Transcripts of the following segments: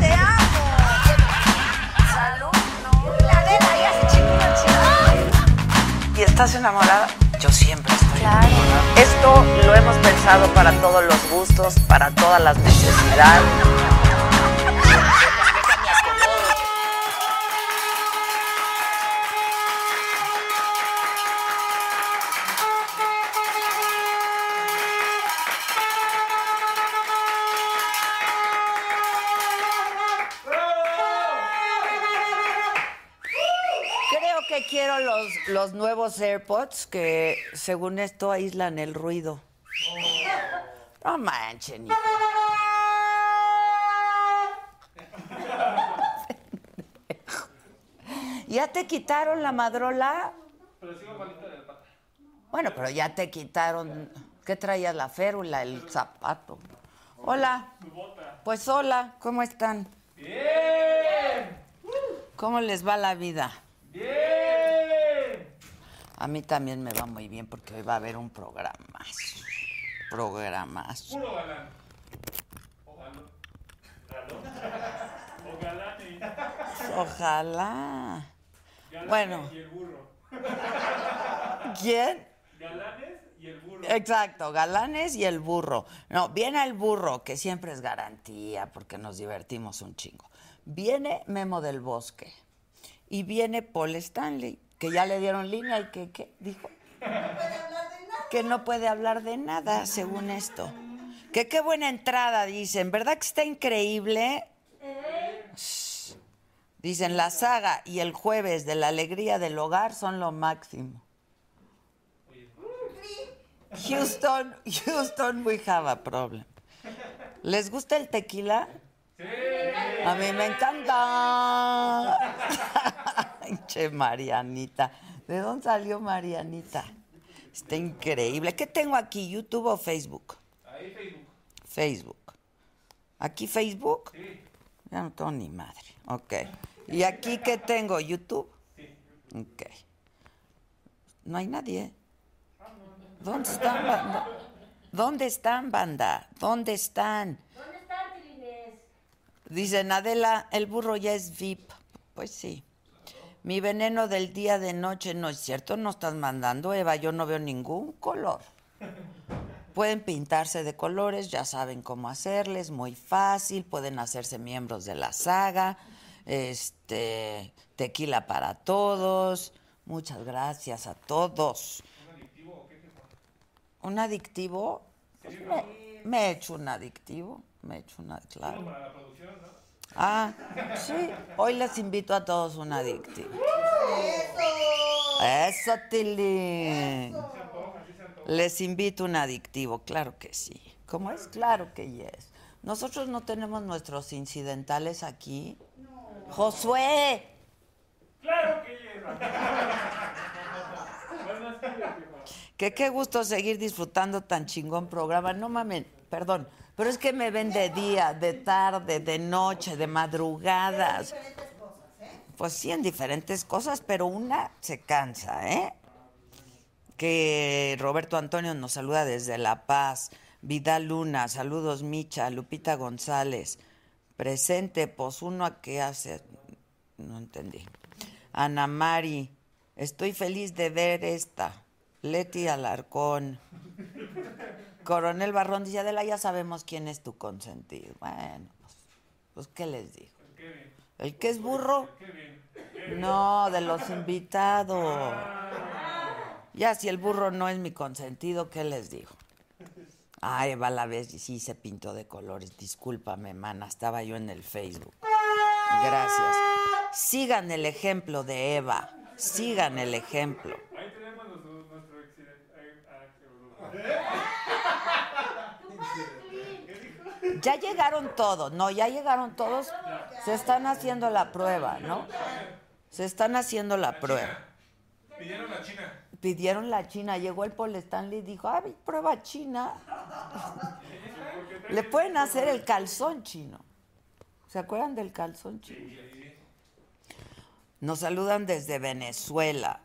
te amo. Salud, no. La de la ya se chingó la chica. ¿Y estás enamorada? Yo siempre estoy enamorada. Esto lo hemos pensado para todos los gustos, para todas las necesidades. Creo que quiero los, los nuevos AirPods que, según esto, aíslan el ruido. No manchen. hijo. ¿Ya te quitaron la madrola? Bueno, pero ya te quitaron. ¿Qué traías? La férula, el zapato. Hola. Pues hola, ¿cómo están? ¿Cómo les va la vida? A mí también me va muy bien porque hoy va a haber un programazo. Programazo. Ojalá. bueno. Y el burro. ¿Quién? Exacto, galanes y el burro. No, viene el burro, que siempre es garantía porque nos divertimos un chingo. Viene Memo del Bosque y viene Paul Stanley, que ya le dieron línea y que, ¿qué dijo? Que no puede hablar de nada, según esto. Que qué buena entrada, dicen. ¿Verdad que está increíble? Shh. Dicen, la saga y el jueves de la alegría del hogar son lo máximo. Houston, Houston, we have a problem. ¿Les gusta el tequila? A mí me encanta. Ay, che, Marianita. ¿De dónde salió Marianita? Está increíble. ¿Qué tengo aquí? ¿YouTube o Facebook? Ahí Facebook. Facebook. ¿Aquí Facebook? Sí. Ya no tengo ni madre. Ok. ¿Y aquí qué tengo? ¿YouTube? Sí. Ok. No hay nadie. ¿Dónde están, banda? ¿Dónde están, banda? ¿Dónde están? ¿Dónde están, Trilines? Dicen, Adela, el burro ya es VIP. Pues sí. Mi veneno del día de noche no es cierto, no estás mandando, Eva, yo no veo ningún color. Pueden pintarse de colores, ya saben cómo hacerles, muy fácil, pueden hacerse miembros de la saga, este, tequila para todos, muchas gracias a todos. ¿Un adictivo? Pues me, me he hecho un adictivo, me he hecho una, claro. Ah, sí. Hoy les invito a todos un adictivo. Eso, Tilín. Les invito un adictivo, claro que sí. ¿Cómo es? Claro que yes. Nosotros no tenemos nuestros incidentales aquí. Josué. Que qué gusto seguir disfrutando tan chingón programa. No mamen, perdón, pero es que me ven de día, de tarde, de noche, de madrugadas. Pues sí, en diferentes cosas, pero una se cansa, ¿eh? Que Roberto Antonio nos saluda desde La Paz. Vidal Luna, saludos Micha, Lupita González. Presente, pues uno a qué hace. No entendí. Ana Mari, estoy feliz de ver esta. Leti Alarcón. Coronel Barrón dice, Adela, ya sabemos quién es tu consentido. Bueno, pues, pues, ¿qué les digo? ¿El que es burro? No, de los invitados. Ya si el burro no es mi consentido, ¿qué les digo? Ah, Eva la vez sí se pintó de colores. Discúlpame, mana, estaba yo en el Facebook. Gracias. Sigan el ejemplo de Eva. Sigan el ejemplo. Ya llegaron todos, no, ya llegaron todos. Se están haciendo la prueba, ¿no? Se están haciendo la prueba. Pidieron la China, llegó el Paul Stanley y dijo, ay, prueba China. Le pueden hacer el calzón chino. ¿Se acuerdan del calzón chino? Nos saludan desde Venezuela.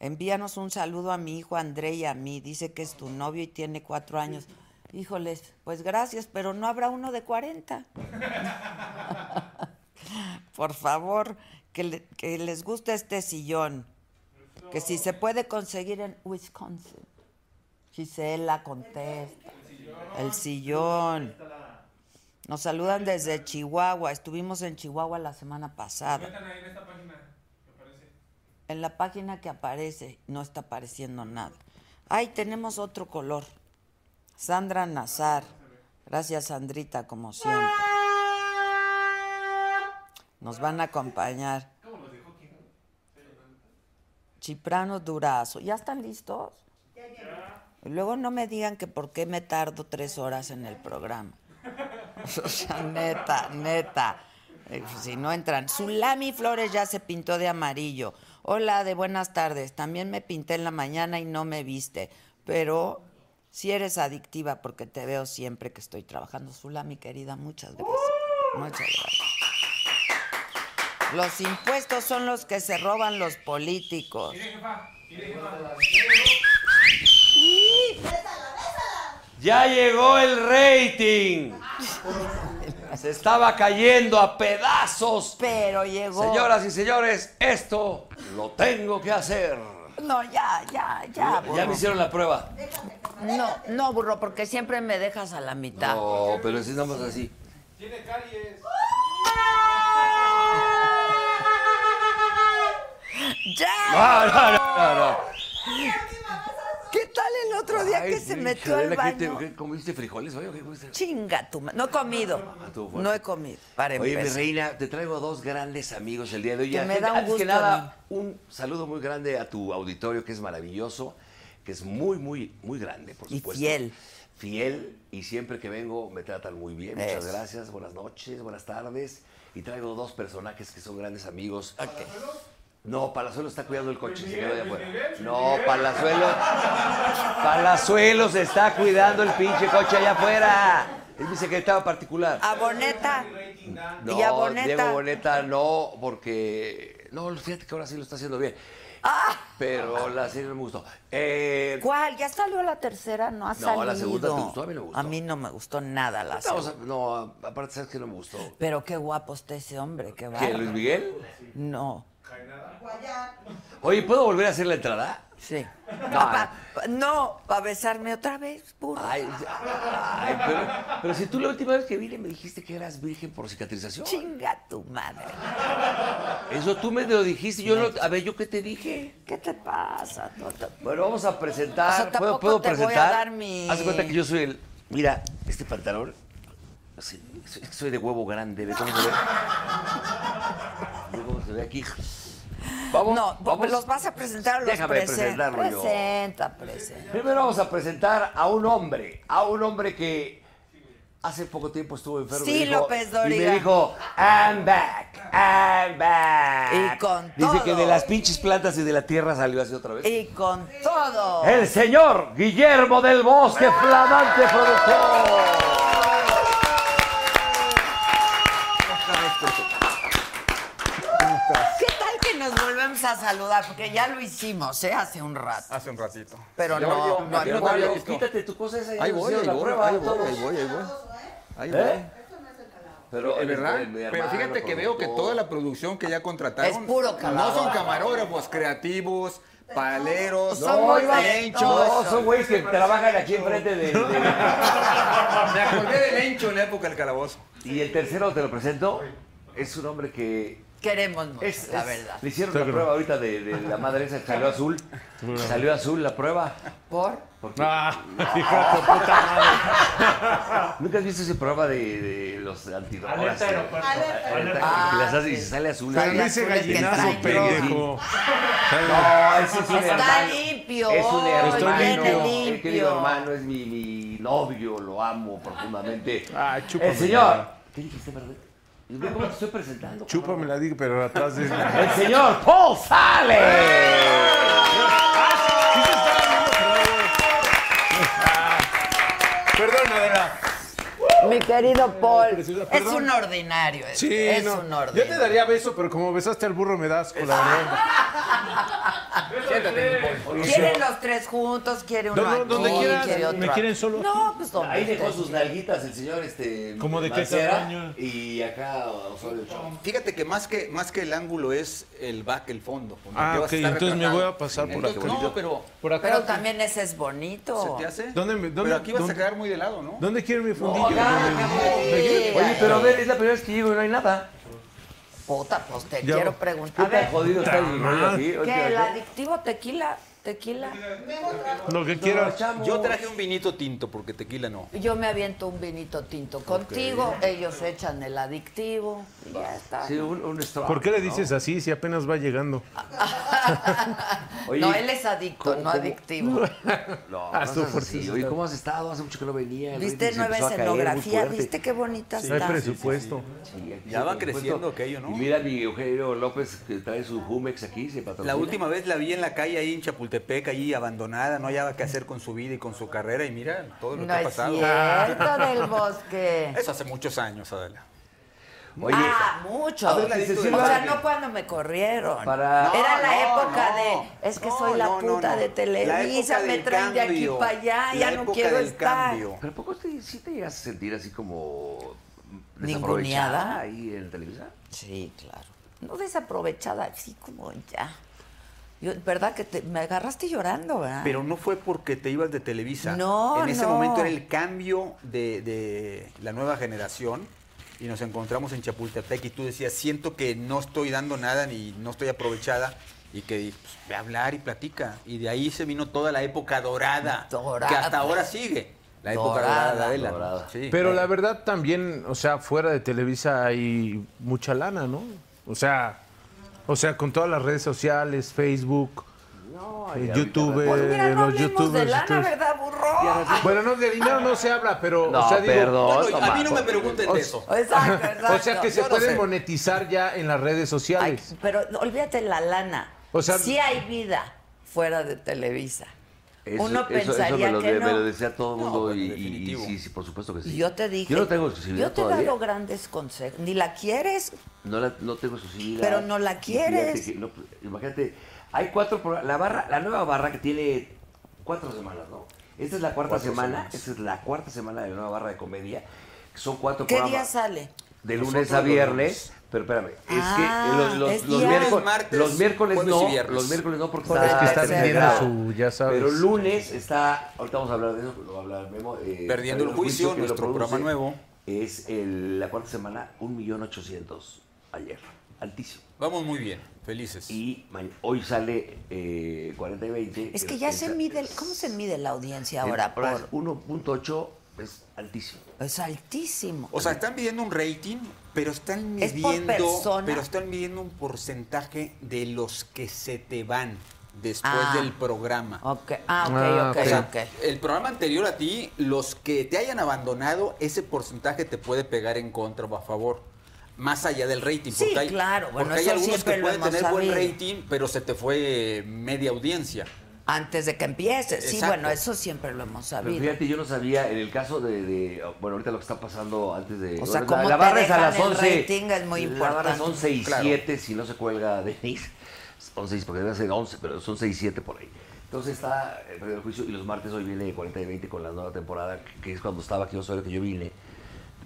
Envíanos un saludo a mi hijo André y a mí. Dice que es tu novio y tiene cuatro años. Híjoles, pues gracias, pero no habrá uno de 40. Por favor, que, le- que les guste este sillón. Que si se puede conseguir en Wisconsin. Gisela contesta. El sillón. Nos saludan desde Chihuahua. Estuvimos en Chihuahua la semana pasada. En la página que aparece no está apareciendo nada. Ay, tenemos otro color. Sandra Nazar. Gracias, Sandrita, como siempre. Nos van a acompañar. Chiprano Durazo. ¿Ya están listos? Y luego no me digan que por qué me tardo tres horas en el programa. O sea, neta, neta. Eh, Si no entran. Zulami Flores ya se pintó de amarillo. Hola, de buenas tardes. También me pinté en la mañana y no me viste. Pero si eres adictiva porque te veo siempre que estoy trabajando. Zulami, querida, muchas gracias. Muchas gracias. Los impuestos son los que se roban los políticos. Ya llegó el rating. Se estaba cayendo a pedazos. Pero llegó. Señoras y señores, esto lo tengo que hacer. No, ya, ya, ya. burro. Ya me hicieron la prueba. No, no, burro, porque siempre me dejas a la mitad. No, pero es nada más así. ¡Ya! No, Ah, no, no, no, no. ¿Qué tal el otro día que Ay, se hija, metió al Adela, ¿qué te- baño? qué- comiste frijoles hoy o qué comiste? Chinga tu ma- No he comido. estuvo Ah, fuerte. No he comido. Para Oye, mi empezar. reina, te traigo a dos grandes amigos el día de hoy. pues. Que A me gente- da un antes que gusto nada, un saludo muy grande a tu auditorio que es maravilloso, que es muy, muy, muy grande, por Y supuesto. fiel. Fiel, y siempre que vengo me tratan muy bien. Muchas Eso. gracias, buenas noches, buenas tardes. Y traigo dos personajes que son grandes amigos. No, Palazuelo está cuidando el coche, se quedó de afuera. No, Palazuelo. Palazuelo se está cuidando el pinche coche allá afuera. Es mi secretario particular. A Boneta. No, y a Boneta. Diego Boneta no, porque. No, fíjate que ahora sí lo está haciendo bien. Pero la serie no me gustó. Eh, Ah, ¿Cuál? ¿Ya salió la tercera? No ha salido. No, la segunda te gustó, a mí no me gustó. A mí no me gustó nada la no, o segunda. sea, no, aparte, ¿sabes que no me gustó? Pero qué guapo está ese hombre, qué ¿Qué, bárbaro. Luis Miguel? No, Oye, ¿puedo volver a hacer la entrada? sí. No. No, para besarme otra vez, burro. Ay, ay, pero, pero si tú la última vez que vine me dijiste que eras virgen por cicatrización. Chinga tu madre. Eso tú me lo dijiste. Yo no, a ver, ¿yo qué te dije? ¿Qué te pasa? No te- Bueno, vamos a presentar. O sea, ¿Puedo, tampoco puedo te voy a presentar? dar mi- Haz de cuenta que yo soy el. Mira, este pantalón. Así, soy, soy de huevo grande. ¿Ve cómo se ve? Ve cómo se ve aquí? Vamos. No, pues, vamos. los vas a presentar, los Déjame presen- presentarlo yo. Presenta, presenta. Primero vamos a presentar a un hombre. A un hombre que hace poco tiempo estuvo enfermo. Sí, y dijo- López Y Dóriga. me dijo, I'm back, I'm back. Y con Dice que todo. de las pinches plantas y de la tierra salió así otra vez. Y con todo. El señor Guillermo del ¡Eh! Bosque, flamante productor. ¿Qué tal que nos volvemos a saludar? Porque ya lo hicimos, ¿eh? Hace un rato. Hace un ratito. Pero no, no, yo no, no había no. visto. Quítate tu cosa esa. ya Ahí nos voy, ahí hicieron la voy, prueba, ahí voy, todos. ahí voy, ahí voy. Ahí ¿Eh? voy. Pero Es eres verdad, mi hermano, pero fíjate que veo que productor. toda la producción que ya contrataron Es puro no calado. son camarógrafos, creativos, paleros, Son muy no, ba- lenchos. No, son güeyes que trabajan aquí enfrente de, de- Me acordé de lencho en la época del calabozo. Y el tercero te lo presento. Es un hombre que. Queremos mucho, Es, la es- verdad. Le hicieron la prueba ahorita de, de la madre esa, salió azul. Salió azul la prueba. Por Porque Ah, hijo de tu puta madre. ¿Nunca has visto ese programa de, de los antidrogas? Alerta aeropuerto. Alerta, que las hace y se sale azul. Pero Ahí. Pero no no hice ese gallinazo, gallinazo, pendejo. pendejo. No, ese es un Está hermano. limpio, Es un hoy hermano. viene El querido limpio. hermano es mi, mi novio, lo amo profundamente. Ah, chúpame. el señor. ¿Qué dijiste, perdón? Yo veo cómo te estoy presentando. Chúpame la diga, pero atrás de la. El señor Paul Sale. Perdón, Adela. mi querido Paul. preciosa, Es perdón. un ordinario. Sí, es no. un Yo te ordinario. daría beso, pero como besaste al burro me das con la verdad. Quieren los tres juntos, quiere uno No, no, donde aquí, quieran, quiere otro ¿Me quieren solo? aquí. No, pues donde Ahí dejó estés. sus nalguitas el señor este. ¿Cómo de qué Mancera, tamaño? Y acá Osorio Chong. Fíjate que más que más que el ángulo es el back, el fondo. donde Ah, te vas a ok, estar entonces me retratado. voy a pasar por Entonces, acá. No, pero Por acá. Pero también ese es bonito. ¿se te hace? ¿Dónde me- dónde- pero aquí vas dónde- a quedar muy de lado, ¿no? ¿Dónde quieren mi fundillo? Oye, pero a ver, es la primera vez que llego y no hay nada. Puta, pues te Ya. quiero preguntar. ¿Qué A tan ver, jodido está el rollo aquí? ¿qué? ¿El adictivo tequila? ¿Tequila? Lo que quieras. Yo traje un vinito tinto porque tequila no. Yo me aviento un vinito tinto contigo, ellos echan el adictivo y ya está. Sí, un, un Strong, ¿Por qué le ¿no? dices así si apenas va llegando? Oye, no, él es adicto, ¿cómo- no cómo? adictivo. No, Ah, no su seas fuerza así. está- Oye, ¿cómo has estado? Hace mucho que no venía. el ¿Viste rating se nueva empezó a caer muy escenografía? fuerte. ¿Viste qué bonita No hay está? presupuesto. Sí, aquí Ya se- va por supuesto. creciendo aquello, ¿no? Y mira mi Eugenio López que trae su Jumex aquí, se patrocina. La última vez la vi en la calle ahí en Chapultepec, ahí abandonada, no hallaba qué hacer con su vida y con su carrera y mira todo lo No que ha es pasado. cierto del bosque. Eso hace muchos años, Adela. Oye, ah, mucho. a ver, que se o sirva- sea, no cuando me corrieron. Para- Era la No, época no. de, es que No, soy la no, no, puta no. de Televisa, La época me del traen de aquí cambio. para allá, La ya no época quiero del estar. cambio. ¿pero poco te, sí te llegas a sentir así como Ninguneada. desaprovechada ahí en Televisa? Sí, claro. No desaprovechada, así como ya. Yo, ¿Verdad que te- me agarraste llorando, verdad? Pero no fue porque te ibas de Televisa. No, En ese no. momento era el cambio de, de la nueva generación y nos encontramos en Chapultepec y tú decías, siento que no estoy dando nada ni no estoy aprovechada. Y que dije, pues, ve a hablar y platica. Y de ahí se vino toda la época dorada. Dorada. Que hasta ahora sigue. La época Dorada. dorada, Adela. Dorada. Sí. Pero la verdad también, o sea, fuera de Televisa hay mucha lana, ¿no? O sea, o sea, con todas las redes sociales, Facebook, eh, YouTube, Pues mira, no los hablemos de youtubers. lana, youtubers. ¿verdad, burro? Bueno, no, de dinero no se habla, pero, No, o sea, digo, perdón. Bueno, a mí no Tomás, me pregunten de eso. Exacto, exacto. o sea que se yo no puede sé. monetizar ya en las redes Ay, sociales. pero olvídate la lana. O sea- sí hay vida fuera de Televisa. Eso- Uno eso- eso pensaría me lo, que me no. lo decía todo el No, mundo bueno, y, y- y definitivo. sí, sí, por supuesto que sí. Y yo te dije, Yo no tengo exclusividad yo te he todavía. dado grandes consejos. Ni la quieres, No, la- no tengo exclusividad. Pero no la Y quieres. fíjate que no, pues, imagínate, hay cuatro pro- la barra, la nueva barra que tiene cuatro semanas, ¿no? Esta es la cuarta Cuatro semana, semanas. esta es la cuarta semana de la nueva barra de comedia. que Son cuatro ¿qué día programas. sale? De Nosotros lunes a los viernes, pero espérame, Ah, es que los, los- es los viernes, miércoles, martes, los miércoles jueves y no, viernes. los miércoles no porque Porque está, es que está está perdiendo cerrado. su- ya sabes. Pero lunes está, ahorita vamos a hablar de eso, lo va a hablar Memo, eh, Perdiendo el juicio, que lo nuestro produce, programa nuevo. Es el- la cuarta semana, 1.800.000 ayer, altísimo. Vamos muy bien, felices. Y ma- hoy sale eh, 40 y 20. Es que pero ya esa- se mide, el- ¿cómo se mide la audiencia el- ahora? ahora es Por, 1.8 es altísimo. es altísimo. O sea, están midiendo un rating, pero están Es por midiendo, persona. pero están midiendo un porcentaje de los que se te van después Ah. del programa. Ok, ah, ok, Ah, ok, O sea, ok. el programa anterior a ti, los que te hayan abandonado, ese porcentaje te puede pegar en contra o a favor. Más allá del rating, Sí, porque hay, claro, bueno, porque hay eso algunos siempre que lo pueden hemos tener buen sabido. rating, pero se te fue eh, media audiencia. Antes de que empieces. Sí, Exacto. bueno, eso siempre lo hemos Pero sabido. fíjate, yo no sabía, en el caso de, de- bueno, ahorita lo que está pasando antes O de... bueno, sea, la- cómo te la barra es a dejan las el 11. rating es muy La barra es importante. 11 y Claro. 7, si no se cuelga Denise. 11 y, porque debe ser 11, pero son 6 y 7 por ahí. Entonces está eh, perdido el juicio y los martes hoy viene 40 y 20 con la nueva temporada, que- que es cuando estaba aquí Osorio, que yo vine.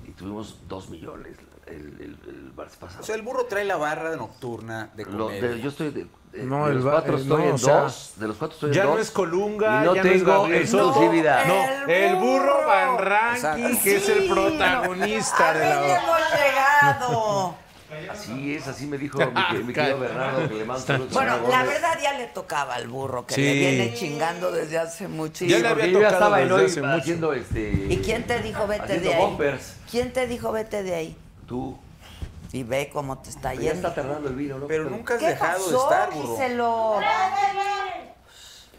Y tuvimos 2 millones. el, el, el martes pasado. O sea, el burro trae la barra nocturna de Lo- comedia. de- yo estoy de, de- No, de el los va- cuatro eh, estoy no, en o sea, dos. De los cuatro estoy en ya no dos. es Colunga, y no ya no es tengo Gabriel Soto. exclusividad. No, el burro Van Ranking, Exacto. que es el Sí. protagonista A de ver, ya la hemos llegado. Así es, así me dijo mi, que- mi querido Bernardo que le mando saludos. Bueno, la verdad ya le tocaba al burro, que le Sí. viene chingando desde hace muchísimo. Ya le había Porque yo ya tocado estaba en desde hoy hace mucho. haciendo este. ¿Y quién te dijo vete haciendo de ahí? bumpers. ¿Quién te dijo vete de ahí? Tú. Y ve cómo te está Pero ya yendo. está tardando el vino, ¿no? Pero nunca has ¿Qué dejado de pasó, estar, burro. Giselo?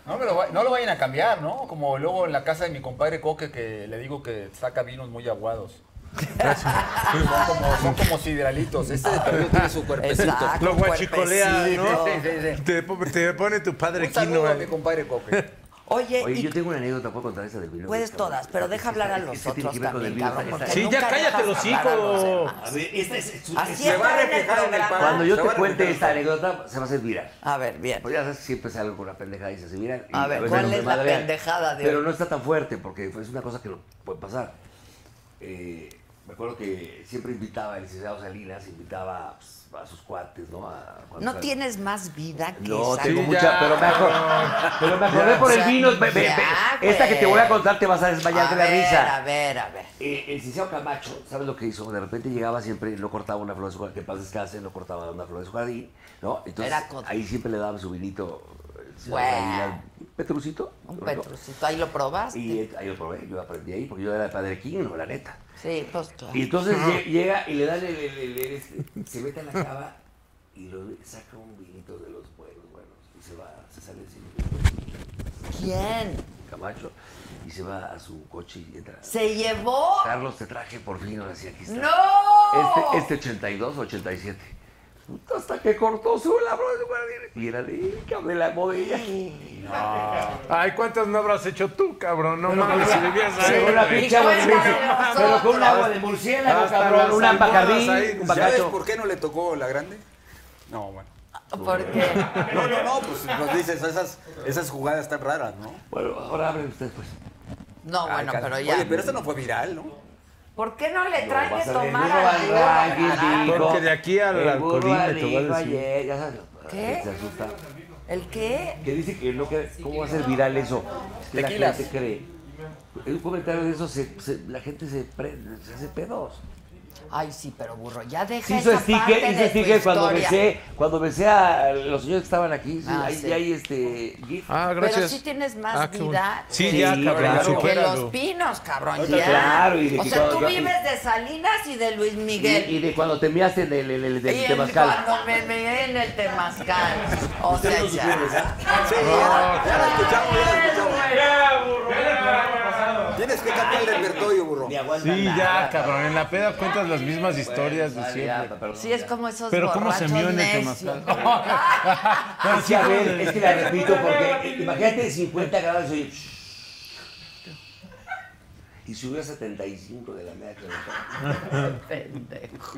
No, me lo, va- no lo vayan a cambiar, ¿no? Como luego en la casa de mi compadre Coque que le digo que saca vinos muy aguados. Son como, son como sideralitos. Este de perdido tiene su cuerpecito. Exacto, Lo guachicolea, cuerpecito. ¿no? Sí, sí, sí. Te, po- te pone tu padre Un Kino. saludo a eh. mi compadre Coque. Oye, Oye, y- yo tengo una anécdota, puedo contar esa del vino. Puedes Cabrón. todas, pero deja hablar a Es que los tiene otros que ver con el también, vino, cabrón, está- porque está- Sí, ya Nunca cállate dejas los hablar a los hijos. demás. A ver, este esta es- es- Así Se está va a en el reflejar en el programa. pan. Cuando yo Se te van a cuente meter esta anécdota, se va a hacer viral. A ver, bien. Pues ya sabes que siempre salgo con una pendejada y se hace viral. y A ver, ¿cuál me es la madrean. pendejada de Pero hoy? no está tan fuerte, porque pues, es una cosa que no puede pasar. Eh, me acuerdo que siempre invitaba el licenciado Salinas, invitaba pues, a sus cuates, ¿no? A- cuando No sal- tienes más vida que No, esa. tengo Sí, mucha, ya, pero me, acor- pero me acordé por el Ya, vino. ve- ve- ya, ve- esta que te voy a contar te vas a desmayar A de la ver, risa. A ver, a ver. Eh, el licenciado Camacho, ¿sabes lo que hizo? De repente llegaba siempre, no cortaba una flor de su jardín, que en paz descanse, no cortaba una flor de su jardín, ¿no? Entonces, Era con- ahí siempre le daba su vinito, el señor Bueno. Medina, un petrucito. Un ¿no? Petrucito, ahí lo probaste. Y eh, ahí lo probé, yo aprendí ahí, porque yo era de Padre Quino, la neta. Sí, pues claro. Y entonces lle- llega y le dan el, el- el- el- este, se mete a la cava y lo saca un vinito de los buenos, buenos, y se va, se sale sin ¿Quién? Camacho, y se va a su coche y entra. ¿Se llevó? Carlos, te traje por fin, ahora sí, aquí está. ¡No! Este, este 82, 87. Puta, Hasta que cortó su la broma de guardia. Y era de de la bodega. Ay, ¿cuántas no habrás hecho tú, cabrón? No mames, si vivías ahí. Con una güey. pinche agua de Cuéntame murciélago, nosotros. Pero con un agua de murciélago, Hasta cabrón. las Una almohadas bacardí, ahí. un ¿Sabes bacacho. por qué no le tocó la grande? No, bueno. Porque No, no, no, pues nos dices, esas, esas jugadas tan raras, ¿no? Bueno, ahora hablen ustedes, pues. no, Ay, bueno, cara. pero ya. Oye, pero eso no fue viral, ¿no? ¿Por qué no le No, traen vas de a ver, tomar no al al burro? ranking, digo. Porque de aquí al El burro alcoholín le te voy a dijo decir. ayer, eh, ya sabes, ¿Qué? Se asusta. ¿El qué? Que dice que no queda- ¿Cómo va a ser viral eso? Es que la Tequilas. gente cree. En un comentario de eso, se- se- la gente se, prende, se hace pedos. Ay, sí, pero burro, ya deja Sí hizo esa parte sticker, de hizo tu sticker cuando historia. besé, cuando besé a los señores que estaban aquí, sí, Ah, ahí, sí. y ahí, este gif. Ah, Pero gracias. sí tienes más Ah, qué bueno. vida Sí, que- ya, Sí, cabrón, claro. Que supéralo. los pinos, cabrón, Ahorita, ya. claro, y de o que sea, todo- tú yo- vives de Salinas y de Luis y, Miguel. "Ah, y de cuando te miaste en el, el, el, del Y el- Temazcal. cuando me meé en el temazcal. O sea, ya. Sí, ya, Ah, ya la escuchamos, ya la escuchamos. Tienes que cambiar el repertorio, burro. Sí, ya, cabrón. En la peda cuentas las mismas historias de siempre. "Ah, Sí, es como esos Pero ¿cómo se borrachos mió en el necios. Ah, No, Es que, a ver, es que la repito porque imagínate 50 grados oye, shh. y subió a 75 de la media que me toca. Pendejo.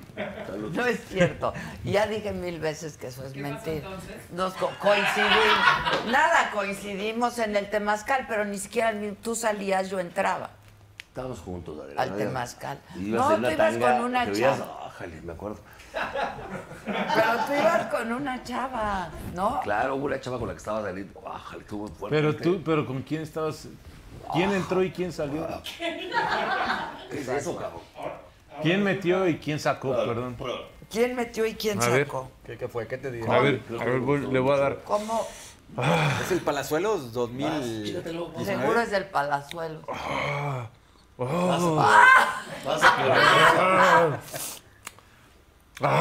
No es cierto. Ya dije mil veces que eso es mentira. Nos co- coincidimos. Nada, coincidimos en el temazcal, pero ni siquiera ni tú salías, yo entraba. Estábamos juntos, Adela, Al ¿no? Temazcal. Y ibas No, en una tú ibas tanga, con una te veías- chava. Ájale, me acuerdo. Pero tú ibas con una chava, ¿no? Claro, hubo una chava con la que estaba saliendo. Ájale, estuvo fuerte. Pero tú, pero ¿con quién estabas? ¿Quién entró y quién salió? ¿Qué es eso, cabrón? ¿Quién metió y quién sacó? Perdón. ¿Quién metió y quién A ver. sacó? ¿Qué, qué fue? ¿Qué te dije? A ver, a ver, voy- le voy a dar. ¿Cómo? Es el Palazuelos 2000. Seguro es del Palazuelo.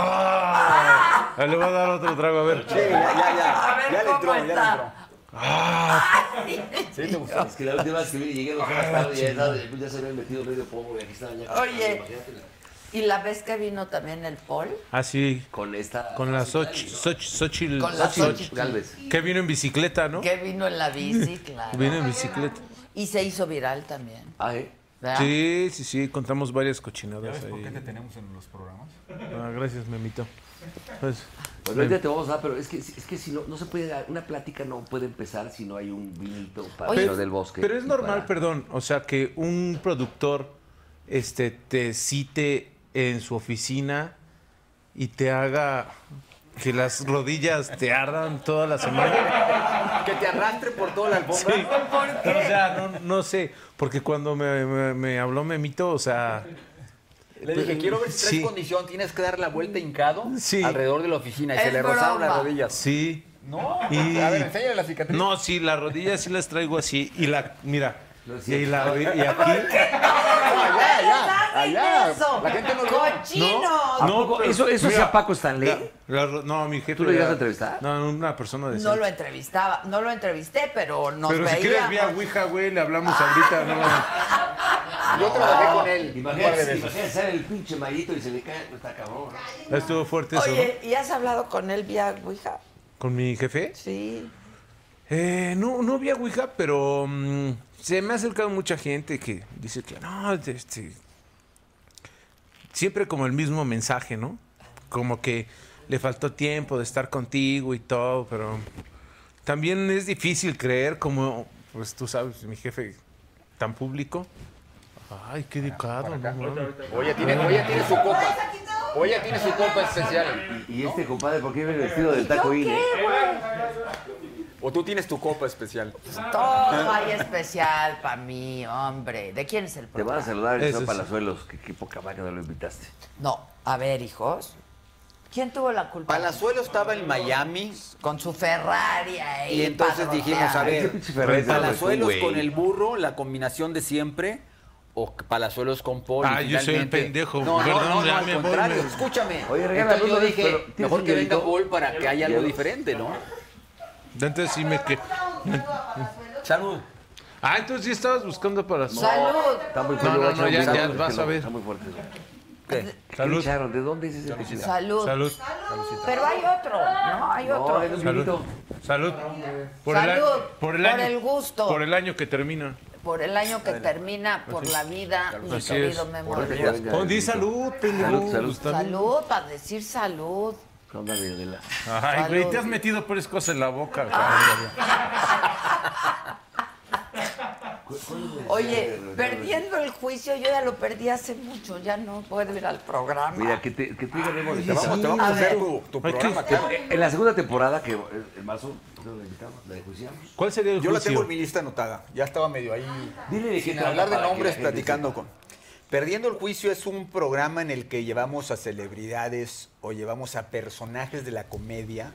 ¡Ah! Le voy a dar otro trago, a ver. Sí, ya, ya, A ya. ver Ya le cómo entró, ya le está. entró. ¿Sí te gustó? Es que la última vez que vine llegué dos horas tarde y ya, ya se habían metido medio pomo y aquí estaba ya. Oye. Imagínate la- ¿Y la vez que vino también el Paul? Así, Con esta. Ah, con la Xochitl. Xochitl. Con la Xochitl Galvez. Que vino en bicicleta, ¿no? Que vino en la bici, claro. Vino en bicicleta. Y se hizo viral también. Ah, ¿eh? ¿verdad? Sí, sí, sí, contamos varias cochinadas ahí. tenemos en los programas? Ah, gracias, Memito. Pues, Bueno, ahorita te vamos a dar, pero es que, es que si no, no se puede dar. Una plática no puede empezar si no hay un vinito para Oye, lo del bosque. Pero es y normal, para- perdón, o sea, que un productor este, te cite en su oficina y te haga que las rodillas te ardan toda la semana? Que te arrastre por toda la alfombra. Sí. O sea, no, no sé, porque cuando me, me- me habló Memito, o sea, Le dije, quiero ver si traes Sí. condición, tienes que dar la vuelta hincado Sí. alrededor de la oficina. Y se Es le rozaron broma. las rodillas. sí. No, Y- a ver, enséñale la cicatriz. No, sí, las rodillas sí las traigo así. Y la, mira, y, la, y aquí... allá, allá, la gente no lo ve. ¡Cochinos! ¿A poco? pero- ¿Eso- eso hacía Paco Stanley? ¿eh? la- la- no, mi jefe. ¿Tú lo llegaste a era- entrevistar? No, una persona de. No lo entrevistaba, no lo entrevisté, pero nos Pero si veía. quieres, vía Ouija, güey, le hablamos ahorita. No, Yo trabajé con él. un par de Imagínate, veces. imagínate ser el pinche mallito y se le cae. Está cabrón. ¿no? estuvo fuerte eso. Oye, ¿y has hablado con él vía Ouija? ¿no? ¿Con mi jefe? Sí. Eh, no, no vía Ouija, pero mm, se me ha acercado mucha gente que dice que no, este. Siempre como el mismo mensaje, ¿no? Como que le faltó tiempo de estar contigo y todo, pero también es difícil creer, como, pues tú sabes, mi jefe tan público. Ay, qué educado, no mames. Oye, tiene, oye, tiene su copa. Oye, tiene su copa especial. Y este compadre, ¿por qué viene vestido del taco eh? INE? O tú tienes tu copa especial. Todo Ah. hay especial para mí, hombre. ¿De quién es el Te van a programa? saludar el Eso señor sí. Palazuelos. Qué, qué poca máquina lo invitaste. No, a ver, hijos. ¿Quién tuvo la culpa? Palazuelo estaba en Miami Con su Ferrari ahí. y entonces dijimos, a Ese ver, pinche Ferrari se lo Palazuelos dejó, con güey. el burro, la combinación de siempre, o que Palazuelos con Paul. Ah, y yo soy el finalmente- pendejo, No, no, perdón, no, no, ya al me voy, contrario, me- escúchame. Oye, regálame Entonces yo uno de dije, esos, pero ¿tienes mejor un que venga hielito? Paul para que haya algo ¿Hielo? diferente, ¿no? Entonces sí me que. Salud. Ah, entonces sí estabas buscando para su. Salud. Está muy No, fuerte, no, voy a echar no, un ya- vinagre, ya es que vas no, a ver. Está muy fuerte. eso. ¿Qué? ¿Qué Salud. echaron? ¿De dónde es ese pinche? Salud. Salud. Pero hay otro, ¿no? Hay No, otro. es un Salud. vinito. Salud. a- Salud. por el Por año. el gusto. Por el año que termina. Por el año que termina, por la vida, mi Así querido es. Memo. Ahorita que Ruiz. venga Pon, el di vinito. salud, Salud, pendejo. salud. Salud, para decir salud. ¿Qué onda, Adela? Ay, güey, te has Salud. Ah. metido tres cosas en la boca. cabrón. Oye, perdiendo el juicio, yo ya lo perdí hace mucho, ya no puedo ir al programa. Mira, que te, que te digan, Memo, Te vamos, te vamos A a hacer ver. tu, tu Ay, qué- programa. claro. Eh, En la segunda temporada, que eh, en marzo, ¿no la invitamos? ¿La enjuiciamos? ¿Cuál sería el Yo la tengo juicio? en mi lista anotada. Ya estaba medio ahí. Dile de qué sin trata hablar de para que nombres, la gente platicando sepa. con. Perdiendo el juicio es un programa en el que llevamos a celebridades o llevamos a personajes de la comedia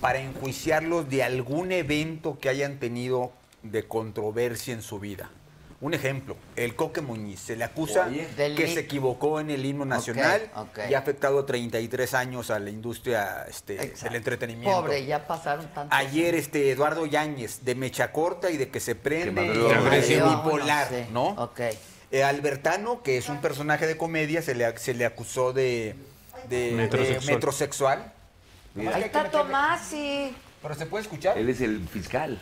para enjuiciarlos de algún evento que hayan tenido de controversia en su vida. Un ejemplo, el Coque Muñiz se le acusa Oye. Del que himno. se equivocó en el himno nacional ok. y ha afectado 33 años a la industria este, del Exacto. entretenimiento. Pobre, ya pasaron tantos. Ayer este Eduardo Yáñez de mecha corta y de que se prende Que y madruga. de Agresivo. bipolar, Sí, ¿no? ok. Eh, Albertano, que es un personaje de comedia, se le, se le acusó de, de- de metrosexual. Metrosexual. Ahí está Tomasi. Pero se puede escuchar. Él es el fiscal.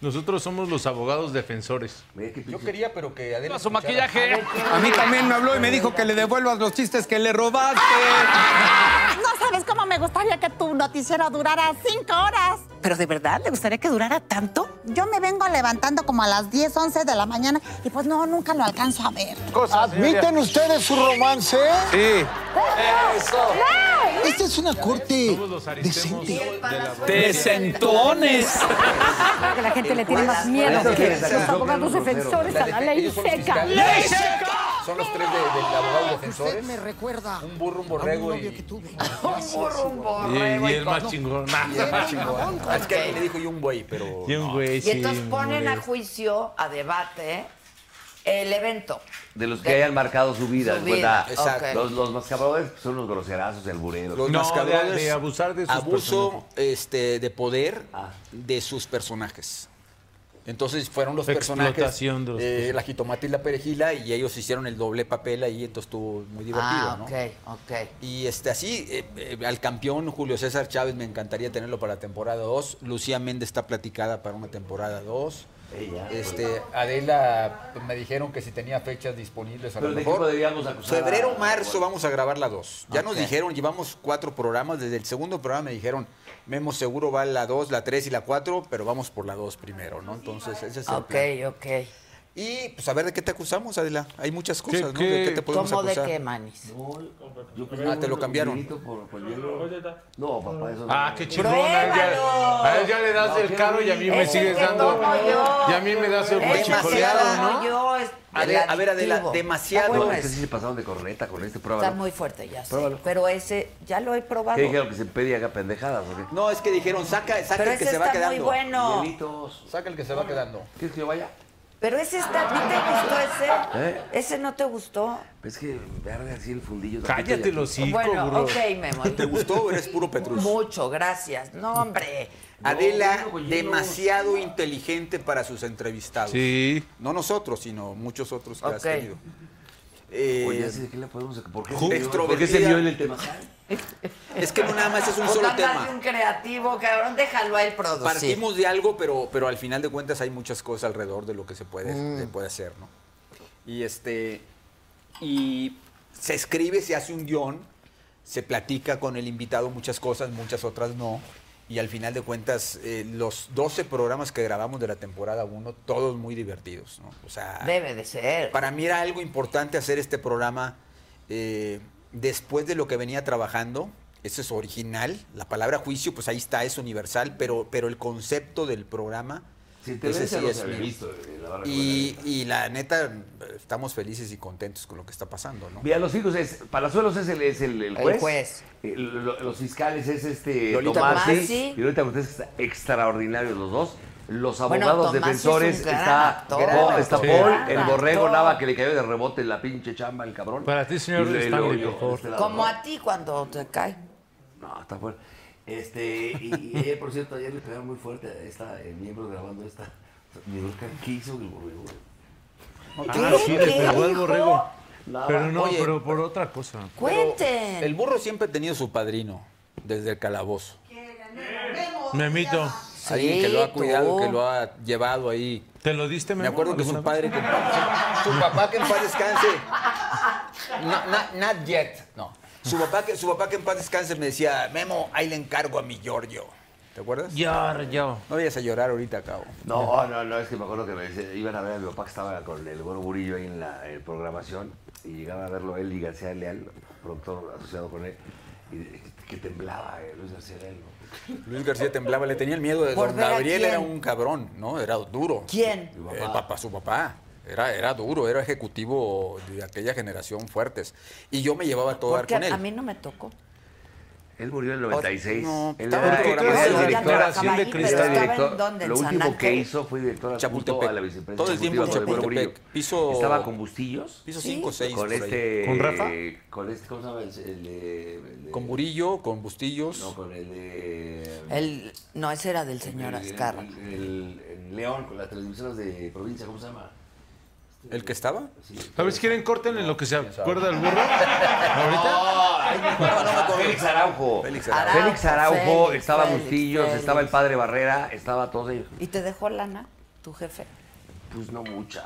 Nosotros somos los abogados defensores. Mira qué Yo pinche- quería, pero que Adela. Su escuchara. maquillaje. A mí también me habló y me dijo que le devuelvas los chistes que le robaste. No sabes cómo me gustaría que tu noticiero durara cinco horas. ¿Pero de verdad le gustaría que durara tanto? Yo me vengo levantando como a las 10, 11 de la mañana y pues no, nunca lo alcanzo a ver. ¿Admiten ustedes su romance? Sí. Esta es una corte Somos los aristemos decente. de la Decentones. Creo que la gente le tiene más miedo Eso que es, los eso es. abogados defensores a la ley Ellos son los seca. fiscales. Son los tres de- del abogado defensores. recuerda Un burro, un borrego y. tuve. Un burro, un Y, borrego. y el más chingón. y el más chingón. Ok. Ah, Es que alguien le dijo yo un güey, pero. Y un güey, Y entonces sí, ponen a molesto. juicio, a debate, el evento. De los que hayan marcado su vida. Su es verdad. vida, ok. Los, los más cabrones son los groserazos, el burero. Los No, mascadores, de- de abusar de sus abuso personajes. este, de poder Ah. de sus personajes. Entonces fueron los personajes, Explotación de los eh, la jitomate y la perejila, y ellos hicieron el doble papel ahí, entonces estuvo muy divertido, Ah, ¿no? ok, ok. Y este, así, eh, eh, al campeón Julio César Chávez me encantaría tenerlo para temporada 2. Lucía Méndez está platicada para una temporada 2. Este, pues, Adela, me dijeron que si tenía fechas disponibles a Pero lo de qué mejor. podríamos acusar. Febrero, a- marzo vamos a grabar la 2. Ya nos Ok. dijeron, llevamos cuatro programas. Desde el segundo programa me dijeron, Memo seguro va la 2, la 3 y la 4, pero vamos por la 2 primero, ¿no? Entonces, ese es el Ok, plan. ok. Y pues a ver de qué te acusamos, Adela. Hay muchas cosas, ¿no? ¿Qué? ¿De qué te podemos ¿Cómo de acusar? qué, Manis? Ah, te lo cambiaron. No, papá, eso Ah, no. qué chingón. A él, ya, a él ya le das No, el qué caro y a mí me rico. sigues dando. Y a mí me das el guachicoleado, ¿no? Eh, Yo, es Adela- el a ver, Adela, adictivo. demasiado. Está, bueno No, es que sí ese. se pasaron de corneta con este prueba. Está ¿no? muy fuerte, ya sé. Pruébalo. Pero ese, ya lo he probado. ¿Qué dijeron que se pedía haga pendejadas o qué? No, es que dijeron, saca, saca Pero el que ese se va está muy quedando. bueno. Hielitos. Saca el que se va quedando. ¿Quieres que yo vaya? Pero ese está, ¿no te gustó ese? ¿Eh? ¿Ese no te gustó? Es que me arde así el fundillo. Cállate los los hijos, bueno, burro. ok, Memo. ¿Te gustó o eres puro Petrus? Mucho, gracias. No, hombre. Adela, demasiado inteligente para sus entrevistados. Sí. No nosotros, sino muchos otros que has Ok. tenido. Eh, Oye, ¿sí ¿de qué le podemos sacar? ¿Por qué? Ju- dio- ¿Por qué se dio en el tema? ¿Sabes? es que no nada más es un O solo tan más de tema. un creativo, cabrón, déjalo a él producir. Partimos de algo, pero, pero al final de cuentas hay muchas cosas alrededor de lo que se puede, se puede hacer, ¿no? Y este. Y se escribe, se hace un guión, se platica con el invitado muchas cosas, muchas otras no. Y al final de cuentas, eh, los 12 programas que grabamos de la temporada 1, todos muy divertidos, ¿no? O sea. Debe de ser. Para mí era algo importante hacer este programa eh, después de lo que venía trabajando. Eso es original. La palabra juicio, pues ahí está, es universal, pero, pero el concepto del programa. Si pues, te ese ves, sí ya los es había mío. visto. eh, la barra Y, con y la neta, estamos felices y contentos con lo que está pasando, ¿no? la- Mira, los hijos es. Palazuelos es el, es el, el El juez. juez. Eh, lo- los fiscales es este. Lolita Tomasi. Tomasi. Y ahorita ustedes están extraordinarios los dos. Los Bueno, abogados Tomasi defensores es un gran está, actor, Paul- está sí. Paul, el gran borrego actor. Nava que le cayó de rebote en la pinche chamba, el cabrón. Para ti, señor Y luego Stanley, yo, por favor. este lado, Como ¿no? a ti cuando te cae. No, está fuerte. Este, y, y ayer, por cierto, ayer le pegaron muy fuerte a esta eh, miembro grabando esta. Miembro, ¿qué hizo el borrego? Ah, sí, le pegó al borrego. Nada. Pero no, Oye. pero por otra cosa. Cuenten. El burro siempre ha tenido su padrino desde el calabozo. Memito, Sí, Alguien que lo ha tú. cuidado, que lo ha llevado ahí. ¿te lo diste, Memo? Me acuerdo que su alguna padre, que, su, su papá que en paz descanse. No, no, not yet, no. Su papá, que, su papá que en paz descanse me decía, Memo, ahí le encargo a mi Giorgio. ¿Te acuerdas? vez? Yar, yo. No vayas a llorar ahorita, cabo. No, no, no, es que me acuerdo que me decía- iban a ver a mi papá que estaba con el Goro Burillo ahí en la en programación y llegaban a verlo él y García Leal, productor asociado con él, y de- que temblaba eh, Luis García Leal. ¿no? Luis García temblaba, le tenía el miedo de ¿Por Don ver a Gabriel, quién? era un cabrón, ¿no? Era duro. ¿Quién? Mi papá. El papá, su papá. Era, era duro, era ejecutivo de aquella generación fuertes. Y yo me llevaba a todo dar Porque con él. a mí no me tocó. Él murió en el 96. No, él estaba era, en él era el programación. Ya director, trabajaba ahí, él era pero estaba en director. dónde, en lo último que Zanaque. hizo fue director adjunto Chapultepec. a la vicepresidencia Todo el tiempo en ejecutiva del Goro Burillo. Chapultepec. Piso- Estaba con Bustillos. Piso 5 o 6. con este. ¿Con Rafa? Con este, ¿cómo se llama? El, el de- el de- Con Burillo, con Bustillos. No, con el de. El, no, ese era del el- señor el- Azcarra. El, el León, con las televisoras de provincia, ¿cómo se llama? ¿El que estaba? Sí. ¿Sabes quieren corten en lo que se acuerda el burro? ¿Ahorita? Félix Araujo. Félix Araujo. Félix Araujo, Félix, estaba Félix, Bustillos, Félix. estaba el padre Barrera, estaba todos ellos. ¿Y te dejó lana tu jefe? Pues no mucha.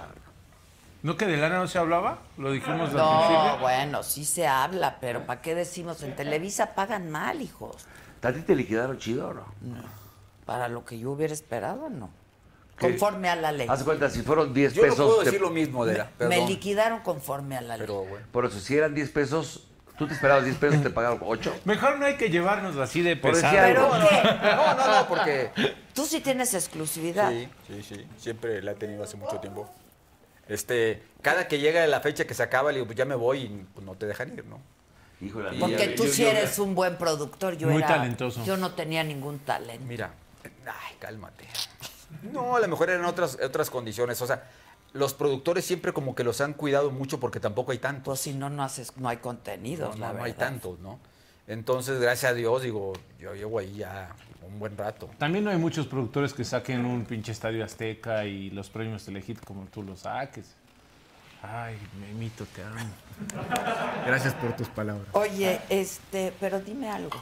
¿No que de lana no se hablaba? Lo dijimos al No, principio. bueno, sí se habla, pero ¿para qué decimos? En Televisa pagan mal, hijos. ¿A ti te liquidaron chido o no? Para lo que yo hubiera esperado, no. Conforme a la ley. Haz de cuenta, si fueron 10 Yo no pesos. puedo te- decir lo mismo, Adela. Me perdón. liquidaron conforme a la ley. Pero bueno. Por eso, si eran 10 pesos, tú te esperabas 10 pesos, te pagaron 8. Mejor no hay que llevárnoslo así de Por decir pesado. algo. Pero ¿qué? No, no, no, porque. Tú sí tienes exclusividad. Sí, sí, sí. Siempre la he tenido hace mucho tiempo. Este, cada que llega la fecha que se acaba, le digo, pues ya me voy y pues, no te dejan ir, ¿no? Híjole, Y Porque ya- tú sí eres un buen productor. Yo Muy era- talentoso. Yo no tenía ningún talento. Mira, ay, cálmate. No, a lo mejor eran otras, otras condiciones. O sea, los productores siempre como que los han cuidado mucho porque tampoco hay tantos. Pues si no, no haces, no hay contenido. No, no, no hay tantos, ¿no? Entonces, gracias a Dios, digo, yo llevo ahí ya un buen rato. También no hay muchos productores que saquen un pinche estadio azteca y los premios Telehit como tú los saques. Ay, Memito, te amo. Gracias por tus palabras. Oye, este, pero dime algo.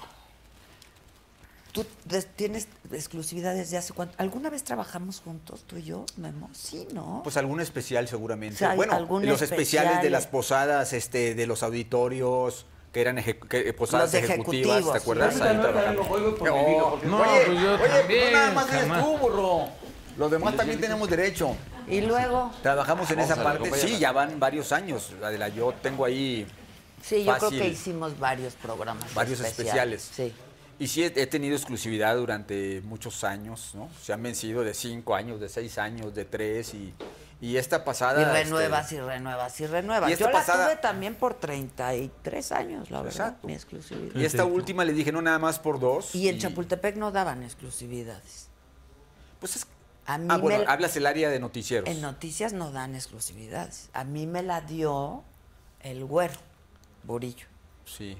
¿Tú des- tienes exclusividad desde hace cuánto? ¿Alguna vez trabajamos juntos, tú y yo, Memo? Sí, ¿no? Pues algún especial seguramente. O sea, hay bueno, algún los especiales de especial. las posadas, este, de los auditorios, que eran eje- que- eh, posadas Los ejecutivas, ejecutivos, ¿te acuerdas? sí. Ahí trabajando. No, pues yo oye, también, no nada más eres jamás. tú, burro. Los demás también tenemos derecho. Y luego, Trabajamos en Vamos a esa ver, parte. acompáñame. Sí, ya van varios años. Adela, yo tengo ahí sí, yo Fácil. creo que hicimos varios programas. varios especiales. Sí. Y sí, he he tenido exclusividad durante muchos años, ¿no? Se han vencido de cinco años, de seis años, de tres, y, y esta pasada... Y este, renuevas y renuevas y renuevas. Y Yo esta la pasada- tuve también por 33 años, la verdad, Exacto. mi exclusividad. Y esta última le dije, no, nada más por dos. Y en Chapultepec no daban exclusividades. Pues es... A mí Ah, bueno, me- hablas el área de noticieros. en noticias no dan exclusividades. A mí me la dio el güero, Burillo. Sí.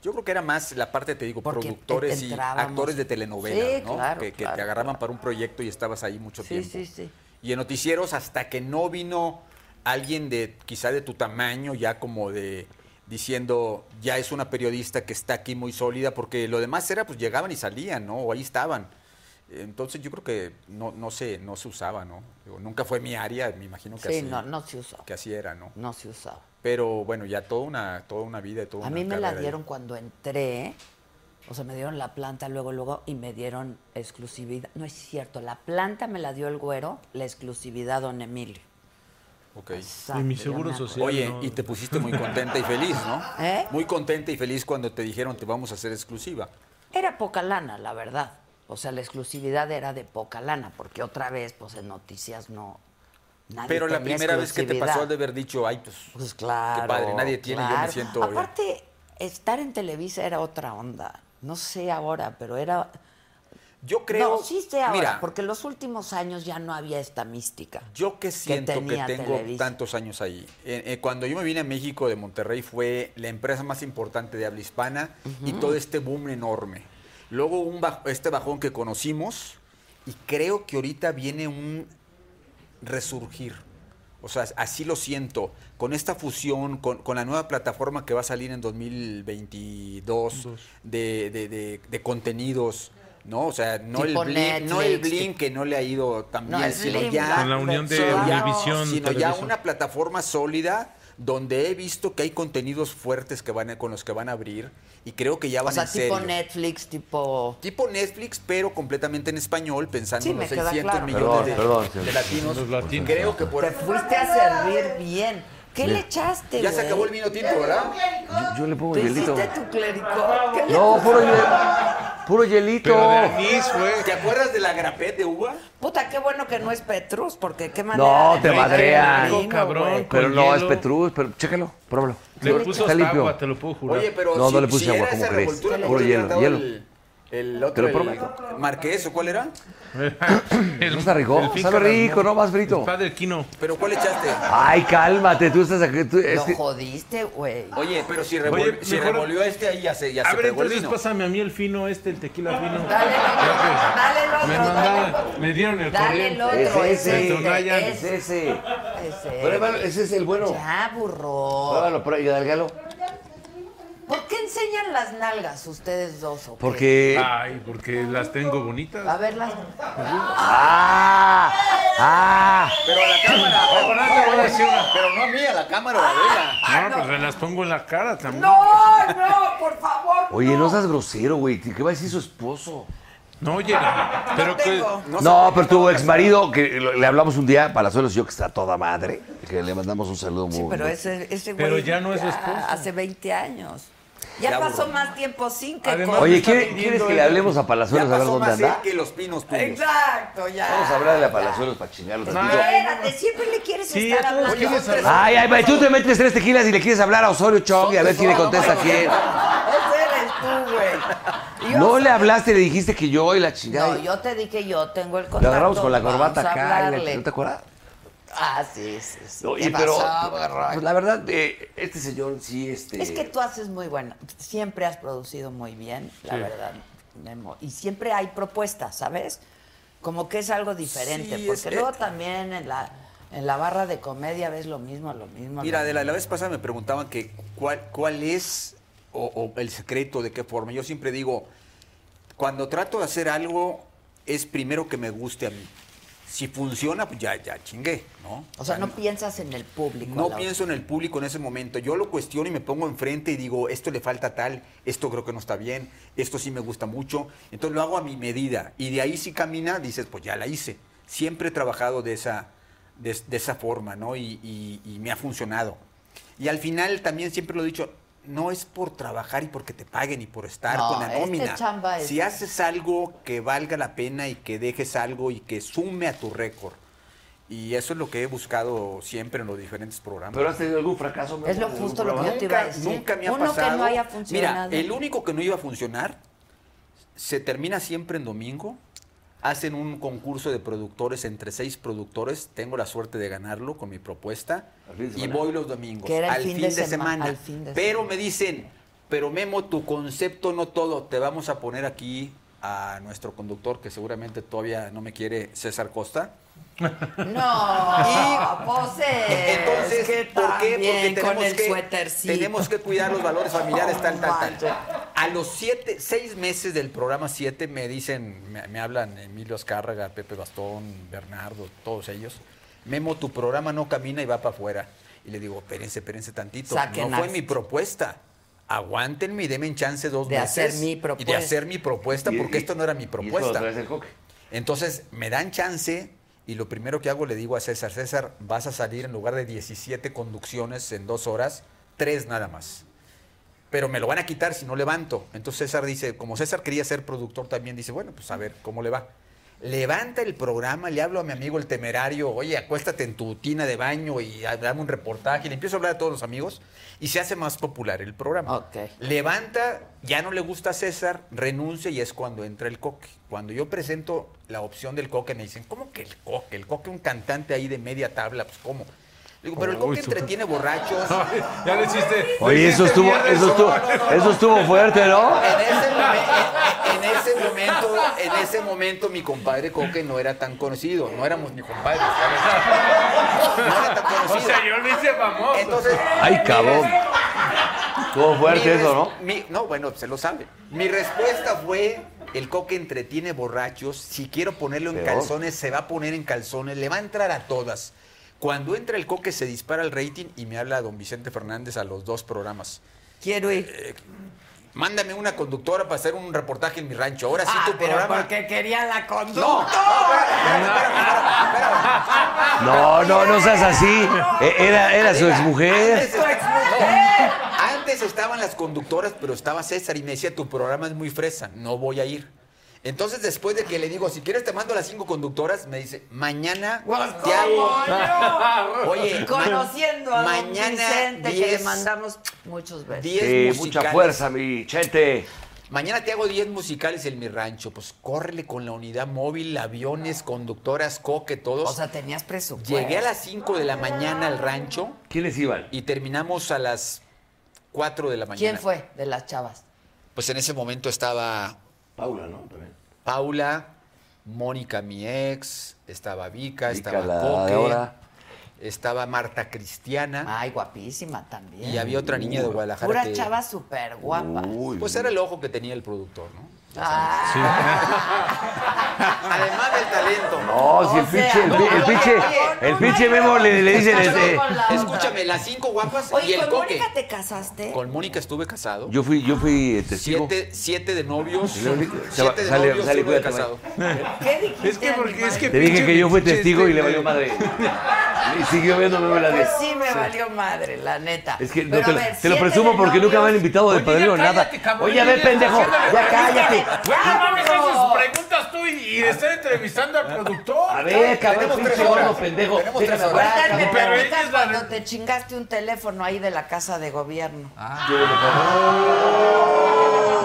Yo creo que era más la parte, te digo, Porque productores y entrábamos- actores de telenovelas, Sí, ¿no? claro, que, que claro, te agarraban para un proyecto y estabas ahí mucho Sí, tiempo. sí, sí. Y en noticieros, hasta que no vino alguien de quizá de tu tamaño, ya como de diciendo, ya es una periodista que está aquí muy sólida, porque lo demás era, pues llegaban y salían, ¿no? O ahí estaban. Entonces yo creo que no, no, se, no se usaba, ¿no? Digo, nunca fue mi área, me imagino que, Sí, así, no, no se usaba. que así era, ¿no? No se usaba. Pero bueno, ya toda una, toda una vida y toda A una mí me la carrera ahí. dieron cuando entré, o sea, me dieron la planta luego, luego, y me dieron exclusividad. No es cierto, la planta me la dio el güero, la exclusividad don Emilio. Ok. Exacto, Y mi ya seguro me acuerdo. social. Oye, no- y te pusiste muy contenta y feliz, ¿no? ¿Eh? Muy contenta y feliz cuando te dijeron te vamos a hacer exclusiva. Era poca lana, la verdad. O sea, la exclusividad era de poca lana, porque otra vez, pues en noticias no. Nadie Pero la tenía primera vez que te pasó exclusividad. al de haber dicho, ay, pues, Pues claro. qué padre, nadie tiene, yo me claro. siento. bien". Aparte, estar en Televisa era otra onda. No sé ahora, pero era. yo creo, no, sí sé ahora, mira, porque en los últimos años ya no había esta mística. yo que siento que, tenía tengo Televisa. tantos años ahí. Eh, eh, cuando yo me vine a México de Monterrey fue la empresa más importante de habla hispana y todo este boom enorme. Luego un baj- este bajón que conocimos y creo que ahorita viene un resurgir. O sea, así lo siento. Con esta fusión, con, con la nueva plataforma que va a salir en 2022 de, de- de- de contenidos, ¿no? O sea, no el, Tipo blink, no el Netflix, Blink que no le ha ido tan No, bien, el sino Blink, ya, Con la unión de sino ya- Univisión, sino ya Televisión. una plataforma sólida donde he visto que hay contenidos fuertes que van a- con los que van a abrir y creo que ya O van sea, en tipo serio. Netflix, tipo. Tipo Netflix, pero completamente en español, pensando Sí, en me los queda 600 claro. millones Perdón, de, perdón, de sí. latinos. Los latinos. Creo que por Te fuiste a servir bien. ¿Qué le echaste, Ya se güey? acabó el vino tinto, ¿verdad? Yo, yo le pongo ¿Tú hielito. hiciste tu clericó? ¿Qué le No, puro, hiel- puro hielito. Pero de anís, güey. ¿Te acuerdas de la grapet de uva? Puta, qué bueno que no es Petrus, porque qué manera. No, te de- madrean. Qué rico, Cabrón. güey. Pero Con no, es hielo. Petrus, pero chécalo, pruébalo. Le Sí, puso está hasta limpio. agua, te lo puedo jurar. Oye, pero No, si, no le puse si agua, era ¿cómo esa crees? revoltura, le Puro hubieran hielo, dado hielo. El, el otro, lo el marqués, ¿o cuál era? El- ¿No está rico? el fin Sabe que rico, armó. ¿no? Más frito. El Padre Quino. ¿Pero cuál echaste? Ay, cálmate, tú estás aquí. tú- es Lo que- jodiste, güey. Oye, pero si, revol- Oye, si mejor- revolvió este ahí, ya se, ya A se ver, pegó el entonces pues, vino. pásame a mí el fino este, el tequila fino. Dale el otro, dale el otro, Me mandaron, me dieron el Dale el corriente. otro, Es ese, ese, ese, Tonaya. Es ese, ese. ese. Pruébalo, ese es el bueno. Ya, burro. Pruébalo, pruébalo, galgalo. ¿Por qué enseñan las nalgas ustedes dos? o qué? Porque. Ay, porque las tengo A bonitas. ver, las... ¡Ah! ¡Ah! Pero a la cámara. Bueno, ahora te voy a decir una. Pero no a mí, a la cámara, a Adela. No, pues me las pongo en la cara también. ah, ¡No, no, por favor! Oye, no seas grosero, güey. ¿Qué va a decir su esposo? No, oye, pero que. Ah, tengo. No, pero tu ex marido, que lo- le hablamos un día, Palazuelos y yo, que está toda madre, que le mandamos un saludo muy Sí, pero ese, ese güey... Pero ya no es su esposo. Hace 20 años. Ya, Ya, pasó burro. más tiempo sin que... Además- con- Oye, está ¿quiere- vendiendo ¿quieres que él? le ¿eh? hablemos a Palazuelos Ya a ver pasó dónde más él anda? que los pinos tuyos. Exacto, ya. Vamos a hablarle a Palazuelos para chingarlo tantito. Espérate, siempre le quieres Sí, estar ya todos hablando. quieres Oye, hablar. Ay, ay, ay, tú te metes tres tequilas y le quieres hablar a Osorio Chong y a ver si le contesta a quién. Ese eres tú, güey. Y No yo- le hablaste, le dijiste que yo y la No, chingada. yo te dije, yo tengo el contacto. Lo agarramos con la corbata vamos a acá. y hablarle. le- ¿No te acuerdas? Ah, sí, sí, sí. Oye, ¿Qué pero pasó, gorra? pues, la verdad, eh, este señor sí, este... Es que tú haces muy bueno. Siempre has producido muy bien, la verdad, Memo. Y siempre hay propuestas, ¿sabes? Como que es algo diferente. Sí, porque es- eh, luego también en la, en la barra de comedia ves lo mismo, lo mismo. Mira, lo de la, la mismo. vez pasada me preguntaban que cuál, cuál es o, o el secreto, de qué forma. Yo siempre digo, cuando trato de hacer algo, es primero que me guste a mí. Si funciona, pues ya, ya chingué, ¿no? O sea, no piensas en el público. a No la pienso en el público en ese momento. Yo lo cuestiono y me pongo enfrente y digo, esto le falta tal, esto creo que no está bien, esto sí me gusta mucho. Entonces lo hago a mi medida. Y de ahí si camina, dices, pues ya la hice. Siempre he trabajado de esa, de, de esa forma, ¿no? Y, y- y me ha funcionado. Y al final también siempre lo he dicho, no es por trabajar y porque te paguen y por estar No, con la es que nómina. chamba es- Si haces algo que valga la pena y que dejes algo y que sume a tu récord. Y eso es lo que he buscado siempre en los diferentes programas. ¿Pero has tenido algún fracaso? Es lo justo lo que yo te iba a decir. Nunca me ha Uno que pasado. no haya funcionado. Mira, el único que no iba a funcionar se termina siempre en domingo. Hacen un concurso de productores entre seis productores. Tengo la suerte de ganarlo con mi propuesta. Al fin de Y semana. voy los domingos. Que era el al fin fin, de de, sema- semana. al fin de Pero semana. me dicen, pero Memo, tu concepto no todo. Te vamos a poner aquí a nuestro conductor, que seguramente todavía no me quiere, César Costa. No, pose. Entonces, ¿por qué? Porque con tenemos el que, suétercito. tenemos que cuidar los valores familiares, tal, tal, No tal. A los siete, seis meses del programa siete me dicen, me, me hablan Emilio Azcárraga, Pepe Bastón, Bernardo, todos ellos. Memo, tu programa no camina y va para afuera. Y le digo, espérense, espérense tantito. Saquen no fue las- mi propuesta. Aguántenme y denme chance dos De meses. hacer mi Y de propuesta. hacer mi propuesta, Y- porque y- esto no era mi Y eso lo propuesta. traes el coque. Entonces me dan chance y lo primero que hago le digo a César, César, vas a salir en lugar de 17 conducciones en dos horas, tres nada más. Pero me lo van a quitar si no levanto. Entonces César dice, como César quería ser productor también, dice, bueno, pues a ver cómo le va. Levanta el programa, le hablo a mi amigo el temerario, oye, acuéstate en tu tina de baño y ha- dame un reportaje. Le empiezo a hablar a todos los amigos y se hace más popular el programa. Ok. Levanta, ya no le gusta a César, renuncia y es cuando entra el coque. Cuando yo presento la opción del coque, me dicen, ¿cómo que el coque? El coque, un cantante ahí de media tabla, pues ¿cómo? Le digo, pero el Uy, coque su- entretiene borrachos. Ya le hiciste. Oye, le eso hiciste estuvo, mierda eso el estuvo, programa. eso estuvo fuerte, ¿no? En ese, momen- en- en ese momento, en ese momento, mi compadre Coque no era tan conocido. No éramos ni compadres. ¿sabes? No era tan O conocido. sea, yo lo hice famoso. Entonces, Ay, cabrón. Estuvo fuerte mi eso, res- ¿no? mi- no, bueno, se lo sabe. Mi respuesta fue, el coque entretiene borrachos, si quiero ponerlo en Peor. calzones, se va a poner en calzones, le va a entrar a todas. Cuando entra el coque se dispara el rating y me habla don Vicente Fernández a los dos programas. Quiero ir. Mándame una conductora para hacer un reportaje en mi rancho. Ahora sí Ah, tu pero programa. porque quería la conducta. No, no, espérame, espérame, espérame, espérame. No, no, no seas así. E- Era, era su exmujer. Antes, no, antes estaban las conductoras, pero estaba César y me decía, tu programa es muy fresa, no voy a ir. Entonces, después de que le digo, si quieres te mando a las cinco conductoras, me dice, mañana te hago... Oye, Conociendo a don Vicente, que le 10, mandamos muchos besos. 10 Sí, mucha musicales. fuerza, mi chete. Mañana te hago 10 musicales en mi rancho. Pues córrele con la unidad móvil, aviones, conductoras, coque, todos. O sea, pues. tenías presupuesto. Llegué a las 5 de la mañana al rancho ¿Quiénes iban? y terminamos a las 4 de la mañana. ¿Quién fue de las chavas? Pues en ese momento estaba Paula, ¿no? También. Paula, Mónica, mi ex, estaba Vika, Vika, estaba la de Coque, ahora. estaba Marta Cristiana Ay, guapísima también. y había otra niña de Guadalajara Ah, uh. Pura que- chava súper guapa. Uy, Pues era el ojo que tenía el productor, ¿no? Ah. Además del talento. No, si el O pinche, sea, el, pi- el no, pinche, oye, el pinche Memo le, le dicen este. Escúchame, las cinco guapas y Oye, el ¿con coque. Mónica te casaste? Con Mónica estuve casado. Yo fui, yo fui este, testigo. siete, siete de novios. Y luego dijo, Siete de sale- novios, sale, uno de cuídate, casado. ¿Qué dijiste? Es que porque es que. Te dije pinche que yo fui Vicente testigo y le valió me- madre. Y siguió viendo Memo la Pues de. sí me valió madre, la neta. Es que no Pero te, a lo- ver, te lo siete presumo de porque nunca me han novios. invitado de Oye, ya padrino o nada. cállate, cabrón, Oye, ya a ver, ya pendejo, haciéndole ya cállate. Güey, no mames, haces sus preguntas tú y, y estoy entrevistando al productor. A ver, cabrón, Tenemos tres pinche gordo, horas. pendejo. Tenemos déjame tres hablar, Ahorita cabrón. me Pero platicas ella es la- cuando te chingaste un teléfono ahí de la casa de gobierno.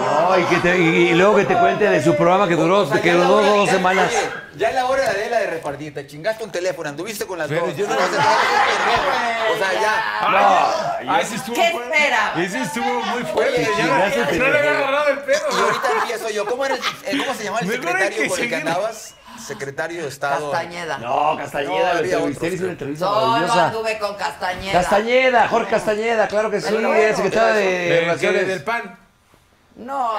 No, y, que te- y- y luego que te cuente de su programa que duró, O sea, que ya la duró hora- dos ya- semanas. oye, Ya es la hora de la de repartir. Te chingaste un teléfono, anduviste con las Pero dos. yo no- O sea, te vas a hacer pendejo. O sea, ya. Ay, ay, sí estuvo ¿Qué fuerte. espera? Ese estuvo muy fuerte. Oye, ya chingaste, no- te- no le había agarrado el Y pedo. ahorita empiezo yo. ¿Cómo, era el- eh, ¿Cómo se llamaba el Mejor hay secretario que con el que seguir. andabas? Secretario de Estado. Castañeda. No, No, No, Castañeda, lo había entrevisté, otros, hizo una creo. entrevista no, maravillosa. anduve con Castañeda. Castañeda, Jorge Castañeda, claro que sí, Pero era bueno, secretario De- de de- del Relaciones, pan. No.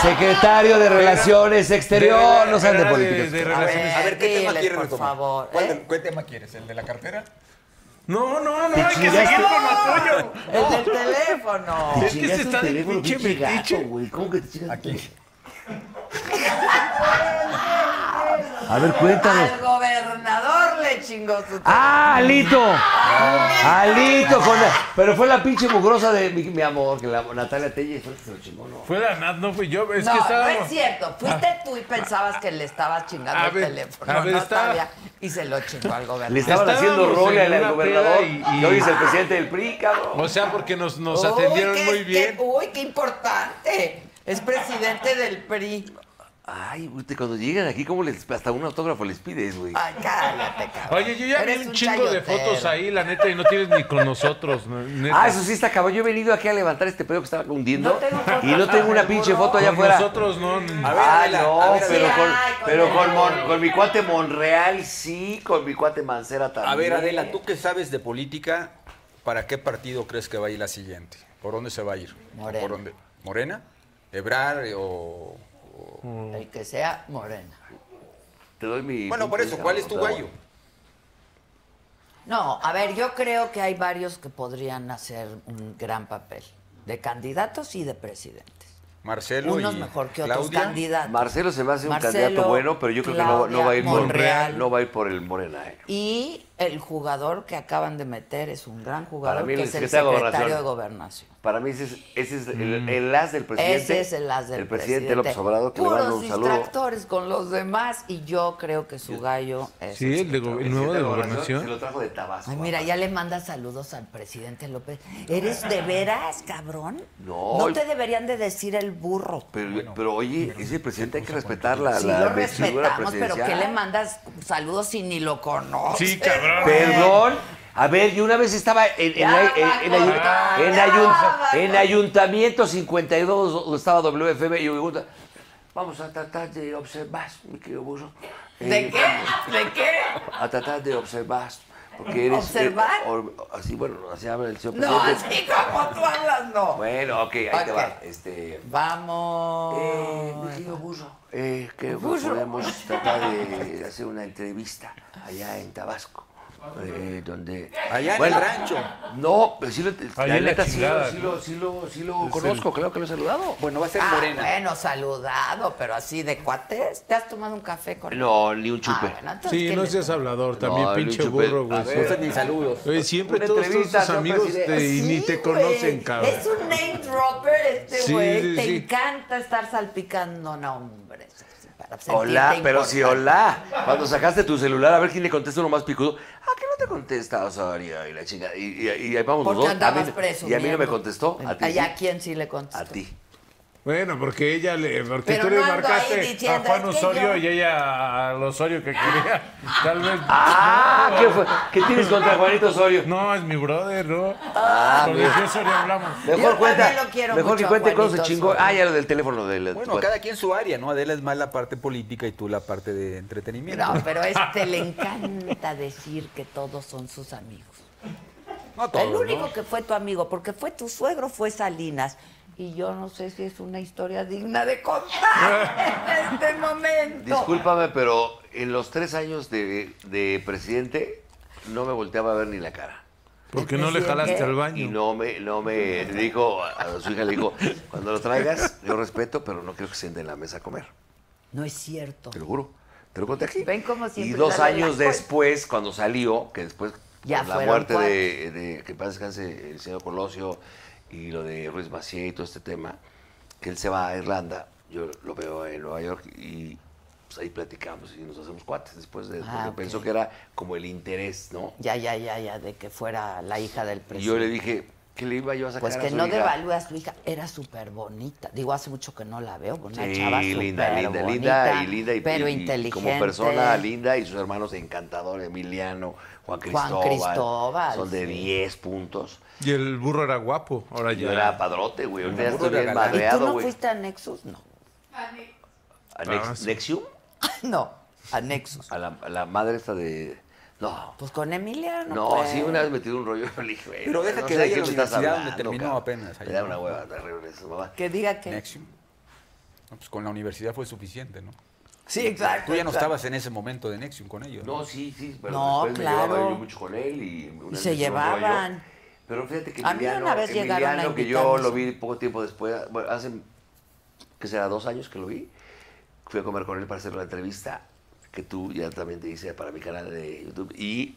secretario de Relaciones Exterior, de- no saben de de- política. de- de- A ver, a ver, ¿qué Dile, tema quieres por retomar? favor, ¿Cuál ¿eh? de- ¿Qué tema quieres? ¿El de la cartera? No, no, no, hay que chingaste. seguir con lo tuyo. El del teléfono. Es que Chingaste este está el de teléfono, pinche metiche. gato, güey, ¿cómo que te chingas? Aquí. A ver, cuéntanos. Al gobernador le chingó su teléfono. ¡Ah, Alito! ¡Alito! con la- Pero fue la pinche mugrosa de mi, mi amor, que la Natalia Telle fue la que se lo chingó, ¿no? Fue la Nat, no fui yo. Es no, que no estábamos. es cierto. Fuiste tú y pensabas que le estabas chingando A el ver, teléfono. a ver, no está- sabía. Y se lo chingó al gobernador. Le estaban haciendo Estábamos role en al una gobernador peda y, y- hoy es el presidente del PRI, cabrón. O sea, porque nos, nos Uy, atendieron qué- muy bien. qué- uy, qué importante. Es presidente del PRI. Ay, güey, te- cuando llegan aquí, ¿cómo les, hasta un autógrafo les pides, güey? Ay, cállate, cabrón. Oye, yo ya vi Eres un chingo de chayotero. fotos ahí, la neta, y no tienes ni con nosotros. no, neta. Ah, eso sí está cabrón. Yo he venido aquí a levantar este pedo que estaba hundiendo No tengo foto, y no tengo una pinche foto allá Con afuera. nosotros no. ni- A ver, Ah, Adela, a no, ver, pero Adela. con, Ay, con pero el- con, Mon- con mi cuate Monreal sí, con mi cuate Mancera también. A ver, Adela, tú que sabes de política, ¿para qué partido crees que va a ir la siguiente? ¿Por dónde se va a ir? Morena. ¿Por dónde? ¿Morena? ¿Ebrar o...? El que sea morena. Te doy mi. Bueno, por eso, ¿cuál es tu gallo? No, a ver, yo creo que hay varios que podrían hacer un gran papel. De candidatos y de presidentes. Marcelo Unos y mejor que otros Claudia. candidatos. Marcelo se me hace un Marcelo, candidato bueno, pero yo creo que no, va- no va a ir Claudia, por Monreal. no va a ir por el Morena. eh. Y el jugador que acaban de meter es un gran Para jugador mí el que es el secretario de secretario Gobernación. de Gobernación. Para mí ese es, ese es Mm. el, el as del presidente. Ese es el as del El presidente López Obrador que le Puros mando un saludo. distractores con los demás y yo creo que su gallo es. Sí, el, de go- el secretario nuevo de Se gobernación. lo trajo de Tabasco. Ay, mira, ya le manda saludos al presidente López. ¿Eres de veras, cabrón? No. No te deberían de decir el burro. Pero, pero oye, ese presidente hay que respetar la, Sí, la lo investidura respetamos, pero presidencial. ¿qué le mandas saludos si ni lo conoces? Sí, cabrón. Perdón. A ver, yo una vez estaba en, en Ya la- va en- en a ayun- contar, en ya ayun- va a en Ayuntamiento 52, donde estaba WFB, y yo me pregunta, vamos a tratar de observar, mi querido burro. ¿De Eh, qué? ¿De qué? A tratar de observar. Porque eres, ¿Observar? eh, or- así, bueno, así habla el señor No, presidente. así como tú hablas, no. Bueno, ok, ahí te Ok. va. Este, Vamos. eh, Oh, mi querido burro, eh, creo que Burro. podemos tratar de hacer una entrevista allá en Tabasco. eh, donde Allá Bueno, en el rancho. No, pero sí lo, la Ahí en la neta sí, chingada, lo, sí, lo, sí lo- sí lo Es conozco, claro que lo he saludado. Bueno, va a ser Ah, Morena. bueno, saludado, pero así de cuates. ¿Te has tomado un café con él? No, ni un chupe. Ah, bueno, entonces, Sí, ¿qué no le- seas hablador también, No, pinche Lucho, pero- burro, a güey. ver. No sé ni saludos. Oye, siempre Una todos, todos entrevista, tus señor amigos presidente. te- Pues, y ni Sí, te güey. conocen, cabrón. Es un name dropper este Sí, güey. sí, Te sí. encanta estar salpicando nombres. así, para Hola, sentirte pero sí, importante. hola. Cuando sacaste tu celular, a ver quién le contesta uno más picudo. Ah, que no te contesta Osorio y la chingada. Y, y- y ahí vamos Porque los dos. A mí- andabas preso. y a mí no me contestó. A ti. ¿Y a sí. quién sí le contestó? A ti. Bueno, porque ella le, porque Pero tú le no ando marcaste ahí diciendo, a Juan es que Osorio yo- y ella al Osorio que quería. Tal vez. Ah, ¿qué fue? ¿Qué tienes contra Juanito Osorio? No, es mi brother, ¿no? Ah, Con mira. el Osorio hablamos. Mejor Yo cuenta. también lo quiero Mejor mucho que a cuente cómo se Juanito chingó. Osorio. Ah, ya lo del teléfono de la- Bueno, cada quien su área, ¿no? Adela es más la parte política y tú la parte de entretenimiento. No, pero a este le encanta decir que todos son sus amigos. No todos, el único ¿no? que fue tu amigo, porque fue tu suegro, fue Salinas. Y yo no sé si es una historia digna de contar en este momento. Discúlpame, pero en los tres años de, de presidente no me volteaba a ver ni la cara. Porque no le jalaste al Y baño. no me, no me dijo, a su hija le dijo, cuando lo traigas, yo respeto, pero no quiero que se siente en la mesa a comer. No es cierto. Te lo juro. Te lo conté aquí. Ven cómo siempre y dos sale la años cuenta. después, cuando salió, que después Ya con la fueron muerte de, de- que paz descanse el señor Colosio y lo de Ruiz Macié y todo este tema, que él se va a Irlanda, yo lo veo en Nueva York y pues, ahí platicamos y nos hacemos cuates después de Ah, porque ok. pensó que era como el interés, ¿no? Ya, ya, ya, ya, de que fuera la hija del Y presidente. yo le dije, ¿qué le iba yo a sacar Pues a que su no hija? devalúe a su hija, era súper bonita. Digo, hace mucho que no la veo, una Sí, chava súper linda, linda, linda y linda y, pero y- y inteligente. como persona linda y sus hermanos encantadores, Emiliano, Juan Cristóbal. Cristóbal, Son de sí. 10 puntos. Y el burro era guapo. Ahora ya. Yo era padrote, güey. Ahorita ya burro estoy bien era galán. ¿Y tú madreado, no güey. fuiste a Nexus? No. ¿A Nex- Ah, sí. Nexium? No, a Nexus. A la, a la madre esta de... No, Pues con Emiliano. no, pues. sí, una vez metido un rollo. le dije, güey, Pero deja no que sé de vaya qué a la tú estás universidad donde hablando, terminó cabrón. apenas, ahí. Me da una hueva terrible eso, mamá. Que diga que. Nexium. No, pues con la universidad fue suficiente, ¿no? Sí, exacto. Tú ya no exacto. estabas en ese momento de Nexium con ellos. No, sí, sí, pero No, después claro. me llevaba yo mucho con él y... una vez se me hizo un llevaban. rollo. Pero fíjate que A mí Emiliano, una vez llegaron a Emiliano, que yo invitarnos. lo vi poco tiempo después, bueno, hace, que será dos años que lo vi, fui a comer con él para hacer la entrevista, que tú ya también te hice para mi canal de YouTube. Y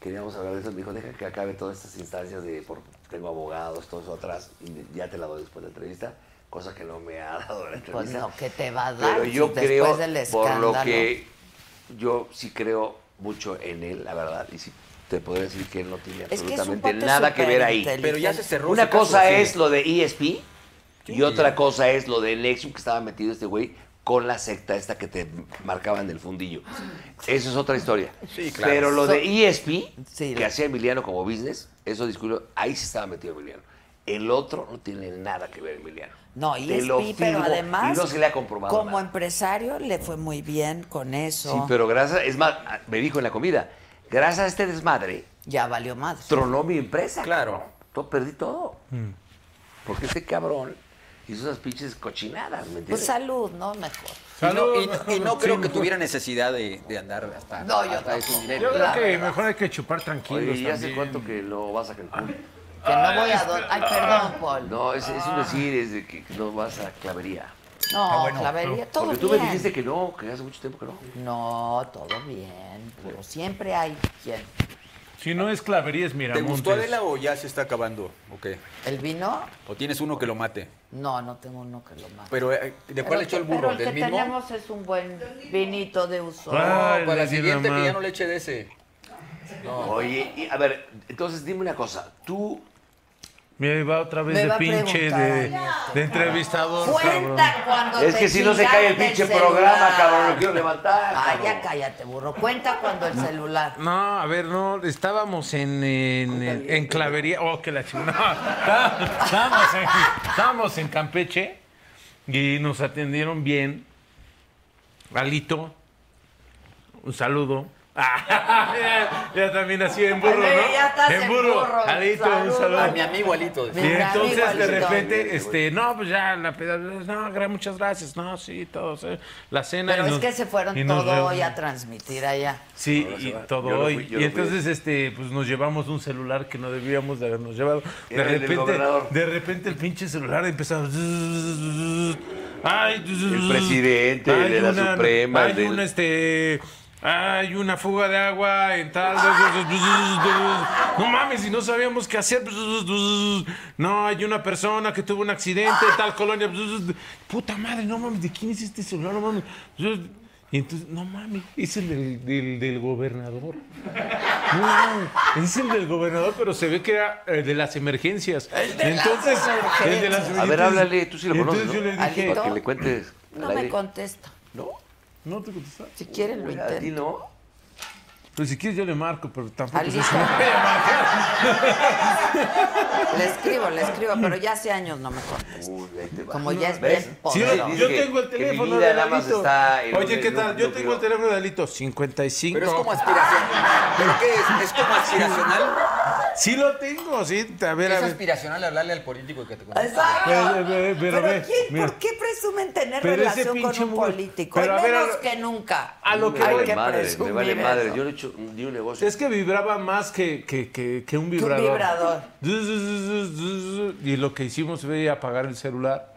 queríamos hablar de eso. Me dijo, deja que acabe todas estas instancias de, por- tengo abogados, todo eso atrás, y ya te la doy después de la entrevista. Cosa que no me ha dado la entrevista. Pues no, ¿qué te va a dar Pero si yo después creo, del por escándalo? lo que yo sí creo mucho en él, la verdad, y sí te podría decir que él no tiene que es un absolutamente cuate nada que ver ahí. superinteligente. Pero ya se cerró Una ese caso, cosa sí. es lo de ESP y otra cosa es lo de Nexium que estaba metido este güey con la secta esta que te marcaban del fundillo. Eso es otra historia. Sí, claro. Pero lo So- de ESP, que hacía Emiliano como business, eso disculpo, ahí sí estaba metido Emiliano. El otro no tiene nada que ver Emiliano. No, y Te es lo pi, pero firmo, además, y no se le ha comprobado como nada. empresario le fue muy bien con eso. Sí, pero gracias, es más, ah, me dijo en la comida, gracias a este desmadre, ya valió más. Tronó mi empresa. Claro. Todo, perdí todo. Mm. Porque este cabrón hizo esas pinches cochinadas, Pues ¿me entiendes? salud, ¿no? Mejor. Y no, y- y no creo que tuviera necesidad de, de andar hasta, No, yo hasta ese tampoco. nivel. Yo creo Claro. que mejor hay que chupar tranquilos. Oye, ya sé también. cuánto que lo vas a Cancún. Que no voy a don- Ay, perdón, Paul. No, es, es un decir, es de que no vas a clavería. No, clavería, todo Ah, Porque tú bien. me dijiste que no, que hace mucho tiempo que no. No, todo bien, pero siempre hay quien. Si no es clavería, es ¿Te Miramontes. gustó Adela o ya se está acabando? ¿O qué? ¿El vino? ¿O tienes uno que lo mate? No, no tengo uno que lo mate. Pero, eh, ¿de Pero cuál echó que- el burro? Pero el que ¿Del mismo? tenemos es un buen vinito de uso. Ah, No, para le la di la siguiente que mano. ya no le eche de ese. Oye, y, a ver, entonces dime una cosa. Tú, Mira, ahí va otra vez Me va de a pinche preguntar, de, Ernesto. de entrevistador. cabrón. Cuenta cuando es te que si no se cae el chingaron pinche celular. programa, cabrón, lo quiero Ay, levantar. cabrón. ya cállate, burro. Cuenta cuando el celular. No, a ver, no, estábamos en, en, en- en Clavería. Oh, que la chingada. No, estábamos, en, estábamos en Campeche y nos atendieron bien. Alito, un saludo. Ah, ya, ya también así en burro, Ale, ¿no? ya estás en burro, Alito, un saludo. saludo. A mi amigo Alito. Y Mi amigo entonces de Alito. repente, este, no, pues ya la peda, no, gra- muchas gracias, no, sí, todos, eh, la cena. Pero y es nos- que se y fueron nos todo hoy reunimos. a transmitir allá. Sí, Ahora se y va. todo Yo lo hoy. fui, yo y lo fui. entonces este, pues nos llevamos un celular que no debíamos de habernos llevado. De Era el del repente, gobernador. de repente el pinche celular empezaba. Ay, El presidente Hay de la una- Suprema, Hay del- una este. Hay una fuga de agua en tal. No mames, y no sabíamos qué hacer. No, hay una persona que tuvo un accidente en tal colonia. Puta madre, no mames, ¿de quién es este celular? No mames. Y entonces, no mames, es el del, del- del gobernador. No, mames, es el del gobernador, pero se ve que era el de las emergencias. de las entonces, el de las A ver, emergencias. háblale, tú sí lo Y conoces, entonces ¿no? yo le dije, Alito. Para que le cuentes. al No me aire. contesta. ¿No? ¿no te contestaste? Si quieren lo Mira, a ti intento. no. Pues si quieres yo le marco, pero tampoco Alito. sé si me vaya a marcar. Le escribo, le escribo, pero ya hace años no me contesta. Uy, ahí te va. Como ya es ¿Ves? bien Sí, pobre. yo Dice que- tengo el que mi teléfono vida de nada más Alito. está en- Oye, ¿qué en tal? un Yo tengo núcleo. el teléfono de Alito, 55. Pero es como aspiración. ¿Pero qué es? ¿Es como aspiracional? Sí lo tengo, sí. A ver, a Es ver. aspiracional hablarle al político y que te conteste. Exacto. Pero, pero, pero, Pero ve, ¿quién- mira. ¿por qué presumen tener Pero ese relación con pinche un burro- político? pero Y a ver, a menos lo- que nunca. a lo Me que voy- vale madre, me presumir vale madre. eso. Yo no he hecho ni un negocio. Es que vibraba más que, que, que, que un vibrador. vibrador. Zuz, zuz, zuz, zuz, Y lo que hicimos fue apagar el celular.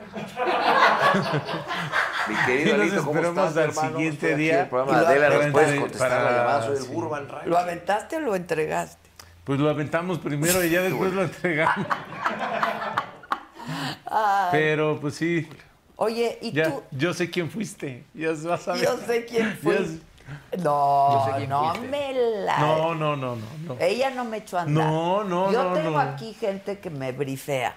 Mi Y querido nos Alito, ¿cómo esperamos estás, al hermano? siguiente Estoy aquí día. en El programa Y de lo Adela, agarran nos puedes de- contestar para- la llamada. Soy el sí. Burban Radio. ¿Lo aventaste o lo entregaste? Pues lo aventamos primero y ya después lo entregamos. Pero pues sí, Oye, ¿y ya, tú? yo sé quién fuiste. Ya vas a ver. Yo sé quién fue. Ya sé- No, no me la... No, no, no, no, no. Ella no me echó a andar. No, no, Yo no, tengo no. aquí gente que me brifea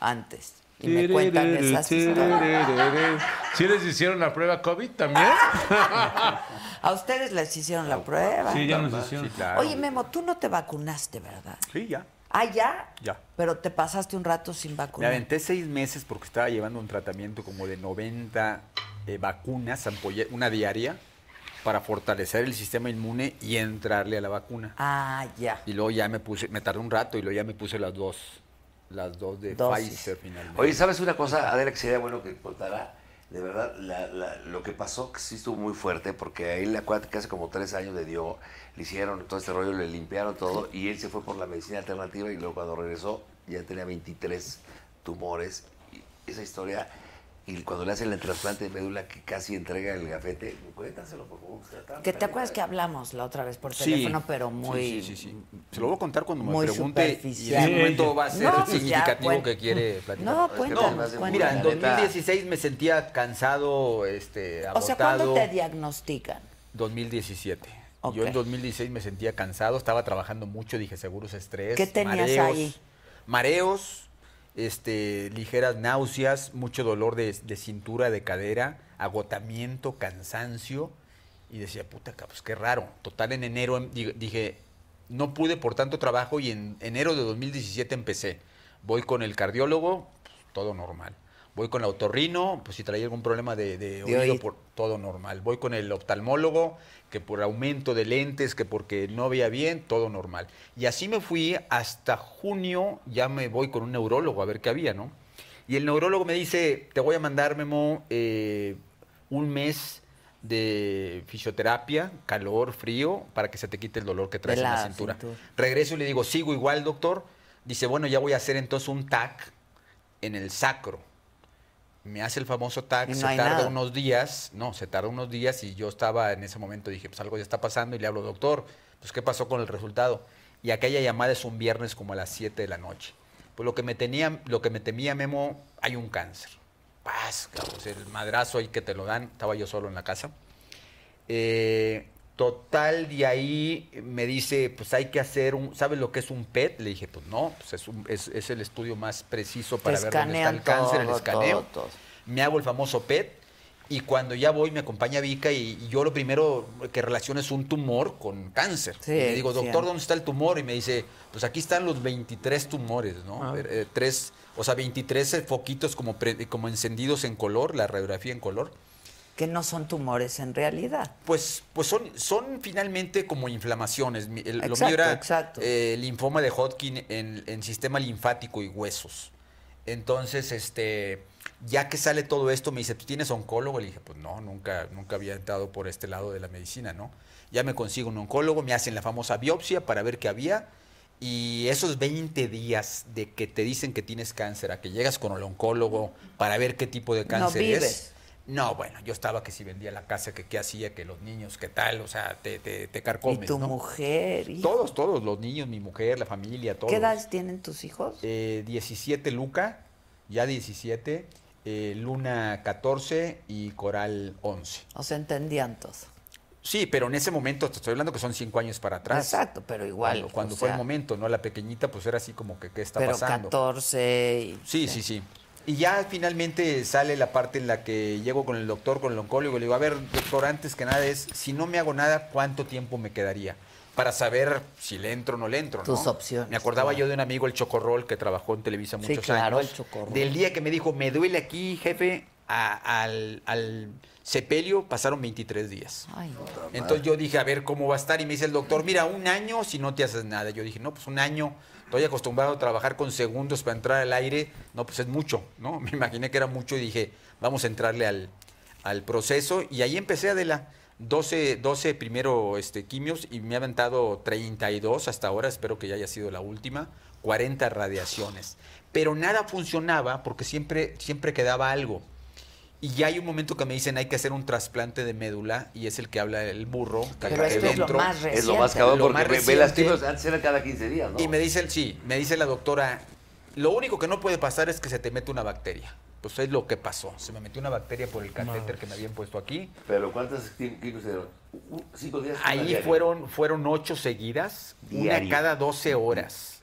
antes y me cuentan esas historias. ¿Sí les hicieron la prueba COVID también? A ustedes les hicieron la prueba. Sí, ya Ah, nos hicieron. Oye, Memo, tú no te vacunaste, ¿verdad? Sí, ya. Ah, ¿ya? Ya. Pero te pasaste un rato sin Me vacunar. aventé seis meses porque estaba llevando un tratamiento como de 90 eh, vacunas, ampolle- una diaria, para fortalecer el sistema inmune y entrarle a la vacuna. Ah, ya. Y luego ya me puse, me tardé un rato y luego ya me puse las dos, las dos de Dosis. Pfizer finalmente. Oye, ¿sabes una cosa, Adela, que sería bueno que contara? De verdad, la- la- lo que pasó, que sí estuvo muy fuerte, porque a él, acuérdate que hace como tres años le dio, le hicieron todo este rollo, le limpiaron todo, y él se fue por la medicina alternativa, y luego cuando regresó, ya tenía 23 tumores. Y esa historia, y cuando le hacen el trasplante de médula que casi entrega el gafete, cuéntaselo por favor. Que te acuerdas que hablamos la otra vez por Sí. teléfono, pero muy. Sí, sí, sí, sí. Se lo voy a contar cuando me muy pregunte. Y en superficial. ese momento va a ser No, pues ya, significativo cuen- que quiere platicar. No, cuéntanos, pues, cuéntanos. Mira, en La neta. 2016 me sentía cansado, este, O sea, ¿cuándo agotado. te diagnostican? 2017. Yo en 2016 me sentía cansado, estaba trabajando mucho, dije, seguro es estrés. ¿Qué tenías mareos, ahí? Mareos, este, ligeras náuseas, mucho dolor de, de cintura, de cadera, agotamiento, cansancio. Y decía, puta, ca- pues qué raro. Total, en enero em- di- dije, no pude por tanto trabajo y en enero de 2017 empecé. Voy con el cardiólogo, pues, todo normal. Voy con el autorrino, pues si traía algún problema de, de oído, oído. por todo normal. Voy con el oftalmólogo, que por aumento de lentes, que porque no veía bien, todo normal. Y así me fui hasta junio, ya me voy con un neurólogo a ver qué había, ¿no? Y el neurólogo me dice, te voy a mandar, Memo, eh, un mes de fisioterapia, calor, frío, para que se te quite el dolor que traes en la la cintura. cintura. Regreso y le digo, sigo igual, doctor. Dice, bueno, ya voy a hacer entonces un TAC en el sacro. Me hace el famoso TAC, Y no se hay tarda nada. unos días, no, se tarda unos días y yo estaba en ese momento, dije, pues algo ya está pasando y le hablo, doctor, pues qué pasó con el resultado. Y aquella llamada es un viernes como a las 7 de la noche. Pues lo que me, tenía, lo que me temía Memo, hay un cáncer. Paz, cabrón, o sea, el madrazo ahí que te lo dan, estaba yo solo en la casa. Eh, total, de ahí me dice, pues hay que hacer un, ¿sabes lo que es un PET? Le dije, pues no, pues es, un- es- es el estudio más preciso para ver dónde está el escanean cáncer, el todo, escaneo. todo, todo. Me hago el famoso PET y cuando ya voy me acompaña Vika y, y yo lo primero que relaciono es un tumor con cáncer. Sí, y le digo, doctor, siempre. ¿dónde está el tumor? Y me dice, pues aquí están los 23 tumores, ¿no? Ah. Eh, eh, tres, o sea, 23 foquitos como, pre- como encendidos en color, la radiografía en color. Que no son tumores en realidad. Pues, pues son, son finalmente como inflamaciones. Mi- el- lo Exacto, mío era exacto. eh, linfoma de Hodgkin en, en sistema linfático y huesos. Entonces, este, ya que sale todo esto, me dice, ¿tú tienes oncólogo? Le dije, pues no, nunca, nunca había entrado por este lado de la medicina, ¿no? Ya me consigo un oncólogo, me hacen la famosa biopsia para ver qué había. Y esos 20 días de que te dicen que tienes cáncer, a que llegas con el oncólogo para ver qué tipo de cáncer es. vives. No, bueno, yo estaba que si vendía la casa, que qué hacía, que los niños, qué tal, o sea, te, te, te carcomes, y tu ¿no? mujer. hijo. Todos, todos, los niños, mi mujer, la familia, todos. ¿Qué edades tienen tus hijos? Eh, 17 Luca, ya 17, eh, Luna 14 y Coral 11. O sea, entendían todos. Sí, pero en ese momento, te estoy hablando que son cinco años para atrás. Exacto, pero igual, Cuando, cuando o fue sea. el momento, ¿no? La pequeñita, pues era así como que, ¿qué está pero pasando? 14. y- Sí, sí, sí. Y ya finalmente sale la parte en la que llego con el doctor, con el oncólogo, y le digo, a ver, doctor, antes que nada es, si no me hago nada, ¿cuánto tiempo me quedaría? Para saber si le entro o no le entro, ¿no? Tus opciones, Me acordaba claro. yo de un amigo, el Chocorrol, que trabajó en Televisa Sí, muchos claro, años. el Chocorrol. Del día que me dijo, me duele aquí, jefe, a- al, al sepelio pasaron 23 días. Ay, no. Entonces yo dije, a ver cómo va a estar. Y me dice el doctor, mira, un año si no te haces nada. Yo dije, no, pues un año. Estoy acostumbrado a trabajar con segundos para entrar al aire. No, pues es mucho, ¿no? Me imaginé que era mucho y dije, vamos a entrarle al, al proceso. Y ahí empecé, Adela. 12, 12 primero este, quimios y me ha aventado 32 hasta ahora, espero que ya haya sido la última, 40 radiaciones. Pero nada funcionaba porque siempre, siempre quedaba algo. Y ya hay un momento que me dicen hay que hacer un trasplante de médula y es el que habla el burro. que Pero acá esto es lo dentro. más Es lo más Reciente. cabrón Lo porque más ve- ve las reciente. chicas, antes era cada 15 días, ¿no? Y me dice, el- sí, me dice la doctora, lo único que no puede pasar es que se te mete una bacteria. Pues es lo que pasó. Se me metió una bacteria por el catéter que me habían puesto aquí. Pero ¿cuántas quim- químicos se dieron? Un- Cinco días. una Ahí diaria. fueron, fueron ocho seguidas, Diario. una cada 12 horas.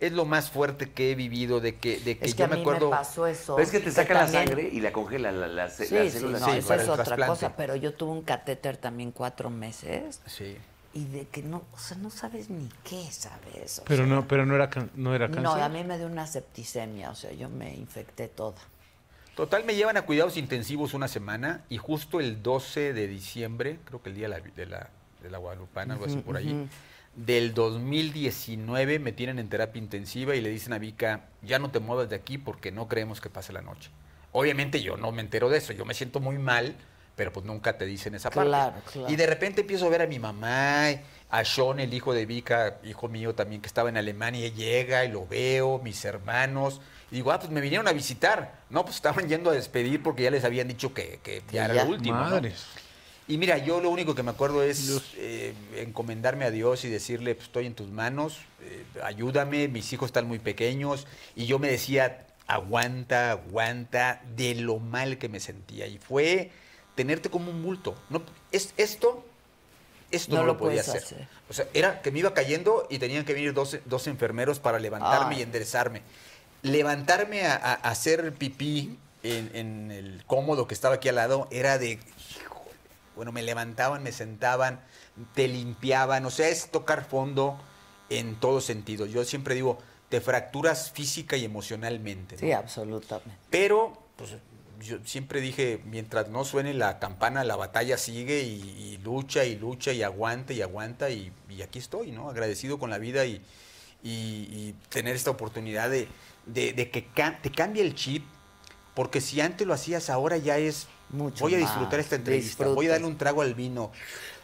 Es lo más fuerte que he vivido de que, de que Es que yo a me mí acuerdo. me pasó eso. Pero es que te sacan la también- sangre y la congelan, la, la, ce- Sí, las sí, células no, se- sí, eso para es el otra trasplante. cosa. Pero yo tuve un catéter también cuatro meses Sí. y de que no, o sea, no sabes ni qué sabes. o Pero sea, no, pero no era, can- no era cáncer. No, a mí me dio una septicemia, o sea, yo me infecté toda. Total, me llevan a cuidados intensivos una semana y justo el 12 de diciembre, creo que el día de la, de la, de la Guadalupana, algo así por ahí, del 2019 me tienen en terapia intensiva y le dicen a Vika, ya no te muevas de aquí porque no creemos que pase la noche. Obviamente yo no me entero de eso, yo me siento muy mal, pero pues nunca te dicen esa Claro, parte. claro. Y de repente empiezo a ver a mi mamá a Sean, el hijo de Vika, hijo mío también, que estaba en Alemania, llega y lo veo, mis hermanos. Y digo, ah, pues me vinieron a visitar. No, pues estaban yendo a despedir porque ya les habían dicho que, que ya era ya. lo último. ¿no? Madres. Y mira, yo lo único que me acuerdo es eh, encomendarme a Dios y decirle, pues, estoy en tus manos, eh, ayúdame, mis hijos están muy pequeños. Y yo me decía, aguanta, aguanta, de lo mal que me sentía. Y fue tenerte como un bulto. No, es, esto, esto No no, lo lo podía puedes hacer. hacer. O sea, era que me iba cayendo y tenían que venir dos, dos enfermeros para levantarme Ay. y enderezarme. Levantarme a, a- a hacer pipí en, en el cómodo que estaba aquí al lado era de, híjole, bueno, me levantaban, me sentaban, te limpiaban, o sea, es tocar fondo en todo sentido. Yo siempre digo, te fracturas física y emocionalmente. ¿no? Sí, absolutamente. Pero, pues, yo siempre dije, mientras no suene la campana, la batalla sigue y, y lucha y lucha y aguanta y aguanta y, y aquí estoy, ¿no? Agradecido con la vida y, y- y tener esta oportunidad de, de- de que ca- te cambie el chip, porque si antes lo hacías, ahora ya es, Mucho voy a más. disfrutar esta entrevista, voy a Disfrutas. darle un trago al vino,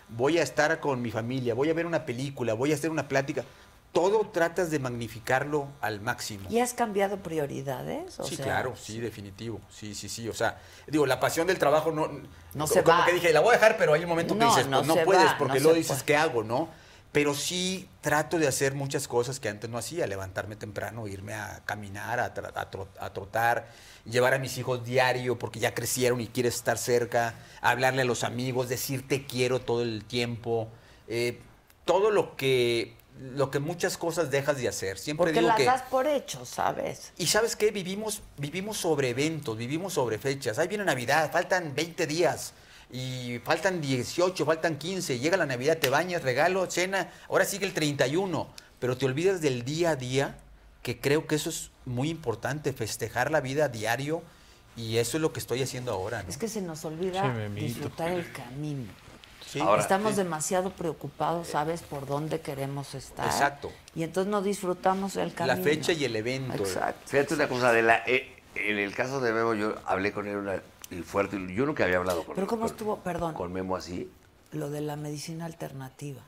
voy a estar con mi familia, voy a ver una película, voy a hacer una plática. Todo tratas de magnificarlo al máximo. ¿Y has cambiado prioridades? O Sí, sea, claro, sí, definitivo. Sí, sí, sí. O sea, digo, la pasión del trabajo no. No co- se como va. que dije, la voy a dejar, pero hay un momento que No, dices, no pues, no, se puedes, va, porque no luego se dices, puede. ¿qué hago, no? Pero sí trato de hacer muchas cosas que antes no hacía, levantarme temprano, irme a caminar, a, tra- a tro- a trotar, llevar a mis hijos diario porque ya crecieron y quieres estar cerca, hablarle a los amigos, decir te quiero todo el tiempo, eh, todo lo que, lo que muchas cosas dejas de hacer. Siempre Porque digo las que das por hecho, ¿sabes? y sabes qué, vivimos, vivimos sobre eventos, vivimos sobre fechas. Ahí viene Navidad, faltan 20 días. Y faltan 18, faltan 15. Llega la Navidad, te bañas, regalo, cena. Ahora sigue el 31. Pero te olvidas del día a día, que creo que eso es muy importante, festejar la vida a diario. Y eso es lo que estoy haciendo ahora. ¿no? Es que se nos olvida Sí, memito. disfrutar el camino. Sí. Estamos Sí. demasiado preocupados, ¿sabes? Por dónde queremos estar. eh, Exacto. Y entonces no disfrutamos el camino. La fecha y el evento. eh. Exacto. Fíjate una cosa, de la, eh, en el caso de Memo, yo hablé con él una, el fuerte, yo nunca había hablado con Pero ¿cómo con- estuvo? Perdón. Con Memo así. Lo de la medicina alternativa.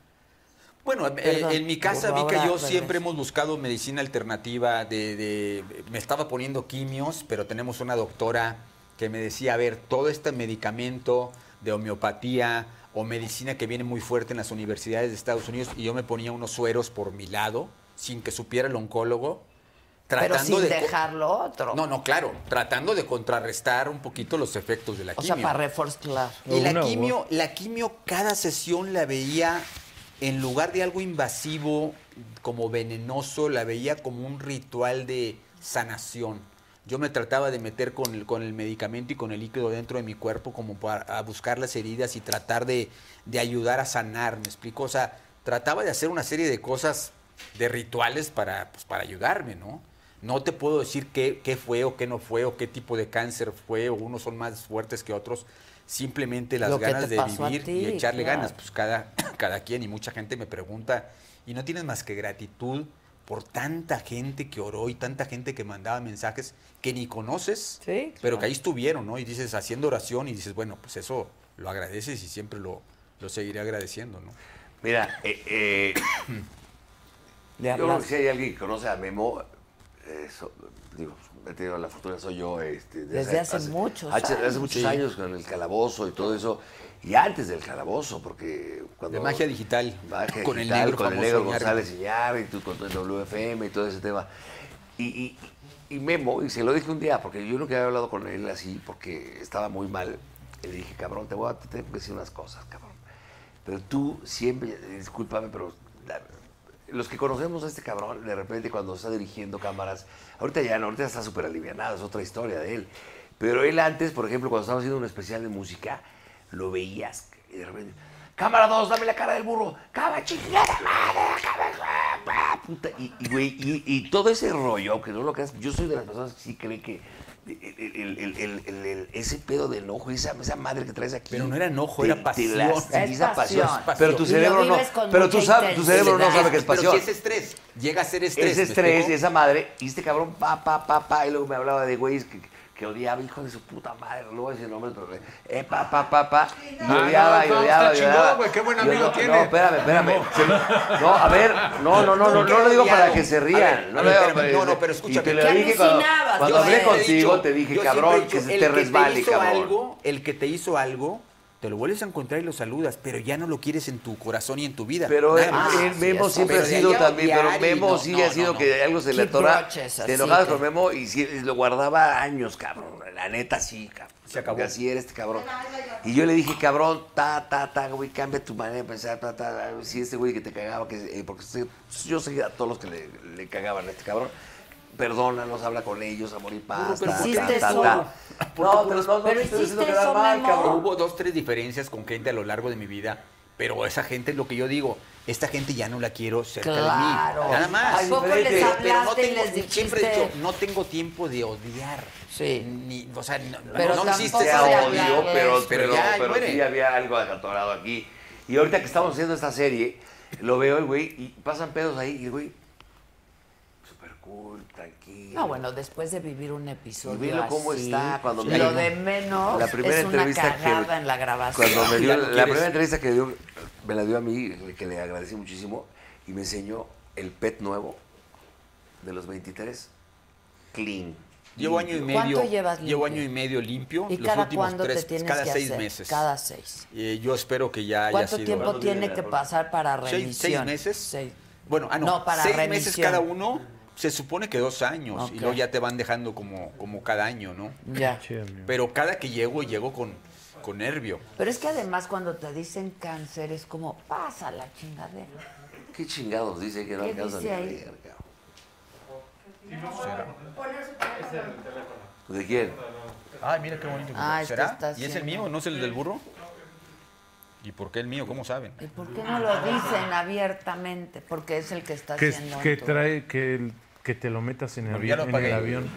Bueno, eh, Perdón, en mi casa, por favor, ah, Vika, yo regreso. siempre hemos buscado medicina alternativa. De, de- me estaba poniendo quimios, pero tenemos una doctora que me decía, a ver, todo este medicamento de homeopatía o medicina que viene muy fuerte en las universidades de Estados Unidos, y yo me ponía unos sueros por mi lado, sin que supiera el oncólogo, tratando Pero sin de... co- dejar lo otro. No, no, claro, tratando de contrarrestar un poquito los efectos de la o sea, quimio. para reforzar. Y la Una u quimio, la quimio, cada sesión la veía en lugar de algo invasivo, como venenoso, la veía como un ritual de sanación. Yo me trataba de meter con el, con el medicamento y con el líquido dentro de mi cuerpo como para a buscar las heridas y tratar de, de ayudar a sanar, ¿me explico? O sea, trataba de hacer una serie de cosas, de rituales para, pues, para ayudarme, ¿no? No te puedo decir qué, qué fue o qué no fue o qué tipo de cáncer fue o unos son más fuertes que otros. Simplemente las Lo que ganas te de pasó a vivir ti, y echarle claro. ganas. Pues cada, cada quien y mucha gente me pregunta y no tienes más que gratitud por tanta gente que oró y tanta gente que mandaba mensajes que ni conoces, Sí, claro. pero que ahí estuvieron, ¿no? Y dices, haciendo oración y dices, bueno, pues eso lo agradeces y siempre lo, lo seguiré agradeciendo, ¿no? Mira, eh, eh, Le yo creo que hablas. si hay alguien que conoce a Memo, eh, so- digo, he tenido la fortuna, soy yo. Este, de Desde hace muchos hace, hace años. muchos Sí. años con el calabozo y todo eso. Y antes del calabozo, porque cuando. De magia digital, Magia con el digital, negro con el famoso negro Iñárritu. González Iñárritu, con todo el WFM y todo ese tema. Y, y- y Memo, y se lo dije un día, porque yo nunca había hablado con él así, porque estaba muy mal. Y Le dije, cabrón, te voy a te tengo que decir unas cosas, cabrón. Pero tú siempre, discúlpame, pero la- los que conocemos a este cabrón, de repente cuando está dirigiendo cámaras, ahorita ya no, ahorita está súper alivianado, es otra historia de él. Pero él antes, por ejemplo, cuando estaba haciendo un especial de música, lo veías y de repente, cámara 2, dame la cara del burro, cámara chingada, madre, cámara, ah, puta. Y, y, güey, y- y todo ese rollo, aunque no lo creas, yo soy de las personas que sí cree que el- el- el- el- el- el- ese pedo de enojo, esa, esa madre que traes aquí. Pero no era enojo, te- era pasión. te lastima, Es pasión. pasión. Pero tu Y lo cerebro no. vives con Pero tú mucha sabes, tu intensidad. cerebro no sabe que es Pero pasión. si es estrés, llega a ser estrés. Ese ¿me estrés, explico? esa madre. Y este cabrón, pa, pa, pa, pa. Y luego me hablaba de güeyes que, que odiaba, hijo de su puta madre, no voy a decir nombre, pero eh, pa, pa, pa, pa, y Ah, no, odiaba, y no, odiaba, está y chingón, odiaba. güey, qué buen Y amigo no, tiene. No, espérame, espérame. Se- No, a ver, no, no, no, no, no lo digo para que se rían. No, lo digo para- no, no, pero escúchame. Y te lo dije cuando, cuando hablé contigo, te dije, cabrón, que se te resbale, cabrón. el que te hizo algo, te lo vuelves a encontrar y lo saludas, pero ya no lo quieres en tu corazón y en tu vida. Pero Nada el, más. el Memo Ah, Pero siempre ha de ahí sido a también, pero odiar y Memo no, sí no, ha sido no, que no. algo se le Keep atora. grudges, así Te enojabas que- con Memo y sí, lo guardaba años, cabrón. La neta sí, cabrón. Se acabó. Así era este cabrón. Y yo le dije, cabrón, ta, ta, ta, güey, cambia tu manera de pensar, ta, ta, ta. Sí, este güey que te cagaba, que, eh, porque se- yo seguía a todos los que le, le cagaban a este cabrón. Perdónanos, habla con ellos, amor y paz. pero ta, ¿por qué ta, te ta, hizo? ta. No, pero no, no, Pero te estoy hiciste diciendo que era eso, mal, Memo. cabrón. Hubo dos, tres diferencias con gente a lo largo de mi vida, pero esa gente es lo que yo digo. Esta gente ya no la quiero cerca de Claro. mí. Nada más. Ay, poco les Pero- pero no hablaste y tengo- les dijiste- Siempre he dicho, no tengo tiempo de odiar. Sí. Ni, o sea, no, pero Pues no, no, no existe sea esa odio, pero, pero, pero, ya, muere. sí había algo atorado aquí. Y ahorita que estamos haciendo esta serie, lo veo el güey y pasan pedos ahí y el güey super cool, tranquilo. No, bueno, después de vivir un episodio. Y velo cómo así, está cuando me Lo llamó. de menos La primera es entrevista una que- cagada en la grabación. Cuando me dio, Ya no la quieres. primera entrevista que dio, me la dio a mí, que le agradecí muchísimo, y me enseñó el pet nuevo de los 23, Clean. Llevo año y medio. ¿Cuánto llevas Llevo limpio? año y medio limpio. ¿Y los cada últimos cuándo tres- te tienes Cada que seis hacer? meses. Cada seis. Eh, yo espero que ya haya ¿Cuánto sido. tiempo tiene que pasar para revisión? Seis, seis meses. Bueno, ah, no. No, para seis remisión. meses cada uno. Se supone que dos años. Ok. Y luego ya te van dejando como, como cada año, ¿no? Ya. Pero cada que llego, llego con, con nervio. Pero es que además cuando te dicen cáncer es como, pasa la chingadera. ¿Qué chingados dice que no ¿Qué alcanza ni dice a ahí? leer, cabrón? ¿De quién? Ay, mira qué bonito. Ah, es que ¿Será? está ¿Y es el haciendo- mío? ¿No es el del burro? ¿Y por qué el mío? ¿Cómo saben? ¿Y por qué no Ah. lo dicen abiertamente? Porque es el que está Que, haciendo. que tu- trae, que, el- que te lo metas en el, Bueno, ya avión, lo en el apagué. avión.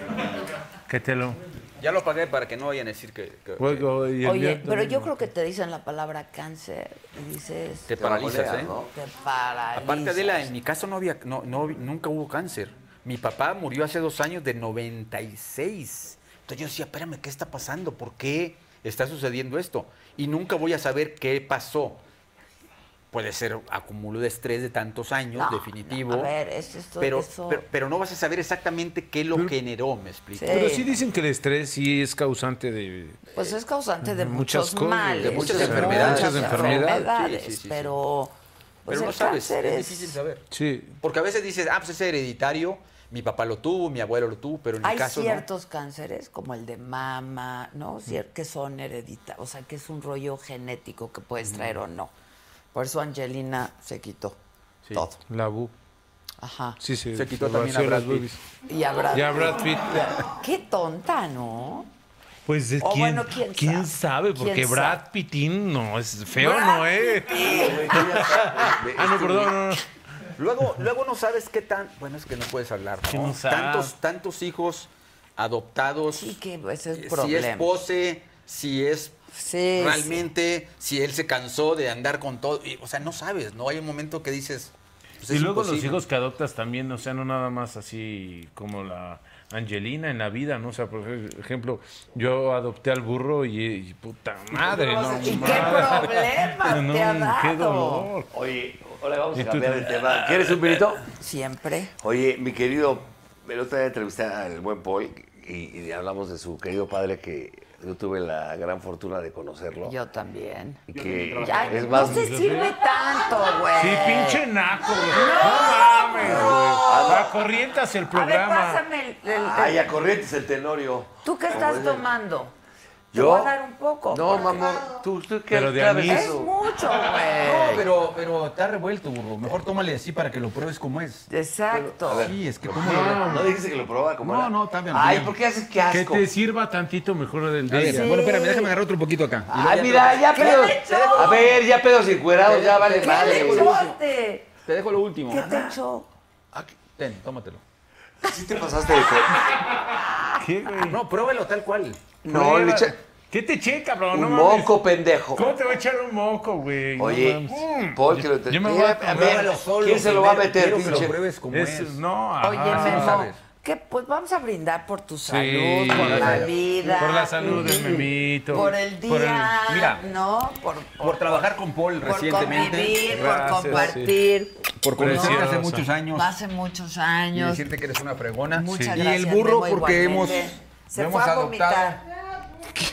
Que te lo... Ya lo pagué para que no vayan a decir que. que- Luego, y Oye, el avión pero también. yo creo que te dicen la palabra cáncer y dices, que te paralizas, bajoleas, ¿eh? ¿no? te paralizas. Aparte de la, en mi caso no había, no, no, hub- nunca hubo cáncer. Mi papá murió hace dos años de 96. Entonces yo decía, espérame, ¿qué está pasando? ¿Por qué está sucediendo esto? Y nunca voy a saber qué pasó. Puede ser acumulo de estrés de tantos años, No, definitivo. no, a ver, es esto- pero, eso- pero, pero no vas a saber exactamente qué lo generó, me explico. Sí. Pero sí dicen que el estrés sí es causante de... Pues es causante de Muchas muchos cosas, males. de muchas enfermedades. muchas Muchas enfermedades. enfermedades, Sí, sí, sí, Pero, pues Pero no el sabes, cáncer es es- difícil saber. Sí. Porque a veces dices, ah, pues es hereditario, mi papá lo tuvo, mi abuelo lo tuvo, pero en mi Hay caso no. ciertos cánceres, como el de mama, ¿no? Cier- Que son hereditarios, o sea, que es un rollo genético que puedes traer o no. Por eso Angelina se quitó Sí. todo. La bu. Ajá. Sí, sí. Se quitó también a Brad Pitt. Y habrá... Ya Brad Pitt. Qué tonta, ¿no? Pues O ¿quién, bueno, quién quién sabe? sabe, porque ¿Quién Brad sabe? Pittín no es feo, Brad ¿no, eh? Ah, no, perdón, no, no. Luego, luego no sabes qué tan. Bueno, es que no puedes hablar. Que ¿no? no sabes. tantos, tantos hijos adoptados. Sí, que ese es eh, el si problema. es pose, si es Sí, realmente, si él se cansó de andar con todo. y, o sea, no sabes, ¿no? Hay un momento que dices. pues, Y es luego los imposible. hijos que adoptas también, o sea, no nada más así como la Angelina en la vida, ¿no? O sea, por ejemplo, yo adopté al burro y, y puta madre, ¿no? ¿Y qué Madre. problema te ha dado? qué dolor. Oye, ahora vamos Y a tú cambiar de también. tema. ¿Quieres un vinito? Siempre. Oye, mi querido, el otro día entrevisté al buen Paul y, y hablamos de su querido padre que yo tuve la gran fortuna de conocerlo. Yo también. Y que Ya, es no más... se sirve tanto, güey. Sí, pinche naco, güey. No mames, güey. Acorrientas el A ver, programa. pásame el... el- Ay, a corrientes el tenorio. ¿Tú qué Como estás dicen. tomando? Te ¿Yo? voy a dar un poco. No, mamá, tú, tú qué Pero de sabes anís. Es eso? mucho, No, güey. pero, pero está revuelto, burro. Mejor tómale así para que lo pruebes como es. Exacto. Sí, es que cómo lo No, no dijiste que lo probaba como No, era. no, está bien, Ay, bien. ¿por qué haces que Que asco? te sirva tantito mejor del ¿Ah, de Está bien. ella. Bueno, espérame, déjame agarrar otro poquito acá. Y luego Ay, ya mira, ya ¿Qué pedos. le echó? A ver, ya pedos encuerados, ya vale ¿Qué le madre. echaste? te- Te dejo lo último. ¿Qué te echó? Ten, tómatelo. Sí te pasaste de fe- ¿Qué, güey? No, pruébelo tal cual. No, le Prueba. echa ¿Qué te eché, cabrón? un no mames. moco, pendejo. ¿Cómo te va a echar un moco, güey? No Oye, mames. Paul, que lo te... Yo me voy a Mira, comer. ver, ¿Quién se lo va a meter, pinche? pruebes como Es- no, ajá. Oye, no Memo, sabes. que pues vamos a brindar por tu Sí, salud, por por la la- vida. por la salud del memito, Por el día, por el- mira, mira, ¿no? Por, Por trabajar con Paul por recientemente. convivir, Gracias, por compartir. sí. Por conocerte hace muchos años. Hace muchos Y años. decirte que eres una fregona. Muchas y gracias, el burro Memo, porque hemos, igualmente. Se lo fue hemos a adoptado. vomitar.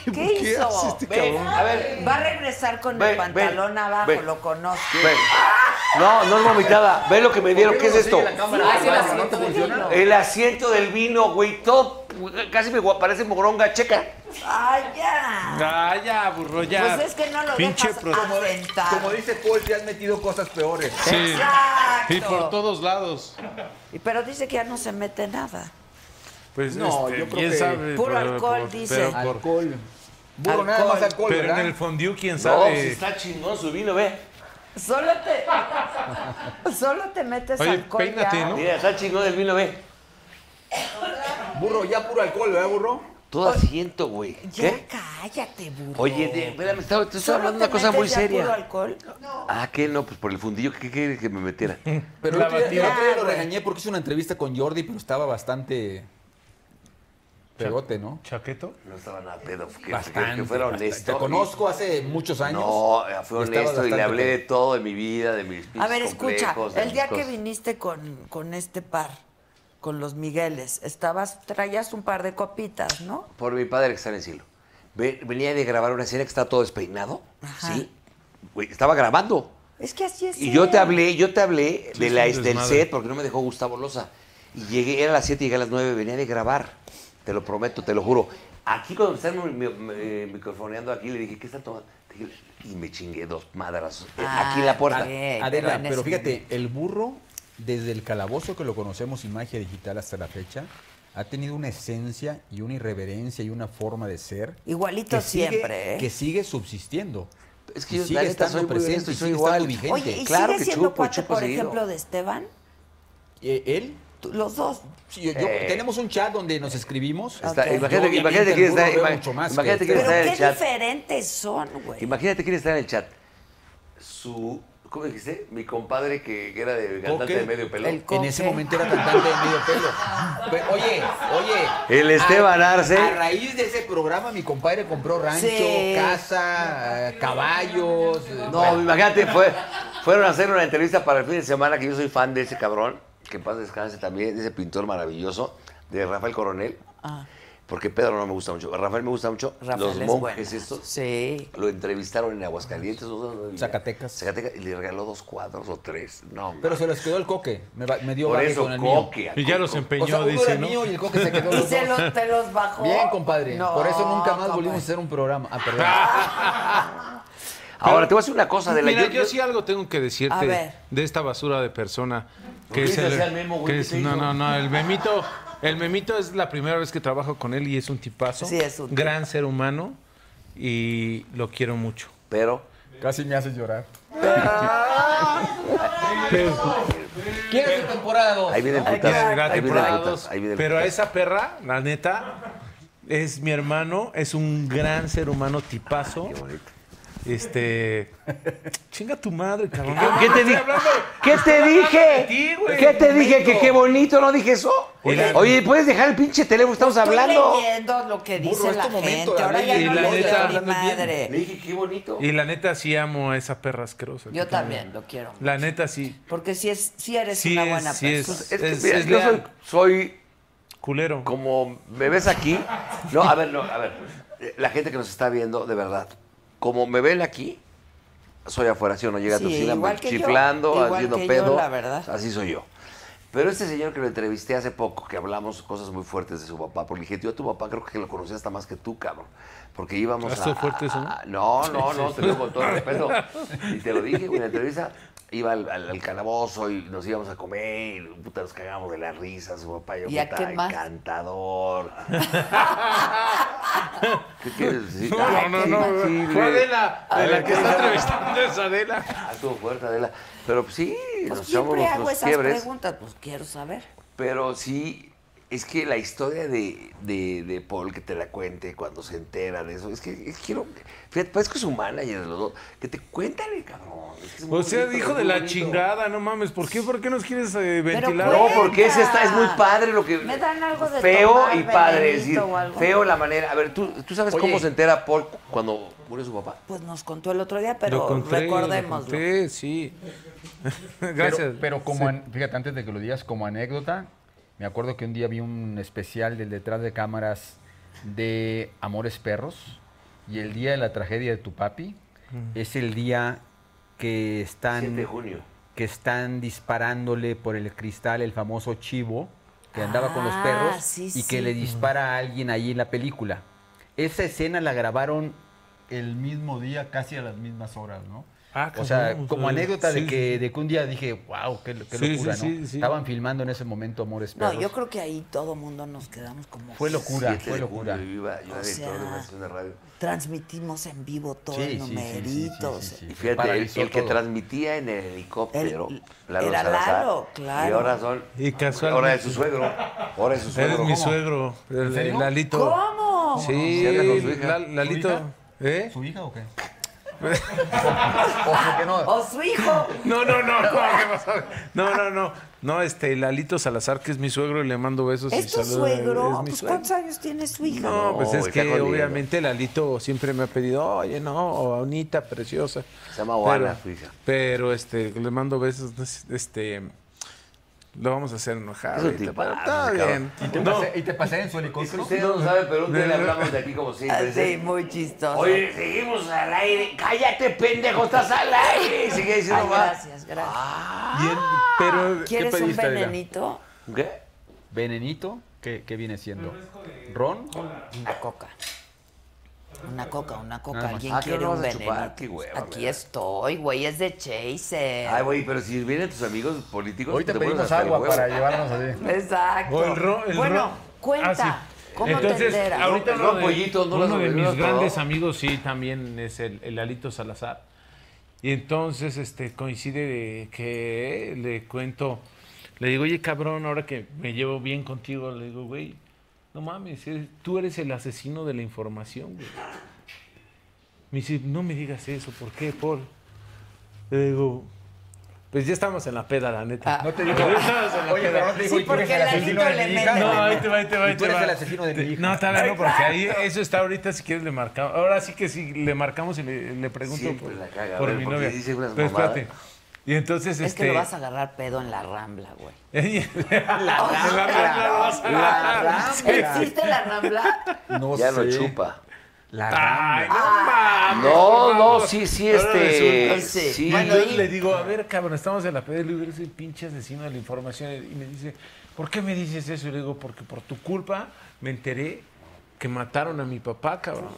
¿Qué, hizo? hace este Ven, cabrón? a ver, va a regresar con el Ven, pantalón ven, abajo, ven. lo conozco. Ven. No, no es vomitada. Ve lo que me dieron. ¿Qué es esto? El asiento del vino, güey. Todo casi me gua- parece moronga checa. ¡Ay, ya! Ah, ya, burro, ya. Pues es que no lo Pinche dejas pro- asentar. Como dice Paul, te has metido cosas peores. Sí. Exacto. Y por todos lados. Y- Pero dice que ya no se mete nada. Pues No, este, yo creo quién que- sabe. Puro alcohol, por- dice. Pero, por- Alcohol. Burro, nada Alcohol. más alcohol, pero en ¿verdad? el fondue, quién No, si sabe. está chingón su vino, ve. Solo te, solo te metes Oye, alcohol peínate, ya. ¿no? Mira, está chingón el vino, ve. Burro, ya puro alcohol, ¿verdad, burro? Todo asiento, güey. Ya ¿Qué? cállate, burro. Oye, de- espérame, estaba, te estoy ¿Solo hablando te de una cosa metes muy ya puro seria. alcohol? Ah, ¿qué? No, pues por el fundillo, ¿qué quieres que me metiera? Pero La el otro día- el batida. otro día lo regañé porque hice una entrevista con Jordi, pero estaba bastante pegote, ¿no? ¿Chaqueto? No estaba nada pedo, que- que, Bastante. que fuera bastante. honesto. Te conozco hace muchos años. No, fue y estaba honesto y le bastante hablé de pedo. todo, de mi vida, de mis A pinches ver, escucha, complejos, de el mis día que cosas. viniste con, con este par, con los Migueles, estabas, traías un par de copitas, ¿no? Por mi padre que está en el cielo. Ve- Venía de grabar una escena que está todo despeinado, Ajá. ¿sí? Güey, estaba grabando. Es que así es. Y él. yo te hablé, yo te hablé Sí, de es la, un del desmadre. set porque no me dejó Gustavo Loza. Y llegué, era a las 7 y llegué a las 9, venía de grabar. Te lo prometo, te lo juro. Aquí cuando me están mi- mi- eh, microfoneando aquí, le dije, ¿qué están tomando? Dije, Y me chingué dos madrazos. eh, Ah, aquí en la puerta. bien. Ey, Adela, pero en pero ese fíjate, el burro, desde el calabozo que lo conocemos y magia digital hasta la fecha, ha tenido una esencia y una irreverencia y una forma de ser. Igualito que sigue- siempre, ¿eh? Que sigue subsistiendo. Es que Y yo, sigue la neta, estando soy muy presente honesto y y soy sigue estando igual. vigente. Oye, ¿y claro sigue que siendo chupo, cuate, chupo por seguido. ejemplo, de Esteban? Eh, Él, Tú- Los dos. sí, yo- yo- Eh. tenemos un chat donde nos escribimos. Está- Ok. Imagínate, Yo, imagínate obviamente, quién el burro está, veo ima- mucho más que imagínate quién Pero está en qué el chat. diferentes son, güey. Imagínate quién está en el chat. Su, ¿cómo dijiste? Mi compadre que, que era de cantante Coque. de medio pelo. El El, co- En ese momento era cantante de medio pelo. Pero, Oye, oye. El Esteban a- Arce. A raíz de ese programa, mi compadre compró rancho, Sí. casa, eh, caballos. eh, No, bueno. imagínate, fue, fueron a hacer una entrevista para el fin de semana que yo soy fan de ese cabrón, que en paz descanse también, de ese pintor maravilloso, de Rafael Coronel. Ah. Porque Pedro no me gusta mucho. Rafael me gusta mucho. Rafael Los es monjes buena. estos. Sí. Lo entrevistaron en Aguascalientes. nosotros no vivíamos. Zacatecas. Zacatecas. Y le regaló dos cuadros o tres. No, Pero man. se los quedó el coque. Me, va- me dio Por baje eso, con el mío. coque. Y ya co- los co- empeñó, O sea, uno dice, era ¿no? mío y el coque se quedó Y los se dos. los, te los bajó. Bien, compadre. No, Por eso nunca más compadre. volvimos a hacer un programa. Ah, perdón. Ahora, te voy a decir una cosa de la Mira, yo, sí algo tengo que A decirte ver. de esta basura de persona. Que ¿Qué es te el, hacía el Memo, güey? que ¿Qué es- te no, hizo? no, no, el memito, el memito es la primera vez que trabajo con él y es un tipazo. Sí, es un tipo. gran ser humano y lo quiero mucho. Pero Casi me haces llorar. ¿Quién es tu temporada dos? ahí viene el Ya putazo. será Ahí viene el temporada putazo. dos. ahí viene el Pero a putazo. esa perra, la neta, es mi hermano, es un gran ser humano tipazo. Qué bonito. Este. Chinga tu madre, cabrón. ¿Qué te dije? ¿Qué te de dije? ti, güey. ¿Qué te dije? Que qué bonito, ¿no dije eso? Oye, oye, ¿puedes dejar el pinche teléfono? Estamos Estoy hablando. leyendo lo que dice Burro, es la tu momento, gente. Ahora la ya ley. no Y la leo neta, mi hablando bien. madre. Le dije, qué bonito. Y la neta sí amo a esa perra asquerosa. Yo también lo quiero. La neta sí. Porque si es, si eres Sí una es, buena sí persona. Es que, es- mira, es yo soy, leal. soy Culero. como me ves aquí. No, a ver, no, a ver. Eh, La gente que nos está viendo, de verdad, como me ven aquí, soy afuera, ¿sí o no? Llega Sí, tu silla igual que yo, chiflando, igual haciendo que yo, pedo. la verdad. Así soy yo. Pero este señor que lo entrevisté hace poco, que hablamos cosas muy fuertes de su papá, porque le dije, yo a tu papá creo que lo conocí hasta más que tú, cabrón. Porque íbamos ¿Estuvo a... fuerte eso, a- No, no, no, te digo con todo respeto. Y te lo dije, güey, en la entrevista iba al, al- al calabozo y nos íbamos a comer y puta, nos cagamos de la risa, su papá yo, ¿Y a puta, qué más? encantador. ¿Qué quieres decir? No, no, no. no. Fue Adela. De la que está entrevistando es Adela. Ah, estuvo fuerte, Adela. Pero pues, sí, Pues nos echamos siempre los, hago los esas quiebres. preguntas, pues quiero saber. Pero sí, Es que la historia de, de- de Paul que te la cuente cuando se entera de eso, es que es que quiero. Fíjate, parezco su manager de los dos. Que te cuéntale, cabrón. Es que es muy O sea, bonito, hijo es de muy la bonito. chingada, no mames. ¿Por qué, por qué nos quieres eh, ventilar? No, porque ese está, es muy padre lo que. Me dan algo de Feo tomar, y padre, es Benito, decir, o algo. feo la manera. A ver, ¿tú, tú sabes Oye. cómo se entera Paul cuando murió su papá? Pues nos contó el otro día, pero Lo conté, recordémoslo. lo conté, sí. Gracias. Pero, pero como, Sí. an- fíjate, antes de que lo digas, como anécdota, me acuerdo que un día vi un especial del detrás de cámaras de Amores Perros y el día de la tragedia de tu papi es el día que están... 7 de junio. Que están disparándole por el cristal el famoso chivo que andaba con los perros Ah, sí, y sí. que le dispara a alguien ahí en la película. Esa escena la grabaron el mismo día, casi a las mismas horas, ¿no? Ah, O sea, cabrón, como o sea, anécdota sí, de, que, de que un día dije, wow, qué, qué Sí, locura, sí, ¿no? sí, sí. Estaban filmando en ese momento Amores No, Perros. yo creo que ahí todo mundo nos quedamos como... Fue locura, 7 fue de locura. junio, Yo iba, yo O era director de sea, una estación de radio. Transmitimos en vivo todo Sí, el sí, sí, sí, sí, sí, numerito. o sí, sea, sí. Y fíjate, el, Paralizó el que todo. transmitía en el helicóptero, El- Lalo era Salazar, Lalo, claro. Y ahora son. Y casualmente- Ahora es su suegro. Ahora es su suegro. Eres mi ¿Cómo? suegro, el, serio? el Lalito. ¿Cómo? Sí, Sí, anda con su hija. la- ¿Su Lalito. hija? ¿Eh? ¿Su hija o qué? o sea, que no. O ¡Oh, su hijo. No, no, no, no, ¿qué pasó? no, no, no, no, este, Lalito Salazar, que es mi suegro, y le mando besos y ¿Es tu saludos. suegro? Es mi Pues, suegro. ¿Cuántos años tiene su hija? No, pues No, es está que jodiendo. obviamente Lalito siempre me ha pedido, oye, no, Anita, preciosa. Se llama Oana, Pero- su hija. Pero, este, le mando besos, no sé, este, lo vamos a hacer enojar. Es un ahorita, pero tipazo, está cabrón. bien. ¿Y te, No, pasé- y te pasé en su Es que helicóptero? ustedes no lo saben, pero un día le hablamos de aquí como Ah, siempre. Sí, muy chistoso. pues Oye, seguimos al aire. Cállate, pendejo, estás al aire. Sigue Ay, diciendo más. gracias, gracias. bien, pero, ¿qué ¿Quieres un pediste, Adela? venenito? ¿Qué? Venenito, ¿qué, qué viene siendo? ¿Ron? Una coca. Una coca, una coca. Nada más. ¿Alguien Ah, quiere ¿qué no un vas a chupar? venenito? Qué hueva, Aquí ¿verdad? estoy, güey, es de Chaser. Ay, güey, pero si vienen tus amigos políticos, Hoy te pones pedimos hasta el agua huevo. para llevarnos así. Exacto. O el ro- el bueno, ro- cuenta. Ah, sí. ¿Cómo te Entonces, enteras? ahorita El uno ron de- pollito, no lo uno de sabemos mis todo. grandes amigos, sí, también es el, el Alito Salazar. Y entonces este, coincide de que le cuento, le digo, oye, cabrón, ahora que me llevo bien contigo, le digo, güey, no mames, eh, tú eres el asesino de la información, güey. Me dice, no me digas eso, ¿por qué, Paul? Le digo, pues ya estamos en la peda, la neta. Ah. No te digo. Ya estamos en la Oye, peda. pero no te digo, Sí, ¿y tú eres porque el el asesino de ladito mi le hija? mete. No, ahí te va, ahí te va, Y ahí tú te eres va. el asesino de mi hija. No, todavía no, porque ahí eso está ahorita si quieres le marcamos. Ahora sí que sí le marcamos y le, le pregunto Siempre por, la caga, a por ver, mi porque novia. dice unas Pero mamadas. espérate. Y entonces Es este que lo vas a agarrar pedo en la rambla, güey. la rambla lo vas a agarrar. ¿Existe la rambla? No Ya no sé. chupa. La Ay, rambla. no mames. No, por no, favor. sí, sí, Ahora este. resulta- sí. Sí, Bueno, Y yo y- le digo, a ver, cabrón, estamos en la peda y le digo, eres el pinche asesino de la información. Y me dice, ¿por qué me dices eso? Y le digo, porque por tu culpa me enteré que mataron a mi papá, cabrón.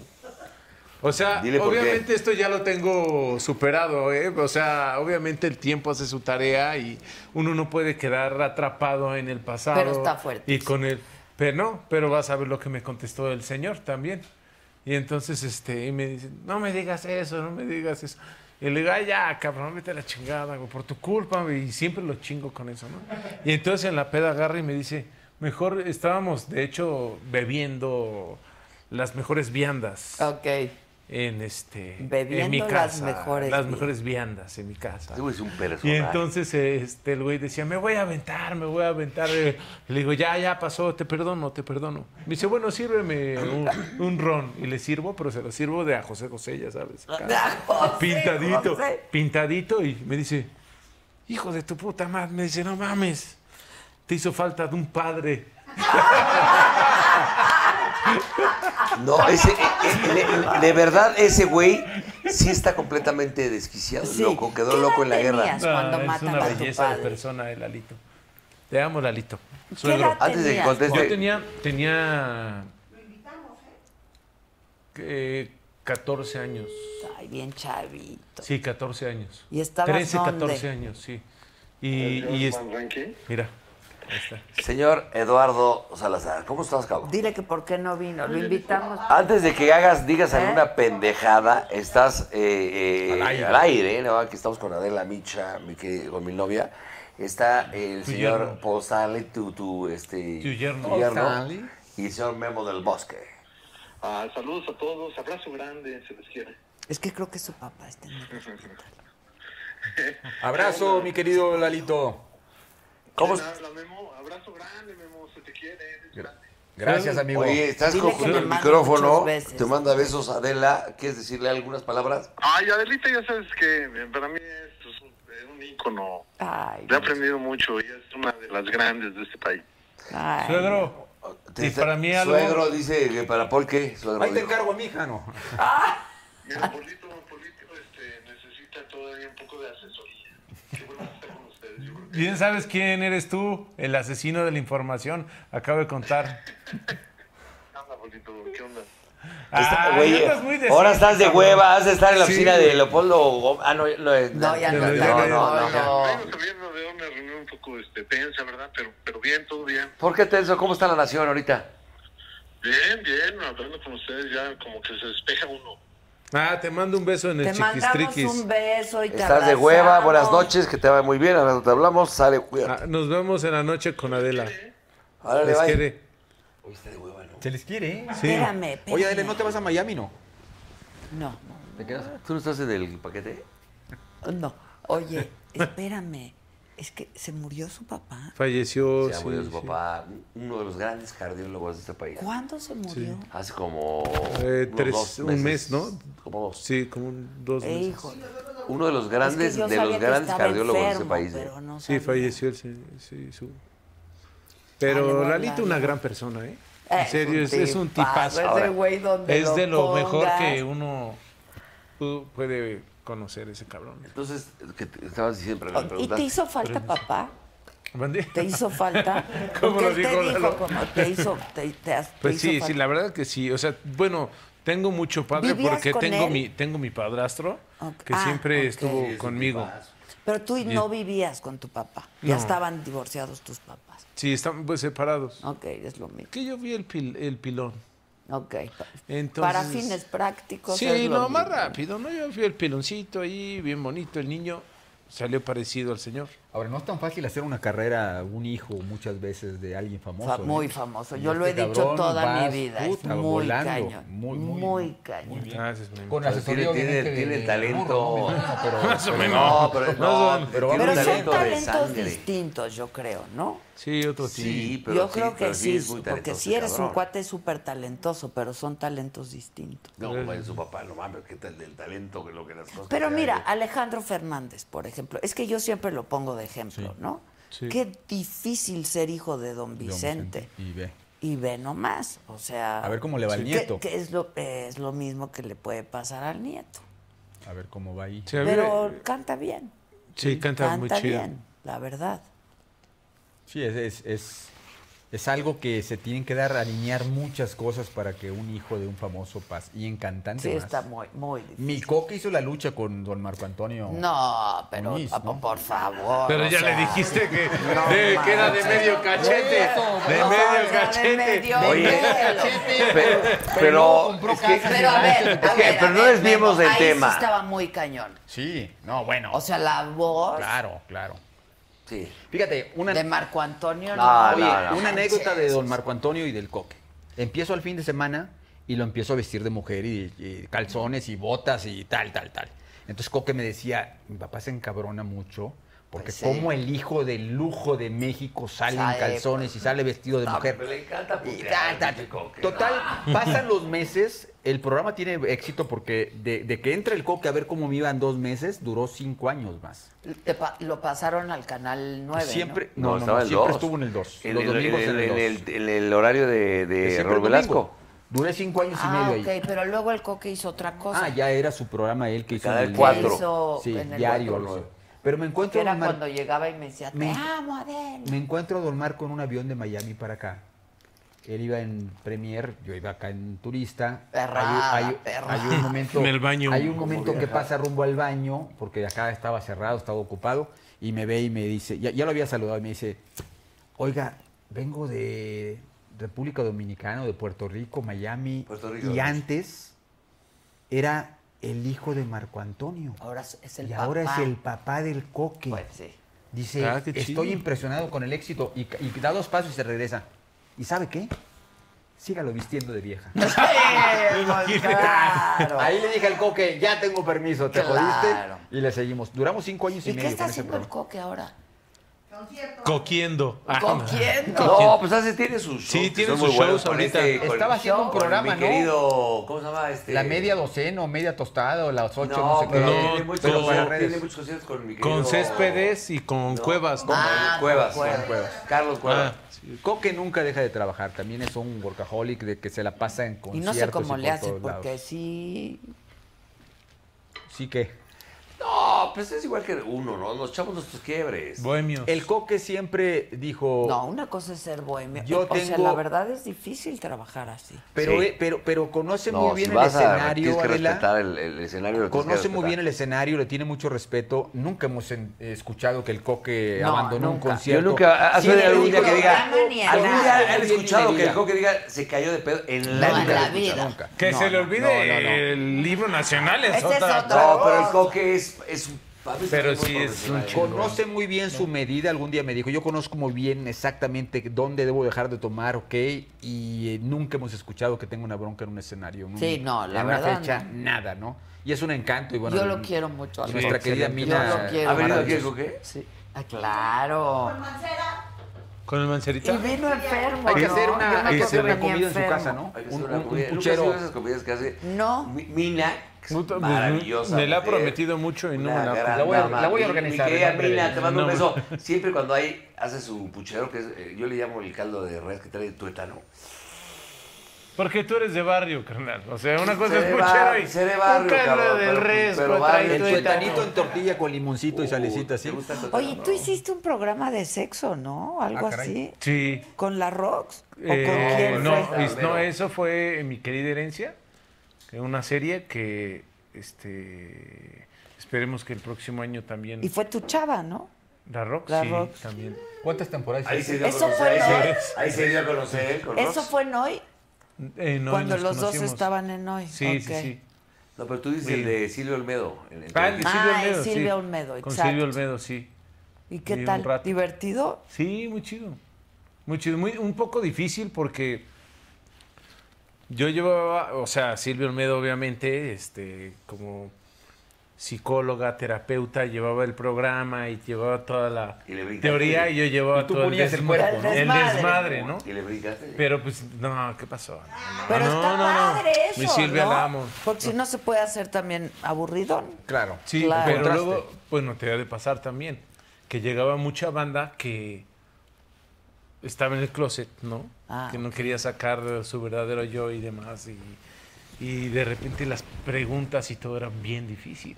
O sea, Dile por qué. obviamente esto ya lo tengo superado, ¿eh? O sea, obviamente el tiempo hace su tarea y uno no puede quedar atrapado en el pasado. Pero está fuerte. Y con el... Pero no, pero vas a ver lo que me contestó el señor también. Y entonces, este, y me dice, no me digas eso, no me digas eso. Y le digo, "Ay, ya, cabrón, vete a la chingada, güey, por tu culpa, güey. Y siempre lo chingo con eso, ¿no? Y entonces en la peda agarra y me dice, mejor estábamos, de hecho, bebiendo las mejores viandas ok. en este en mi Bebiendo las casa, mejores las vi- mejores viandas en mi casa. Ese güey es un Y personaje. entonces este, el güey decía, me voy a aventar, me voy a aventar. Eh, Le digo, ya, ya pasó, te perdono, te perdono. Me dice, bueno, sírveme un, un ron. Y le sirvo, pero se lo sirvo de a José José, ya sabes. acá. pintadito, Ah, José. pintadito. Y me dice, hijo de tu puta madre. Me dice, no mames, te hizo falta de un padre. No, ese, eh, eh, le- de verdad, ese güey sí está completamente desquiciado, Sí. loco, quedó ¿Qué edad loco en la guerra. tenías? Cuando Ah, es matan una a tu belleza de padre. persona el Alito. Te amo, Lalito. ¿Qué Suegro. edad Antes de que tenías? Yo conteste, tenía. tenía eh, 14 años. Ay, bien chavito. Sí, 14 años. ¿Y estabas 13, dónde? 14 años, sí. Y, y es- Mira, ahí está. señor Eduardo Salazar, ¿cómo estás, cabrón? Dile que por qué no vino. Lo invitamos. Antes de que hagas, digas ¿Eh? alguna pendejada, estás eh, eh, Al aire. al aire, ¿no? Aquí estamos con Adela Micha, mi querida- con mi novia, está el Tu señor yerno. Posale, tu, tu, este, Tu yerno. Posale. y el señor Memo del Bosque. Ah, saludos a todos, abrazo grande, se les quiere. Es que creo que su papá este está en Abrazo, mi querido Lalito. ¿Cómo? Gracias, amigo. Oye, estás Dile con que me el mande micrófono, muchas veces. te manda besos Adela, ¿quieres decirle algunas palabras? Ay, Adelita, ya sabes que eh, para mí es pues, un, eh, un ícono. Le he aprendido mucho, ella es una de las grandes de este país. Suegro, Te- y te- para mí algo... Suegro dice que para por qué, suegro. Ahí te dijo. encargo a mi hija, ¿no? Mira, Polito, Polito este, necesita todavía un poco de asesoría. Qué bueno que está con ustedes. Yo creo Bien sabes quién eres tú, el asesino de la información. Acabo de contar. que anda, Polito, ¿qué onda? Está- Ay, güey, andas muy decente, ahora estás de cabrón. hueva, has de estar en la Sí, oficina de güey. Leopoldo. Gómez. Ah, no, no, es- No, ya no, ya no, no, no, ya no. Vengo saliendo de una reunión un poco este, tensa, ¿verdad? Pero, pero bien, todo bien. ¿Por qué tenso? ¿Cómo está la nación ahorita? Bien, bien, hablando con ustedes ya como que se despeja uno. Ah, te mando un beso en el Te mandamos chiquistriquis. un beso y te Estás de abrazamos. hueva, buenas noches, que te va muy bien, ahora te hablamos, sale, cuídate. Ah, nos vemos en la noche con Adela. Ahora Les bye. quiere. Se les quiere. ¿eh? Sí. Espérame, espérame. Oye, Adele, ¿no te vas a Miami, no? No, ¿Te quedas? ¿Tú no estás en el paquete? no. Oye, espérame. Es que se murió su papá. Falleció. Ya Oh, sí, murió su sí. papá, uno de los grandes cardiólogos de este país. ¿Cuándo se murió? Hace como Eh, unos tres- dos un mes, meses. ¿no? Como dos. Sí, como un- dos Eh, meses. hijo. Uno de los grandes, Es que yo de sabía los que grandes estaba cardiólogos de este enfermo, país. Pero no Sí, sabía. falleció el señor. Sí, su... Ah, le Pero voy a Lalito, hablar, una ¿no? gran persona, ¿eh? Es En serio, un es, es un tipazo, tipazo. ese Ahora, güey donde es lo de lo mejor pongas. que uno pu- puede conocer ese cabrón. Entonces, que te- estabas diciendo, pero me ¿Y te preguntaste. hizo falta papá? ¿Mande? ¿Te hizo falta? ¿Cómo Porque lo él te dijo Lalo? como te hizo, te, te has- te Pues hizo sí, sí, falta. la verdad que sí. O sea, bueno, tengo mucho padre ¿Vivías porque con tengo él? mi, tengo mi padrastro Ok. que Ah, siempre ok. estuvo conmigo. Pero tú no vivías con tu papá. Ya No. estaban divorciados tus papás. Sí, están pues, separados. Ok, es lo mismo. Que yo vi el, pil- el pilón. Ok. pa- Entonces- Para fines prácticos. es Sí, lo no, más mismo. rápido, ¿no? Yo fui el piloncito ahí, bien bonito, el niño salió parecido al señor. Ahora, no es tan fácil hacer una carrera, un hijo, muchas veces, de alguien famoso. Fa- ¿eh? muy famoso. Y Yo lo he este dicho cabrón toda vas, mi vida. puta, es muy volando, cañón. Muy, muy, muy, cañón. Gracias, mi amor. Pero Con tiene, asesoría tiene, obviamente, tiene de- el burro, talento. ¿no? No, pero- Más o pero- menos. No, pero Más o no, menos. pero tiene Pero un son talento de talentos sangre. distintos, yo creo, ¿no? Sí, otro Sí, sí. pero yo sí, creo que pero sí, es muy porque talentoso, este si eres un cabrón. cuate súper talentoso, pero son talentos distintos. No, bueno, su papá, no mames, qué tal del talento, que lo que las cosas. Pero que mira, hay. Alejandro Fernández, por ejemplo, es que yo siempre lo pongo de ejemplo, ¿no? Sí. Qué difícil ser hijo de don Vicente. Y ve. Y ve nomás, o sea... A ver cómo le va al que- nieto. Que es, lo, eh, es lo mismo que le puede pasar al nieto. A ver cómo va ahí. Sí, a mí Pero eh, me- canta bien, sí, canta, canta muy chido. bien, la verdad. Sí, es, es, es, es algo que se tienen que dar, alinear muchas cosas para que un hijo de un famoso pase. Y en cantante Sí, más. está muy, muy difícil. Mi coca hizo la lucha con don Marco Antonio. No, pero Luis, ah, ¿no? por favor. Pero o ya le sea, dijiste que, no de- que era de manches. medio cachete. Eso, de no, medio era cachete. De medio Oye, pelo. Pero, pero, es que, Pero a ver, es a que- ver, pero a no ver, desviemos Memo, del ahí tema. Sí estaba muy cañón. Sí, no, bueno. O sea, la voz claro, claro. Sí. Fíjate, una, de Marco Antonio No, no. Oye, Ah, no, no. una anécdota de don Marco Antonio y del coque. Empiezo al fin de semana y lo empiezo a vestir de mujer y, y calzones y botas y tal, tal, tal. Entonces Coque me decía, mi papá se encabrona mucho porque Pues sí. como el hijo del lujo de México sale Sale, en calzones pues, y sale vestido de No, mujer. pero le encanta Y putear tal, al tal. pinche Coque, Total, pasan los meses, el programa tiene éxito porque de, de que entra el Coque a ver cómo me iban dos meses, duró cinco años más. Te pa- Lo pasaron al canal 9. Siempre, No, no, no, estaba no, el siempre dos. estuvo en el 2. En Los el, domingos en en el- el 2. en el- en el horario de, de Siempre Eh, Raúl el Velasco. domingo. Duré cinco años y Ah, medio ahí. ok, pero luego el Coque hizo otra cosa. Ah, ya era su programa él que hizo Cada en el cuatro. diario. Hizo Sí, en el diario. cuatro. lo hizo. Pero me Que encuentro, a era don Mar- cuando llegaba y me decía, te Me- amo, Adel. me encuentro a Don Marco en un avión de Miami para acá. Él iba en Premier, yo iba acá en turista. Perrada, hay, hay- perrada. hay un momento, En el baño. Hay un momento que pasa rumbo al baño, porque acá estaba cerrado, estaba ocupado, y me ve y me dice, ya, ya lo había saludado, y me dice, oiga, vengo de República Dominicana, de Puerto Rico, Miami, Puerto Rico, y ¿no? antes era el hijo de Marco Antonio. Ahora es el y ahora es papá. el papá del coque. Pues sí. Dice, Ah, qué chido. estoy impresionado con el éxito. Y, ca- y da dos pasos y se regresa. ¿Y sabe qué? Sígalo vistiendo de vieja. pues, claro. Ahí le dije al coque, ya tengo permiso, te Claro. jodiste. Y le seguimos. Duramos cinco años y, ¿Y medio qué está con ese haciendo el programa. coque ahora? Coquiendo. Ah, Coquiendo. No, pues hace, tiene sus shows. Sí, que tiene son sus muy buenos shows con ahorita. este- con- Estaba haciendo un con programa, mi ¿no? querido, ¿cómo se llama? Este? La media docena o media tostada o las ocho, no, No, sé pero qué. tiene No, muchos, pero tiene para redes. muchos conciertos con mi querido... Con Céspedes y con Cuevas. con Manuel Ah, Cuevas. con Cuevas. Carlos Cuevas. Ah. Coque nunca deja de trabajar, también es un workaholic de que se la pasa en Y conciertos. no sé cómo por le hace, todos lados. porque sí. Sí que. No, pues es igual que uno, ¿no? Nos echamos nuestros quiebres. Bohemios. El Coque siempre dijo. No, una cosa es ser bohemio. Yo o sea, tengo- la verdad es difícil trabajar así. Pero, Sí. eh, pero, pero conoce No, muy si bien el vas a- escenario, Tienes que Adela. respetar el, el escenario. lo tienes que Conoce muy respetar. bien el escenario, le tiene mucho respeto. Nunca hemos en- eh, escuchado que el Coque No, abandonó nunca. un Yo concierto. nunca, ah, hace Siempre algún día dijo, que diga, programa ni a algún nada. día han escuchado que Bienvenida. el coque diga, se cayó de pedo en No, la, en vida, la lo he vida. escuchado. Nunca. Que se le olvide no, no, no. el libro nacional es Ese es otra. otro. No, pero el coque es, es un... para mí Pero muy sí es un profesional. Conoce muy bien su medida, algún día me dijo, yo conozco muy bien exactamente dónde debo dejar de tomar, ok, y eh, nunca hemos escuchado que tenga una bronca en un escenario. en un- Sí, no, la en una verdad, fecha, no. nada, ¿no? Y es un encanto. Y bueno, Yo mm, lo quiero mucho. al y nuestra Coque. querida Mina Yo lo quiero. ¿Ha venido aquí el mucho. coque? Sí. Ah, claro. Con el mancerita. Y vino enfermo. Hay que ¿no? hacer Yo una, me hay que acuerdo hacer una venía comida en su enfermo. casa, ¿no? Hay que Un, hacer una un- un comida. ¿Nunca has ido puchero. a esas comidas que hace No. Mi- Mina, que es Puta, pues, maravillosa. me la ha mujer. prometido mucho y no Una me la ha- gran La voy a- dama. la voy a Mi- organizar, Mi querida el nombre de Mina, ella. te mando un No, beso. Siempre cuando hay, hace su puchero, que es, eh, yo le llamo el caldo de res que trae tuétano. Porque tú eres de barrio, carnal. O sea, una cosa Seré es puchero bar- y seré barrio, un caldo cabrón, del pero- res, pero lo barrio, trae El el tuétano. tuetanito en tortilla con limoncito y salecita, sí. ¿Te gusta el tuétano? Oye, tú hiciste un programa de sexo, ¿no? Algo así. Sí. ¿Con la Rox? ¿O con Ah, Eh, quién? no, fue? es- no, eso fue en mi querida herencia, que una serie que este esperemos que el próximo año también Y fue tu chava, ¿no? la Rock, La sí, Rox. también. ¿Cuántas temporadas Ahí se dio a Eso conocer. fue ahí se- Rox. Ahí se dio a conocer. con Eso Rox. fue en hoy, Eh, no, cuando nos los dos conocimos. estaban en hoy. Sí, sí, Ok. sí. No, pero tú dices Sí. el de Silvio Olmedo. el- el- Ah, el de Ah, Silvio el Olmedo, sí. Silvio Olmedo, Con exacto. Silvio Olmedo, sí. ¿Y qué Y un tal? rato. ¿Divertido? Sí, muy chido. Muy chido. Muy, un poco difícil porque yo llevaba, o sea, Silvio Olmedo, obviamente, este, como psicóloga, terapeuta, llevaba el programa y llevaba toda la Y le brincaste. teoría y yo llevaba Y tú todo el ponías el desma- cuerpo, ¿no? el desmadre, ¿no? Y le brincaste. Pero pues, no, ¿qué pasó? Pero Ah, no, está no, no. padre eso, Mi Silvia ¿no? la amo. Porque si no se puede hacer también aburrido. Claro. Sí, Claro. pero Contraste. luego, bueno, te ha de pasar también, que llegaba mucha banda que estaba en el closet, ¿no? Ah, que no quería sacar su verdadero yo y demás. Y, y de repente las preguntas y todo era bien difícil.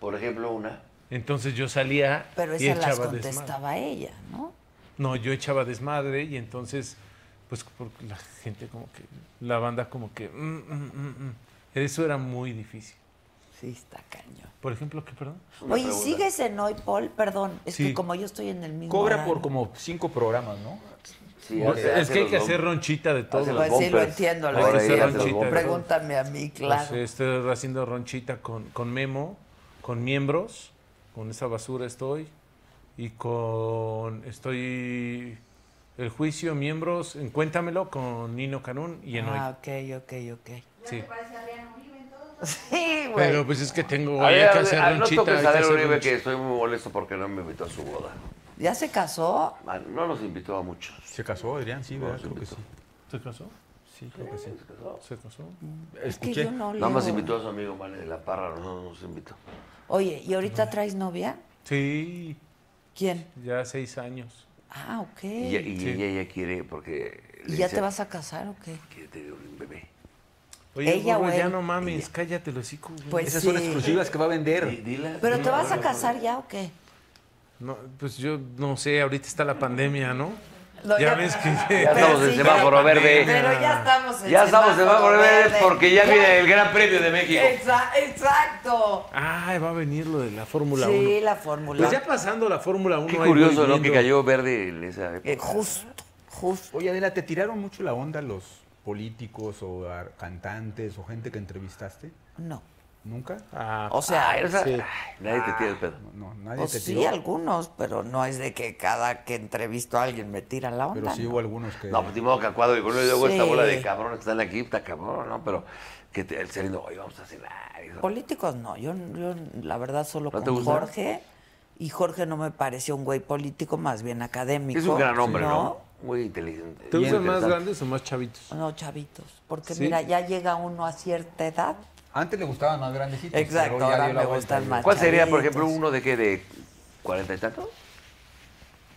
Por ejemplo, una. Entonces yo salía Pero y esas las echaba desmadre. contestaba ella, ¿no? No, yo echaba desmadre y entonces, pues porque la gente como que, la banda como que... mm, mm, mm, mm. Eso era muy difícil. Sí, está cañón. Por ejemplo, ¿qué, perdón? una Oye, pregunta. ¿sigues en hoy, Paul? Perdón, es que Sí. como yo estoy en el mismo. Cobra horario. por como cinco programas, ¿no? Sí, Pues, hace- es hace que hay los que dom- hacer ronchita de todo. hace los Pues sí, lo bumpers. entiendo. la Hay que Ahora verdad. hacer ella hace los lonchita. bumpers. Pregúntame a mí, Pues, claro. estoy haciendo ronchita con, con Memo, con miembros, con esa basura estoy. Y con. Estoy. El juicio, miembros, en Cuéntamelo con Nino Canún y en ah, hoy. ok, ok, ok. Sí. Sí, güey. Pero pues es que tengo. A hay ver, que hacer a- no ronchita. toques hay a que Adela hacer Uribe, ronchita. que estoy muy molesto porque no me invitó a su boda. ¿Ya se casó? Ah, No nos invitó a muchos. Se casó, Adrián, sí, ¿verdad? Creo que sí. ¿Se casó? Sí, creo que sí. ¿Se casó? Es que yo no Nada más leo. invitó a su amigo Mane de la Parra, no, no nos invitó. Oye, ¿y ahorita traes novia? Sí, ¿Quién? ya seis años. Ah, ok. Y, ¿Y, ella- y Sí. ella, ella quiere, porque. le ya dice, te vas a casar o qué? Quiere tener un bebé. Oye, Ella burro, o ya él. no mames, cállate, los hocico. güey. Pues Esas sí. son exclusivas que va a Di- vender. dila- ¿Pero te dila, vas a dila. casar ya o qué? No, pues yo no sé, ahorita está la pandemia, ¿no? No, ya ya- ves que. Ya estamos en sí, semáforo ya- verde. Pero ya estamos en Ya estamos en semáforo verde verde. porque ya Ya- viene el Gran Premio de México. Exa- exacto. Ah, va a venir lo de la Fórmula 1. Sí, la fórmula. Pues ya pasando la Fórmula 1. Qué curioso, ¿no? Que cayó verde en esa época. Eh, justo, justo. Oye, Adela, ¿te tiraron mucho la onda los políticos o ar- cantantes o gente que entrevistaste? No. ¿Nunca? Ah, O sea, ay, o sea, sí. Nadie te tira el pedo. No, Pues sí, algunos, pero no es de que cada que entrevisto a alguien me tira la onda. ¿no? algunos que. No, pues ni modo que acuado y luego, y luego esta Sí. bola de cabrones que están aquí, pues, está cabrón, ¿no? Pero que te, el saliendo, hoy vamos a hacer. ay, eso". Políticos no, yo, yo la verdad solo ¿No te con gusta? Jorge. Y Jorge no me pareció un güey político, más bien académico. Es un gran hombre, ¿no? Muy inteligente. ¿Te Muy gustan más interesante. grandes o más chavitos? No, chavitos. Porque Sí. mira, ya llega uno a cierta edad. Antes le gustaban más grandecitos. Exacto, pero ya ahora dio la me vuelta gustan y- más. ¿Cuál sería, por chavitos. ejemplo, uno de qué? ¿De cuarenta y tantos?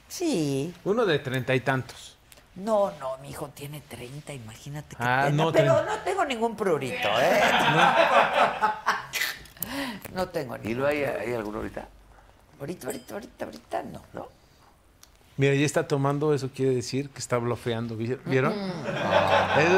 Sí. Uno de treinta y tantos. No, no, mi hijo tiene 30, imagínate qué Ah, pena, no, pero ten- no tengo ningún prurito, ¿eh? No, tengo ¿Y ningún. no hay, hay alguno ahorita? Ahorita, ahorita, ahorita, ahorita no. ¿No? Mira, ya está tomando, eso quiere decir que está blofeando. ¿vi- ¿Vieron? Eso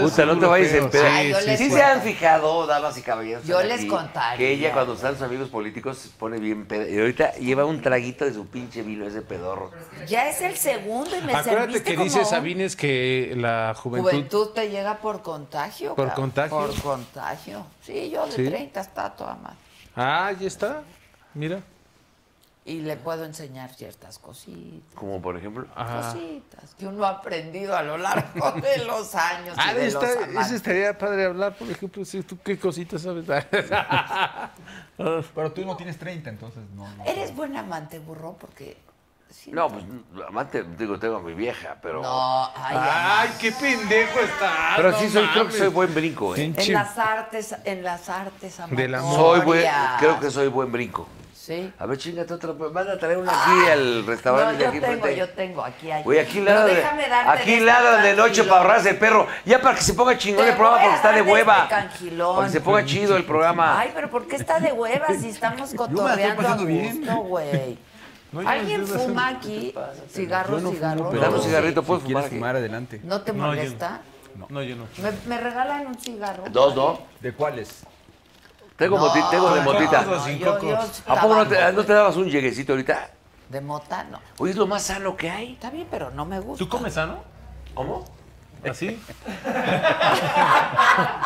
es Puta, un no te vayas en blofeo, pedo. Ay, Ah, yo Mm. Sí, les sí se cuento. han fijado, damas y caballeros. Yo están les contaría. Que ella, cuando están sus amigos políticos, se pone bien pedo. Y ahorita lleva un traguito de su pinche vino, ese pedorro. Ya es el segundo y me Acuérdate serviste que como dice un- Sabines que la Juventud. juventud, te llega por contagio. Por cabrón. contagio. Por contagio. Sí, yo de Sí. 30 está toda madre. Ah, ya está. Mira. Y le puedo enseñar ciertas cositas. Como por ejemplo. Ajá. Cositas que uno ha aprendido a lo largo de los años. y Ah, de esta- los amantes. ese estaría padre hablar, por ejemplo, si tú qué cositas sabes. Pero tú no tienes 30, entonces no. no. Eres buen amante, burro, porque. sí, No, pues, amante, digo, tengo a mi vieja, pero. No, ay, Ay, qué pendejo está. Pero sí, soy, creo que soy buen brinco, ¿eh? En las artes, en las artes Del amor. Soy amatorias. buen, creo que soy buen brinco. Sí. A ver, chingate otra, pues, manda a traer una aquí al restaurante Ah, No, de yo aquí tengo, enfrente. yo tengo, aquí hay. Oye, aquí Pero ladran déjame de, darte aquí este ladran de noche tranquilo. para ahorrarse el perro. Ya para que se ponga chingón Te el programa voy a porque está de dar de hueva. este canjilón. Para que se ponga chido el programa. Ay, pero ¿por qué está de huevas si estamos cotorreando a pasando bien. gusto, güey? ¿Alguien fuma aquí cigarros, cigarros? pero- Dame un Sí. cigarrito, ¿puedes si quieres fumar aquí? fumar adelante. ¿No te No, yo- molesta? No, yo no. ¿Me, me regalan un cigarro? Dos, ¿no? ¿De cuáles? Tengo, moti- tengo de con motita. cocos, sin yo- yo cocos. ¿A poco no te, ah, tabaco, no te dabas un lleguecito ahorita? De mota, no. Oye, es lo más sano que hay. Está bien, pero no me gusta. ¿Tú comes sano? ¿Cómo? ¿Así?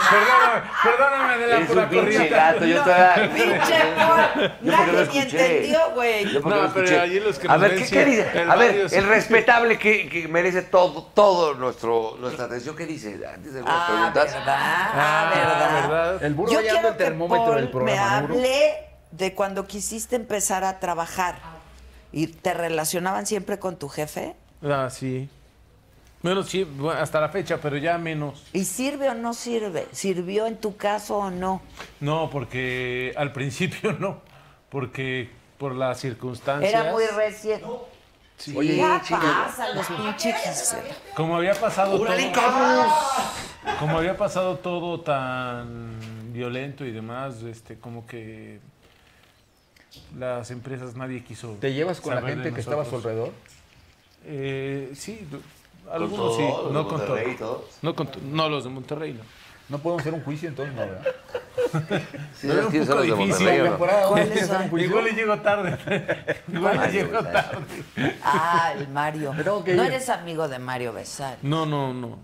perdóname, perdóname de la Eres un pura pinche corriente. gato, yo todavía... Pinche Paul, Yo porque no nadie ni escuché. entendió, güey. Yo porque No, no, pero escuché. ahí los que A nos ver, ven ¿qué, sí, qué dice? el A ver, radio sí. el respetable que, que merece todo, todo nuestro, nuestra atención, ¿qué dice? Antes de algunas Ah, preguntas. ¿verdad? Ah, ¿verdad? El burro Yo ya anda quiero el que termómetro Paul del programa. me burro. hable de cuando quisiste empezar a trabajar y te relacionaban siempre con tu jefe. Ah, sí. Bueno, sí, bueno, hasta la fecha, pero ya menos. ¿Y sirve o no sirve? ¿Sirvió en tu caso o no? No, porque al principio no, porque por las circunstancias. Era muy recién. Oye, ya chinga. pasa, los pinches Gisela. Como había pasado ¡Órale, todo, cabrón! como había pasado todo tan violento y demás, este, como que las empresas nadie quiso. ¿Te llevas con la saber de gente que estaba a su nosotros. alrededor? Eh, sí, lo- algunos todos, sí, los no de con Monterrey, todos. todos. No con to- no los de Monterrey, no. No podemos hacer un juicio entonces, no, ¿verdad? Sí, sabes un quiénes son poco los de difícil, Monterrey, la ¿o no? ¿Cuáles son? Pues, Igual le llego tarde. Igual le Mario llego Besar. tarde. Ah, el Mario. tengo que No ir. eres amigo de Mario Besar, No, no, no, no.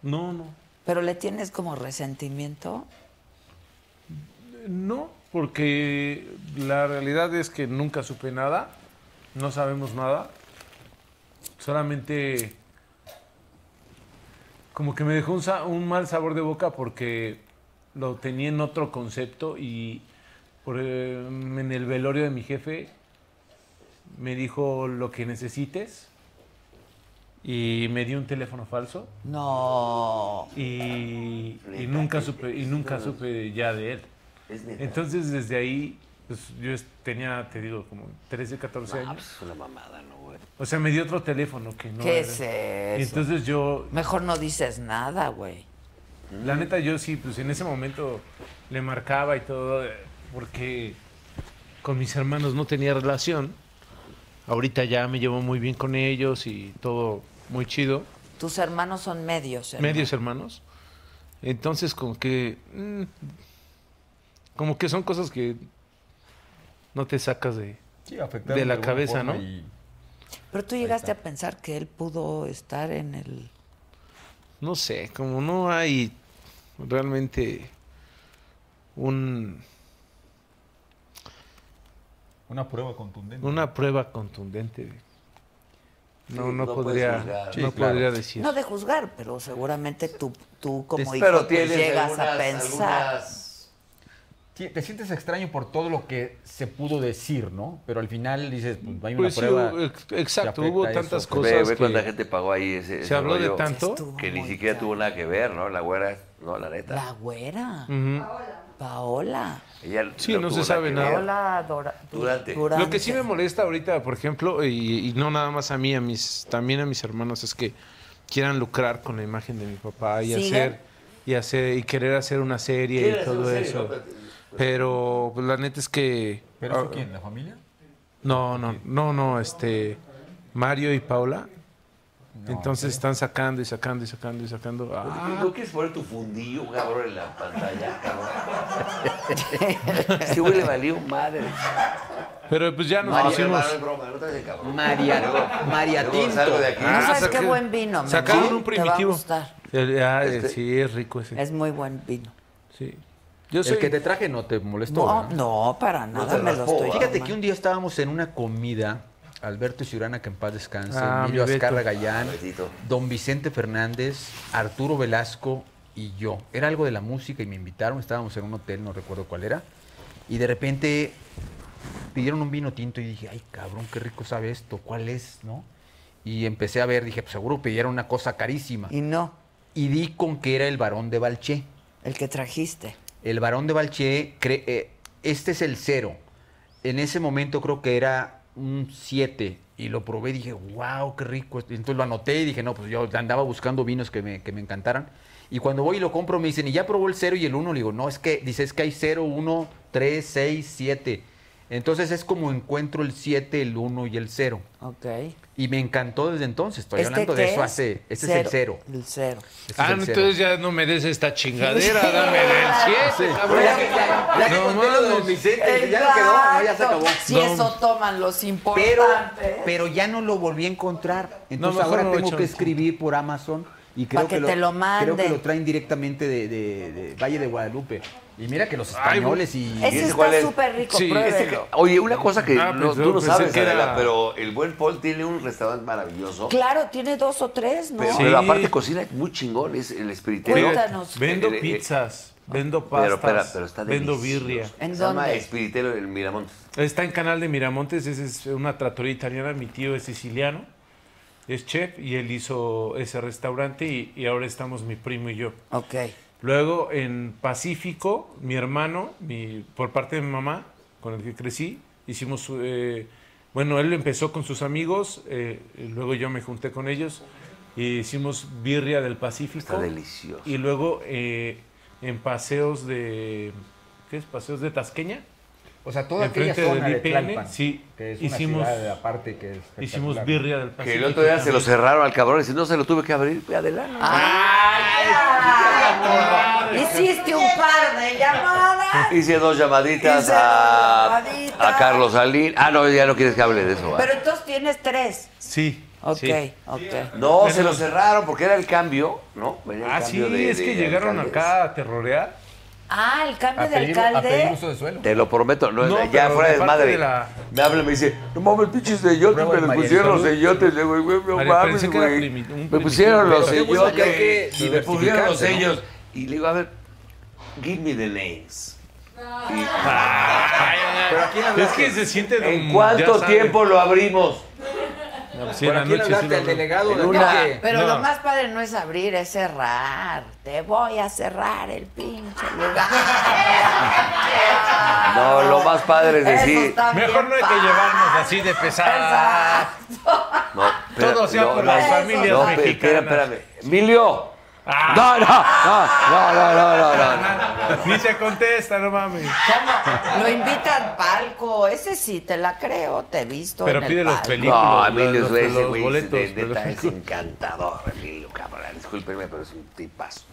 No, no. pero le tienes como resentimiento. No, porque la realidad es que nunca supe nada, no sabemos nada. Solamente como que me dejó un, sa- un mal sabor de boca porque lo tenía en otro concepto y por, eh, en el velorio de mi jefe me dijo lo que necesites y me dio un teléfono falso No. y, y nunca supe y nunca supe ya de él. Es neta. Entonces, desde ahí, pues, yo es- tenía, te digo, como 13, 14 Ah, años. pues es una mamada, ¿no, güey? O sea, me dio otro teléfono que no. ¿Qué era. es Y eso? entonces yo, Mejor no dices nada, güey. la Mm. neta, yo sí, pues en ese momento le marcaba y todo, eh, porque con mis hermanos no tenía relación. Ahorita ya me llevo muy bien con ellos y todo muy chido. Tus hermanos son medios. hermano. medios hermanos. Entonces, como que. mm, como que son cosas que no te sacas de. Sí, afectaron De la alguna cabeza, forma ¿no? y- Pero tú llegaste a pensar que él pudo estar en el... No sé, como no hay realmente un. Una prueba contundente. Una prueba contundente. No, Sí, no, no puedes podría, juzgar. no Sí, claro. podría decir. No de juzgar, pero seguramente tú, tú como hijo Pero pues, tienes llegas a algunas- pensar. Sí, Te sientes extraño por todo lo que se pudo decir, ¿no? Pero al final dices, pues, hay una Pues sí, prueba. hubo- ex- que exacto, afecta hubo eso. tantas Ve, cosas ve que- cuánta gente pagó ahí ese. ¿Se ese habló de rollo tanto? Que ni siquiera tuvo nada que ver, ¿no? La güera, no, la neta. La güera. Ujú. Paola. Ella Mm. Sí, no tuvo se sabe que nada. ver. Paola Dora- Durante. Durante. Lo que sí me molesta ahorita, por ejemplo, y, y no nada más a mí, a mis, también a mis hermanos, es que quieran lucrar con la imagen de mi papá y Sigan. hacer y hacer y querer hacer una serie Quieren y hacer todo una serie, eso. ¿no? Pero pues, la neta es que ¿Pero ah, eso quién? ¿La familia? no, no, no, no, este Mario y Paula. Entonces están sacando y sacando y sacando y sacando. Ah, ¿No quieres poner tu fundillo, cabrón, en la pantalla, cabrón? Este güey le valió madre. pero pues ya nos Mario, pusimos. hermano, es broma, no te hagas el cabrón. María- Luego- María luego Tinto. salgo de aquí. Ah, ¿No sabes saqué- qué buen vino? me sacaron encanta, un te va a primitivo. gustar. El- ah, el- Este- sí, es rico ese. Es muy buen vino. Sí. el que te traje no te molestó. No, ¿verdad? no, para nada me lo estoy Fíjate tomando. que un día estábamos en una comida, Alberto Ciurana, que en paz descanse, Ah, Emilio mi Beto. Azcarra Gallán, don Vicente Fernández, Arturo Velasco y yo. Era algo de la música y me invitaron, estábamos en un hotel, no recuerdo cuál era, y de repente pidieron un vino tinto y dije, ay cabrón, qué rico sabe esto, ¿cuál es? ¿No? Y empecé a ver, dije, pues seguro pidieron una cosa carísima. Y no. Y di con que era el varón de Balché. El que trajiste. El varón de Balché, cre- eh, este es el cero. En ese momento creo que era un 7. Y lo probé y dije, wow, qué rico. esto". Y Entonces lo anoté y dije, no, pues yo andaba buscando vinos que me, que me encantaran. Y cuando voy y lo compro, me dicen, ¿y ya probó el cero y el uno? Le digo, no, es que, dice, es que hay cero, uno, tres, seis, siete. Entonces es como encuentro el 7, el 1 y el 0. Ok. Y me encantó desde entonces. Estoy ¿Este Pues hablando qué de eso es? hace. Este es el Cero. 0. El cero. Este es Ah, el cero. entonces ya no me des esta chingadera, dame del 7, cabrón. Ya que No conté lo de mames. Vicente, que ya no quedó, no, ya se acabó. Si No. eso toman los importantes. Pero, pero ya no lo volví a encontrar. Entonces mejor ahora no lo tengo echo que en- escribir por Amazon y creo Pa' que te lo creo que manden. lo traen directamente de, de- de Valle de Guadalupe. Y mira que los españoles y Ese está cuál es? súper rico, Sí, pruébelo. este que- oye, una cosa que Ah, no- pensé- tú no pensé sabes, que era- Adela, pero el buen Paul tiene un restaurante maravilloso. Claro, tiene dos o tres, ¿no? Pero, Sí. pero aparte cocina muy chingón, es el espiritero. Cuéntanos. Vendo Eh, eh, pizzas, vendo Pero, pastas, espera, pero está vendo delicioso. birria. ¿En Se llama dónde? Espiritero en Miramontes. Está en Canal de Miramontes, esa es una trattoria italiana, mi tío es siciliano, es chef y él hizo ese restaurante y, y ahora estamos mi primo y yo. Ok. Luego en Pacífico, mi hermano, mi, por parte de mi mamá, con el que crecí, hicimos, eh, bueno, él empezó con sus amigos, eh, y luego yo me junté con ellos y hicimos birria del Pacífico. Está delicioso. Y luego eh, en paseos de, ¿qué es? Paseos de Tasqueña. O sea, toda aquella Enfrente zona de IPN, Tlalpan, sí, que es una hicimos, ciudad aparte que es hicimos espectacular. birria del Pacífico. Que el otro día se lo también. cerraron al cabrón y si no se lo tuve que abrir, adelante. Hiciste un par de llamadas. Hice dos llamaditas Hice a, dos llamaditas. a Carlos Salín. Ah, no, ya no quieres que hable de eso. va. Pero entonces tienes tres. Sí. Ok, sí. ok. No, se lo cerraron porque era el cambio, ¿no? Venía el Ah, sí, cambio de- es de que llegaron alcaldes. acá a terrorear. Ah, el cambio de a pedir alcalde. uso de suelo. Te lo prometo, no, No, ya pero fuera de de parte madre. de la- Me habla y me dice, no mames, pinches de yotes, Prueba me de les María pusieron los Isabel. de yotes, le digo, güey, no María, mames, pensé que era güey. primi- un Me pusieron primitivo. los Pero de qué bueno que hay yotes, que me pusieron los diversificarse, ¿no? sellos. Y le digo, a ver, give me the names. Ah, Es que se siente... ¿En cuánto tiempo lo abrimos? Sí, en la noche, sí, lo- delegado En una- Pero No. lo más padre no es abrir, es cerrar. Te voy a cerrar el pinche lugar. No, lo más padre es Eso decir, está bien Mejor no hay que padre. llevarnos así de pesada. no, espera, Todo sea no, por no, Ah, las familias no, espera, mexicanas. Ah. espérame. Emilio. No, no, no, no, no, no, no, no. Ni te contesta, no mames. Lo invitan al palco. Ese sí, te la creo, te he visto. Pero en pide el los palco. películas. No, los- Emilio los- es ese, los güey, boletos, de- de- pero- es encantador, Emilio, cabrón. Discúlpenme, pero es un tipazo.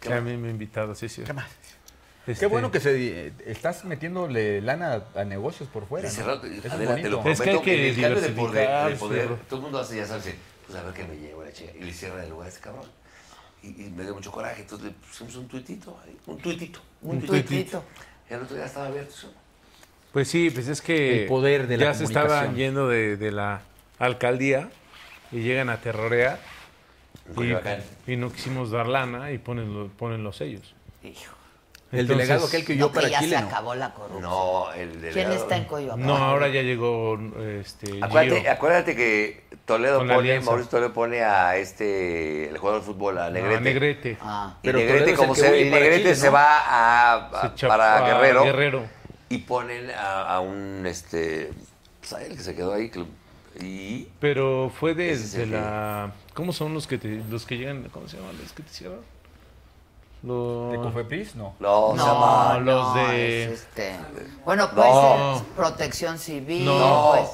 Que a mí me ha invitado, sí, Este, sí. Qué bueno que se, eh, estás metiéndole lana a negocios por fuera. Ese ¿no? rato, Eso es adelante, lo bonito. Es que hay prometo, que en el cambio de poder, de diversificarse, poder, bro. todo el mundo hace, ya sabes, eh, pues a ver qué me llevo la chica. Y le cierra el lugar a ese cabrón. Y, y me dio mucho coraje, entonces le pusimos un tuitito, ahí, un tuitito, un, Un tuitito. tuitito. Y al otro día estaba abierto. eso. Pues sí, pues es que El poder de la ya se estaban comunicación. yendo de, de la alcaldía y llegan a terrorear Coyoacán. y, y no quisimos dar lana y ponen, lo- ponen los sellos. Hijo. El delegado aquel que huyó No, que para ya Chile, se ¿no? acabó la corrupción. pues, No, el delegado. ¿Quién está en Coyoacán? No, ahora ya llegó este Acuérdate, Gio. acuérdate que Toledo Con la pone, alianza. Mauricio Toledo pone a este, el jugador de fútbol, a Negrete. Negrete. Ah. Y Pero Toledo Negrete, es como el que se, huye y para Negrete Chile, se ¿no? va a, a- Se chapó para a Guerrero, Guerrero. Y ponen a, a un, este, pues a él que se quedó ahí. que- Y Pero fue es desde el- la. ¿Cómo son los que te, los que llegan? ¿Cómo se llaman los que te cierran? Los... ¿De Cofepris? No. No, No, se llama- no, los de. es este. Bueno, puede No. ser protección civil. No. pues.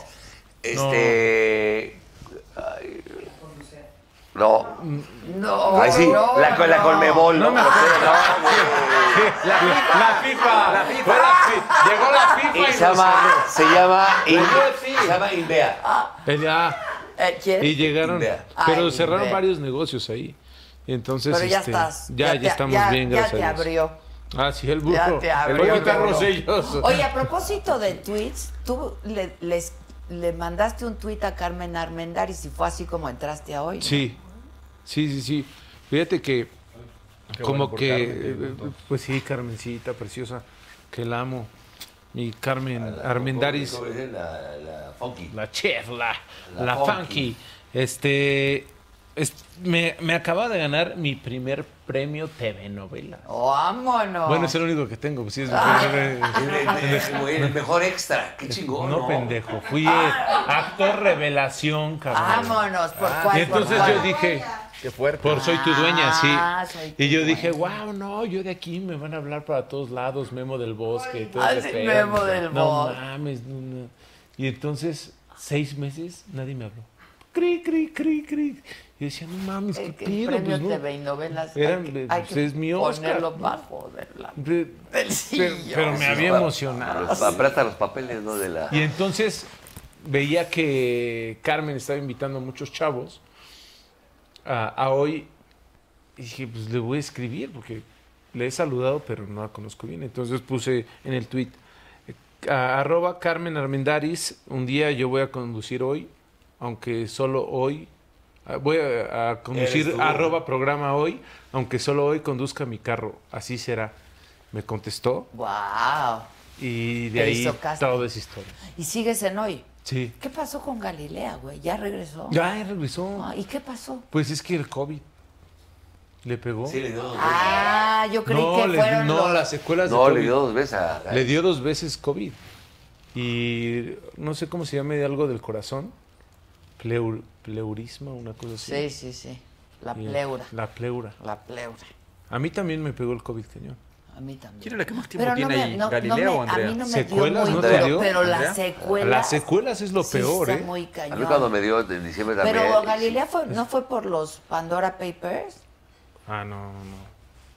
este... ay, no. No, Ay, sí, no, la, la no. Conmebol. No, no, La FIFA. La FIFA. Fue la fi- Llegó la FIFA. Y y se llama, eh, nos se llama, El In- UFC. se llama Invea. cerró. El- ah, Eh, ¿quién? y llegaron. Invea. Pero Ay, cerraron Invea. varios negocios ahí. Entonces, Pero ya este, estás. Ya, ya, te- estamos ya- bien, ya gracias. te a Dios. abrió. Ah, sí, el burro. Ya te abrió. el burro quitar los cabrón. sellos. Oye, a propósito de tweets, tú le, les- le mandaste un tweet a Carmen Armendáriz y fue así como entraste a hoy. ¿no? Sí, sí, sí, sí. Fíjate que Qué bueno como por que, Carmen, qué eh, gusto. pues sí, Carmencita, preciosa, que la amo. Mi Carmen Armendaris. ¿Cómo dice? eh, La, la funky. La chef, la, La la funky. funky. Este, es- me, me acaba de ganar mi primer premio TV novela. ¡Vámonos! Bueno, es el único que tengo, pues sí, es mi primer, El, el- el- el mejor extra. Qué chingón. No, pendejo, fui eh, actor revelación, cabrón. Vámonos, ¿por Ah, cuál? Y entonces por cuál? yo dije, Qué fuerte. por soy tu dueña, Ah, soy sí. Y yo dije, wow, no, yo de aquí me van a hablar para todos lados, Memo del Bosque. y todo Ay, ese sí, pedo. Memo del No Bosque. mames, no, no. Y entonces, seis meses, nadie me habló. Cri, cri, cri, cri. Y decía, no mames, qué El, el pido, premio pues, no. TV y novelas Eran- hay que, hay pues, que es mi Oscar. ponerlo bajo de la... Pe- del Pero, sillón. pero me había emocionado. Aprieta los papeles, ¿no? De la. Y entonces veía que Carmen estaba invitando a muchos chavos a, a hoy. Y dije, pues le voy a escribir porque le he saludado, pero no la conozco bien. Entonces puse en el tweet, arroba Carmen Armendaris, un día yo voy a conducir hoy, aunque solo hoy. ah, Voy a, a conducir Eres tú. arroba programa hoy, aunque solo hoy conduzca mi carro. Así será. Me contestó ¡Wow! y de Te ahí hizo casting. todo es historia. Y sigues en hoy. Sí. ¿Qué pasó con Galilea, güey? ¿Ya regresó? Ya ahí regresó. Ah, ¿Y qué pasó? Pues es que el COVID le pegó. Sí, le dio dos veces. Ah, yo creí no, que le- fueron no, los... las secuelas No, de COVID. le dio dos veces a. Le dio dos veces COVID. Y no sé cómo se llama de algo del corazón. Pleur- pleurisma, una cosa así. Sí, sí, sí. La Y- pleura. La pleura. La pleura. A mí también me pegó el COVID, cañón. A mí también. ¿Quién es la que más tiempo Pero no tiene me, ahí? no- no ¿Galilea me- o Andrea? A mí no me ¿Secuelas dio no muy te duro, dio? pero Andrea? las secuelas... Las secuelas es lo sí peor, está ¿eh? muy A cañón. mí cuando me dio en diciembre también. Pero Galilea fue, no fue por los Pandora Papers. Ah, no, no.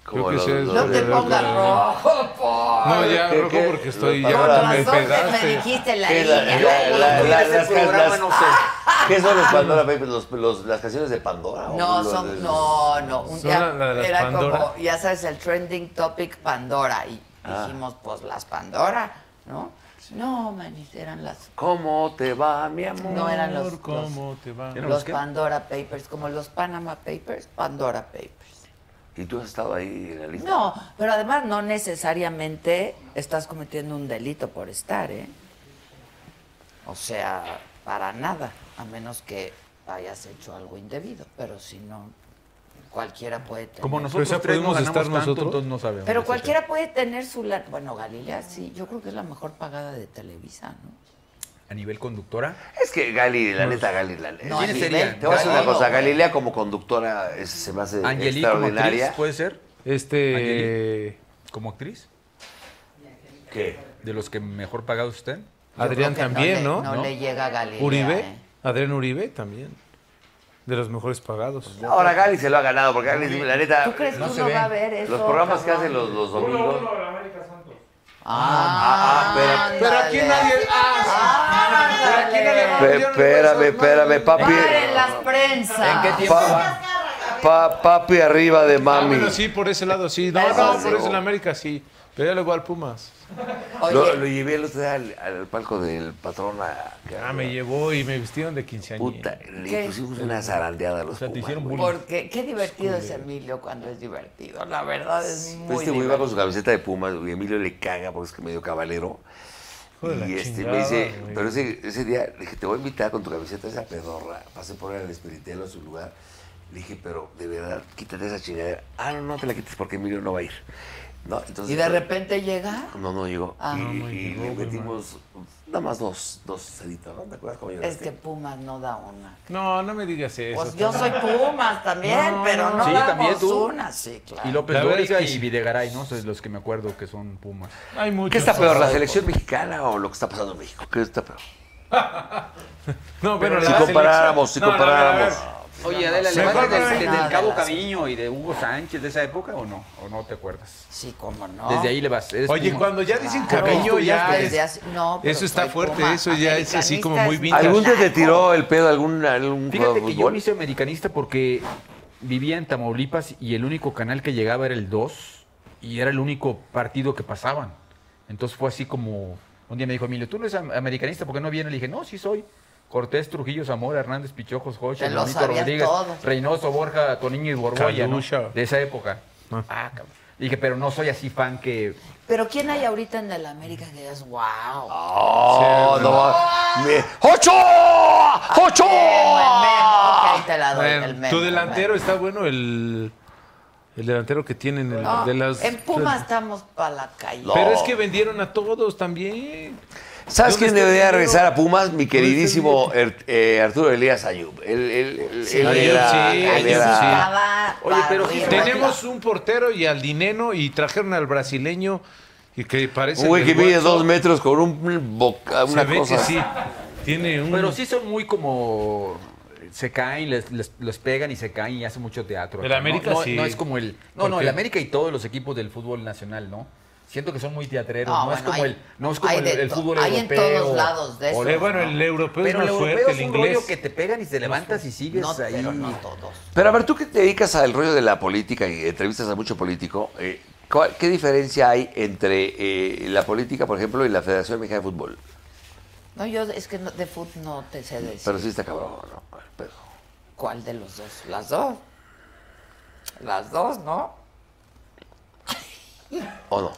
Como Creo que los- sí es- los- No te los- pongas rojo, por. No, ya ¿Qué, rojo qué? porque estoy Los ya Pandora. me Con razón que pegaste. me dijiste la ¿Qué, la- línea. la- la- la- las- las- no sé. ¿Qué son los Pandora Papers? Los- los- ¿Las canciones de Pandora? o No, los- son, no, no. Un Son día la- la- las era Pandora. como, ya sabes, el trending topic Pandora. Y Ah. dijimos, pues las Pandora, ¿no? No, manis, eran las. ¿Cómo te va, mi amor? No eran los. los, ¿Cómo te va? ¿Eran los los qué? Pandora Papers, como los Panama Papers, Pandora Papers. ¿Y tú has estado ahí en la lista? No, pero además no necesariamente estás cometiendo un delito por estar, ¿eh? O sea, para nada, a menos que hayas hecho algo indebido, pero si no, cualquiera puede tener. Como nosotros nosotros tres tres no no ganamos estar tanto, nosotros? entonces no sabemos. Pero cualquiera puede tener su... la- Bueno, Galilea sí, yo creo que es la mejor pagada de Televisa, ¿no? A nivel conductora. Es que Gali, la neta, Gali, la neta. No, ¿Quién a sería? nivel Te voy a decir una todo, cosa, güey. Galilea como conductora es- se me hace Angelique como actriz, extraordinaria. ¿puede ser? Este. ¿Como actriz? ¿Qué? ¿De los que mejor pagados estén? Yo Adrián creo que también, le- ¿no? No, le llega a Galilea. Uribe, ¿eh? Adrián Uribe también. De los mejores pagados. Ahora Gali se lo ha ganado, porque Gali, la neta, ¿Tú crees que No se uno ve. va a ver eso? los programas que cabrón? hacen los, los domingos... Ah, Ah, pero- Pero aquí nadie. Ah, aquí no le ándale. va- Pe- espérame, espérame, papi. Paren las prensas. Pa- Pa- papi arriba de Ah, mami. bueno, sí, por ese lado sí. No, Eso no, por sí. eso en América sí. Pero ya le voy al Pumas. Lo, lo llevé el otro día al, al palco del patrón a... Ah, me llevó y me vestieron de quinceañera. Puta, le ¿Qué? pusimos una zarandeada a los O sea, te Pumas, hicieron güey. Porque qué divertido es Emilio cuando es divertido. La verdad es muy este güey va con su camiseta de Pumas, güey. Emilio le caga porque es que medio cabalero. Hijo de la y este chingada, me dice, güey. pero ese, ese día le dije, te voy a invitar con tu camiseta esa pedorra. Pasé por el espiritelo a su lugar. Le dije, pero de verdad, quítate esa chingadera. Ah, no, no te la quites porque Emilio no va a ir. No, entonces, Y de repente llega. No, no llegó. Ah. y No, no y llegó, le güey, metimos nada más dos, dos ceditas, ¿no? ¿Te acuerdas cómo Es llegaste? Este, que Pumas no da una. No, no me digas eso. Pues yo soy Pumas también, No, pero no sí, damos también tú. una, sí, claro. Y López La verdad Dóriga es que y sí. Videgaray, ¿no? Son los que me acuerdo que son Pumas. Hay muchos. ¿Qué está peor, la selección mexicana o lo que está pasando en México? ¿Qué está peor? Pero No, pero la si selección- comparáramos, si No, no, no, a ver, comparáramos. Oye, Adela, ¿le Mejor vas no del, hay del nada, Cabo las- Caviño y de Hugo Sánchez de esa época o no? ¿O no te acuerdas? Sí, cómo no. Desde ahí le vas. eres Oye, Puma. cuando ya dicen Claro, cabello, ya desde es- hace- no, pero eso está soy fuerte, Puma. eso ya es así como muy Americanista vintage. ¿Algún día te tiró el pedo algún, algún jugador Fíjate de que yo fútbol? me hice americanista porque vivía en Tamaulipas y el único canal que llegaba era el 2 y era el único partido que pasaban. Entonces fue así como, un día me dijo Emilio, ¿tú no eres am- americanista? ¿Por qué no vienes? Le dije, no, sí soy. Cortés, Trujillo, Zamora, Hernández, Pichojos, Joche, Te lo Benito sabías Rodríguez, todo. Reynoso, Borja, Toniño y Borboya, ¿no? Calucha. De esa época. Ah, cabrón. Le Dije, pero no soy así fan que... Pero ¿quién hay ahorita en el América que digas, wow? ¡Oh, no! Me- ¡Ocho! ¡Ocho! Ok, te la A doy, ver, Ah, el meme. tu delantero está bueno, el, el delantero que tienen. El, No, de las, en Puma estamos para la calle. Pero es que vendieron a todos también. ¿Sabes quién ¿Dónde está el debería dinero? regresar a Pumas? Mi queridísimo ¿Dónde Er- eh, Arturo Elías Ayub. Él, él- él- Sí, él Ayub, era... sí, él Ayub, era- sí. Estaba Oye, pero para sí arriba. Tenemos un portero y al dinero y trajeron al brasileño y que parece... Un güey que del mide Guacho. dos metros con un boca, Se una ve cosa. que sí. Tiene un... Pero sí son muy como... Se caen, les, les- los pegan y se caen y hacen mucho teatro. El acá, ¿no? América no, sí. No es como el... No, ¿Por no, qué? el América y todos los equipos del fútbol nacional, ¿no? Siento que son muy teatreros. No, No, es Ah, bueno, como hay- el, no es como hay el, de el to- fútbol hay en europeo. todos lados de o esos, Eh, bueno, el europeo es Pero más el europeo fuerte, es el un inglés. rollo que te pegan y te levantas y sigues No, ahí. pero no todos. Pero a ver, tú que te dedicas al rollo de la política y entrevistas a mucho político, eh, ¿cuál- ¿qué diferencia hay entre eh, la política, por ejemplo, y la Federación Mexicana de Fútbol? No, yo es que no- de foot no te sé decir. Pero sí está cabrón, ¿no? pues, El pedo. ¿Cuál de los dos? Las dos. Las dos, ¿no? ¿O no?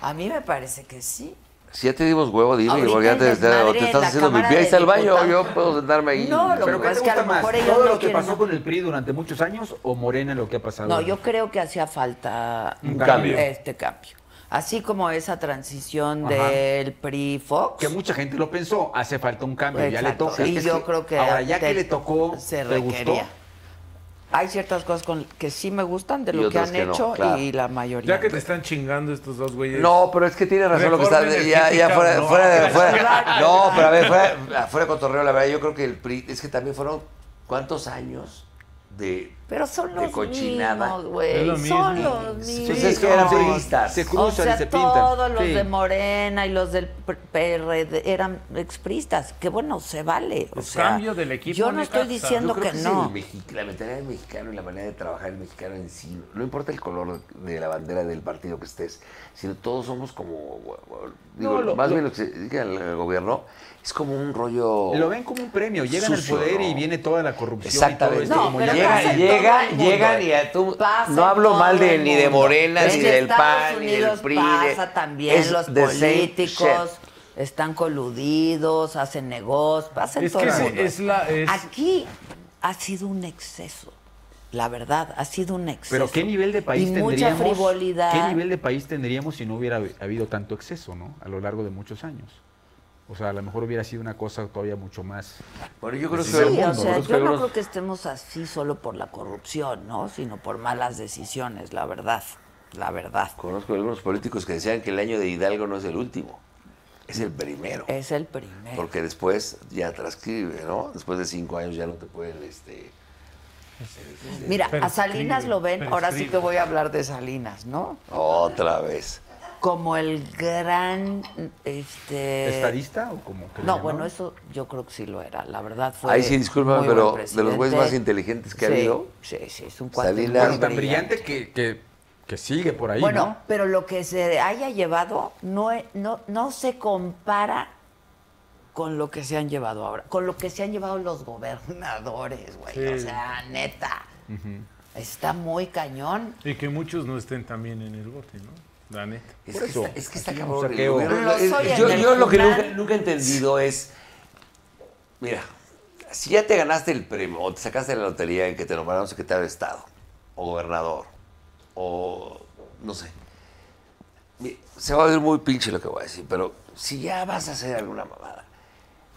A mí me parece que sí. Si ya te dimos huevo, dime, Ahorita porque ya el te, te- desmadre te en estás la haciendo Cámara pipí. Ahí de está el baño, Diputados. yo puedo sentarme ahí. No, lo Pero que ¿qué pasa es te que a gusta lo más? mejor ellos ¿Todo no lo que quieren- pasó con el PRI durante muchos años o Morena lo que ha Ah, pasado? No, yo creo que hacía falta Un cambio. este cambio. Así como esa transición Ajá. del PRI-Fox. Que mucha gente lo pensó, hace falta un cambio, ya le Exacto. toca. Y Es yo creo que Ahora, ya te- que le tocó, se ¿te gustó? requería. Hay ciertas cosas con- que sí me gustan de Y lo que otras han que no, hecho claro. y la mayoría. Ya que te están chingando estos dos güeyes. No, pero es que tiene razón lo que está. Reforma Ya, ya energética, fuera, no. fuera de. Fuera, Claro. no, pero a ver, fuera, fuera de cotorreo, la verdad, yo creo que el PRI. Es que también fueron. ¿Cuántos años de. Pero son de los cochinada? mismos, güey. Es lo Son mismo. los mismos. Pues es que eran Sí. priistas. Se cruzan O sea, y se pintan. todos los Sí. de Morena y los del pr- PRD eran expristas. Que bueno, se vale. O El sea, cambio del equipo, Yo no estoy Necaxa. diciendo Yo creo que, que, es no. pues, el mexi- la mentalidad del mexicano y la manera de trabajar el mexicano en sí. No importa el color de la bandera del partido que estés, sino todos somos como. Digo, No, lo- más lo- bien lo que se diga el gobierno, es como un rollo. Lo ven como un premio, llegan Sucio, al poder ¿no? y viene toda la corrupción. Exactamente. Y todo esto, No, como pero ya- pasa llega, en llega, todo el mundo, llega y a tú. Pasa No en hablo todo mal de, el ni de mundo. Morena, En ni del Estados PAN, ni del Unidos PRI. de- pasa también es los the same políticos. shit. Están coludidos, hacen negocios, pasa en Es todo que el ese- mundo. es la- es- Aquí ha sido un exceso. La verdad, ha sido un exceso. Pero qué nivel de país y mucha tendríamos. frivolidad. ¿Qué nivel de país tendríamos si no hubiera habido tanto exceso, ¿no? A lo largo de muchos años. O sea, a lo mejor hubiera sido una cosa todavía mucho más. Bueno, yo creo Sí, que. Sí, del mundo, o sea, ¿no? yo no creo que estemos así solo por la corrupción, ¿no? Sino por malas decisiones, la verdad. La verdad. Conozco algunos políticos que decían que el año de Hidalgo no es el último, es el primero. Es el primero. Porque después ya transcribe, ¿no? Después de cinco años ya no te pueden, este... Mira, a Salinas escribe, lo ven, pero ahora sí escribe. que voy a hablar de Salinas, ¿no? Otra vez. como el gran este ¿Estadista o como que le no llamaban? bueno eso yo creo que sí lo era la verdad fue Ahí sí, disculpa, muy pero buen de los güeyes presidente. más inteligentes que ha Sí, habido. sí sí es un cuate muy Salinas. tan brillante que, que, que sigue por ahí, bueno, ¿no? pero lo que se haya llevado no, e- no, no se compara con lo que se han llevado ahora, con lo que se han llevado los gobernadores, güey. Sí. O sea, neta, Ujú. está muy cañón. Y que muchos no estén también en el bote, ¿no? La neta. Es que está- es que está Aquí un cabrón, el saqueo. gobierno- Lo es- soy yo- en el yo lo que tribunal. nunca- nunca he entendido es... Mira, si ya te ganaste el premio o te sacaste la lotería en que te nombraron secretario de Estado o gobernador o no sé, mi- se va a ver muy pinche lo que voy a decir, pero si ya vas a hacer alguna mamada,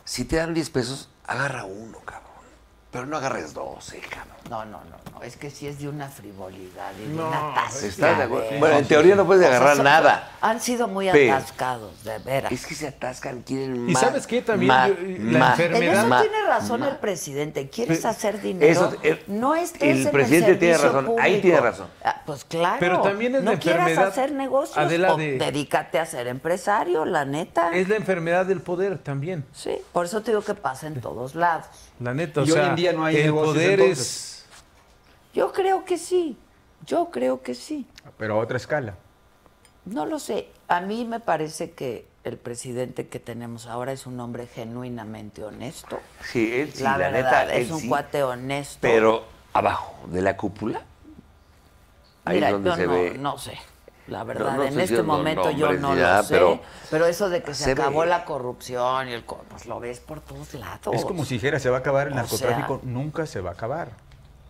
si te dan 10 pesos, agarra uno, cabrón. Pero no agarres 12, cabrón. No, no, no, no, es que sí es de una frivolidad y de No, una tasca. ¿estás de acuerdo? güey. Bueno, en teoría no puedes agarrar son- nada. Han sido muy Pero- atascados, de veras. Es que se atascan, quieren ¿Y más. sabes qué? También yo- la enfermedad- En eso ma- tiene razón ma- el presidente. ¿Quieres Pe- hacer dinero? eso, eh, no estés el en el presidente tiene servicio razón, ahí público. tiene razón. Ah, pues claro. Pero también es no la quieras enfermedad, hacer negocios. Adela, o de- Dedícate a ser empresario, la neta. Es la enfermedad del poder también. Sí, por eso te digo que pasa en todos lados. La neta, o Y hoy sea, en día no hay el negocios, poder entonces. es Yo creo que sí. Yo creo que sí. Pero a otra escala. No lo sé. A mí me parece que el presidente que tenemos ahora es un hombre genuinamente honesto. Sí, él sí, la, la verdad, neta, es él un sí. cuate honesto. Pero abajo de la cúpula, ahí Mira, es donde yo se no, ve. no sé. La No, verdad, no en estoy este diciendo momento yo nombres no lo ni nada, sé. Pero, pero eso de que se, se acabó ve. la corrupción y el co- pues lo ves por todos lados. Es como si dijera, se va a acabar el O narcotráfico. Nunca se va a acabar.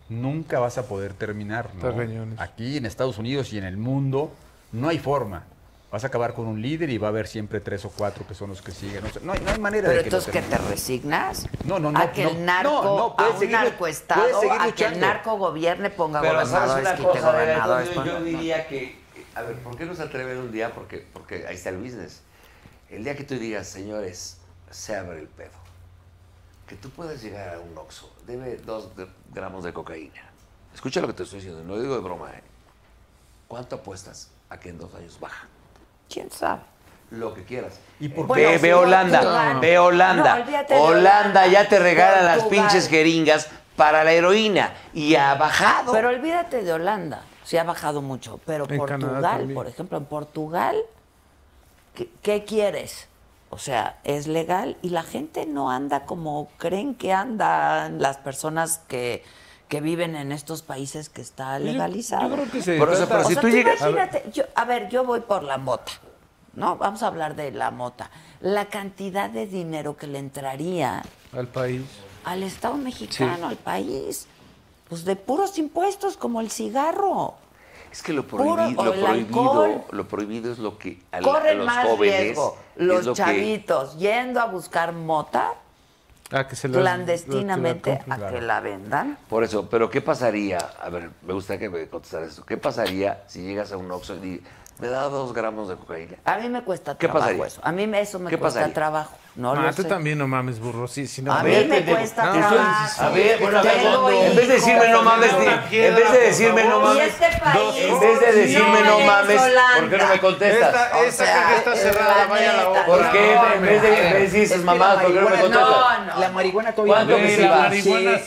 Nunca vas a poder terminar. ¿no? Está cañón eso. Aquí en Estados Unidos y en el mundo no hay forma. Vas a acabar con un líder y va a haber siempre tres o cuatro que son los que siguen. O sea, no, hay, no hay manera Pero de que lo entonces que te termines. resignas No, no, a no, que no. el narco, No, no, puedes a un seguir- puedes narcoestado, seguir a que el luchando. narco gobierne, ponga Pero sabes gobernadores, una quite cosa, Adela, gobernadores. entonces ponga- yo diría que, a ver, ¿por qué no se atreven un día? Porque, porque ahí está el business. El día que tú digas, señores, se abre el pedo. Que tú puedes llegar a un Oxxo, debe dos gr- gramos de cocaína. Escucha lo que te estoy diciendo, no digo de broma. ¿eh? ¿Cuánto apuestas a que en dos años baja? ¿Quién sabe? Lo que quieras. ¿Y por Bueno, ve, sí, ve Holanda, Portugal. ve No, Holanda. olvídate de Holanda ya te regala las Portugal. pinches jeringas para la heroína y ha bajado. Pero olvídate de Holanda, sí ha bajado mucho, pero En Canadá Portugal, también. por ejemplo, en Portugal, ¿qué, qué quieres? O sea, es legal y la gente no anda como creen que andan las personas que, que viven en estos países que está Pues yo- legalizado. yo creo que se Por eso, trata- pero O si sea, tú llegas- imagínate, yo- a ver, yo voy por la mota, ¿no? Vamos a hablar de la mota. La cantidad de dinero que le entraría al país. al Estado mexicano, al país. Pues de puros impuestos, como el cigarro. Es que lo, Puro- prohibi- o lo el alcohol. prohibido, lo prohibido es lo que a, la- a Corren los más jóvenes riesgo es los lo que- chavitos yendo a buscar mota Ah, que se las- clandestinamente que la a compren. que la vendan. Por eso, pero ¿qué pasaría? A ver, me gustaría que me contestaras esto. ¿Qué pasaría si llegas a un Oxxo y di- me da dos gramos de cocaína? A mí me cuesta ¿Qué trabajo pasaría? eso. A mí me- eso me ¿Qué cuesta pasaría? trabajo. No Ah, lo tú sé. también no mames, burro. Sí, sí, no A mí mames. me cuesta No, trabajo. A ver, bueno, a ver, Tengo en vez de decirme no mames, di- en vez de decirme no Y mames, este país en vez de decirme no es mames, ¿por qué no me Holanda. contestas? Esta- esta O sea, caja está cerrada, la vaya a la neta, otra. ¿Por qué en vez de en vez de decir sus mamás, por qué no me contestas? No, no. La marihuana todavía ¿Cuánto puede me sirve? ser Marihuana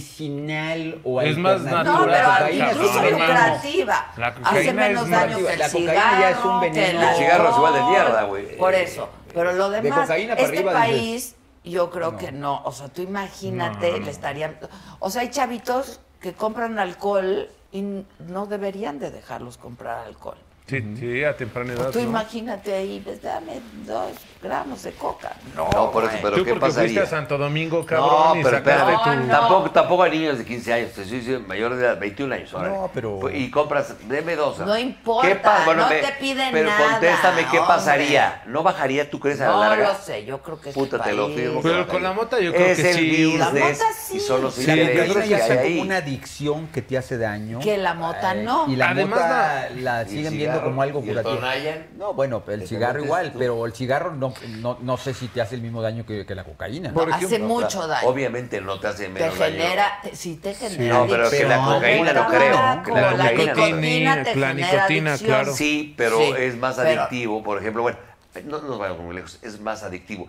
medicinal o Es más alternativa. natural, No, pero Cocaína incluso sí, hermano. lucrativa. La cocaína Hace menos es La daño que el cocaína ya es cigarro, un que veneno. el El cigarro es igual de alcohol. mierda, güey. Por eso. Pero lo De demás, cocaína para este arriba, país, yo creo que no. O sea, tú imagínate, le estarían. O sea, hay chavitos que compran alcohol y no deberían de dejarlos comprar alcohol. Sí, sí, a temprana edad. tú ¿no? imagínate ahí, pues, dame dos gramos de coca. No, No, por eso, güey. pero Tú ¿qué porque fuiste pasaría? a Santo Domingo, No, cabrón, y pero sacaste espérate, tu... tampoco, tampoco hay niños de 15 años, te estoy diciendo mayores de edad, 21 años. No, pero... Y compras, deme dos. No importa, pasa? no te piden pero nada, contéstame, ¿qué hombre. pasaría? ¿No bajaría, tú crees, a la No larga? lo sé, yo creo que este Puta, te lo país- firmo. Pero que con la no. mota yo creo es que el sí. business La mota y son los Si la intereses cocaína que ya hay sea como ahí. una adicción que te hace daño. Que la mota eh, no. Y la Además, mota no. la Y siguen el viendo cigarro como algo ¿Y el curativo. Tonayan? No, bueno, el ¿Te cigarro metes igual, tú? pero el cigarro no, no, no sé si te hace el mismo daño que, que la cocaína. No, Por hace ejemplo. mucho No, daño. Obviamente no te hace Te menos daño. genera, te- sí te genera. No, pero que la adicción. cocaína no Como creo. tabaco, que la la cocaína no. nicotina te genera adicción. Sí, pero Sí, es más pero- adictivo. Por ejemplo, bueno, no nos vayamos muy lejos, es más adictivo.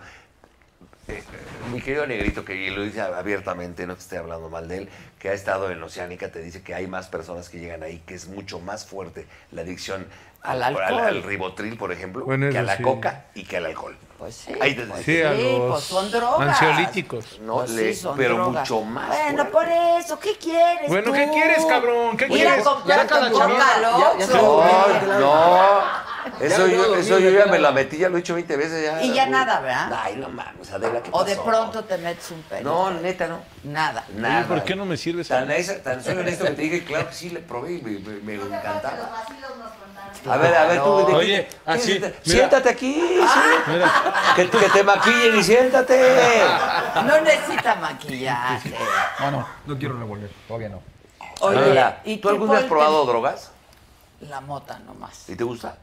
Eh, mi querido Negrito, que lo dice abiertamente, no te estoy hablando mal de él, que ha estado en Oceánica, te dice que hay más personas que llegan ahí, que es mucho más fuerte la adicción Al al, alcohol. al ribotril, por ejemplo, Bueno, que eso a la sí. coca y que al alcohol. Pues sí. Ahí te Sí, dice. a los pues son drogas. Pues ansiolíticos. No, le- pero mucho más. Bueno, por eso, ¿qué quieres? Bueno, tú? ¿qué quieres, cabrón? ¿Qué Ir quieres? a comprar Saca tu la coca al charola. Ya- ya Oxxo. No, no. Eso, Ya yo, no eso yo ya me la metí, ya lo he hecho 20 veces. Ya, Y ya nada, ¿verdad? Ay, no mames, Adela, ¿qué O de pasó? pronto te metes un pelo. No, neta, no. Nada. Nada. Oye, ¿Por qué no me sirves? Tan, esa- tan soy honesto que te dije, claro que sí, le probé y me, me- me encantaba. A ver, a ver, tú. ¿de qué- Oye, qué- así, siéntate- mira. Siéntate aquí, Ah. sí. que, que te maquillen y siéntate. No necesita maquillaje. no, no, quiero revolver, todavía no. Oye, Adela, ¿y ¿tú qué alguna fue vez has el probado tema? drogas? La mota nomás. ¿Y te gusta?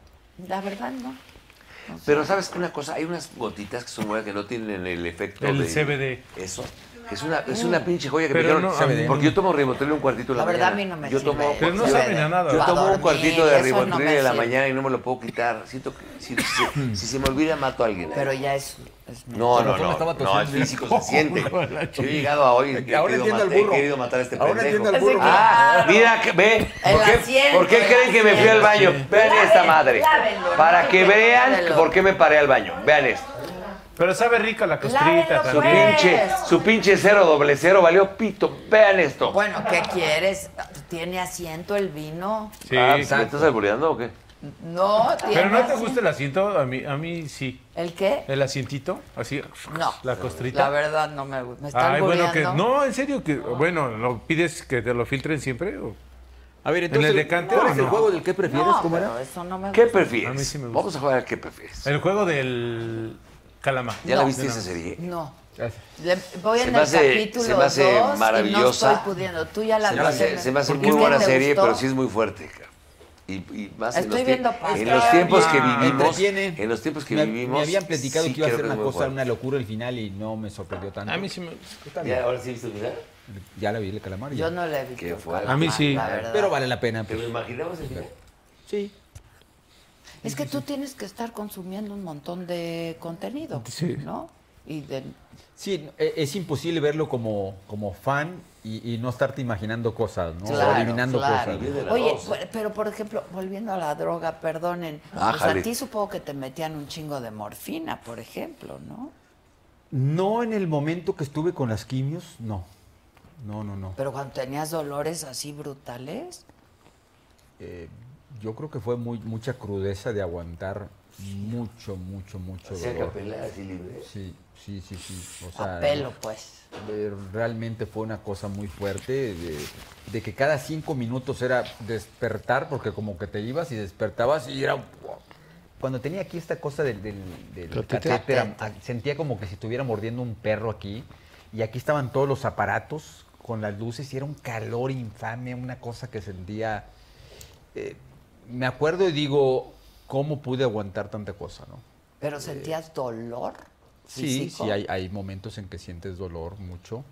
La verdad, no. Pero sabes que una cosa, hay unas gotitas que son nuevas que no tienen el efecto El de- CBD. Eso. Es una, es una pinche joya que Pero me no, dieron. a mí- porque yo tomo ribotril un cuartito en la, La verdad, mañana. a mí no me yo sirve. tomo, Pero no yo- saben a nada. Yo Pa' tomo un dormir, cuartito de eso no ribotril me en la sirve. mañana y no me lo puedo quitar. Siento que si, si- si se me olvida, mato a alguien. Pero ya es. es No, no, Pero no. me estaba No, tosiendo. es físico, se siente. Hola, Yo he llegado a hoy y he, Ahora querido entiendo al matar, he burro. querido matar a este Ahora pendejo. entiendo al burro. Ah, mira, que- ve. El ¿Por qué, asiento, por qué el creen que me fui asiento. al baño? Vean Lávenlo, esta madre. lávenlo, Para no que te- vean lávenlo. por qué me paré al baño. Vean esto. Pero sabe rica la Lávenlo, costrita Su también. Pues. pinche, su pinche cero doble cero valió pito. Vean esto. Bueno, ¿qué quieres? ¿Tiene asiento el vino? Sí, Ah, ¿Me claro. estás albureando o qué? No, tiene Pero no te asiento. gusta el asiento, a mí, a mí sí. ¿El qué? El asientito, así, No. la costrita. La verdad, no me gusta. Me está Ay, bueno, que albureando. no, en serio que bueno, lo pides que te lo filtren siempre o A ver, entonces, ¿En el decante ¿cuál o es el no? juego del que No, pero eso no me gusta. ¿Qué A mí prefieres? sí me gusta. Vamos a jugar al qué prefieres. el juego del calamar. ¿Ya la No. viste esa serie? No. Ah, Le- voy Se en me el hace- capítulo se me hace dos y no maravillosa. estoy pudiendo. Tú ya la Se me viste. hace, se me hace ¿Por muy qué buena te serie, gustó? pero sí es muy fuerte. cabrón. Y, y más en Estoy los, tie- viendo en pastel. los tiempos que Ah, vivimos. entretiene. En los tiempos que me, vivimos. me habían platicado sí que iba a creo ser es una muy cosa, fuerte. una locura el final y no me sorprendió tanto. A mí sí me gusta. Está bien. ¿Ya ahora sí viste el final? Ya la vi el calamar. ya. Yo no la he visto. Qué fuerte. A mí sí. la verdad. Pero vale la pena. ¿Te pues. lo imaginabas el final? Sí. Es que tú tienes que estar consumiendo un montón de contenido, Sí. ¿no? Y de- Sí, no, e- es imposible verlo como, como fan y, y no estarte imaginando cosas, ¿no? Claro, o adivinando claro. cosas. la Oye, dos. pu- pero por ejemplo, volviendo a la droga, perdonen, pues Ájale. a ti supongo que te metían un chingo de morfina, por ejemplo, ¿no? No en el momento que estuve con las quimios, no. No, no, no. Pero cuando tenías dolores así brutales, Eh, yo creo que fue muy, mucha crudeza de aguantar mucho, mucho, mucho Hacía dolor. capela así libre. Sí, sí, sí, sí. O sea, a pelo, pues. eh, realmente fue una cosa muy fuerte de, de que cada cinco minutos era despertar, porque como que te ibas y despertabas y era... Cuando tenía aquí esta cosa del, del, del Catéter. catéter, am- a- sentía como que si estuviera mordiendo un perro aquí y aquí estaban todos los aparatos con las luces y era un calor infame, una cosa que sentía... eh, me acuerdo y digo, ¿cómo pude aguantar tanta cosa, no? Pero sentías dolor. Sí, físico? sí, hay, hay momentos en que sientes dolor mucho.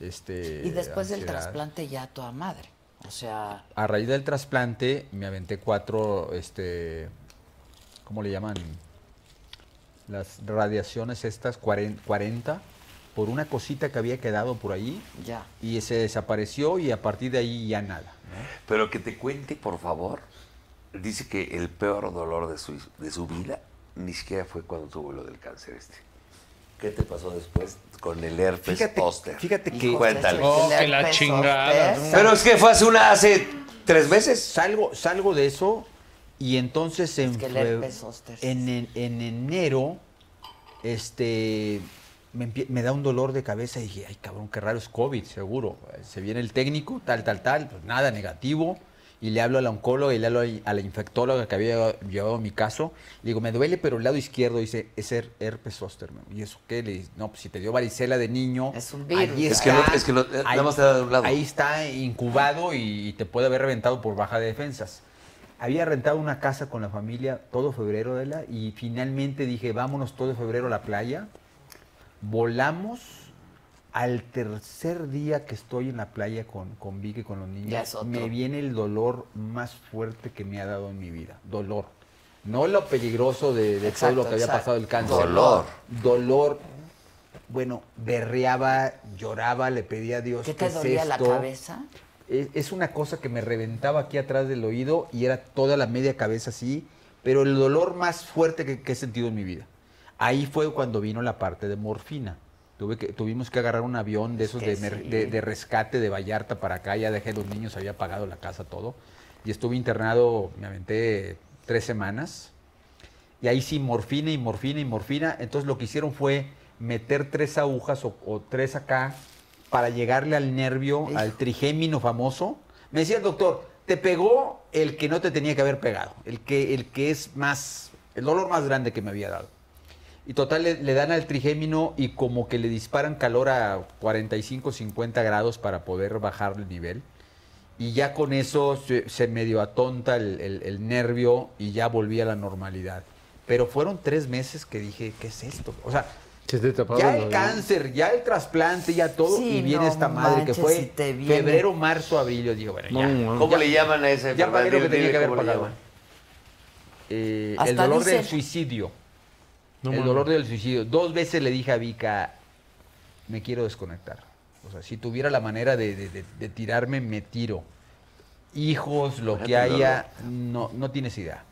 Este, Y después del ansiedad. trasplante ya a toda madre. O sea, A raíz del trasplante me aventé cuatro, este, ¿cómo le llaman? Las radiaciones estas, 40, 40, por una cosita que había quedado por ahí ya. y se desapareció y a partir de ahí ya nada. Pero que te cuente, por favor. Dice que el peor dolor de su, de su vida ni siquiera fue cuando tuvo lo del cáncer este. ¿Qué te pasó después con el herpes Fíjate- zóster? fíjate que- Hijo, Cuéntale. te hace Oh, que la herpes chingada, zóster. Pero es que fue hace una, hace tres meses. Salgo, salgo de eso y entonces en, que el fue- herpes zóster. en, en- en enero este, me, empie- me da un dolor de cabeza y dije, ay cabrón, qué raro es COVID, seguro. Se viene el técnico, tal, tal, tal, pues nada, negativo. Y le hablo a la oncóloga y le hablo a- a la infectóloga que había llevado- llevado mi caso. Le digo, me duele, pero el lado izquierdo dice, es her- herpes zóster. ma'am". ¿Y eso qué? Le dije, no, pues si te dio varicela de niño. Es un virus. ahí Es que está, no- es que no- eh, nada Ah, ahí- más te da de un lado. Ahí está incubado y, y te puede haber reventado por baja de defensas. había rentado una casa con la familia todo febrero, Adela, y finalmente dije, vámonos todo febrero a la playa. Volamos al tercer día que estoy en la playa con, con Vic y con los niños. Ya es otro. Me viene el dolor más fuerte que me ha dado en mi vida. Dolor. No lo peligroso de, de todo Exacto, lo que había exacto. pasado el cáncer. Dolor. Dolor. Bueno, berreaba, lloraba, le pedía a Dios. ¿Qué te es dolía la esto?". cabeza? Es, es una cosa que me reventaba aquí atrás del oído y era toda la media cabeza así, pero el dolor más fuerte que, que he sentido en mi vida. Ahí fue cuando vino la parte de morfina. Tuve que, tuvimos que agarrar un avión de esos que de, mer- sí. de- de rescate de Vallarta para acá. Ya dejé los niños, había pagado la casa, todo. Y estuve internado, me aventé tres semanas. Y ahí sí, morfina y morfina y morfina. Entonces lo que hicieron fue meter tres agujas o, o tres acá para llegarle al nervio, al trigémino famoso. Me decía el doctor, te pegó el que no te tenía que haber pegado, el que, el que es más, el dolor más grande que me había dado. Y total, le, le dan al trigémino y como que le disparan calor a 45, 50 grados para poder bajar el nivel. Y ya con eso se, se medio atonta el, el- el nervio y ya volví a la normalidad. Pero fueron tres meses que dije, ¿qué es esto? O sea, ya el cáncer, ya el trasplante, ya todo. Sí, y viene no esta madre que manches, si fue te viene. febrero, marzo, abril. Yo digo, bueno, ya. No, no. ¿Cómo Ya- le llaman a esa Ya enfermedad? pagué lo que Dile, tenía que dile haber cómo le pagado. llaman. Eh, el Hasta dolor dice- del suicidio. No el mames. dolor del suicidio. Dos veces le dije a Vika, me quiero desconectar. O sea, si tuviera la manera de, de- de- de tirarme, me tiro. Hijos, lo Imagínate el que haya, no, no tienes idea.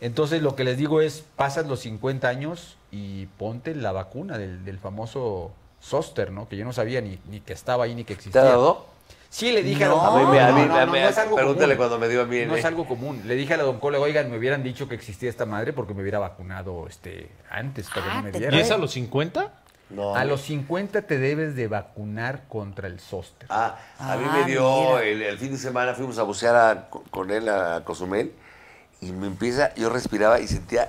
Entonces lo que les digo es, pasas los 50 años y ponte la vacuna del, del famoso Soster, ¿no? Que yo no sabía ni, ni que estaba ahí ni que existía. dado? Sí, le dije No. a A mí me- a mí- a mí- es algo pregúntale común. cuando me dio a mí, No ¿eh? es algo común. Le dije al oncólogo, oigan, me hubieran dicho que existía esta madre porque me hubiera vacunado este, antes, para que no me ¿Y diera. ¿eh? es a los 50? No. A los 50 te debes de vacunar contra el zóster. Ah, a mí Ah, me dio mira. el, el fin de semana, fuimos a bucear a- con- con él a Cozumel y me empieza, yo respiraba y sentía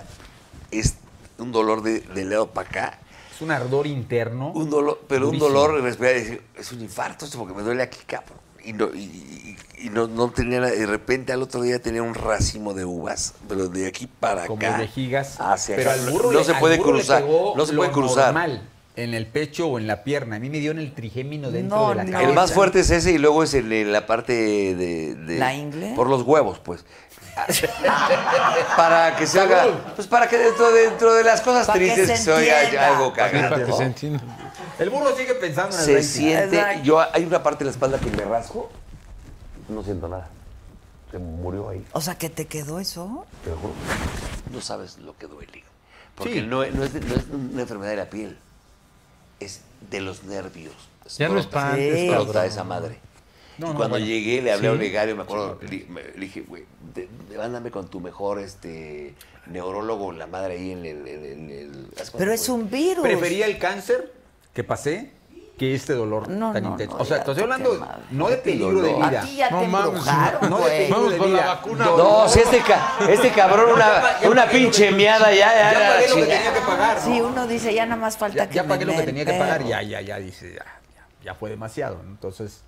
es- un dolor de, de lado para acá, Es un ardor interno. un dolor, pero un Durísimo. dolor en respirar y decir, es un infarto esto porque me duele aquí, cabrón. Y, no, y, y- y no, no tenía nada, de repente al otro día tenía un racimo de uvas, pero de aquí para como acá. de gigas. hacia pero acá. al burro no le- se al puede burro le cruzar, pegó no se puede lo cruzar. normal, en el pecho o en la pierna. A mí me dio en el trigémino dentro No, de la no. cabeza. El más fuerte es ese y luego es el, de la parte de, de- ¿La ingle? Por los huevos, pues. para que se haga. Pues para que dentro, dentro de las cosas Pa' que tristes se que se oiga entienda. algo Pa' que- cagado. pa' que se entienda. El burro sigue pensando en el Se rating. siente. Yo hay una parte de la espalda que me rasco. No siento nada. Se murió ahí. O sea, ¿que te quedó eso? Pues, Te lo juro. No sabes lo que duele. Porque no, es- no es, de- no es una enfermedad de la piel. Es de los nervios. Ya no Explota, espantes, Explota cabrón. esa madre. No, y no, cuando bueno. llegué, le hablé a Sí. Olegario, me acuerdo, le, me- le dije, güey, de- de- mándame con tu mejor este neurólogo, la madre ahí en el... en- en el- ¿haz cuánto Pero es pues, fue? un virus. Prefería el cáncer que pasé que este dolor tan intenso. o sea, estoy hablando no de peligro de vida. A ti ya te embrujaron, no de güey. peligro de vida. eh, No, si este, ca- este cabrón, una, una pinche miada, ya, ya, ya, pagué lo que chingada. tenía que pagar. ¿no? Sí, uno dice, ya nada más falta ya, que ya me pagué lo que den tenía que pedo. pagar, ya, ya, ya, dice, ya, ya, ya fue demasiado. ¿no? Entonces,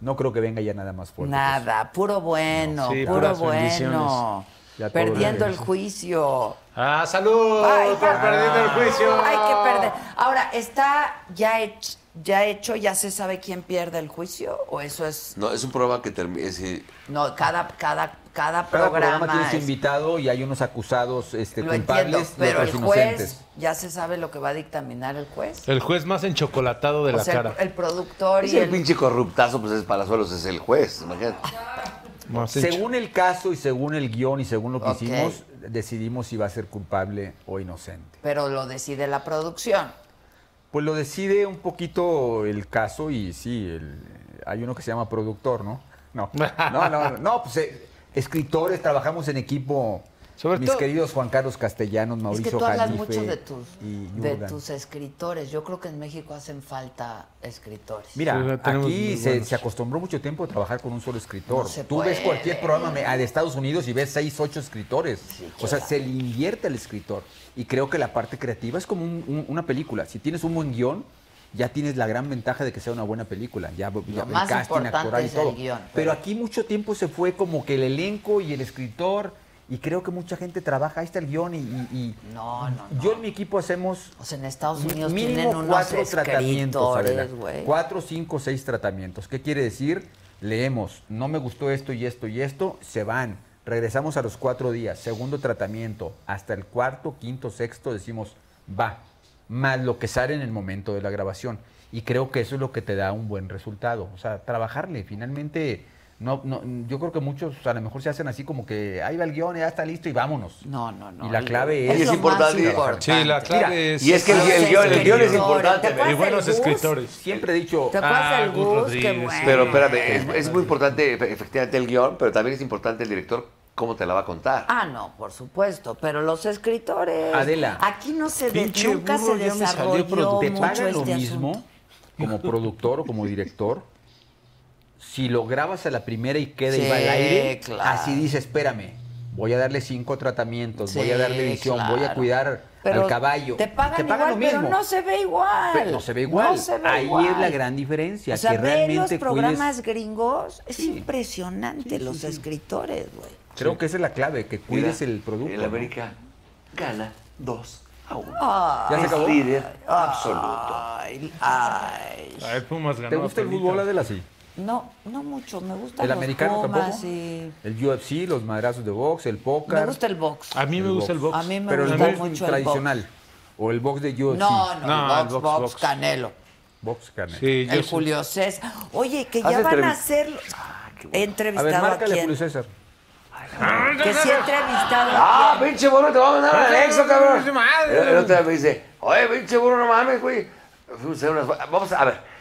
no creo que venga ya nada más fuerte. Nada, puro bueno, No, sí, puro puras bendiciones. bueno. Ya todo Perdiendo bien. el juicio. Ah, salud. Ay, por ya. perdiendo el juicio. Hay que perder. Ahora, ¿está ya hecho, ya hecho, ya se sabe quién pierde el juicio? ¿O eso es...? No, es un programa que termina... sí. No, cada, cada, cada, Cada programa, programa tiene su es- invitado y hay unos acusados este, Lo entiendo, culpables y pero otros el juez inocentes. ya se sabe lo que va a dictaminar el juez. El juez más enchocolatado de o la sea, cara. el, el productor Es y el el... pinche corruptazo, pues es Palazuelos, es el juez, imagínate. Según el caso y según el guión y según lo que Ok. hicimos, decidimos si va a ser culpable o inocente. Pero lo decide la producción. Pues lo decide un poquito el caso y sí, el- hay uno que se llama productor, ¿no? No, no, no, no, pues eh, escritores, trabajamos en equipo. mis todo- queridos Juan Carlos Castellanos, Es Mauricio que tú hablas Jalife mucho de tus, y de Yurgan. tus escritores. Yo creo que en México hacen falta escritores. Mira, muy aquí se, buenos. se acostumbró mucho tiempo a trabajar con un solo escritor. No se Tú ves puede. cualquier programa me- de Estados Unidos y ves seis, ocho escritores. o sea, se le invierte al escritor. Y creo que la parte creativa es como un- un- una película. Si tienes un buen guión ya tienes la gran ventaja de que sea una buena película. Ya, ya el más casting importante actoral y es el todo. guión, pero aquí mucho tiempo se fue como que el elenco y el escritor, y creo que mucha gente trabaja, ahí está el guión y... y- y No, no. Yo en mi equipo hacemos... en Estados Unidos mínimo tienen unos cuatro tratamientos, Adela. escritores, güey. Cuatro, cinco, seis tratamientos. ¿Qué quiere decir? Leemos, no me gustó esto y esto y esto, se van. Regresamos a los cuatro días, segundo tratamiento, hasta el cuarto, quinto, sexto, decimos, va, más lo que sale en el momento de la grabación. Y creo que eso es lo que te da un buen resultado. O sea, trabajarle, finalmente, no, no, yo creo que muchos a lo mejor se hacen así como que, ahí va el guión, ya está listo y vámonos. No, no, no. Y la clave Y es... es lo más importante. importante. Sí, la clave Mira, es... y es que el- el guión- el guión es importante, Y buenos escritores. Siempre he dicho... ¿Te acuerdas Ah, del Gus? Qué bueno. Pero espérate, es, es muy importante efe- efectivamente el guión, pero también es importante el director cómo te la va a contar. Ah, no, por supuesto, pero los escritores. Adela. Aquí no se de- Pinche nunca burro, se ya me salió desarrolló ¿Te mucho pagan lo este mismo asunto. como productor o como director? Si lo grabas a la primera y queda y Sí, va al aire, claro. así dice, espérame, voy a darle cinco tratamientos, voy a Sí, darle edición, voy a claro. cuidar Pero al caballo. Te pagan, igual, pero no se ve igual. Pero no se ve igual. No se ve Ahí igual. es la gran diferencia, O sea, que ve realmente los programas gringos, es impresionante sí, los sí. escritores, güey. cuides- Creo que esa es la clave, que cuides Mira, el producto. el ¿no? América gana dos a uno. Ay, ¿Ya se acabó? Es líder absoluto. Ay, ay. A ver, Pumas ganó. ¿Te gusta el Pelita. fútbol, Adela? Sí. No, no mucho. Me gusta ¿El americano tampoco? Sí. El UFC, los madrazos de box, el póker. Me gusta el box. A mí me gusta el box. A mí me Pero gusta el box mucho el tradicional. O el box de UFC. No, no, No, el el box, box, box, box. Canelo. Box Canelo. el Julio César. Oye, que ya Haz van a entrevista. hacer. He Ah, A ver, entrevistado a, márcale a Julio quién. César. Que sí he entrevistado a Ah, pinche burro, te vamos a mandar al Alexa, cabrón. Pinche madre. El, el otro día me dice, oye, pinche burro, no mames, güey. Fuimos a hacer unas- Vamos a ver.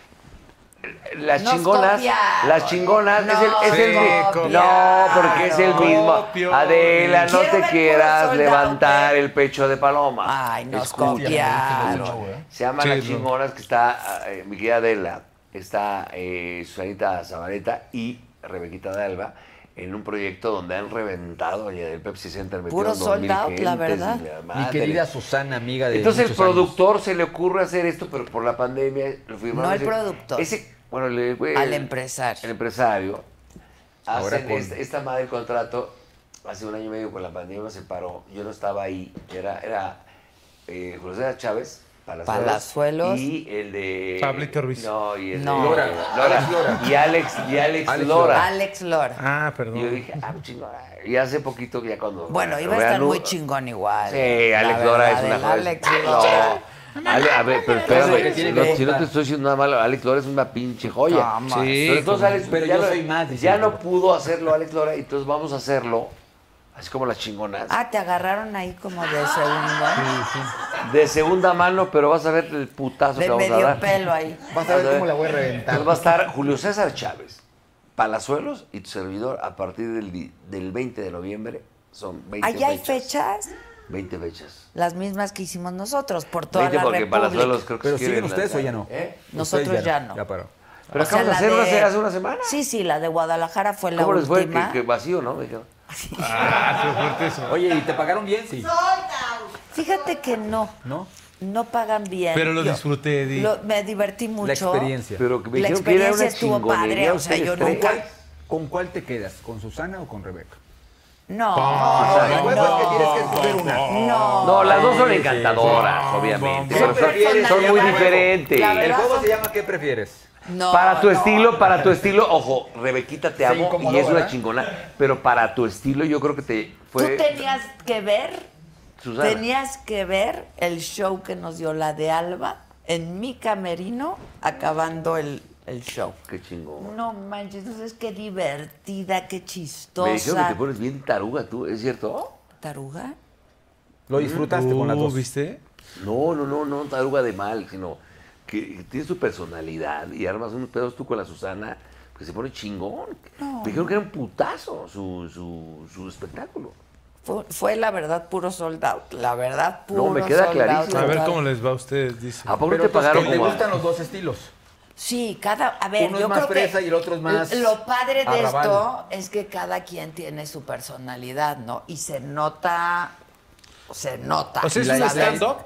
Las Nos chingonas, copiaron. las chingonas, es el, es el, Nos mi- copiaron. no, porque es el mismo. Copión. Adela, no Quiero ver te puro quieras soldado, levantar el pecho de paloma. Ay, nos Escucha. copiaron. Se llama Sí, Las no. Chingonas, que está eh, mi querida Adela, está eh, Susanita Zabaleta y Rebequita Dalba en un proyecto donde han reventado oye, el Pepsi Center. metieron Puro 2000 sold out, la gentes, verdad. y la Mi madre. querida Susana, amiga de. Entonces el muchos años. productor se le ocurre hacer esto, pero por la pandemia lo firmaron. No al Ese- productor. Ese, bueno, le- güey, Al el- empresario. El empresario. Ahora Hacen con- esta, esta madre del contrato, hace un año y medio con la pandemia se paró. Yo no estaba ahí. Era, era eh, José Chávez. Palazuelos, Palazuelos. Y el de. Pablito Ruiz. No, y el No. de. Lora. Alex Lora. Y Alex, y Alex, Alex Lora. Alex Lora. Ah, Y yo perdón. dije, ah, chingón. Y hace poquito, ya cuando. Bueno, iba a lo estar reanu- uh, muy chingón igual. Sí, la Alex verdad, Lora es el una joya. Alex Lora. No. Ale- a ver, pero espérame, si no, si no te estoy diciendo nada malo, Alex Lora es una pinche joya. Vamos. Sí, Pero entonces como- Alex, Pero ya yo no- soy más, dice Ya el no otro. pudo hacerlo Alex Lora, entonces vamos a hacerlo, así como las chingonas, Ah, te agarraron ahí como de Ah. segundo. de segunda mano, pero vas a ver el putazo De que vamos a medio dar. pelo ahí. Vas a ver cómo la voy a reventar. Entonces va a estar Julio César Chávez, Palazuelos y tu servidor a partir del, di- del 20 de noviembre. Son 20 Allá hay fechas. fechas, 20 fechas. las mismas que hicimos nosotros, por toda 20 la porque República. Palazuelos creo que Pero se quiere siguen ustedes o lanzar. ya no? ¿Eh? Nosotros Ustedes ya no. Ya paró. Pero O sea, acabamos de la hacerlo hace, de- hace una semana. Sí, sí, la de Guadalajara fue la ¿Cómo les fue? última. Que, que vacío, ¿no? Me dijeron. Ah, qué fuerte eso. Oye, ¿y te pagaron bien? Sí. Fíjate que no, ¿No? no pagan bien. Pero lo Yo- disfruté, Di. lo- me divertí mucho. La experiencia. Pero que me La dijeron que era experiencia una estuvo padre, chingonería, o sea, ustedes yo tres. nunca- Ay, ¿Con cuál te quedas? ¿Con Susana o con Rebeca? Pues No, Pam, no, pam, no. No, las dos son encantadoras, obviamente. Sí, pero son- son, prefieres, se muy llama juego. diferentes. La El verdad- juego se llama ¿Qué prefieres? no, para tu no. estilo, para tu estilo, ojo, Rebequita te amo incomodó, y es una ¿verdad? chingona, pero para tu estilo yo creo que te Tú fue tenías que ver, Susana. tenías que ver el show que nos dio la de Alba en mi camerino acabando el, el show. Qué chingón. No manches, entonces qué divertida, qué chistosa. Me dijeron que te pones bien taruga tú, ¿es cierto? ¿Taruga? ¿Lo disfrutaste con las Uh, dos? ¿viste? No, no, no, no taruga de mal, sino que tienes tu personalidad y armas unos pedos tú con la Susana que se pone chingón. Me dijeron que era un putazo su, su, su espectáculo. Fue, fue, la verdad puro sold out, la verdad puro No, me queda sold out, clarísimo. A ver sold out. cómo les va a ustedes, dice. ¿A poco no Pero te pagaron te como a- gustan los dos estilos. Sí, cada, a ver, Uno es yo más creo que fresa y el otro es más Lo padre de arrabal. esto es que cada quien tiene su personalidad, ¿no? Y se nota, se nota. O sea, ¿es La- un la- stand-up?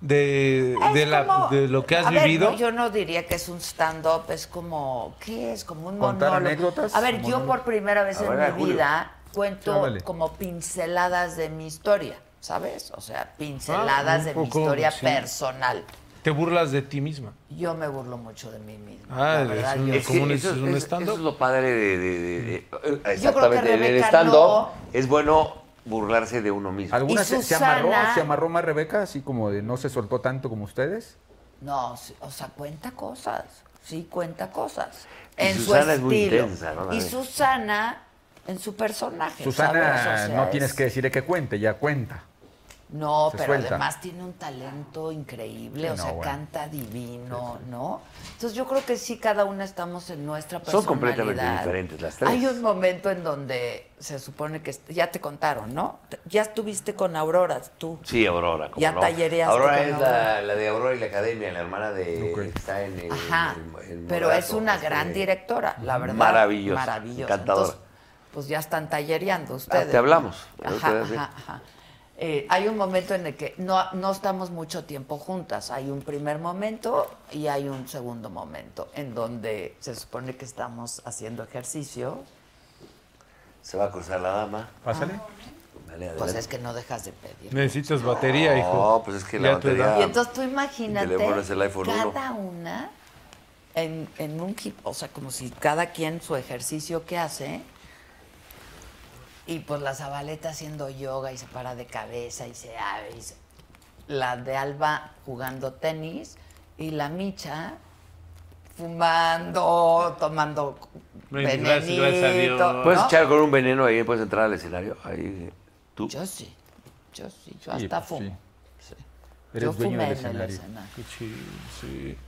de, de, la- como- de lo que has a ver, vivido. no, yo no diría que es un stand-up, es como, ¿qué es? Como un Contar monólogo. anécdotas, A ver, como yo no- por primera vez A en ver, mi a Julio. vida cuento Sí, ándale. como pinceladas de mi historia, ¿sabes? O sea, pinceladas Ah, de un mi poco, historia sí. personal. Te burlas de ti misma. Yo me burlo mucho de mí misma. Ah, la es verdad, un- yo- es como un- es un eso es lo padre de... de- de- de- que exactamente, en el Rebeca stand-up no. es bueno burlarse de uno mismo. ¿Alguna Y se, se Susana- amarró, se amarró más Rebeca, así como de no se soltó tanto como ustedes? No, sí, o sea, cuenta cosas. Sí, cuenta cosas. Y en su Susana es estilo. muy intensa, ¿no? Y Susana en su personaje. Susana, ¿sabes? O sea, no es- tienes que decirle que cuente, ya cuenta. No, Se pero suelta. además tiene un talento increíble, Sí, o no, sea, bueno. canta divino, ¿no? Entonces yo creo que sí, cada una estamos en nuestra personalidad. Son completamente diferentes las tres. Hay un momento en donde se supone que est- ya te contaron, ¿no? Te- Ya estuviste con Aurora, tú. Sí, Aurora. Como Ya no. tallereaste Aurora con es Aurora. la, la de Aurora y la Academia, la hermana de... que Está en el... Ajá. en- en Pero es Morato, una este, gran directora, la verdad. Maravillosa, Maravillosa. encantadora. Ah, Entonces, pues ya están tallereando ustedes. te hablamos. ¿no? Ahorita Ajá, sí. ajá, ajá. Eh, hay un momento en el que no, no estamos mucho tiempo juntas. Hay un primer momento y hay un segundo momento en donde se supone que estamos haciendo ejercicio. Se va a cruzar la dama. Pásale. Dale, Pues adelante. es que no dejas de pedir. Necesitas batería, hijo. No, pues es que la Ya tu edad. batería... Y entonces tú imagínate El teléfono es el iPhone cada una en, en un kit, o sea, como si cada quien su ejercicio que hace. Y pues la Zabaleta haciendo yoga y se para de cabeza y se abre. y se- la de Alba jugando tenis y la Micha fumando, tomando Gracias, venenito. ¿no? ¿Puedes echar con un veneno ahí? ¿Puedes entrar al escenario? Ahí, tú. Yo sí. Yo sí. Yo Sí, hasta pues fumo. Sí. Eres Yo dueño fumé en el del escenario. escenario. Qué chido, sí.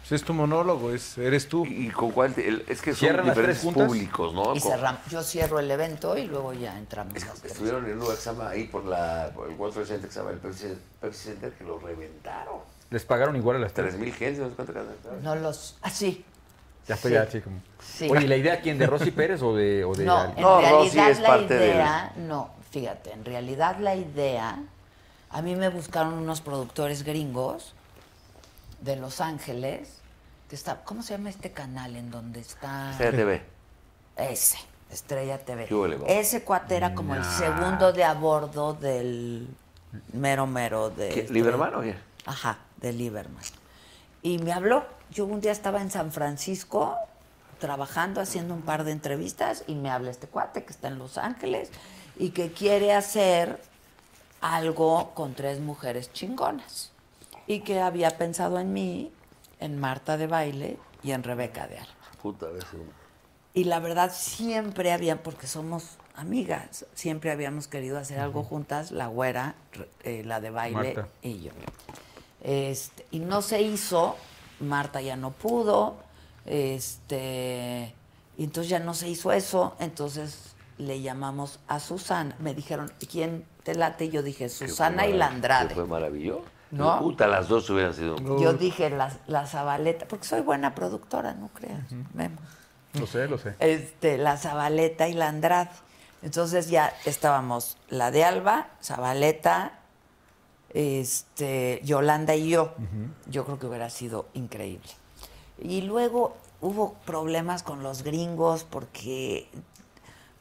Pues es tu monólogo, es, eres tú. ¿Y con cuál? es que son Cierran las diferentes tres juntas. públicos, ¿no? Y Con- cerramos. Yo cierro el evento y luego ya entramos. las tres. Estuvieron en un lugar que se llama ahí por, la, por el World Trade Center, que se llama el Pepsi, Pepsi Center, que lo reventaron. ¿Les pagaron igual a las tres? 3.000 gentes, no sé cuánto gastaron. No los. Así. Ya estoy Sí. así como. Sí. Oye, ¿y la idea quién? ¿De Rosy Pérez o de.? O de No, alguien? en realidad la idea, no, fíjate, en realidad la idea, a mí me buscaron unos productores gringos de Los Ángeles, que está, ¿cómo se llama este canal en donde está? Estrella TV. Ese, Estrella TV. ¿Qué huele, Bob? Ese cuate era como el Nah. segundo de a bordo del mero mero de... este ¿Qué, Estrella- ¿Liberman o qué? Ajá, de Lieberman. Y me habló. Yo un día estaba en San Francisco trabajando, haciendo un par de entrevistas, y me habla este cuate que está en Los Ángeles y que quiere hacer algo con tres mujeres chingonas. Y que había pensado en mí, en Marta de Baile y en Rebeca de Armas. Puta, a ver si... Y la verdad siempre habían, porque somos amigas, siempre habíamos querido hacer algo juntas, la güera, re- eh, la de baile Marta. y yo. Este, y no se hizo, Marta ya no pudo, este, y entonces ya no se hizo eso, entonces le llamamos a Susana, me dijeron, ¿quién te late? Y Yo dije, Susana y la Andrade. Fue maravilloso. ¿No? Puta, las dos hubieran sido... Yo dije, la, la Zabaleta, porque soy buena productora, no creas, Memo. Lo sé, lo sé. este, la Zabaleta y la Andrade. Entonces ya estábamos la de Alba, Zabaleta, este, Yolanda y yo. Yo creo que hubiera sido increíble. Y luego hubo problemas con los gringos porque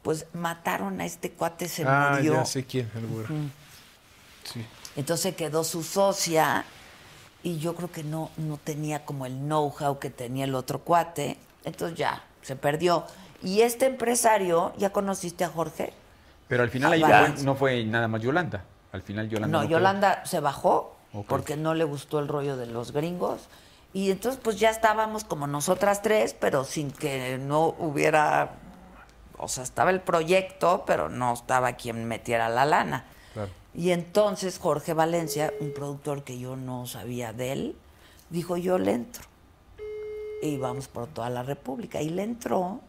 pues mataron a este cuate, se ah, murió. ya sé quién, el güero. Ujú. Sí. Entonces quedó su socia y yo creo que no, no tenía como el know-how que tenía el otro cuate. Entonces ya, se perdió. Y este empresario, ¿ya conociste a Jorge? Pero al final ahí no Avanza. fue, no fue nada más Yolanda. Al final Yolanda. Ah, No, quedó. Yolanda se bajó Ok. porque no le gustó el rollo de los gringos. Y entonces pues ya estábamos como nosotras tres, pero sin que no hubiera, o sea, estaba el proyecto, pero no estaba quien metiera la lana. Y entonces Jorge Valencia, un productor que yo no sabía de él, dijo yo le entro. Y vamos por toda la República. Y le entró.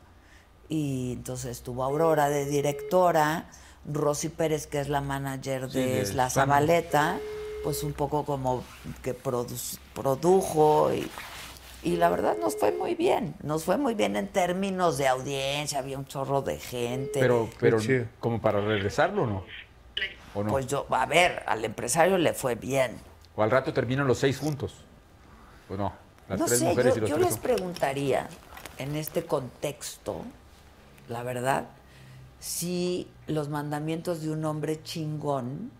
Y entonces estuvo Aurora de directora, Rosy Pérez, que es la manager Sí, de de La Susana. Zabaleta, pues un poco como que produ- produjo y y la verdad nos fue muy bien, nos fue muy bien en términos de audiencia, había un chorro de gente. Pero, pero como para regresarlo o no? ¿O no? Pues yo, a ver, al empresario le fue bien. O al rato terminan los seis juntos. Pues no, las no tres sé, mujeres yo, y los yo tres les hombres. preguntaría, en este contexto, la verdad, si los mandamientos de un hombre chingón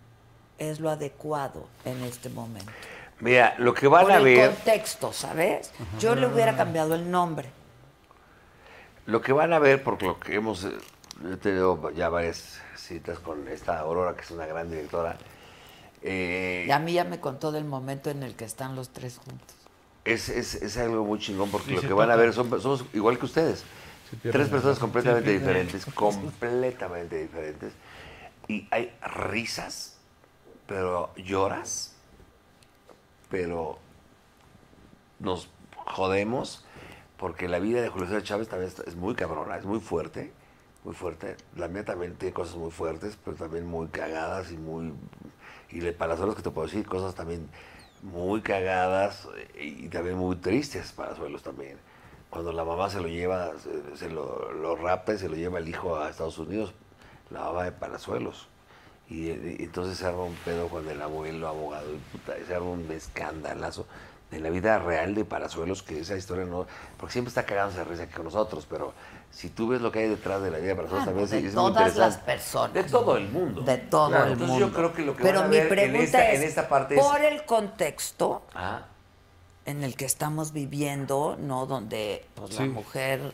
es lo adecuado en este momento. Mira, lo que van Por a el ver, contexto, ¿sabes? Yo le hubiera cambiado el nombre. lo que van a ver, porque lo que hemos eh, yo he tenido ya varias citas con esta Aurora, que es una gran directora, eh, Y a mí ya me contó del momento en el que están los tres juntos. es, es- es algo muy chingón, porque Sí, lo se que van a ver tocan. son somos igual que ustedes. pierden Tres las personas cosas. completamente Se pierden. diferentes, completamente diferentes. Y hay risas, pero lloras, pero nos jodemos porque la vida de Julio César Chávez también está- es muy cabrona, es muy fuerte, muy fuerte. La mía también tiene cosas muy fuertes, pero también muy cagadas y muy... Y de Palazuelos que te puedo decir, cosas también muy cagadas eh, y también muy tristes Palazuelos también. Cuando la mamá se lo lleva, se, se lo, lo rapta y se lo lleva el hijo a Estados Unidos, la mamá de Palazuelos. Y, eh, y entonces se arma un pedo con el abuelo, abogado, y puta, y se arma un escandalazo de la vida real de Parazuelos, que esa historia no. Porque siempre está cagándose de risa que con nosotros, pero si tú ves lo que hay detrás de la vida de Pues, Parazuelos, Ah, también no, de es, es muy todas las interesante. personas. De todo el mundo. De todo Claro, el entonces mundo. yo creo que lo que Pero van a mi ver en pregunta esta- es, en esta parte es- por el contexto Ah, en el que estamos viviendo, ¿no? Donde pues, la Sí. mujer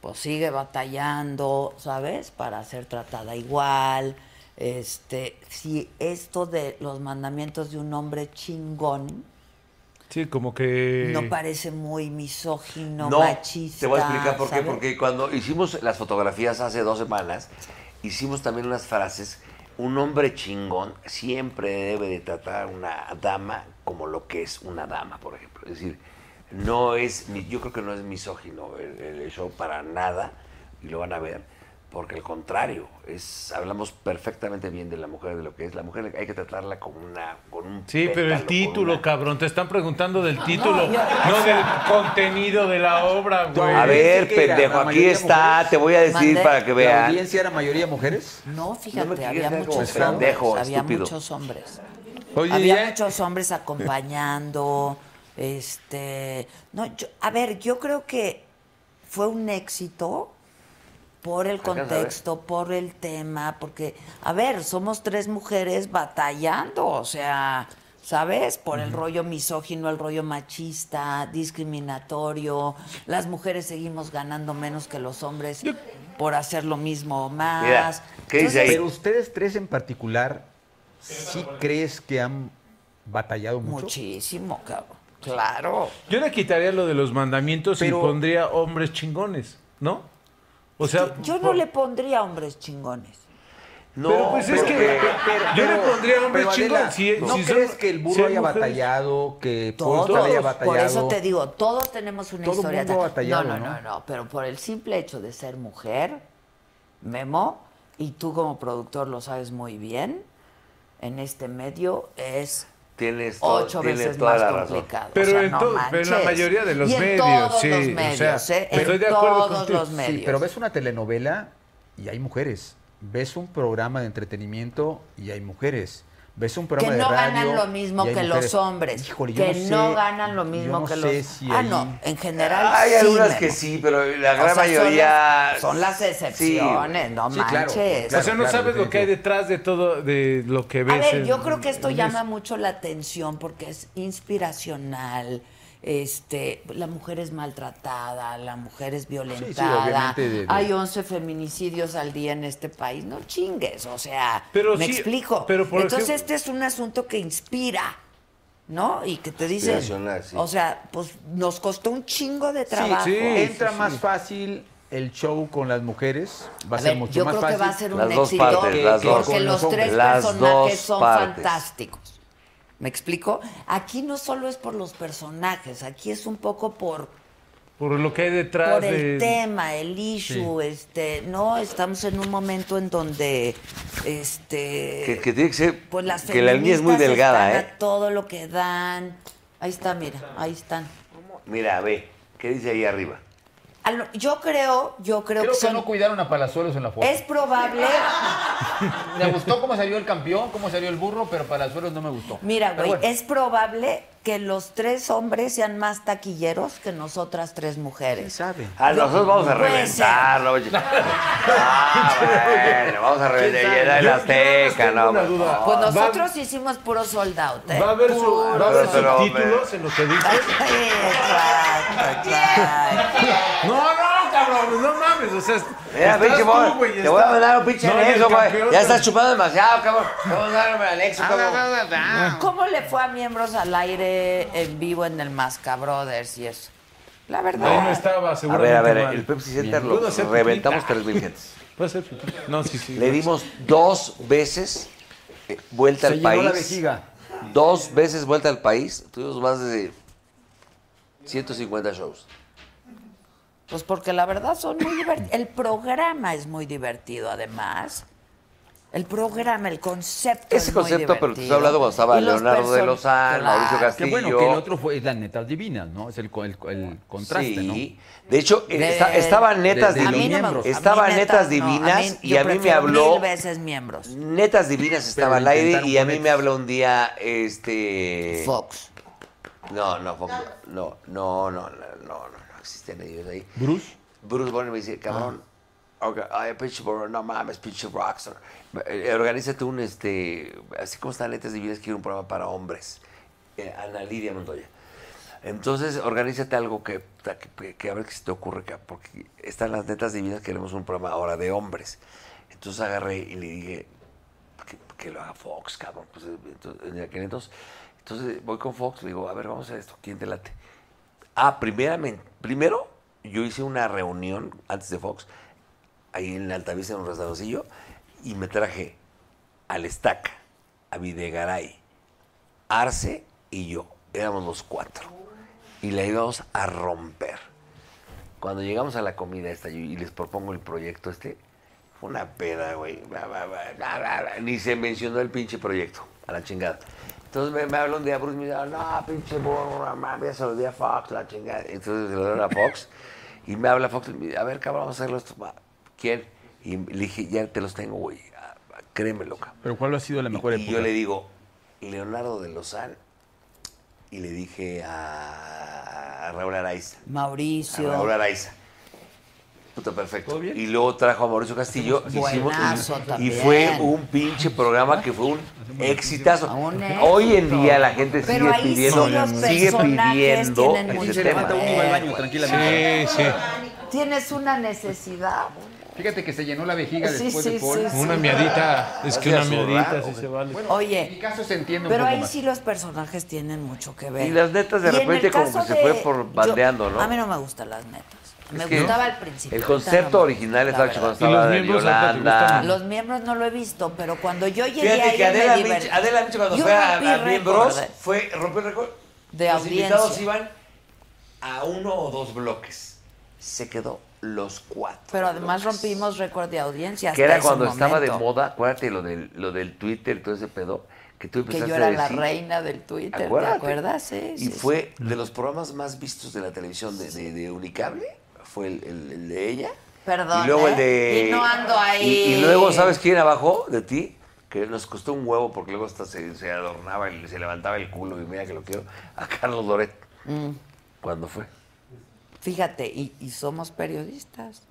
pues, sigue batallando, ¿sabes? Para ser tratada igual. Este, si esto de los mandamientos de un hombre chingón Sí, como que. no parece muy misógino, no, machista. te voy a explicar por qué. ¿sabes? Porque cuando hicimos las fotografías hace dos semanas, hicimos también unas frases. Un hombre chingón siempre debe de tratar a una dama como lo que es una dama, por ejemplo. Es decir, no es, mi- yo creo que no es misógino el, el show para nada, y lo van a ver, porque al contrario, es, hablamos perfectamente bien de la mujer, de lo que es la mujer, hay que tratarla como una, con un Sí, pero pétalo, el con título, ¿eh? cabrón. Te están preguntando del título, yo- no, del contenido de la obra, güey. A ver, pendejo, aquí está, te voy a decir Mandé. para que La vean. audiencia era mayoría mujeres? No, fíjate, No me había quieres ver muchos como hombres. pendejo, había estúpido. muchos hombres. Oye, había ya- muchos hombres acompañando. Este. No, yo- a ver, yo creo que fue un éxito por el Alcanza a ver. contexto, por el tema, porque, a ver, somos tres mujeres batallando, o sea, ¿sabes? Por el rollo misógino, el rollo machista, discriminatorio, las mujeres seguimos ganando menos que los hombres por hacer lo mismo o más. Entonces, Pero ustedes tres en particular, ¿sí crees que han batallado mucho? Muchísimo, cabrón. Claro. Yo le quitaría lo de los mandamientos Pero- y pondría hombres chingones, ¿no? O sea, Yo no le pondría hombres chingones. No, pero pues es que yo le pondría hombres pero, Adela, chingones. Si, ¿No si son- crees que el burro si hay haya mujeres- batallado, que Todos, Porto haya batallado? por eso te digo, todos tenemos una Todo historia. mundo ha batallado, no, no, no, ¿no? no, pero por el simple hecho de ser mujer, Memo, y tú como productor lo sabes muy bien, en este medio es Tienes, to- ocho tienes veces toda más la razón. complicado. Pero o sea, en no to- pero en la manches. mayoría de los Y en medios, todos sí, los o sea, medios, ¿eh? pero estoy En de acuerdo todos contigo. los Sí, medios. Sí, pero ves una telenovela y hay mujeres. Ves un programa de entretenimiento y hay mujeres. Ves un programa que de no radio ganan lo mismo y hay que mujeres. los hombres. Híjole, yo que no, sé, no ganan lo yo mismo no que los sé si Ah, ahí- no, en general. Hay sí, algunas Memo. que sí, pero la O sea, gran son mayoría. las- son las excepciones, no Sí, claro, manches. claro, o sea, no claro, sabes lo que hay detrás de todo, de lo que ves. A ver, en- yo creo que esto en llama mucho la atención porque es inspiracional. Este, la mujer es maltratada, la mujer es violentada. obviamente de- de- Hay 11 feminicidios al día en este país. No chingues, o sea, Pero me sí, explico. pero por Entonces, este ejemplo- es un asunto que inspira, ¿no? Y que te dicen, Inspiracional, sí. o sea, pues nos costó un chingo de Sí, trabajo. sí, entra más fácil el show con las mujeres. Va a, A ser ver, mucho yo más creo que fácil. va a ser un Las dos éxito partes, que- las que dos. con los tres Las personajes dos son partes. fantásticos. ¿Me explico? Aquí no solo es por los personajes, aquí es un poco por, Por lo que hay detrás por de. el tema, el issue, este, no, estamos en un momento en donde este Que, que tiene que ser. pues las que la línea es muy feministas delgada, están ¿eh? a todo lo que dan. Ahí está, mira, ahí están. Mira, ve, ¿qué dice ahí arriba? a lo- yo creo, yo creo, Creo que que son... no cuidaron a Palazuelos en la foto. Es probable. Me gustó cómo salió el campeón, cómo salió el burro, pero Palazuelos no me gustó. Mira, Pero güey, bueno. es probable que los tres hombres sean más taquilleros que nosotras tres mujeres. sabe? Ah, nosotros vamos a Puede reventarlo. oye. Ah, bueno, vamos a ¿Quién sabe? reventar. Llena el Yo- Azteca, yo no. no tengo una duda. no. Pues Va- nosotros hicimos puro sold out, ¿eh? Va a haber, su, va a haber Pero, subtítulos en lo que dice. No, no, cabrón, no mames, o sea, Mira, estás pinche tú, bola, güey, Te está- voy a mandar un pinche No, y el anexo, güey. campeón, Ya pero- estás chupando demasiado, cabrón. Te voy a mandar un anexo, Ah, cabrón. ¿Cómo le fue a miembros al aire en vivo en el Masca Brothers y eso? La verdad. Ahí no estaba, A seguramente. ver, a ver, mal. el Pepsi Center Bien. lo Pudo ser pipí. reventamos 3.000 gentes. Puede ser pipí. No, sí, sí. Le dimos dos veces eh, vuelta Se al llenó país. la vejiga. Dos veces vuelta al país. Tuvimos más de 150 shows. Pues porque la verdad son muy divertidos. El programa es muy divertido, además. El programa, el concepto. Ese es muy concepto, pero te estoy divertido. hablando cuando estaba Y los Leonardo de person- Lozán, Mauricio Claro. Castillo. Que bueno, que el otro fue las netas divinas, ¿no? Es el, co- el- el contraste, ¿no? Sí. De hecho, eh, está- Del- estaban netas de los divinas. miembros. Estaban A mí netas no, a mí- divinas y yo a mí me prefiero habló. Mil veces miembros. Netas divinas estaba al aire y a mí me habló un día este. Fox. No, no, Fox. No, no, no, no, no, no, no existen ellos ahí. ¿Bruce? Bruce Bonner me dice, cabrón. ok, ay, pinche Bonner, no mames, pinche rockstar. Eh, Organízate un, este, así como están Netas Divinas, quiero un programa para hombres. Eh, Ana Lidia Montoya. Entonces, organízate algo que, que, que a ver qué se te ocurre, ca- porque están las netas divinas, queremos un programa ahora de hombres. Entonces agarré y le dije que, que lo haga Fox, cabrón. Pues, entonces, en aquel entonces, entonces voy con Fox, le digo, a ver, vamos a esto, ¿quién te late? Ah, primeramente, primero yo hice una reunión antes de Fox, ahí en Altavista, en un restaurancillo, y me traje al Estaca, a Videgaray, Arce y yo. Éramos los cuatro. Y la íbamos a romper. Cuando llegamos a la comida esta yo- y les propongo el proyecto este, fue una peda, güey. Bla, bla, bla, bla, bla, bla. Ni se mencionó el pinche proyecto, a la chingada. Entonces me, me habló un día Bruce y me dijo, no, pinche burro, no mames, ya se lo di a Fox, la chingada. Entonces se lo dieron a Fox y me habla Fox y me dice, a ver, cabrón, vamos a hacerlo esto. va, ¿Quién? Y le dije, ya te los tengo, güey. Ah, Créemelo, cabrón. Pero ¿cuál ha sido la mejor Y yo le digo, Leonardo de Lozán. Y le dije a, a Raúl Araiza. Mauricio. A Raúl Araiza. Puta, perfecto. Y luego trajo a Mauricio Castillo. Hacemos- hicimos- Buenazo y también. fue un pinche programa que fue un exitazo. Un Hoy en éxito. día la gente sigue Pero ahí sí pidiendo, los sigue personajes pidiendo tienen mucho ese Se tema. levanta uno y va al baño, tranquilamente. Sí, sí. Tienes una necesidad. Fíjate que se llenó la vejiga Sí, después sí, de Paul. sí, sí. Una miadita, es que una Gracias, miadita zorra, sí ok. se vale. Oye, mi caso se entiende un pero poco ahí más. sí los personajes tienen mucho que ver. Y las netas de Y en el repente como caso que se de- fue por bandeando, yo- ¿no? A mí no me gustan las netas. me que gustaba al principio. El ahorita no concepto me original gusta, estaba la cuando verdad. estaba de miembros acá te Yolanda. Los miembros no lo he visto, pero cuando yo llegué Fíjate ahí que me Adela Micha, divertí. Adela Micha cuando Yo fue a, rompí a récord, Miembros ¿verdad? fue rompió el récord. De Los audiencia. invitados iban a uno o dos bloques. Se quedó los cuatro. Pero además rompimos récord de audiencia. que hasta era ese cuando estaba de momento, moda, acuérdate lo del, lo del Twitter, todo ese pedo, que tú Que empezaste yo era a la Pues decir. reina del Twitter, Acuérdate. ¿te acuerdas? Sí, Y sí, fue de los programas más vistos de la televisión de, de- de Unicable, fue el, el- el de ella. Perdón, Y luego el ¿eh? de. Y no ando ahí. Y, y luego, ¿sabes quién abajo de ti? Que nos costó un huevo porque luego hasta se, se adornaba y se levantaba el culo y mira que lo quiero. A Carlos Loret. Mm. ¿Cuándo fue? sí. Fíjate, y, y somos periodistas.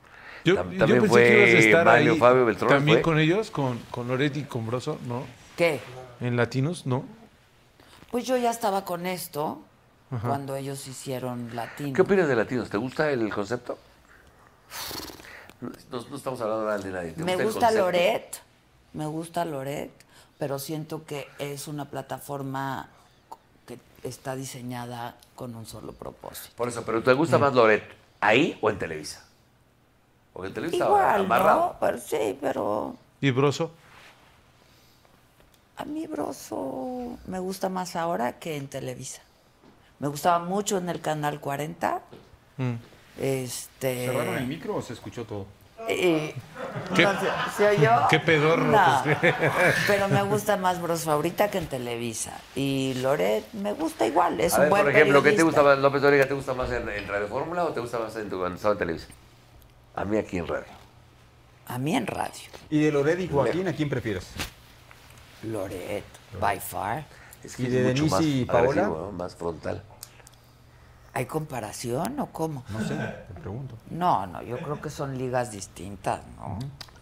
Yo, Tam- yo también pensé fue que ibas a estar Mario ahí Fabio Beltrán, También fue. con ellos, con, con Loret y con Broso, ¿no? ¿Qué? En Latinos, ¿no? Pues yo ya estaba con esto Ajá. cuando ellos hicieron latino. ¿Qué opinas de latinos? ¿Te gusta el concepto? No, no- no estamos hablando nada de nadie. ¿Te Me el gusta concepto? Loret, me gusta Loret, pero siento que es una plataforma que está diseñada con un solo propósito. Por eso, pero ¿te Mm. gusta más Loret ahí o en Televisa? Porque en Televisa estaba Igual, amarrado. ¿no? Pero sí, pero Y Broso. a mí Broso me gusta más ahora que en Televisa. Me gustaba mucho en el Canal 40. Este, Mm. ¿Cerraron el micro o se escuchó todo? eh, ¿Qué- No, ¿se, se oyó? qué pedorro, No. pues. Pero me gusta más Broso ahorita que en Televisa. Y Loret me gusta igual. Es A un ver, buen por ejemplo, ¿qué te periodista. gusta más, López Dóriga? ¿Te gusta más en, en Radio Fórmula o te gusta más en tu, cuando estaba en televisión? A mí aquí en radio. A mí en radio. Y de Loret y Joaquín, ¿a quién prefieres? Loret, by far. Es ¿Y de mucho Denise más y Paola? agresivo, ¿no? Más frontal. ¿Hay comparación o cómo? No sé, te pregunto. No, no, yo creo que son ligas distintas, ¿no?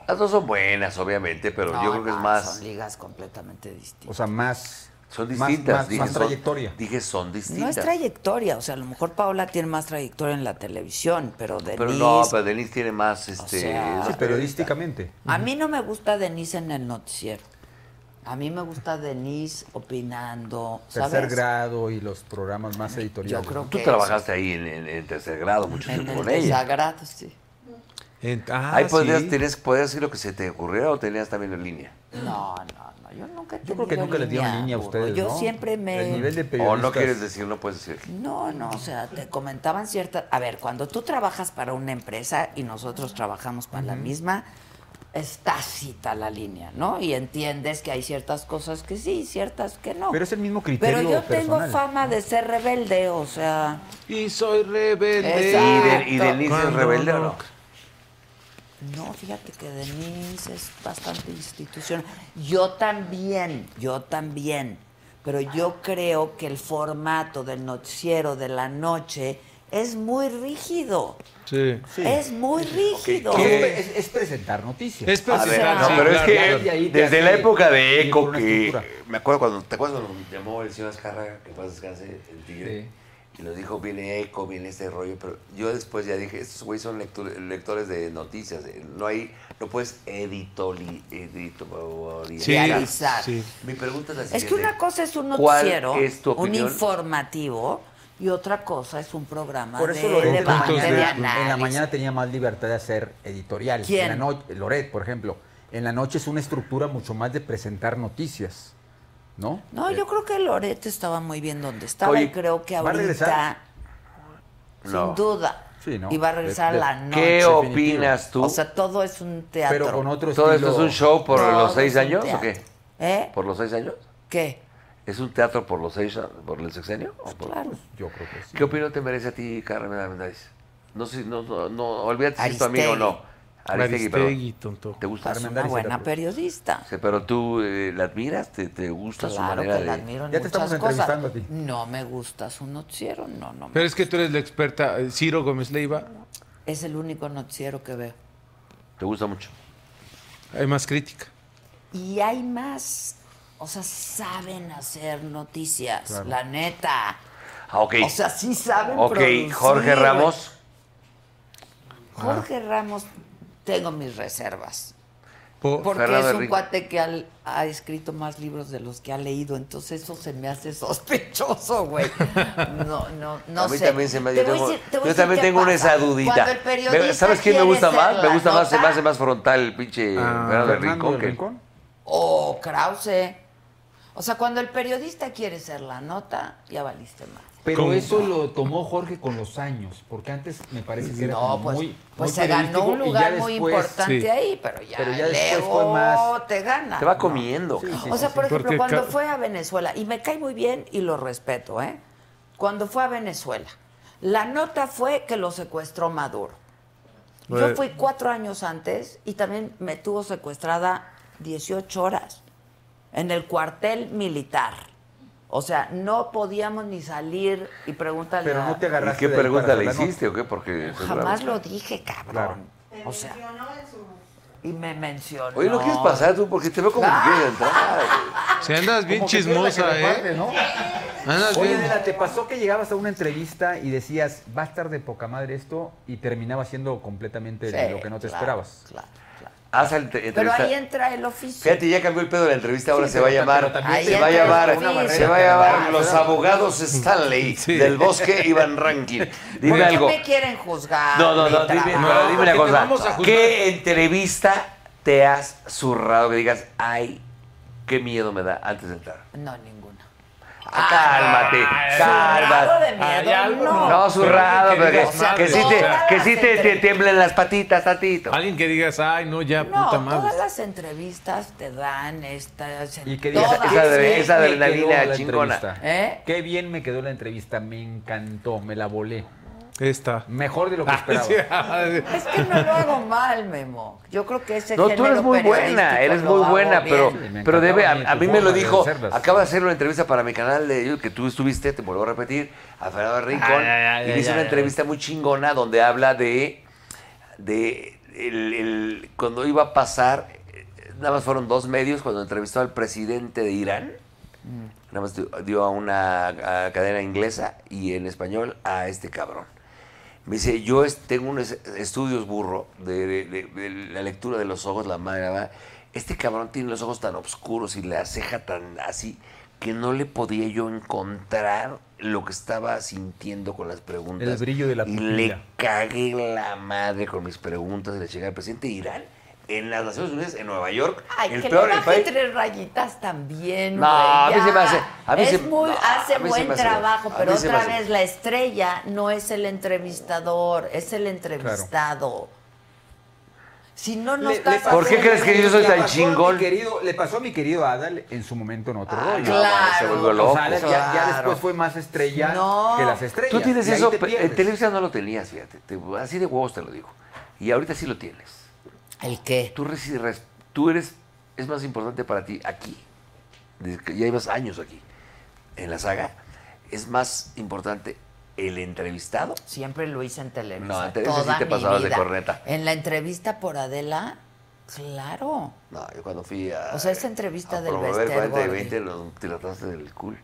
Las dos son buenas, obviamente, pero No, yo creo que es no, más. Son ligas completamente distintas. O sea, más. Son más- distintas. más- dije, más son- trayectoria. Dije, son No es distintas. trayectoria, o sea, a lo mejor Paola tiene más trayectoria en la televisión, pero Denise... pero no, pero Denise tiene más. Este, sea, es Sí, más periodísticamente. A mí no me gusta Denise en el noticiero. A mí me gusta Denise opinando, ¿sabes? Tercer grado y los programas más editoriales. yo creo Tú que trabajaste ahí en, en- en tercer grado mucho en tiempo el con ella. desagrado, sí. ah, Ah, Ahí podrías, tenías- podías decir lo que se te ocurriera o tenías también en línea. No, no, no, yo nunca he Yo creo que tenido nunca les dieron línea a burro. ustedes, Yo ¿no? siempre me... El nivel de O no periodistas. quieres decir, no puedes decir. No, no, o sea, te comentaban ciertas... A ver, cuando tú trabajas para una empresa y nosotros trabajamos para la misma, es tácita la línea, ¿no? Y entiendes que hay ciertas cosas que sí, ciertas que no. Pero es el mismo criterio Pero yo personal. tengo fama de ser rebelde, o sea... Y soy rebelde. Exacto. ¿Y, de, ¿Y Denise es Cuando rebelde o no- no? No, fíjate que Denise es bastante institucional. Yo también, yo también. Pero yo creo que el formato del noticiero de la noche es muy rígido. Sí. Es muy rígido. Que Es, es presentar noticias. Es A ver, presentar, no, sí, pero es claro, claro. que desde la época de y por Eco, una que estructura. me acuerdo cuando, ¿te acuerdas cuando nos llamó el señor Azcárraga, que pasa descanse, el tigre? Y nos dijo, viene Eco, viene este rollo, pero yo después ya dije, estos güeyes son lectu- lectores de noticias, eh, no hay, no puedes editoli, editorializar. Sí, sí. Mi pregunta es la Es siguiente. que una cosa es un ¿Cuál noticiero, es tu un opinión? informativo, y otra cosa es un programa Por eso de Loret debate, entonces, de en la análisis. mañana tenía más libertad de hacer editorial. ¿Quién? En la noche, Loret, por ejemplo. En la noche es una estructura mucho más de presentar noticias, ¿no? No, yo creo que Loreto estaba muy bien donde estaba Eh. Oye, y creo que ¿va a regresar? ahorita, No. sin duda, Sí, ¿no? y va a regresar De- de- a la noche. ¿Qué opinas tú? O sea, todo es un teatro. Pero con otro ¿Todo esto estilo- es un show por Todo los seis es un años o qué? teatro. ¿Eh? ¿Por los seis años? ¿Qué? ¿Es un teatro por los seis, a- por el sexenio? o por- Pues Claro. Yo creo que sí. ¿Qué opinión te merece a ti, Carmen Armendáriz? No sé, no, no, no, olvídate si es tu amigo o no. Aristegui, Aristegui, perdón. tonto. ¿Te gusta? Es una buena periodista. Sí, Pero tú eh, la admiras, te, te gusta su Claro manera que la de... admiro en Ya te estamos muchas cosas. entrevistando a ti. No me gusta su noticiero, no, no. me- Pero es que tú eres la experta. eh, Ciro Gómez Leiva, Es el único noticiero que veo. Te gusta mucho. hay más crítica. Y hay más, o sea, saben hacer noticias, Claro. la neta. Ah, ok. O sea, sí saben ok, producir. Jorge Ramos. Jorge Ramos, tengo mis reservas. Po- Porque Fernando es un Enrique. cuate que al- ha escrito más libros de los que ha leído, entonces eso se me hace sospechoso, güey. No, no, no a mí sé. también se me... Te voy Yo, a tengo, decir- te voy a yo decir también qué tengo una pasa. esa dudita. Cuando el Me- periodista ¿Sabes quién me quiere gusta ser más? Me la gusta más, se me nota. hace más frontal el pinche Ah, Fernando del Rincón. que- O Krause. O sea, cuando el periodista quiere ser la nota, ya valiste más. Pero ¿Cómo? eso lo tomó Jorge con los años, porque antes me parece que era No, como pues- muy, pues muy se ganó un periodístico y lugar ya muy después- importante ahí, pero ya, Pero ya el después ego fue más- te gana. Te va comiendo. Sí, sí, O sea, sí, por ejemplo, sí. Porque cuando ca- fue a Venezuela, y me cae muy bien y lo respeto, ¿eh? Cuando fue a Venezuela, la nota fue que lo secuestró Maduro. Yo Pues Bueno. fui cuatro años antes y también me tuvo secuestrada 18 horas en el cuartel militar. O sea, no podíamos ni salir y preguntarle Pero no te ¿Y agarraste qué de ahí pregunta para le hacer la hiciste o qué? Porque Jamás lo dije, cabrón. Claro. O sea, y me mencionó. Oye, ¿no quieres pasar tú? Porque te veo como que quieres entrar. Si andas bien Como que pierda que chismosa, reparte, ¿eh? ¿no? Andas Oye, bien. Adela, ¿te pasó que llegabas a una entrevista y decías, va a estar de poca madre esto, y terminaba siendo completamente Sí, lo que no te claro, esperabas? claro, claro. Haz la entre- Pero entrevista. ahí entra el oficio. Fíjate, ya cambió el pedo de la entrevista, ahora Sí, se va a pero- llamar, pero también se te- va a llamar, Una barrera se va a que llamar va. los abogados Stanley Sí. del bosque Iván Rankin. ¿Por Dime qué algo. me quieren juzgar? No, no, mi no, dime, trabajo? pero dime porque una te vamos a cosa. juzgar. ¿Qué entrevista te has zurrado que digas, ay, qué miedo me da antes de entrar? No, ninguna. Cálmate, ¿zurrado de cálmate. miedo? No. No, zurrado, Pero pero que que, digas, que sí madre, te, o sea. que sí te, te tiemblen las patitas, Tatito. Alguien que digas, ay, no, ya, No, puta madre. todas las entrevistas te dan estas... Y que todas. digas, esa adre- "Qué esa bien me adrenalina quedó la chingona". entrevista. ¿Eh? Qué bien me quedó la entrevista, me encantó, me la volé. Esta. Mejor de lo que Ah, esperaba. Es que no lo hago mal, Memo. Yo creo que ese No, tú eres género muy buena, periodístico eres lo muy hago buena, bien. pero, Sí, me pero debe, a, encantaba a tu mí me lo forma de dijo, hacerlas. acaba de hacer una entrevista para mi canal de YouTube que tú estuviste, te vuelvo a repetir, a Fernando Rincón, Ay, ay, ay, y ay, le hizo una ay, entrevista muy chingona donde habla de, de el- el- cuando iba a pasar, eh, nada más fueron dos medios, cuando entrevistó al presidente de Irán, nada más dio- dio a una a cadena inglesa y en español a este cabrón. Me dice, yo es- tengo unos estudios burro de, de- de- de la lectura de los ojos, la madre, la madre. Este cabrón tiene los ojos tan oscuros y la ceja tan así que no le podía yo encontrar lo que estaba sintiendo con las preguntas. El brillo de la Y pupila. le cagué la madre con mis preguntas. Le llegué al presidente de Irán en las Naciones Unidas, en Nueva York. Ay, el que peor, le el baje país. tres rayitas también, No, güey, a mí ya. se me hace- a mí es se- muy, no, hace a mí se buen me hace- trabajo, a mí pero se me otra hace- vez la estrella no es el entrevistador, es el entrevistado. Si no, no Le- estás... le pasó- ¿Por qué crees que yo soy le tan pasó a mi chingón? querido- le pasó a mi querido Adal en su momento en Ah, otro rollo. claro. Ah, se volvió loco. O sea, ya- ya, Claro. después fue más estrella No. que las estrellas. Tú tienes Y ahí eso, te pe- pierdes. en Televisa no lo tenías, fíjate. te- así de huevos te lo digo. Y ahorita sí lo tienes. ¿El qué? Tú, reci- res- tú eres, es más importante para ti aquí. Desde que ya llevas años aquí. En la saga, es más importante el entrevistado. Siempre lo hice en televisión. No, en Televisa sí te pasabas de corneta. En la entrevista por Adela, claro. No, yo cuando fui a. O sea, esa entrevista a del promover Bester 40 y Gordi. 20, lo- te la trataste del cool.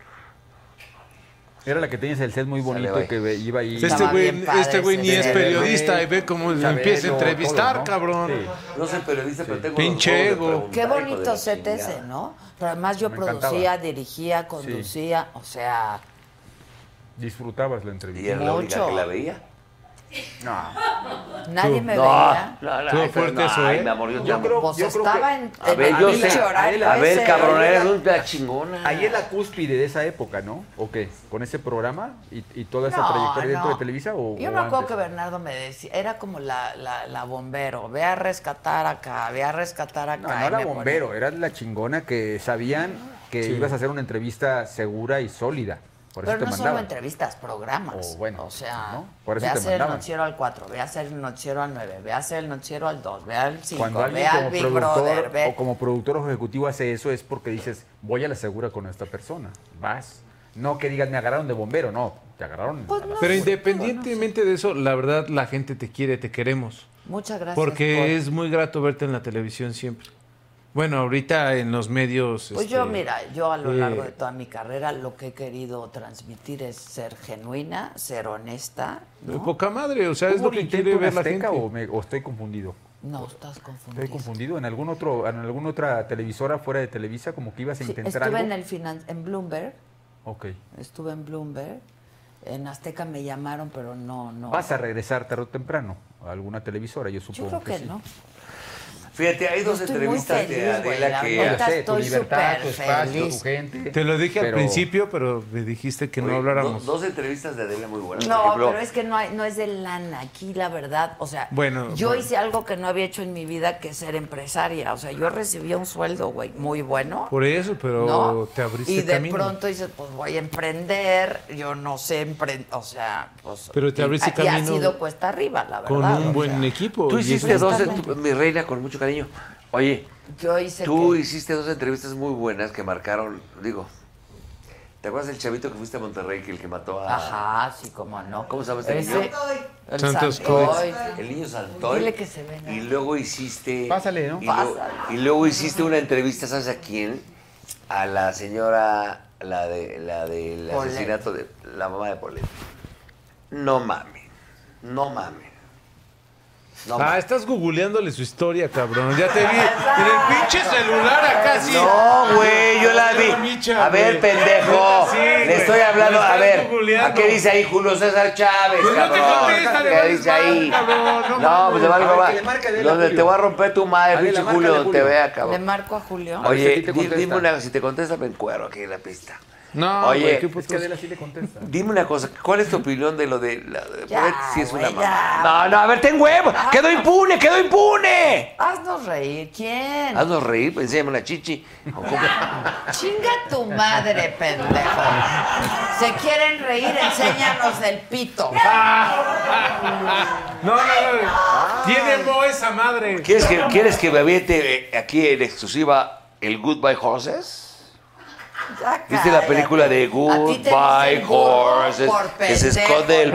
Era la que tenías el set muy bonito bye. que ve- iba ahí. Este güey, este güey ni ¿eh? es periodista y ve cómo lo Chabelo, empieza a entrevistar, todos, ¿no? cabrón. No soy periodista, pero tengo. los Pinche huevos de ego. preguntar, Qué hijo de bonito la set chingada. ese, ¿no? Pero además yo Me encantaba. producía, dirigía, conducía, o sea, Disfrutabas la Y entrevista. era la única Mucho. que la veía. nadie Tú. me No, veía. no, no, Estuvo ay, pero fuerte no, eso, ay, ¿eh? mi amor, yo te Yo amo. creo- Pues yo creo estaba que- en, A en ver, el yo pinche sé. horario A ver, ese. cabrón, eres una chingona. Ahí es la cúspide de esa época, ¿no? ¿O qué? ¿Con ese programa y, y toda esa No, trayectoria dentro no. de Televisa? O, Yo o me acuerdo antes? que Bernardo me decía, era como la, la, la bombero, ve a rescatar acá, ve a rescatar acá. No, y no era me ponía- bombero, eh, eras la chingona que sabían que Sí. ibas a hacer una entrevista segura y sólida. Por eso Pero te no solo mandaban. entrevistas, programas. O bueno, o sea, ¿no? Por eso ve a te hacer el mandaban. noticiero al 4, ve a hacer el noticiero al 9, ve a hacer el noticiero al 2, ve al 5, Cuando ve alguien al como Big productor Brother, ve... o como productor o ejecutivo hace eso es porque dices, voy a la segura con esta persona. Vas. No que digas, me agarraron de bombero. No, te agarraron. Pues a la no. Pero segura. independientemente de eso, la verdad, la gente te quiere, te queremos. Muchas gracias. por- Porque es muy grato verte en la televisión siempre. Bueno, ahorita en los medios. Pues este, yo, mira, yo a lo eh, largo de toda mi carrera lo que he querido transmitir es ser genuina, ser honesta. ¿no? Poca madre, o sea, es ¿Hubo lo un que intento quiere en ver la Azteca gente. O, me- o estoy confundido? No, estás Estoy confundido. confundido. ¿En, algún otro, ¿En alguna otra televisora fuera de Televisa como que ibas a Sí, intentar estuve algo? en el finan- en Bloomberg, Ok. estuve en Bloomberg. En Azteca me llamaron, pero no, no. ¿Vas a regresar tarde o temprano a alguna televisora? Yo Yo supongo creo que, sí. no. Fíjate, hay dos estoy muy entrevistas de feliz, güey, Adela la que. neta. Ya sé, tu Estoy libertad, tu súper espacio, feliz. tu gente. Te lo dije al Pero- principio, pero me dijiste que no Oye, habláramos. do- dos entrevistas de Adela muy buenas. por No, ejemplo, pero es que no, hay, no es de lana. Aquí, la verdad, o sea, Bueno, yo bueno. hice algo que no había hecho en mi vida, que es ser empresaria. O sea, yo recibía un sueldo, güey, muy bueno. Por eso, pero ¿no? te abriste Y de camino. pronto dices, pues voy a emprender, yo no sé emprender, o sea, pues... Pero te y- abriste y ha camino sido cuesta arriba, la verdad. con o sea. un buen equipo. Tú y hiciste eso- dos, en- mi reina, con mucho cariño. Oye, Yo hice tú que- hiciste dos entrevistas muy buenas que marcaron, digo. ¿Te acuerdas del chavito que fuiste a Monterrey, que el que mató a. Ajá, sí, cómo no. ¿Cómo se llama este Ese- niño? el Santos Santoy. Coy. El niño Santoy. Dile que se venga. Y luego hiciste. Pásale, ¿no? Y, luego- Pásale. y luego hiciste una entrevista, ¿sabes a quién? A la señora, la de la del Polet. asesinato de la mamá de Polet. No mames. No mames. No Ah, estás googleándole su historia, cabrón. Ya te vi en el pinche celular acá, sí. No, güey, yo la vi. Micha, A ver, güey. pendejo. Sí, Le güey. estoy hablando, Lo a estás ver. ¿A googleando. qué dice ahí Julio César Chávez, Pues no te cabrón? contesta, le ¿Qué vales dice ahí? madre, cabrón, no No, mames. pues le valgo A ver, va. que le marque Adela, Donde Julio. te voy a romper tu madre, Adela, pinche márcale, Julio, donde te Julio. vea, Le cabrón. marco a ver Julio. si a ti Oye, te di- contesta. dime una, si te contesta me encuero aquí en la pista. No, Oye, güey, ¿qué pues, Es que Adela sí le contesta. Dime una cosa, ¿cuál es tu opinión de lo de la, de Ya, poder si es una güey, mamá? ya. No, no, a ver, ten huevo. Quedó impune, quedó impune. Haznos reír. ¿Quién? Haznos reír, pues, enséñame una chichi. O cómo- Chinga tu madre, pendejo. Se quieren reír, enséñanos el pito. No, no, no. Tiene mo esa madre. ¿Quieres que, ¿Quieres que me aviente eh, aquí en exclusiva el Goodbye Horses? Ya ¿Viste la película de Goodbye Horses? Que se esconde el...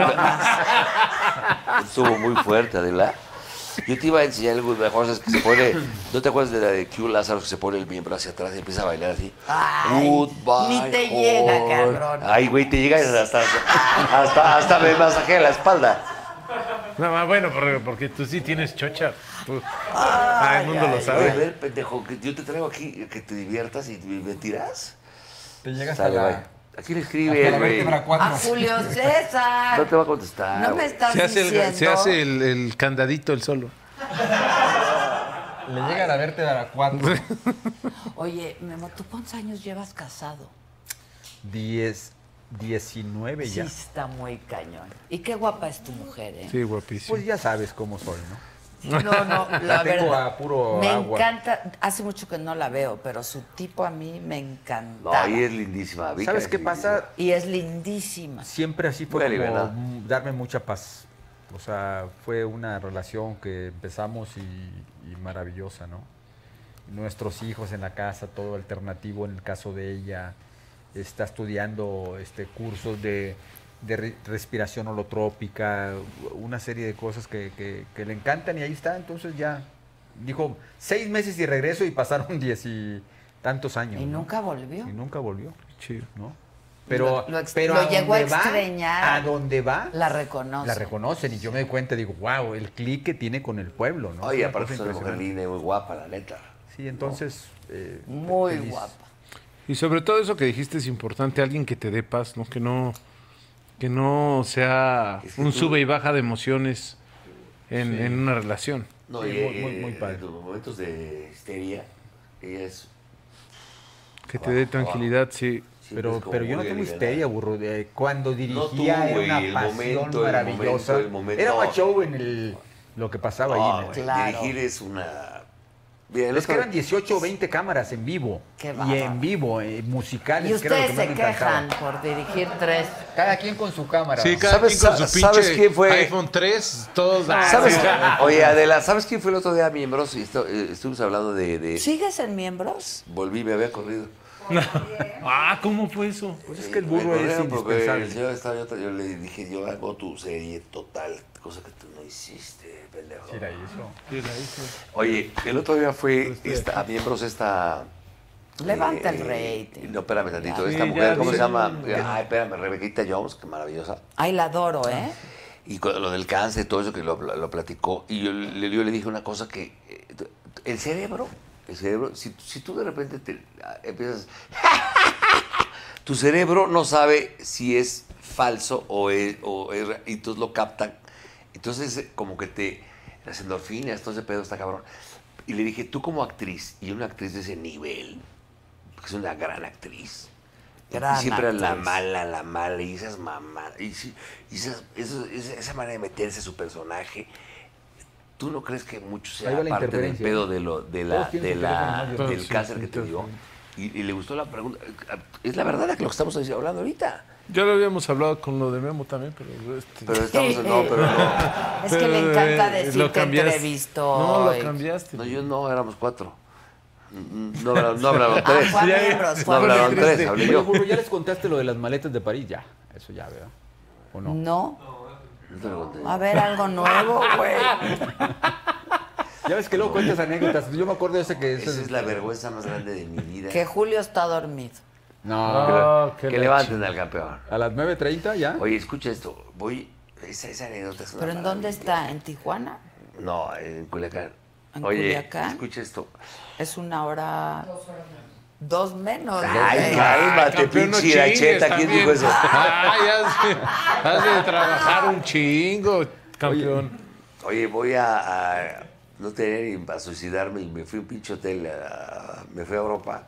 Estuvo muy fuerte, Adela. Yo te iba a enseñar el Goodbye Horses que se pone... ¿No te acuerdas de la de Q Lázaro que se pone el miembro hacia atrás y empieza a bailar así? Ay, Goodbye ni te llega, Horse. cabrón. Ay, güey, te llega hasta, hasta, hasta, hasta me masajea la espalda. No, ma, bueno, porque, porque tú sí tienes chocha. Tú- ah, el mundo lo Oye, A sabe. ver, pendejo, que yo te traigo aquí que te diviertas y me tiras. Te llegas Sale, a la- bye. ¿A hasta quién le escribe, la güey? vértebra A Ah, Julio César. No te va a contestar. No me güey. estás Se hace, el, diciendo. se hace el- el candadito el solo. Le llegan a verte de la 4. Oye, Memo, ¿tú cuántos años llevas casado? 10, 19 Sí, ya. está muy cañón. Y qué guapa es tu mujer, ¿eh? Sí, guapísimo. Pues ya sabes cómo soy, ¿no? No, no, la, tengo verdad. a puro me agua. encanta. Hace mucho que no la veo, pero su tipo a mí me encanta. No, ahí es lindísima. Vika ¿Sabes es qué lindísima. pasa? Y es lindísima. Siempre así fue Muy como liberal. mm, darme mucha paz. O sea, fue una relación que empezamos y, y maravillosa, ¿no? Nuestros hijos en la casa, todo alternativo en el caso de ella. Está estudiando este, cursos de, de re- respiración holotrópica, una serie de cosas que, que- que le encantan y ahí está. Entonces ya dijo seis meses y regreso y pasaron diez y tantos años. Y ¿no? nunca volvió. Y nunca volvió. Chido. ¿No? Pero, Lo- lo ex- pero lo a donde llegó a va, extrañar. a donde va, La reconoce. la reconocen. Y yo me doy cuenta y digo, wow, el clic que tiene con el pueblo, ¿no? Oye, Una aparte cosa es una mujer impresionante. linda y muy guapa, la neta. Sí, entonces. eh, Muy feliz. guapa. Y sobre todo eso que dijiste es importante, alguien que te dé paz, ¿no? Que no, que no sea Es que un tú- sube y baja de emociones en, en una relación. No, Sí, y, muy- muy- eh, muy padre. En los momentos de histeria, ella es... Que te dé tranquilidad, sí. siempre es Pero, como pero yo no muy tengo liberal. histeria, burro. de- cuando dirigía No tú, era güey, una el pasión momento, el maravillosa. momento, el momento. Era más show en el, lo que pasaba No, ahí. ¿no? Ah, güey, Claro. Dirigir es una... Mira, el Es que otro- eran 18 o 20 cámaras en vivo. Qué y bárbaro. en vivo, eh, musicales. Y que era lo ustedes que más se me encantaba. quejan por dirigir tres. Cada quien con su cámara. Sí, cada ¿Sabes- quien con su sabes pinche quién fue? iPhone 3, todos... ah, ¿Sabes? sí. Oye, Adela, ¿sabes quién fue el otro día a miembros? Y esto- eh, estuvimos hablando de... de- ¿Sigues en miembros? Volví, me había corrido. Ah, ¿cómo fue eso? Pues es que el Me burro es corrieron porque indispensable. el señor estaba- yo, yo le dije, yo hago tu serie total, cosa que tú no hiciste, pendejo. Sí, la hizo. Oye, el otro día fue esta- a miembros esta... Levanta el eh, rating. No, espérame tantito. Sí, Esta ya mujer, ¿cómo se dice- llama? Ay, espérame, Rebequita Jones, que maravillosa. Ay, la adoro, ¿eh? Y con lo del cáncer, todo eso que lo, lo platicó. Y yo le, yo le dije una cosa que... eh, El cerebro, el cerebro, si, si tú de repente te, ah, empiezas... tu cerebro no sabe si es falso o es, o es re- y entonces lo captan. Entonces, eh, como que te. Las endorfinas, todo ese pedo está cabrón. Y le dije, tú como actriz, y una actriz de ese nivel, que es una gran actriz. Gran y siempre la actriz. mala, la mala, y esas mamadas, y, si- y esas- eso- esa, esa manera de meterse a su personaje. ¿Tú no crees que mucho sea Ahí va la parte del interferencia. pedo de lo, de la, Todos tienen de su la- teléfono, ¿no? del Sí, cáncer sí, que te todos dio? tienen. Y, y le gustó la pregunta. Es la verdad que lo que estamos hablando ahorita. Ya lo habíamos hablado con lo de Memo también, pero... este- Pero estamos en- no, pero no. Es que le Pero, encanta eh, decir lo que cambiaste. entrevistó. No, lo y- cambiaste. No, yo no, éramos cuatro. Mm, No hablaron, no hablaron tres. Juan Miembros, No Juan hablaron Miembros. tres, hablé Oye, yo. burro, ya les contaste lo de las maletas de París, ya. Eso ya, ¿verdad? ¿O Mm. no? No, No te lo conté. a ver algo nuevo, güey. Ya ves que luego cuentas anécdotas. Yo me acuerdo de ese que... Esa es la vergüenza más grande de mi vida. Que Julio está dormido. No. Ah, que qué que la levanten al campeón. A las 9.30 ya. Oye, escucha esto. Voy. Esa, esa anécdota es una ¿Pero en dónde está? ¿En Tijuana? maravilla. No, en Culiacán. ¿En Oye, Culiacán? escucha esto. Es una hora. Dos menos. Ay, güey. cálmate, campeón, no pinche iracheta. ¿Quién chingues dijo también. eso? Ay, has, de- has de trabajar un chingo, campeón. Oye, voy a, a no tener a suicidarme y me fui a un pinche hotel, a- me fui a Europa,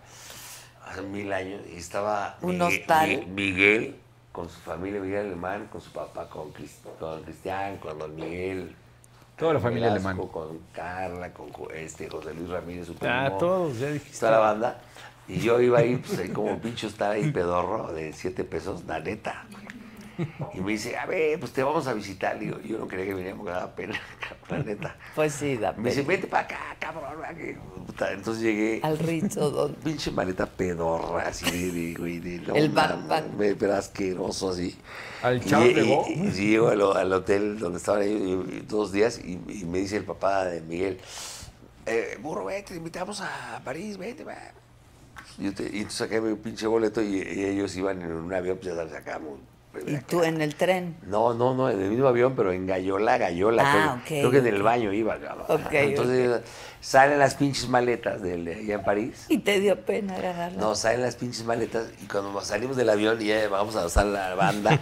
hace mil años, y estaba Un Migue- hostal. Migue- Miguel con su familia, Miguel Alemán, con su papá, con, Cris- con Cristian, con Don Miguel. Toda la con familia Velasco, Alemán. Con Carla, con Ju- este, José Luis Ramírez, su Ah, primo, todos, ya dijiste. Toda la banda. Y yo iba ahí, pues ahí como pincho estaba ahí pedorro de siete pesos, la neta. Y me dice, a ver, pues te vamos a visitar. Le digo, yo no quería que viniera porque daba pena, cabrón, la neta. Pues sí, da Me dice, pena. vete para acá, cabrón. aquí". Puta, Entonces llegué. Al Ritzo, ¿dónde? Pinche maleta pedorra, así de, de, güey, de no El backpack. mames, güey, Pero asqueroso, así. ¿Al Y- Charles y- de Gaulle? y sí, llego al, al hotel donde estaban ellos y- y dos días y, y me dice el papá de Miguel, eh, burro, vete, te invitamos a París, vete, va. Yo te- y entonces saqué mi pinche boleto y, y ellos iban en un avión, pues ya sabes, acá, muy- Y tú en el tren. no, no, no, en el mismo avión, pero en Gallola, Gallola. Ah, creo, ok, creo que en el baño iba. cabrón. Ok, Entonces salen las pinches maletas del, de allá en París. Y te dio pena agarrarla. No, salen las pinches maletas y cuando nos salimos del avión y ya vamos a usar la banda,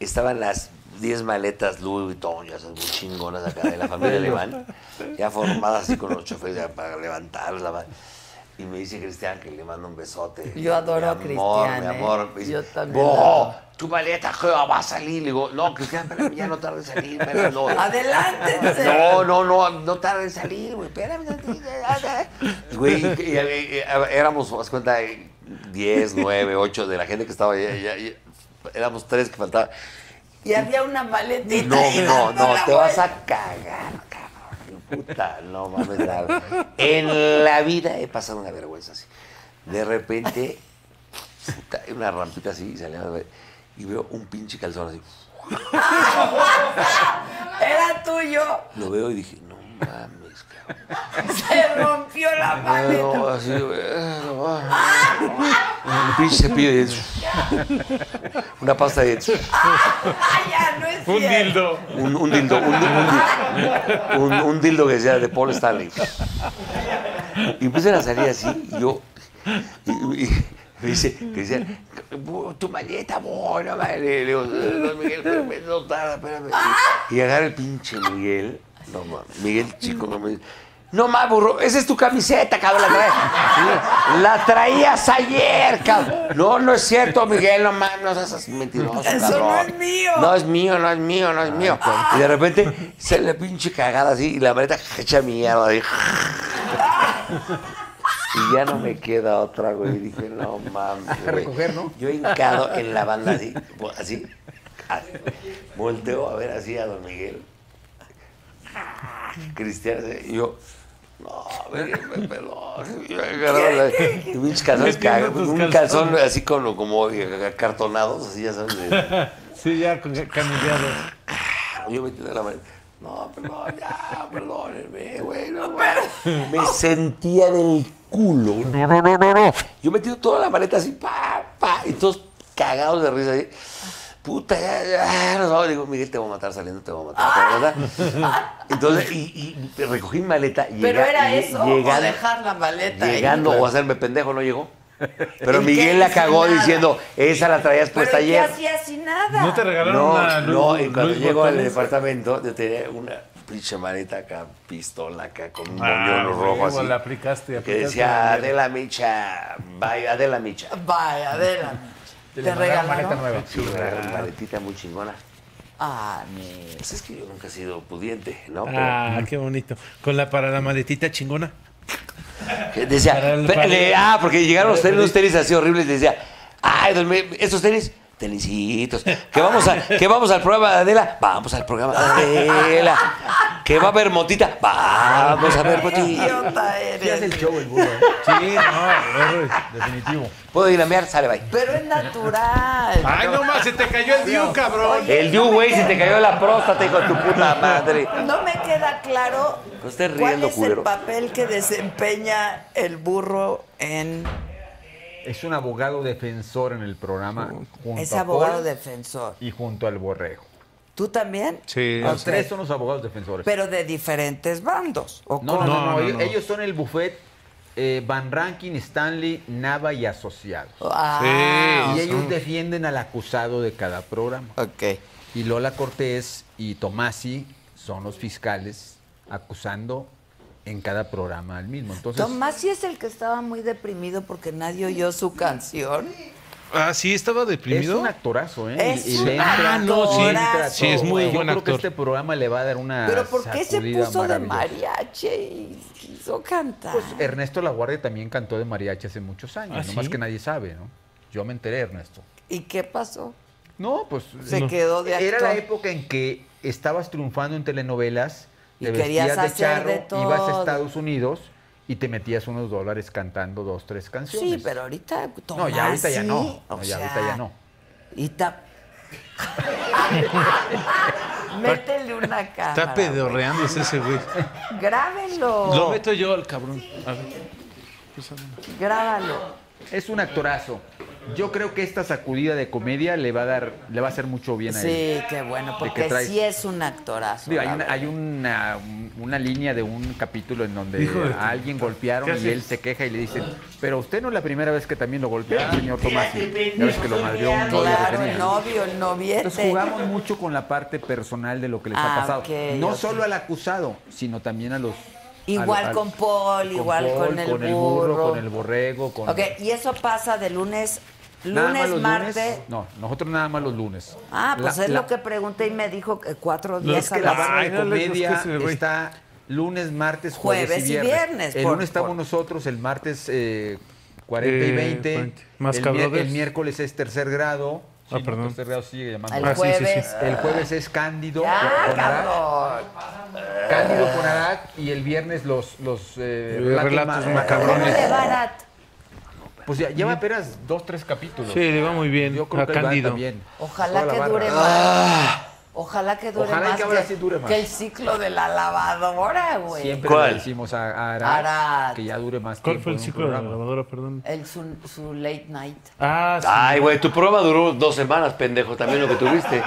estaban las 10 maletas Louis Vuitton, ya sabes, muy chingonas acá de la familia alemán, ya formadas así con los choferes ya para levantarlas. la madre. Y me dice Cristian que le mando un besote. Yo adoro a mi amor, Cristian, Mi ¿eh? amor, Me dice, Yo también "Bo, lo adoro". tu maleta, jeva, va a salir. Le digo, no, Cristian, espérame, ya no tarde en salir. espérame, no. Adelántense. No, no, no, no tarde en salir, güey, espérame. Güey, y- y- y- a- éramos, haz cuenta, eh, 10, 9, 8 de la gente que estaba ya, ya- ya- éramos tres que faltaban. Y había una maletita. No, ahí no, dando no, la te vas vuelta. a cagar, cabrón. Puta, no mames. la- En la vida he pasado una vergüenza así. De repente, puta, una rampita así, y salía, y veo un pinche calzón así. Era tuyo. Lo veo y dije, no mames, Se rompió la maleta. No, así, eh, no, ah, no. Un pinche cepillo de dientes. Una pasta de dientes. ya no es Un cierto. dildo. Un, un dildo. Un, un- un- un dildo que sea de Paul Stanley. Y empiezan a salir así. Y yo. Y, y- me dice, me dice, tu maleta, bueno, madre. Le digo, "Don Miguel, espérame, no tarda, espérame. Y, y agarra el pinche Miguel. No mames. Miguel, chico, no me No mames, burro, esa es tu camiseta, cabrón, la traes. La traías ayer, cabrón. No, no es cierto, Miguel, no mames, no seas así mentiroso, Eso cabrón. no es mío. No es mío, no es mío, no es mío. Y de repente sale la pinche cagada así y la maleta hecha mierda. así. Y ya no me queda otra, güey. Y dije, no mames. A güey. recoger, ¿no? Yo hincado en la banda así, pues, así. así. Volteo a ver así a don Miguel. Cristian, así, y yo. No, Miguel, me peló. Yo agarraba la- y pinches calzones Metiendo cag- tus Un calzones. calzón así como, como eh, acartonados, así ya sabes. de- Sí, ya con- cambiado. yo me tiré la mano. No, perdón, ya, perdónenme, güey. no, güey. Me sentía del culo. No, no, no, no, no. Yo me tiro toda la maleta así, pa, pa, y todos cagados de risa. Así. Puta, ya, ya, nos vamos. Digo, Miguel, te voy a matar saliendo, te voy a matar. te voy a matar. Entonces, y, y recogí mi maleta. Pero llega- era lle- eso, llegando- o dejar la maleta ahí. Llegando o hacerme pendejo, no llegó. Pero ¿Y qué Miguel la hizo? cagó Nada. diciendo, esa la traías Pero puesta ¿y ¿qué ayer. hacía sin nada? no, una Luis- No, y cuando Luis llego al Botones? departamento, yo tenía una pinche maleta acá, pistola acá, con un Ah, moñón rojo huevo, así. la aplicaste, que aplicaste decía la mierda. Adela Micha, vaya Adela Micha. Vaya, Adela. Te, regalaron. Sí, me regalaron una maletita muy chingona. Ah, mira. Pues es que yo nunca he sido pudiente, ¿no? Pero- Ah, qué bonito. Con la para la maletita chingona. que decía, Para el- pe- para el- le- ah, porque llegaron los para el- tenis, unos tenis así horribles, decía, ay, don Me- esos tenis, tenisitos, que vamos, a, que vamos al programa de Adela, vamos al programa de Adela, que va a haber motita, vamos a ver motita. Idiota eres. el show el burro. Sí, no, definitivo. ¿Puedo ir a mear? Sale, bye. Pero es natural. Ay, no más, se te cayó Ah, el Diu, cabrón. El Diu, güey, si te cayó la próstata, hijo de tu puta madre. No me queda claro No estés cuál riendo, es el culero. papel que desempeña el burro en... Es un abogado defensor en el programa. Junto Es a abogado Paul defensor. Y junto al borrego. ¿Tú también? Sí. Los Ok. tres son los abogados defensores. Pero de diferentes bandos. ¿o No, no, cómo? no, no, no, ellos, no. ellos son el buffet eh, Van Rankin, Stanley, Nava y Asociados. Oh, Ah, y Sí, ellos son- defienden al acusado de cada programa. ok. Y Lola Cortés y Tomasi son los fiscales acusando en cada programa al mismo. Entonces, Tomás sí es el que estaba muy deprimido porque nadie oyó su canción. Ah, sí, estaba deprimido. Es un actorazo, ¿eh? Es Y- y un le entra- Ah, no, sí. entra Sí, todo, es muy güey. Yo buen creo que actor. este programa le va a dar una Pero ¿por qué se sacudida puso de Ah, maravillosa. Pues- mariachi y quiso cantar? Ernesto La Guardia también cantó de mariachi hace muchos años, ¿Ah, no más sí? que nadie sabe, ¿no? Yo me enteré, Ernesto. ¿Y qué pasó? No, pues Se no. quedó de Era actor. la época en que estabas triunfando en telenovelas, Y te querías vestías de hacer de charro, ibas todo. a Estados Unidos y te metías unos dólares cantando dos, tres canciones. Sí, pero ahorita No, Tomás ya ahorita ya sí, no. o No, ya ahorita sea, ya no. Y ta- Métele una cámara. Está pedorreándose ese güey. Grábenlo. Lo meto yo al cabrón. A ver. Grábalo. Es un actorazo. Yo creo que esta sacudida de comedia le va a dar, le va a hacer mucho bien a Sí, él. qué bueno, De que porque traes- sí es un actorazo. Digo, hay la una, hay una, una línea de un capítulo en donde Hijo de tu- a alguien ¿Qué golpearon y haces? él se queja y le dicen, pero usted no es la primera vez que también lo golpea, Ah, señor Tomás. Ya ves que lo madrió un novio que Claro, tenía. el novio, el Entonces noviete. jugamos mucho con la parte personal de lo que les Ah, ha pasado. ok, no ok. solo al acusado, sino también a los... Igual a los- con Paul, igual con el burro. con el borrego, con... Ok, y eso pasa de lunes, Nada más lunes, los martes. lunes. No, nosotros nada más los lunes. Ah, pues La- es la- lo que pregunté y me dijo que cuatro Lo días es que a la la barra de semana. comedia está lunes, martes, jueves, Jueves y y viernes. viernes, El por- lunes estamos nosotros, el martes eh, 40 y Eh, 20. 40. Más el, cabrones. mier- el miércoles es tercer grado. Ah, no, perdón. tercer grado sigue llamando. El Ah, sí, sí, sí. jueves. El jueves es Cándido. Ya, con Arak. Ah, cabrón. Cándido con Arak y el viernes los, los eh, Eh, relatos ma- macabrones. ¿Cómo le van a- Pues ya, lleva apenas dos, tres capítulos. Sí, le va muy bien. Yo creo a que Cándido. bien. Ojalá Toda la que barra. dure más. Ah. Ojalá que dure Ojalá y más. que ahora sí dure más. que el ciclo de la lavadora, güey. Siempre le decimos a, a Arak Arak. que ya dure más ¿Cuál tiempo fue el en un ciclo de la programa. lavadora, perdón? El, su, su late night. Ah, Ay, güey, tu prueba duró dos semanas, pendejo, también lo que tuviste.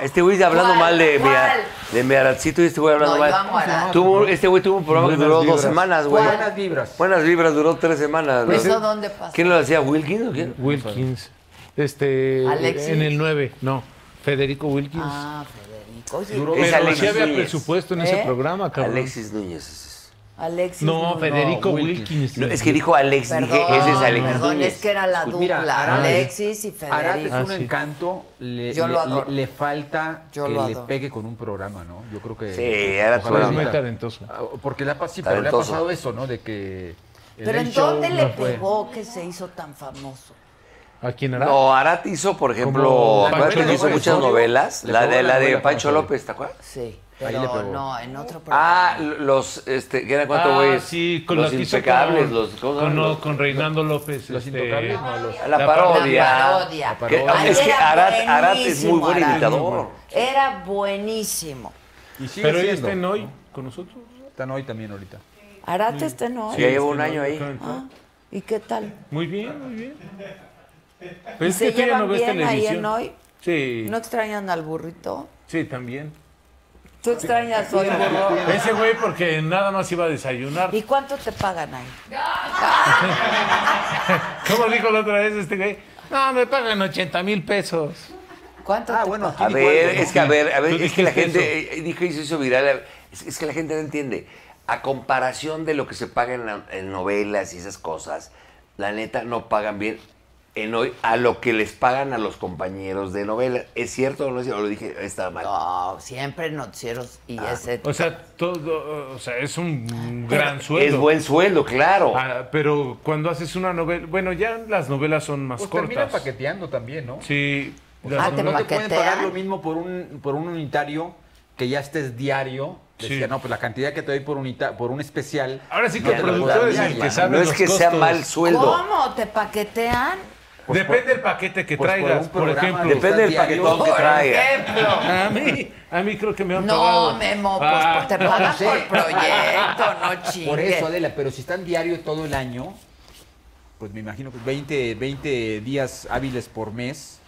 Este güey hablando ¿Cuál? mal de mi, ¿Cuál? de mi Arancito y este güey hablando No, mal. yo amo a Aran. Tuvo- este güey tuvo un programa que Buenas duró dos vibras. semanas, güey. Buenas vibras. Buenas vibras duró tres semanas. güey. ¿Eso dónde pasa? ¿Quién lo hacía? ¿Wilkins o quién? Wilkins. Este. Alexis. En el 9. No. Federico Wilkins. Ah, Federico. Oye, Duró Es dos semanas. pues Alexis Sí había Núñez. presupuesto en ese ¿Eh? programa, cabrón. Alexis Núñez. ese es. Alexis. No, Nuno. Federico No, Wilkins. No, es que dijo Alex, dije, ese es Alexis Perdón, Núñez. es que era la Pues dupla. mira, Aran- Alexis y Arat es Federico. Ah, un encanto, le, Yo le- lo adoro. le- le falta Yo que lo le adoro. pegue con un programa, ¿no? Yo creo que. Sí, Arat ojalá es muy ahorita- talentoso. Ah, Porque le ha, pas- sí, pero le ha Talentoso. pasado eso, ¿no? De que. el Pero Late ¿en Show dónde le no fue. pegó que se hizo tan famoso? ¿A quién era? No, Arat hizo, por ejemplo, Como Arat Pancho hizo López. muchas novelas. Le La pegó de, la la de novela Pancho Pancho López. López, ¿te acuerdas? Sí. Ahí Pero le pegó. no, en otro programa. Ah, los, este, ¿qué era cuánto, Ah, güey? sí, con los la que hizo impecables, con- los, ¿cómo se con, llaman? no, Los- con Reinaldo López. Los este, intocables, no, los- La la parodia. parodia. La parodia. Ah, Que- Ay, es que era Arat, Arat es muy buenísimo, buen Arat. imitador. Era buenísimo. Y sigue Pero ella siendo. está en hoy con nosotros. Están hoy también ahorita. Arate este no. Sí, ya lleva un año ahí. Ah, ¿Y qué tal? Muy bien, muy bien. ¿Y Pero es se que tú ya llevan no ves bien ahí en televisión. hoy? Sí, ¿No extrañan al burrito? sí, también. ¿Tú extrañas hoy, burro? Ese güey porque nada más iba a desayunar. ¿Y cuánto te pagan ahí? ¿Cómo dijo la otra vez este güey? No, me pagan 80 mil pesos. ¿Cuánto Ah, te bueno, pagan? A ver, es que a ver, a ver, Tú es que la dijiste gente, eh, dije, hizo eso viral, es, es que la gente no entiende. A comparación de lo que se paga en, la- en novelas y esas cosas, la neta no pagan bien en hoy a lo que les pagan a los compañeros de novela. ¿Es cierto o no es cierto? O lo dije, está mal. No, siempre noticieros y Ah, ese. O sea, todo, o sea, es un Pero gran sueldo. Es buen sueldo, claro. Ah, pero cuando haces una novela, bueno, ya las novelas son más Pues terminan cortas. paqueteando también, ¿no? Sí, las Ah, no te no te pueden paquetean. pagar lo mismo por un, por un unitario que ya estés diario. Decía, Sí. no, pues la cantidad que te doy por, unita, por un especial. Ahora sí que no el te la puedo productor dar es el diaria, que ¿no? sabe no es los que sea costos. mal sueldo. ¿Cómo? ¿Te paquetean? Pues Depende por- del paquete que pues por traigas, un por, programa ejemplo. de- Depende del paquetón que Por traiga. ejemplo. Ah, A mí, a mí creo que me han pagado. No, Memo, pues Ah, te pagan sé. por proyecto, no chingue. Por eso, Adela, pero si están diario todo el año, pues me imagino que 20, 20 días hábiles por mes,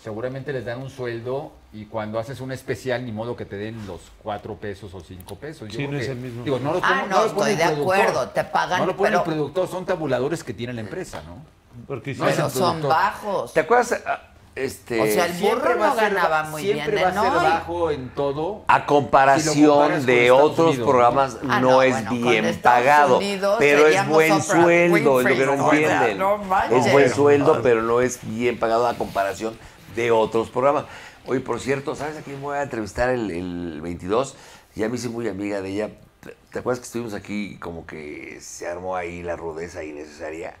seguramente les dan un sueldo y cuando haces un especial, ni modo que te den los 4 pesos o 5 pesos. Yo Sí, creo no es que- el mismo. Digo, no lo Ah, pone- no, lo estoy pone el de productor. acuerdo, te pagan, No lo pone pero- el productor, son tabuladores que tiene la empresa, ¿no? porque sí. No es Pero el son productor. bajos. ¿Te acuerdas? ah, este, O sea, el burro no ganaba muy bien, ¿eh? Siempre va a ser ¿no? Ah, bajo en todo. a Si comparación lo comparas con de Estados otros Unidos, programas, Ah, no, no, es bueno, con bien Estados pagado, Unidos pero es seríamos buen Oprah sueldo, es lo que no Winfrey, ¿no? entienden. No manches. es buen No, sueldo, ah. no. pero no es bien pagado a comparación de otros programas. Oye, por cierto, ¿sabes a quién voy a entrevistar el, el 22? Ya me hice muy amiga de ella. ¿Te acuerdas que estuvimos aquí y como que se armó ahí la rudeza innecesaria?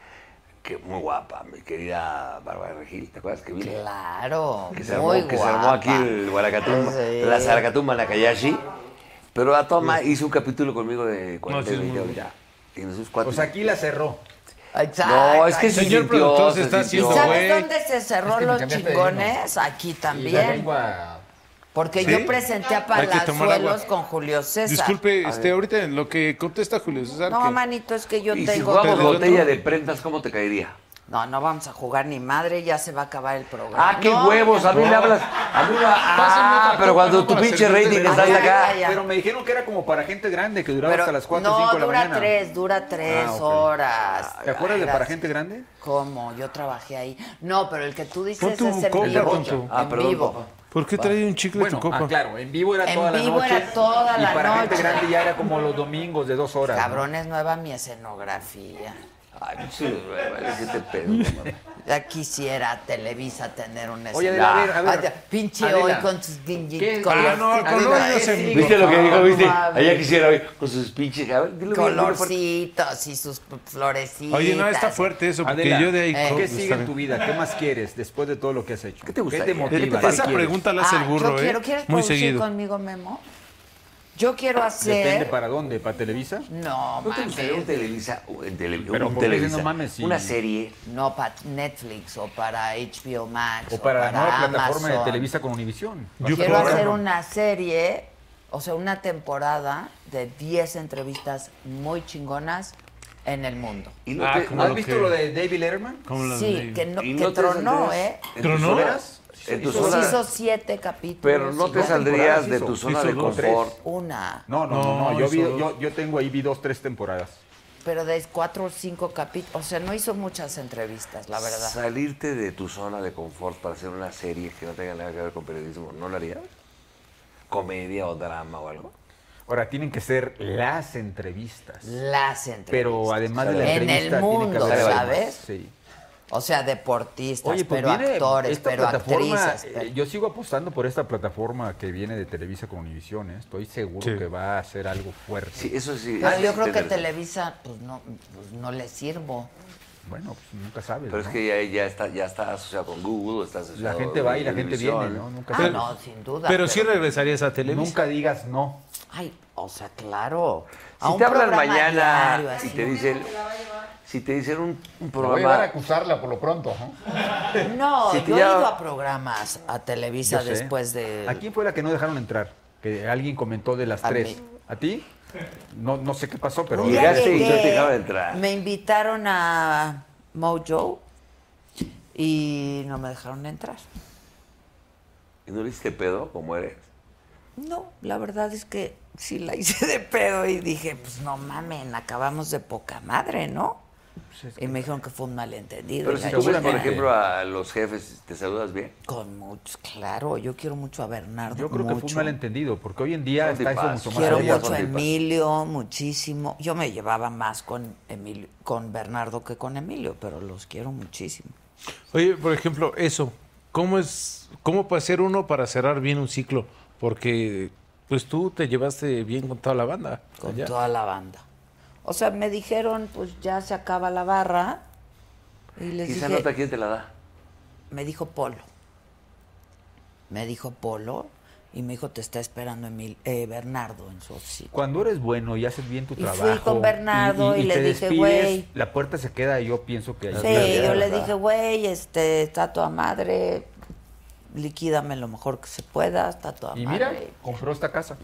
Que muy guapa, mi querida Bárbara Regil, ¿te acuerdas que vino? Claro, que se armó, muy que se armó aquí guapa. el Guaracatumba, Sí. la Zaracatumba Nakayashi. Pero a Toma hizo un capítulo conmigo de 40 sí, es muy videos. buena. Y nosotros cuatro. O sea, aquí la cerró. No, es que Exacto. se Señor sintió, productor, se se está ¿Y sintió. haciendo ¿Sabes güey. dónde se cerró me los cambiaste de chingones? Aquí la también. Porque ¿Sí? yo presenté a Hay que tomar Palazuelos agua. con Julio César. Disculpe, A este, ver. ahorita en lo que contesta Julio César. No, que- manito, es que yo Y si tengo. jugamos botella de prendas, ¿cómo te caería? No, no vamos a jugar ni madre, ya se va a acabar el programa. Ah, qué No, huevos, a mí no. le hablas. A mí me- ah, pero cuando tu pinche rating Ah, está ahí acá. Pero me dijeron que era como para gente grande, que duraba Pero- hasta las 4 no, o 5 de la dura mañana. tres, dura tres Ah, ok. horas. ¿Te acuerdas de Gracias. para gente grande? ¿Cómo? Yo trabajé ahí. No, pero el que tú dices tu es el coca, vivo. pon tu- Ah, en perdón, vivo. coca. ¿Por qué trae un chicle bueno, en tu copa? Ah, claro, en vivo era En toda la vivo noche. era toda la y para gente noche. grande ya era como los domingos de dos horas. Cabrón, es nueva mi escenografía. Ay, sí, vale, ¿qué te pedo, mamá? Ya quisiera Televisa tener una Oye, Adela, a ver, a ver. Ay, ya, pinche Adela. hoy con sus ¿Qué? guinguitos. Ah, no, con hoy no se- ¿Viste lo que dijo? ¿Viste? Allá quisiera hoy, con sus pinches. a ver, dilo bien, dilo fuerte. Colorcitos y sus florecitas. Oye, no, está fuerte eso, porque Adela, yo de eh, ahí... ¿Qué co- sigue en tu vida? ¿Qué más quieres después de todo lo que has hecho? ¿Qué te gustaría? ¿Qué te motiva? Eh, Esa pregunta pregunta la hace el burro, Ah, yo ¿eh? quiero, ¿Quieres Muy producir seguido. conmigo, Memo? Yo quiero Depende hacer... para dónde, para Televisa. No, ¿No te gustaría un mames. Televisa, un tele- Pero un ¿por qué Televisa, no mames si- una serie? No, para Netflix o para HBO Max. O para la nueva plataforma de Amazon. Televisa con Univisión. Quiero hacer una serie, o sea, una temporada de 10 entrevistas muy chingonas en el mundo. ¿Y no te- ¿Has visto lo de David Letterman? Sí, que, no, ¿Y que no te tronó, saldrías ¿eh? en tus ¿Tronó? horas? En tus Pues horas. hizo siete capítulos. Pero no y te ya. saldrías de hizo? tu zona Hizo de dos, confort. tres. Una. No, no, no, no, Yo, hizo vi, dos. yo, yo tengo ahí, vi dos, tres temporadas. Pero de cuatro o cinco capítulos. O sea, no hizo muchas entrevistas, la verdad. Salirte de tu zona de confort para hacer una serie que no tenga nada que ver con periodismo, ¿no lo harías? ¿Comedia o drama o algo? Ahora, tienen que ser las entrevistas. Las entrevistas. Pero además de la En entrevista, el tiene que mundo, haber algo más. ¿sabes? Sí. O sea, deportistas, Oye, pues pero viene actores, esta pero plataforma, actrices. eh, pero- Yo sigo apostando por esta plataforma que viene de Televisa con Univision. ¿eh? Estoy seguro que va a ser algo fuerte. Sí, eso sí. Pero yo creo que Televisa, pues no, pues no le sirvo. Bueno, pues nunca sabes. Pero es ¿no? que ya, ya está, ya está asociado con Google, está asociado La gente va y la con gente Univision. viene, ¿no? Nunca Ah, sabes. no, sin duda. Pero sí regresarías a Televisa. Nunca digas no. Ay, o sea, claro. A Si un te hablan programa mañana diario, así. y te dicen, si te dicen un, un Te voy a llevar a programa, acusarla por lo pronto, ¿no? No, si te yo he llama- ido a programas a Televisa Yo sé. después de... ¿A quién fue la que no dejaron entrar? Que alguien comentó de las A tres. mí. ¿A ti? No, no sé qué pasó, pero. Un día llegaste y no te llegué, dejaban entrar. Me invitaron a Mojo y no me dejaron entrar. ¿y no le hiciste pedo como eres? No, la verdad es que sí la hice de pedo y dije, pues no mamen, acabamos de poca madre, ¿no? Pues Y me dijeron que fue un malentendido. Pero y si la tú ves, por chingada. ejemplo, a los jefes, ¿te saludas bien? Con muchos, claro, yo quiero mucho a Bernardo. Yo creo que fue un mucho. malentendido, porque hoy en día Son está eso tipas. mucho más Quiero arriba. mucho a Emilio, muchísimo. Yo me llevaba más con Emilio, con Bernardo que con Emilio, pero los quiero muchísimo. Oye, por ejemplo, eso. ¿Cómo es, cómo puede ser uno para cerrar bien un ciclo? Porque, pues tú te llevaste bien con toda la banda. Con Ya. toda la banda. O sea, me dijeron, pues ya se acaba la barra. Y les Quizá dije, nota quién te la da. me dijo Polo. Me dijo Polo y me dijo, te está esperando Emil- eh, Bernardo en su oficina. Cuando eres bueno y haces bien tu Y fui trabajo. con Bernardo y le te dije, despides, güey. La puerta se queda, yo pienso que. ahí Sí, la yo verdad. le dije, güey, este, está toda madre, liquídame lo mejor que se pueda, está toda Y mira, madre. compró esta casa.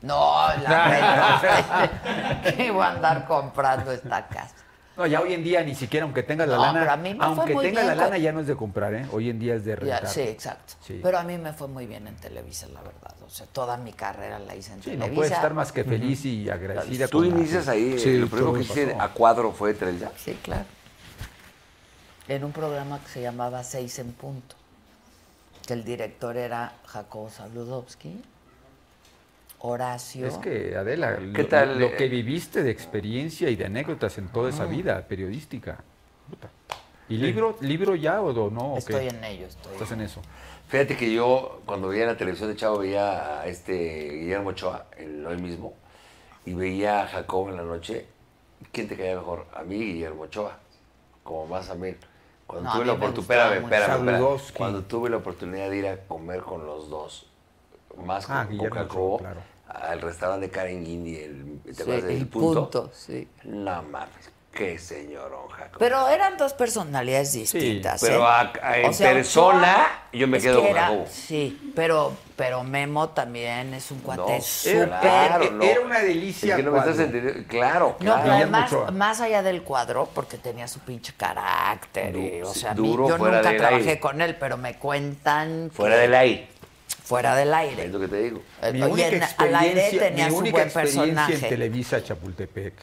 No, la neta, que voy a andar comprando esta casa. No, ya hoy en día ni siquiera, aunque tengas la No, lana. pero a mí me fue aunque muy tengas bien la con- lana, ya no es de comprar, ¿eh? Hoy en día es de Ya, rentar. sí, exacto. Sí. Pero a mí me fue muy bien en Televisa, la verdad. O sea, toda mi carrera la hice en Sí, no Televisa. puedes estar más que feliz y agradecida. Tú con la- inicias ahí, Sí, lo primero todo que hiciste pasó. a cuadro fue Televisa. Sí, claro. En un programa que se llamaba Seis en Punto. que el director era Jacobo Zabludovsky, Horacio. Es que, Adela, ¿Qué lo, tal, lo eh? que viviste de experiencia y de anécdotas en toda esa Mm. vida periodística. Puta. ¿Y Sí. libro, libro ya o do- no? o Estoy qué? en ello, estoy Estás en eso. Fíjate que yo, cuando veía la televisión de Chavo, veía a este Guillermo Ochoa, el hoy mismo, y veía a Jacob en la noche. ¿Quién te caía mejor? A mí, Guillermo Ochoa, como más a mí. Cuando No, a tuve mí la me oportunidad, gustaba espérame, mucho. espérame, espérame. Sabludowski. Cuando tuve la oportunidad de ir a comer con los dos, más con, Ah, con Guillermo Jacobo, Ochoa, claro. al restaurante de Karen Guindy, el, ¿te Sí, acuerdas del el punto? punto, sí. No mames, qué señorón, Jacob. Pero eran dos personalidades distintas. pero ¿eh? a- a- en O sea, persona, yo me es quedo que con era- Jacobo. Sí, pero, pero Memo también es un cuate No, súper. claro, no. Es que no me estás entendiendo. Claro, No, claro. pero además, más allá del cuadro, porque tenía su pinche carácter. y, Du- o sí, sea, a mí- duro yo fuera nunca del trabajé aire. con él, pero me cuentan. que- Fuera del aire. Fuera del aire. Es lo que te digo. Eh, Mi y única en- al experiencia, aire tenía mi su única buen experiencia en personaje. Televisa Chapultepec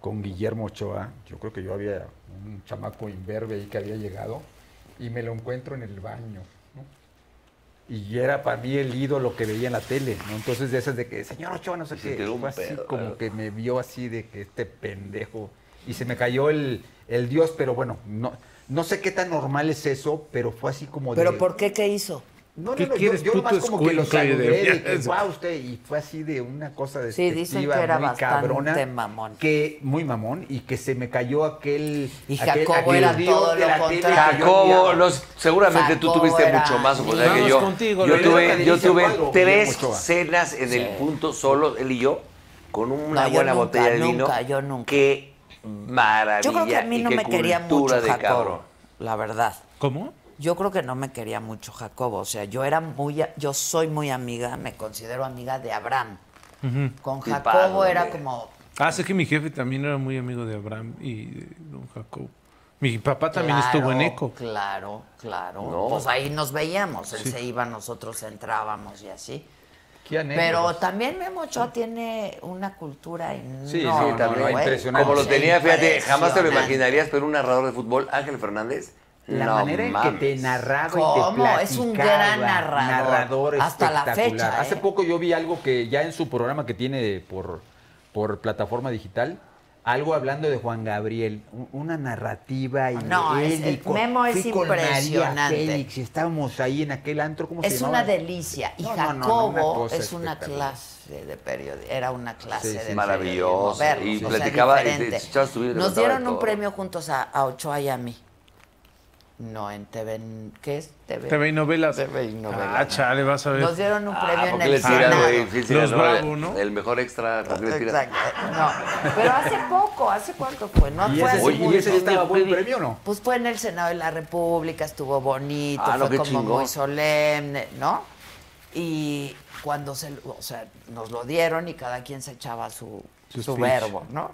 con Guillermo Ochoa, yo creo que yo había un chamaco imberbe ahí que había llegado y me lo encuentro en el baño. ¿no? Y era para mí el ídolo que veía en la tele, ¿no? Entonces de esas de que, señor Ochoa, no sé se qué, tiró un fue así pedo, como claro. que me vio así de que este pendejo. Y se me cayó el, el dios, pero bueno, no, no sé qué tan normal es eso, pero fue así como de... ¿Pero por qué qué hizo? No, no, no, yo, yo nomás como que lo saludé de que, "Guau, usted", y fue así de una cosa Sí, despectiva, dicen que era muy bastante cabrona, mamón. que muy mamón, y que se me cayó aquel... Y aquel- Jacobo aquel era dios todo de lo la tele que yo Jacobo, odiaba. los- seguramente tú Jacobo tuviste era- mucho más oportunidad que Vamos yo. yo contigo, Lorena tuve, yo Canidia tuve Zaguado, tres Guillermo Ochoa. cenas en Sí. el punto solo, él y yo, con una No, yo buena nunca, botella de vino. nunca, yo nunca. Qué maravilla. Yo creo que a mí y no qué me quería cultura mucho de cabrón. Jacobo, la verdad. ¿Cómo? Yo creo que no me quería mucho Jacobo, o sea, yo era muy, a- yo soy muy amiga, me considero amiga de Abraham. Con Qué Jacobo padre. era como, Ah, sé que mi jefe también era muy amigo de Abraham y de don Jacob. Mi papá también Claro, estuvo en ECO. Claro, claro. No. Pues ahí nos veíamos. Él Sí. se iba, nosotros entrábamos y así. Qué anécdotas. Pero también Memo Ochoa tiene una cultura enorme. ¿eh? Sí, también. Como lo tenía, fíjate, jamás te lo imaginarías, pero un narrador de fútbol, Ángel Fernández. La no manera en que mames. te narraba y te ¿Cómo? platicaba. Es un gran narrador. Hasta la espectacular. fecha, ¿eh? Hace poco yo vi algo que ya en su programa que tiene por, por plataforma digital, algo hablando de Juan Gabriel, un- una narrativa y No, él es- y el Memo es fui con María impresionante. Félix, y estábamos ahí en aquel antro, ¿cómo se Es llamaba? una delicia. Y No, no, no, no, Jacobo una cosa es una espectacular. clase de periodismo. Era una clase Sí, sí, de periodismo, maravilloso. Y verlos, o sea, platicaba, y te diferente. echabas tu vida y te Nos contaba de dieron un todo. premio juntos a, a Ochoa y a mí. No, en TV. en- ¿Qué es TV? TV y novelas. Ah, chale, vas a ver. Nos dieron un premio en porque el Ah, le tiran, Senado. güey, sí, sí, Los ganó el- Bravo, ¿no? El mejor extra. ¿por qué le tiran? Exacto. No, pero hace poco, ¿hace cuánto fue? No ¿Y fue ese hace sí- y mucho ese sí estaba tiempo. buen premio o no? Pues fue en el Senado de la República, estuvo bonito, Ah, no, fue qué como chingón. muy solemne, ¿no? Y cuando se, lo- o sea, nos lo dieron y cada quien se echaba su, Su su, speech. verbo, ¿no?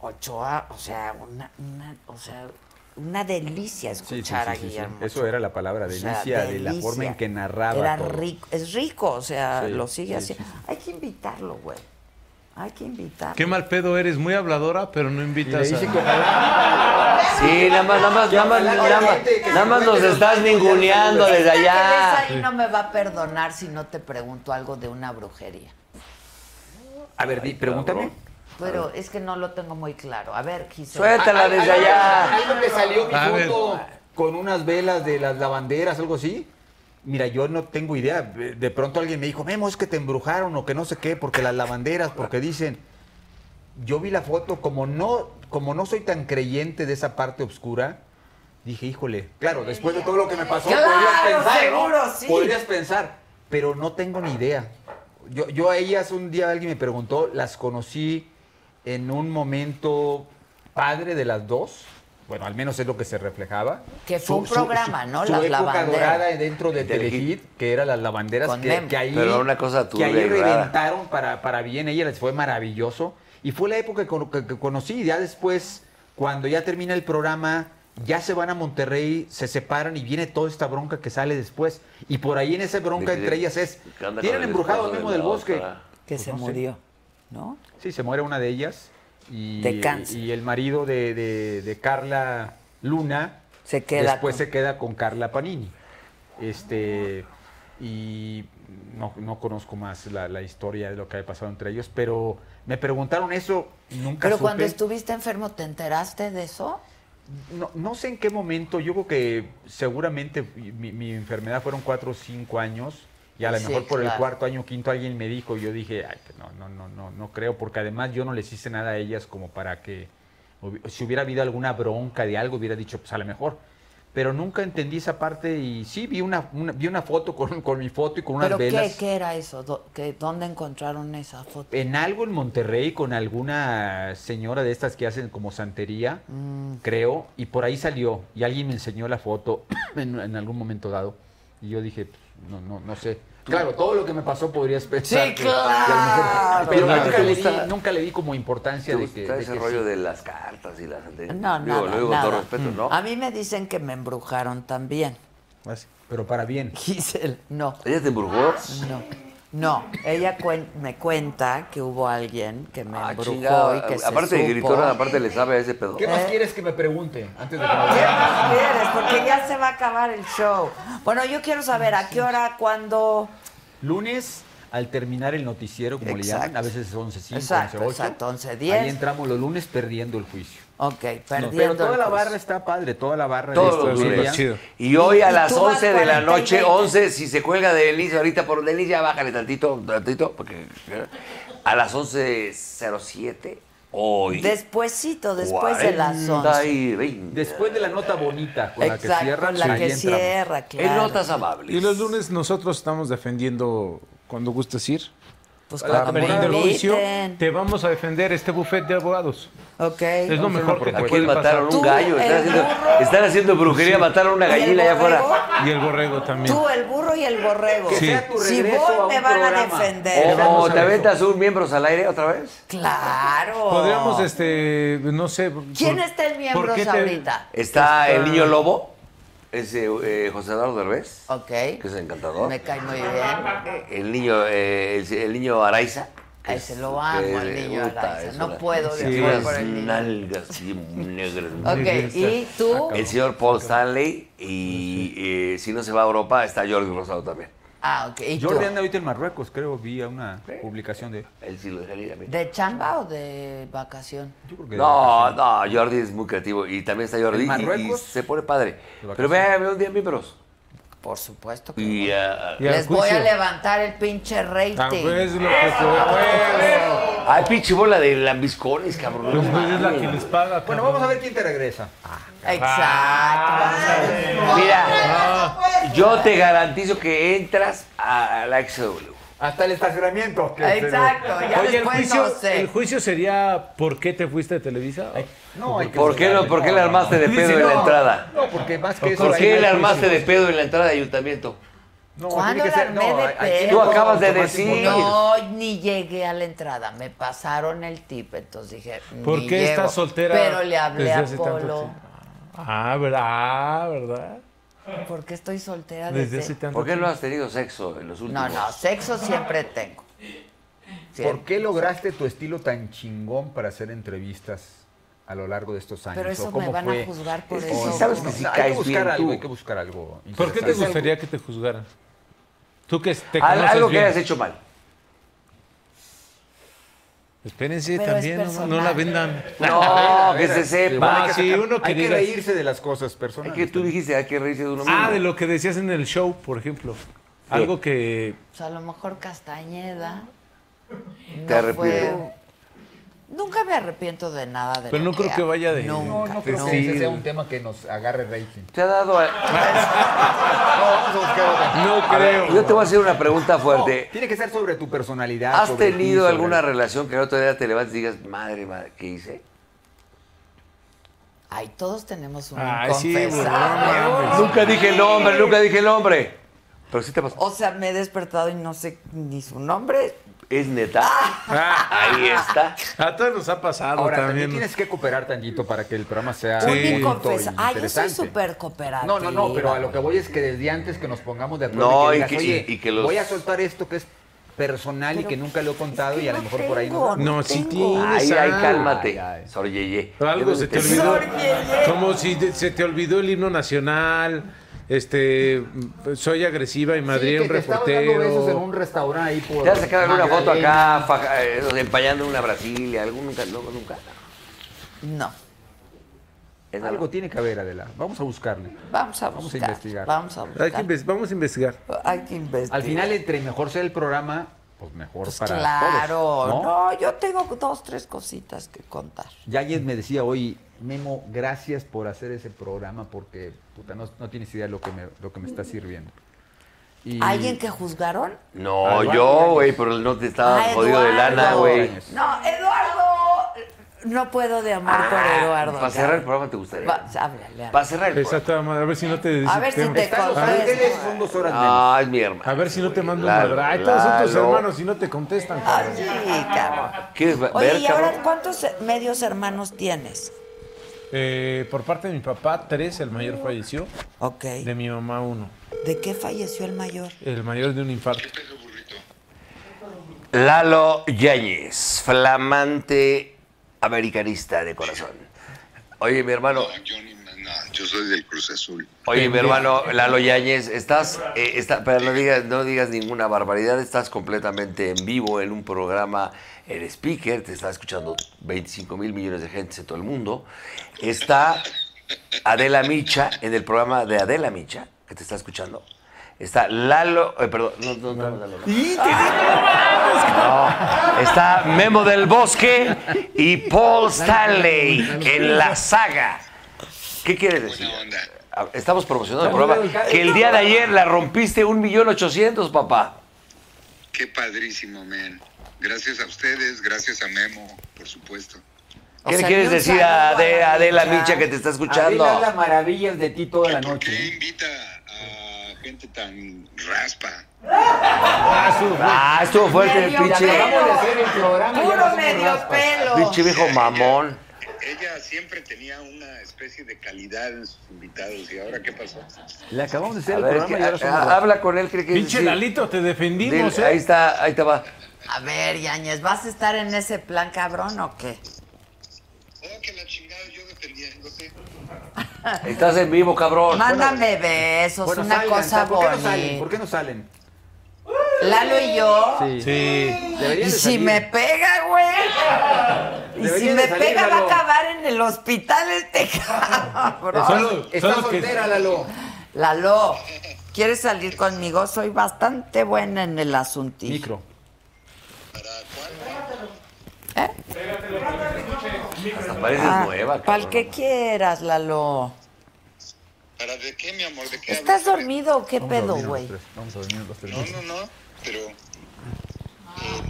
Ochoa, o sea, una, una, o sea, una delicia Sí, sí, escuchar sí, sí, a sí. Guillermo. Eso era la palabra, O sea, delicia, de la forma en que narraba Era todo. rico, es rico, o sea, Sí, lo sigue sí, así. sí, sí. Hay que invitarlo, güey. Hay que invitarlo. Qué mal pedo eres, muy habladora, pero no invitas dice a... que Sí, nada más, nada más, nada más, nada más, nada más nos estás ninguneando desde Esta que allá. ves ahí no me va a perdonar si no te pregunto algo de una brujería. A ver, di- pregúntame. Pero es que no lo tengo muy claro. A ver, Gisela. Suéltala desde allá. Algo que salió A mi ver. foto con unas velas de las lavanderas, algo así. Mira, yo no tengo idea. De pronto alguien me dijo, Memo, es que te embrujaron o que no sé qué, porque las lavanderas, porque dicen. Yo vi la foto, como no, como no soy tan creyente de esa parte oscura, dije, híjole, claro, después de todo lo que me pasó, Claro, podrías pensar, ¿no? seguro, sí. Podrías pensar, pero no tengo ni idea. Yo, yo a ellas un día alguien me preguntó, las conocí en un momento padre de las dos. Bueno, al menos es lo que se reflejaba. Que fue un programa, ¿no? Su Las época lavanderas. dorada dentro de Telehit, que eran las lavanderas, Con que, Memo. que ahí, Pero una cosa que ahí turbia y rara. reventaron para, para bien. Ella les fue maravilloso. Y fue la época que, con- que- que conocí. Ya después, cuando ya termina el programa, ya se van a Monterrey, se separan y viene toda esta bronca que sale después. Y por ahí en esa bronca De que- entre ellas es, que anda tienen con el embrujado al esposo mismo de del la bosque. otra. Ah, Que se murió, ¿no? Sí, se muere una de ellas. Y, De cáncer. Y el marido de, de- de Carla Luna Se queda después con- se queda con Carla Panini. Este, y no, no conozco más la, la historia de lo que había pasado entre ellos, pero me preguntaron eso, nunca Pero supe. cuando estuviste enfermo, ¿te enteraste de eso? No, no sé en qué momento, yo creo que seguramente mi, mi enfermedad fueron cuatro o cinco años, y a lo Sí, mejor por claro. el cuarto año quinto alguien me dijo, y yo dije, "Ay, pues no, no, no, no, no creo, porque además yo no les hice nada a ellas como para que, hubi- si hubiera habido alguna bronca de algo, hubiera dicho, pues a lo mejor. Pero nunca entendí esa parte y sí vi una, una- vi una foto con, con mi foto y con unas ¿Pero velas. qué, qué era eso? Do- ¿Qué- ¿Dónde encontraron esa foto? En algo en Monterrey con alguna señora de estas que hacen como santería, Mm. creo, y por ahí salió y alguien me enseñó la foto en, en algún momento dado y yo dije, pues, no, no, no sé. Claro, todo lo que me pasó podrías pensar. Sí, que- que a lo mejor- pero claro. nunca, le Gusta- di, nunca le di como importancia ¿Te de que... gusta de ese que rollo sí. de las cartas y las antenas? No, Eh, Digo, nada, lo digo con nada. todo Mm. respeto, ¿no? A mí me dicen que me embrujaron también. Pero para bien. Giselle, no. ¿Ella te embrujó? No. No, ella cuen- me cuenta que hubo alguien que me embrujó Chingado, y que se Ah, aparte de supo. gritona, aparte le sabe a ese pedo. ¿Qué más ¿Eh? quieres que me pregunte antes de que ¿Qué Ah. más me quieres? Porque ya se va a acabar el show. Bueno, yo quiero saber a qué hora, cuándo. Lunes, al terminar el noticiero, como le llaman, Exacto. a veces es 11.05, Exacto, 11.08. exacto, 11:10. Ahí entramos los lunes perdiendo el juicio. Ok, perdiendo pero toda el la juicio. barra está padre, toda la barra. Todos los lunes. Y hoy a las 11 de la noche, 11, si se cuelga de Denise ahorita por Denise, ya bájale tantito, tantito, porque a las 11.07, hoy. Despuésito, después de las 40 11. y 20. Después de la nota bonita con la Exacto, que cierra. con la que cierra, claro. En notas amables. Y los lunes nosotros estamos defendiendo cuando gustes ir. Pues Para cuando me terminar el juicio, inviten. te vamos a defender este buffet de abogados. Ok. Es lo mejor que te Aquí puede pasar. mataron un gallo, están el haciendo, burro. están haciendo brujería, Sí. mataron una gallina allá afuera. Y el borrego también. Tú, el burro y el borrego. Que sea tu Si regreso voy, a un me van a programa. defender. Oh, Vamos a ¿te ver. aventas un miembros al aire otra vez? Claro. Podríamos, este, no sé. por- ¿Quién está en por miembros qué te- ahorita? Está Está- el niño lobo, ese eh, José Eduardo Derbez, Ok. que es encantador. Me cae muy bien. El niño, eh, el, el niño Araiza. Ay, se lo amo al Eh, niño puta, Araiza. es No una- puedo sí, dejar por unas el niño. nalgas así negras. Ok, ¿y Ah, tú? El señor Paul Stanley y eh, si no se va a Europa está Jordi Rosado también. Ah, ok. ¿Y tú? Jordi anda ahorita en Marruecos, creo, vi a una publicación de... Él sí lo dejaría también. ¿De chamba o de vacación? No, no, Jordi es muy creativo y también está Jordi ¿En y- y, Marruecos? se pone padre. vacaciones. Pero véame un día miembros. Por supuesto Y, ah, Les voy a levantar el pinche rating. Ah, pues, lo que Eso, fue. huevo. Ay, pinche bola de lambiscones, cabrón. pues, es la que les paga. Bueno, vamos a ver quién te regresa. Ah, Exacto. Mira, yo te garantizo que entras a la XW. Hasta el estacionamiento. Exacto, ya Oye, el después juicio, no sé. el juicio sería ¿por qué te fuiste de Televisa? no, hay que ¿Por qué no- por qué le armaste de pedo en la entrada? No, porque más que eso... ¿Por ahí qué hay le armaste de juicios. pedo en la entrada de ayuntamiento? No, ¿Cuándo tiene que la ser- no, armé de hay- hay que- pedo? Tú acabas de Tomás decir. Simón. No, ni llegué a la entrada. Me pasaron el tip, entonces dije. ¿Por ni qué llego. estás soltera Pero le hablé desde a hace tanto Polo. tiempo? Ah, ¿verdad? Ah, ¿verdad? ¿Por qué estoy soltera Desde desde, hace tanto ¿Por qué no has tenido sexo en los No, últimos? no, sexo siempre tengo. Siempre. ¿Por qué lograste tu estilo tan chingón para hacer entrevistas a lo largo de estos años? Pero ¿O eso me cómo van a fue? juzgar por Es eso. sí No, sí no, caes hay que buscar algo, algo, Hay que buscar algo. ¿Por qué te interesante. gustaría que te juzgaran? Tú que te Al- conoces algo que bien. hayas hecho mal. Espérense Pero es también, no, no personal. la vendan. Ah, No, que se Igual sepa. hay que sí, sacar- uno que hay que digas- reírse de las cosas personales. Que tú dijiste, hay que reírse de uno mismo. Ah, de lo que decías en el show, por ejemplo. Algo que... O sea, a lo mejor Castañeda. no Te arrepientes. fue- Nunca me arrepiento de nada de Pero lo no creo que vaya de- Nunca. No, no creo que Sí. ese sea un tema que nos agarre rating. Te ha dado. a- No A ver, Yo te voy a hacer una pregunta fuerte. Tiene que ser sobre tu personalidad. ¿Has sobre ti, tenido sobre- alguna relación que el otro día te levantes y digas, madre, madre, ¿qué hice? Ay, todos tenemos un Ay, sí, inconfesable. burro, Nunca dije el nombre, nunca dije el nombre. Pero sí te pasó. O sea, me he despertado y no sé ni su nombre. Es neta. Ahí está. A todos nos ha pasado Ah, Ahora, también, también. tienes que cooperar tantito para que el programa sea Sí. bonito Un y Confesa. pues, Ay, yo soy Ah, interesante. súper cooperativa. No, no, no, pero a lo que voy es que desde antes que nos pongamos de acuerdo No, y y que, digas, que- y- "Oye, y que los- voy a soltar esto que es personal y que nunca lo he contado y a lo mejor por ahí tengo, Ah, no. No, sí Ay, tienes Ah. ay, algo. cálmate. Sor Yeye. Algo se te Sor olvidó. Como si te- se te olvidó el himno nacional. Este, soy agresiva y madre que un te estaba dando besos en reportero. un restaurante ahí por. ¿Te has sacado alguna foto Magdalena. acá, faja- eh, empañando una Brasilia? ¿Algún nunca? No, nunca. No. Algo tiene que haber, Adela. Vamos a buscarle. Vamos a Vamos a buscar. investigar. Vamos a buscar. Hay que inves- vamos a investigar. Hay que investigar. Al final, entre mejor sea el programa, pues mejor para claro, todos. ¿no? yo tengo dos, tres cositas que contar. Yáñez me decía hoy, Memo, gracias por hacer ese programa porque puta, no, no tienes idea lo que me, lo que me está sirviendo. Y- ¿Alguien que juzgaron? No, Eduardo yo, Yáñez. güey, pero no te estaba Ah, jodido de lana, Eduardo. güey. No, Eduardo. No puedo de amor por Eduardo. Para cerrar el programa te gustaría. Va, háblale, Para cerrar pues. el Está toda madre. A ver si no te. A ver si te Está en Los contesto. Ángeles, son dos horas menos. Ah, es mi hermano. A ver si no te mando Lalo, un abrazo. Ay, todos son tus Lalo. hermanos y no te contestan. Ah, cabrón. Ah, Sí, cabrón. ¿Quieres va- Oye, ver, ¿y cabrón? ahora cuántos medios hermanos tienes? Eh, por parte de mi papá, tres, el mayor falleció. Ok. De mi mamá, uno. ¿De qué falleció el mayor? El mayor de un infarto. Lalo Yáñez, flamante americanista de corazón. Oye, mi hermano. Yo soy del Cruz Azul. Oye, mi hermano Lalo Yáñez, estás, eh, está- pero no digas, no digas ninguna barbaridad, estás completamente en vivo en un programa, el speaker, te está escuchando 25 mil millones de gente de todo el mundo. Está Adela Micha, en el programa de Adela Micha, que te está escuchando. Está Lalo, eh, perdón, no, no, no, Lalo, no. No, está Memo del Bosque y Paul Stanley en la saga. ¿Qué quieres decir? Ah, Estamos promocionando el programa. Que el día de ayer la rompiste un millón ochocientos, papá. Qué padrísimo, men. Gracias a ustedes, gracias a Memo, por supuesto. ¿Qué le quieres decir a Ade- a Adela Micha que te está escuchando? Adela habla maravillas de ti toda la noche. ¿eh? Raspa. Ah, estuvo fuerte el Medio pinche. pelo. Acabamos de hacer el programa y ya Puro nos hacemos medio raspas. pelo. Pinche viejo mamón. Ella siempre tenía una especie de calidad en sus invitados. ¿Y ahora qué pasó? Le acabamos de hacer A el ver, programa que- y ahora a- somos a- raspas. habla con él, cree que Pinche sí. Lalito, te defendimos, Dile, ¿eh? Ahí está, ahí te va. A ver, Yañez, ¿vas a estar en ese plan cabrón o qué? Oh, Estás en vivo, cabrón. Mándame besos, Bueno, una salgan, cosa ¿por qué no bonita. salen? ¿Por qué no salen? Lalo y yo. Sí. Y Deberían de si salir. me pega, güey. Y si Deberían me de salir, pega, va a Lalo. acabar en el hospital este cabrón. Son los- son Está los que- soltera, Lalo. Lalo, ¿quieres salir conmigo? Soy bastante buena en el asuntito. Micro. Hasta pareces Ah, nueva, Para el cabrón. que quieras, Lalo. ¿Para de qué, mi amor? ¿De qué ¿Estás hablas? dormido o qué Vamos a pedo, dormirnos güey? los tres, Vamos a dormir los tres. No, no, no, pero eh,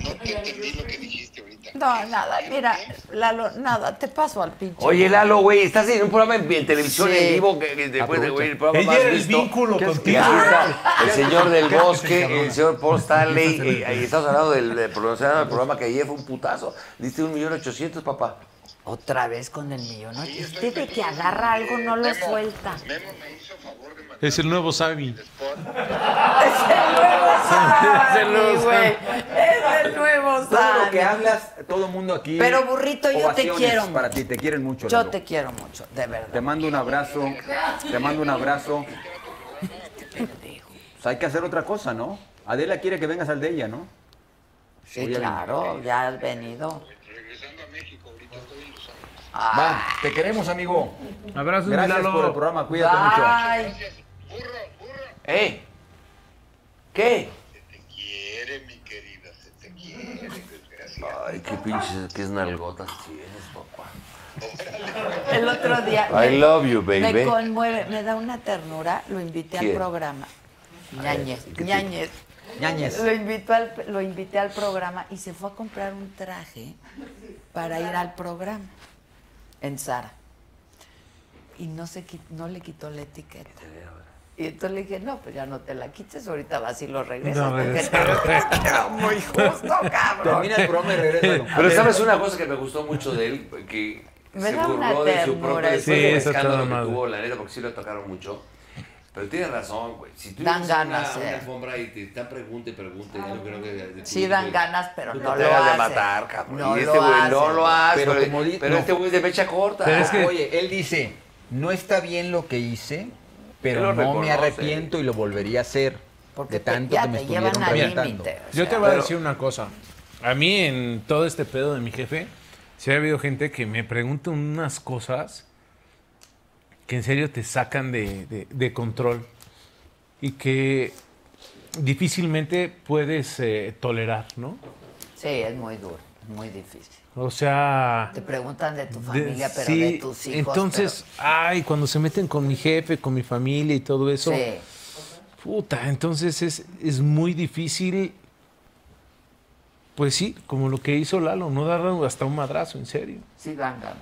no te entendí lo que dijiste ahorita. No, nada, mira, Lalo, nada, te paso al pinche. Oye, Lalo, güey, estás en un programa en, en televisión Sí. en vivo que, que después de güey, el programa Ella más era el visto. vínculo Y contigo. ahí está el señor del Creo que se bosque, encabrona. el señor Paul Stanley, y, ahí estamos hablando del, del programa del programa que ayer fue un putazo. Diste un millón ochocientos, papá. Otra vez con el millón. ¿no? Usted de que agarra algo no lo suelta. Es el nuevo Sammy. Es el nuevo Es el Sammy, nuevo güey. Sammy. Es el nuevo Todo lo que Sammy. hablas, todo mundo aquí. Pero, burrito, yo te ovaciones quiero Para mucho. ti, te quieren mucho. Yo Lalo. te quiero mucho, de Te verdad. mando un abrazo. Te mando un abrazo. Pues hay que hacer otra cosa, ¿no? Adela quiere que vengas al de ella, ¿no? Sí, Oye, claro, ya has venido. Va, te queremos, amigo. Abrazos, mi Gracias por el Lalo. programa, cuídate mucho. Ay, ¿Eh? ¿Qué? Ay, qué pinches, qué nalgotas tienes, papá. el otro día. I love you, Me baby. conmueve, me da una ternura, lo invité al ¿Quién? programa. Ñañez, ¿qué te- Ñañez. Ñañez. Lo, invitó al, lo invité al programa y se fue a comprar un traje para ir al programa en Sara. Y no, se, qui- no le quitó la etiqueta. Y entonces le dije, no, pues ya no te la quites, ahorita vas y lo regresas. No, porque regresa. te lo estás quedando muy justo, cabrón. Termina el programa y regrésalo. Pero sabes una cosa que me gustó mucho de él, que Me se da una burló de su ternura propio eso. después del Sí, eso escándalo todo que mal. tuvo, la neta, porque sí lo tocaron mucho. Pero tienes razón, güey. Si tú Dan tienes ganas, una, eh. una alfombra y te están pregunte, pregunte, yo no creo que... de- de- Sí dan ganas, pero Tú no te lo hagas de hacen. matar, cabrón. No y este lo güey no hacen. lo hace. Pero Pero, como di- pero no. este güey es de mecha corta. Pero es que- Oye, él dice, no está bien lo que hice, pero Él lo no reconoce. me arrepiento y lo volvería a hacer. Porque de tanto ya que me te llevan estuvieron al reventando. límite, Yo te voy a decir una cosa. A mí, en todo este pedo de mi jefe, sí ha habido gente que me pregunta unas cosas que en serio te sacan de, de- de control y que difícilmente puedes eh, tolerar, ¿no? Sí, es muy duro, muy difícil. O sea... Te preguntan de tu de- familia, pero sí, de tus hijos. Entonces, ay, cuando se meten con mi jefe, con mi familia y todo eso... Sí. Puta, entonces es, es muy difícil. Pues sí, como lo que hizo Lalo, no dar hasta un madrazo, en serio. Sí, dan ganas.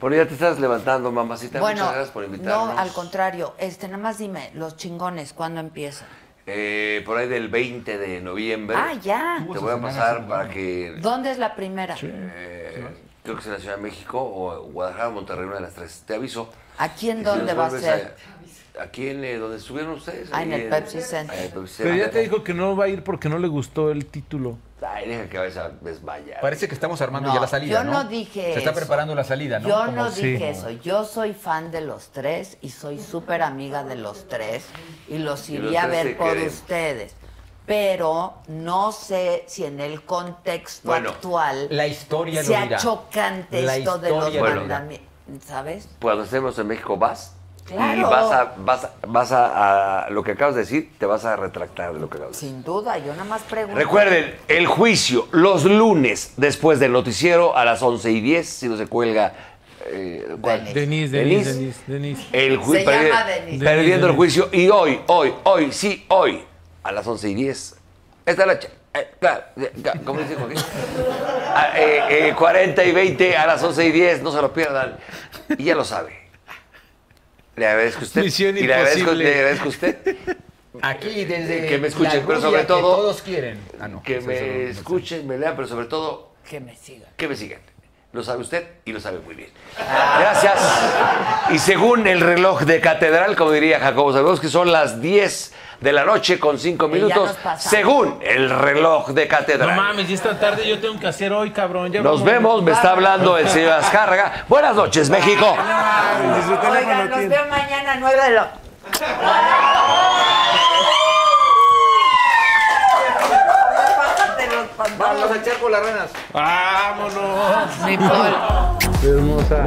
Bueno, ya te estás levantando, mamacita. bueno, Muchas gracias por no, invitarnos. al contrario, este, nada más dime, los chingones, ¿cuándo empiezan? Eh, por ahí del 20 de noviembre. Ah, ya. Te voy a pasar para que... ¿Dónde es la primera? eh, creo que es en la Ciudad de México o Guadalajara, Monterrey, una de las tres. Te aviso. ¿Aquí en Y si dónde nos va a vuelves ser? aquí en eh, donde estuvieron ustedes. Ah, en ahí el Pepsi Center. ahí en el Pepsi Pero ya Center. te dijo que no va a ir porque no le gustó el título. Ay, deja que vayas a desmayar. Parece que estamos armando No, ya la salida, yo ¿no? no dije Se está eso. preparando la salida, ¿no? Yo Como no si- dije eso. Yo soy fan de los tres y soy súper amiga de los tres y los Y los iría a tres ver se por quieren. ustedes. Pero no sé si en el contexto Bueno, actual la historia lo sea dirá. chocante La esto de los historia lo dirá. mandamientos. ¿Sabes? Cuando estemos en México vas. Claro. Y vas a, vas, a- vas a, a- lo que acabas de decir, te vas a retractar de lo que acabas de decir. Sin duda, yo nada más pregunto. Recuerden, el juicio los lunes después del noticiero a las 11 y 10, si no se cuelga. eh, ¿cuál? Denise, Denise, Denise, Denise. El ju- Se perdi- llama Denise. Perdiendo el Denise. juicio. Y hoy, hoy, hoy, sí, hoy, a las 11 y 10. Esta noche. eh, claro, eh, claro, ¿Cómo dice Joaquín? Ah, eh, eh, 40 y 20 a las 11 y 10, no se lo pierdan. Y ya lo sabe. Le agradezco a usted. Misión y le agradezco, imposible. le agradezco a usted Aquí desde que me escuchen, la pero sobre rubia todo. que todos quieren. Ah, no. Que eso me es un- escuchen, me lean, pero sobre todo Que me sigan. que me sigan. Lo sabe usted y lo sabe muy bien. Gracias. Y según el reloj de catedral, como diría Jacobo, sabemos que son las 10 de la noche con 5 Y ya nos minutos. pasamos. Según el reloj de No catedral. mames, ya es tan tarde, yo tengo que hacer hoy, cabrón. ya nos vámonos. vemos, me está hablando el señor Azcárraga. Buenas noches, México. Oigan, nos veo mañana 9 de la... Pásate los pantalones. Vamos a echar por las ranas. Vámonos. Nicole. Hermosa.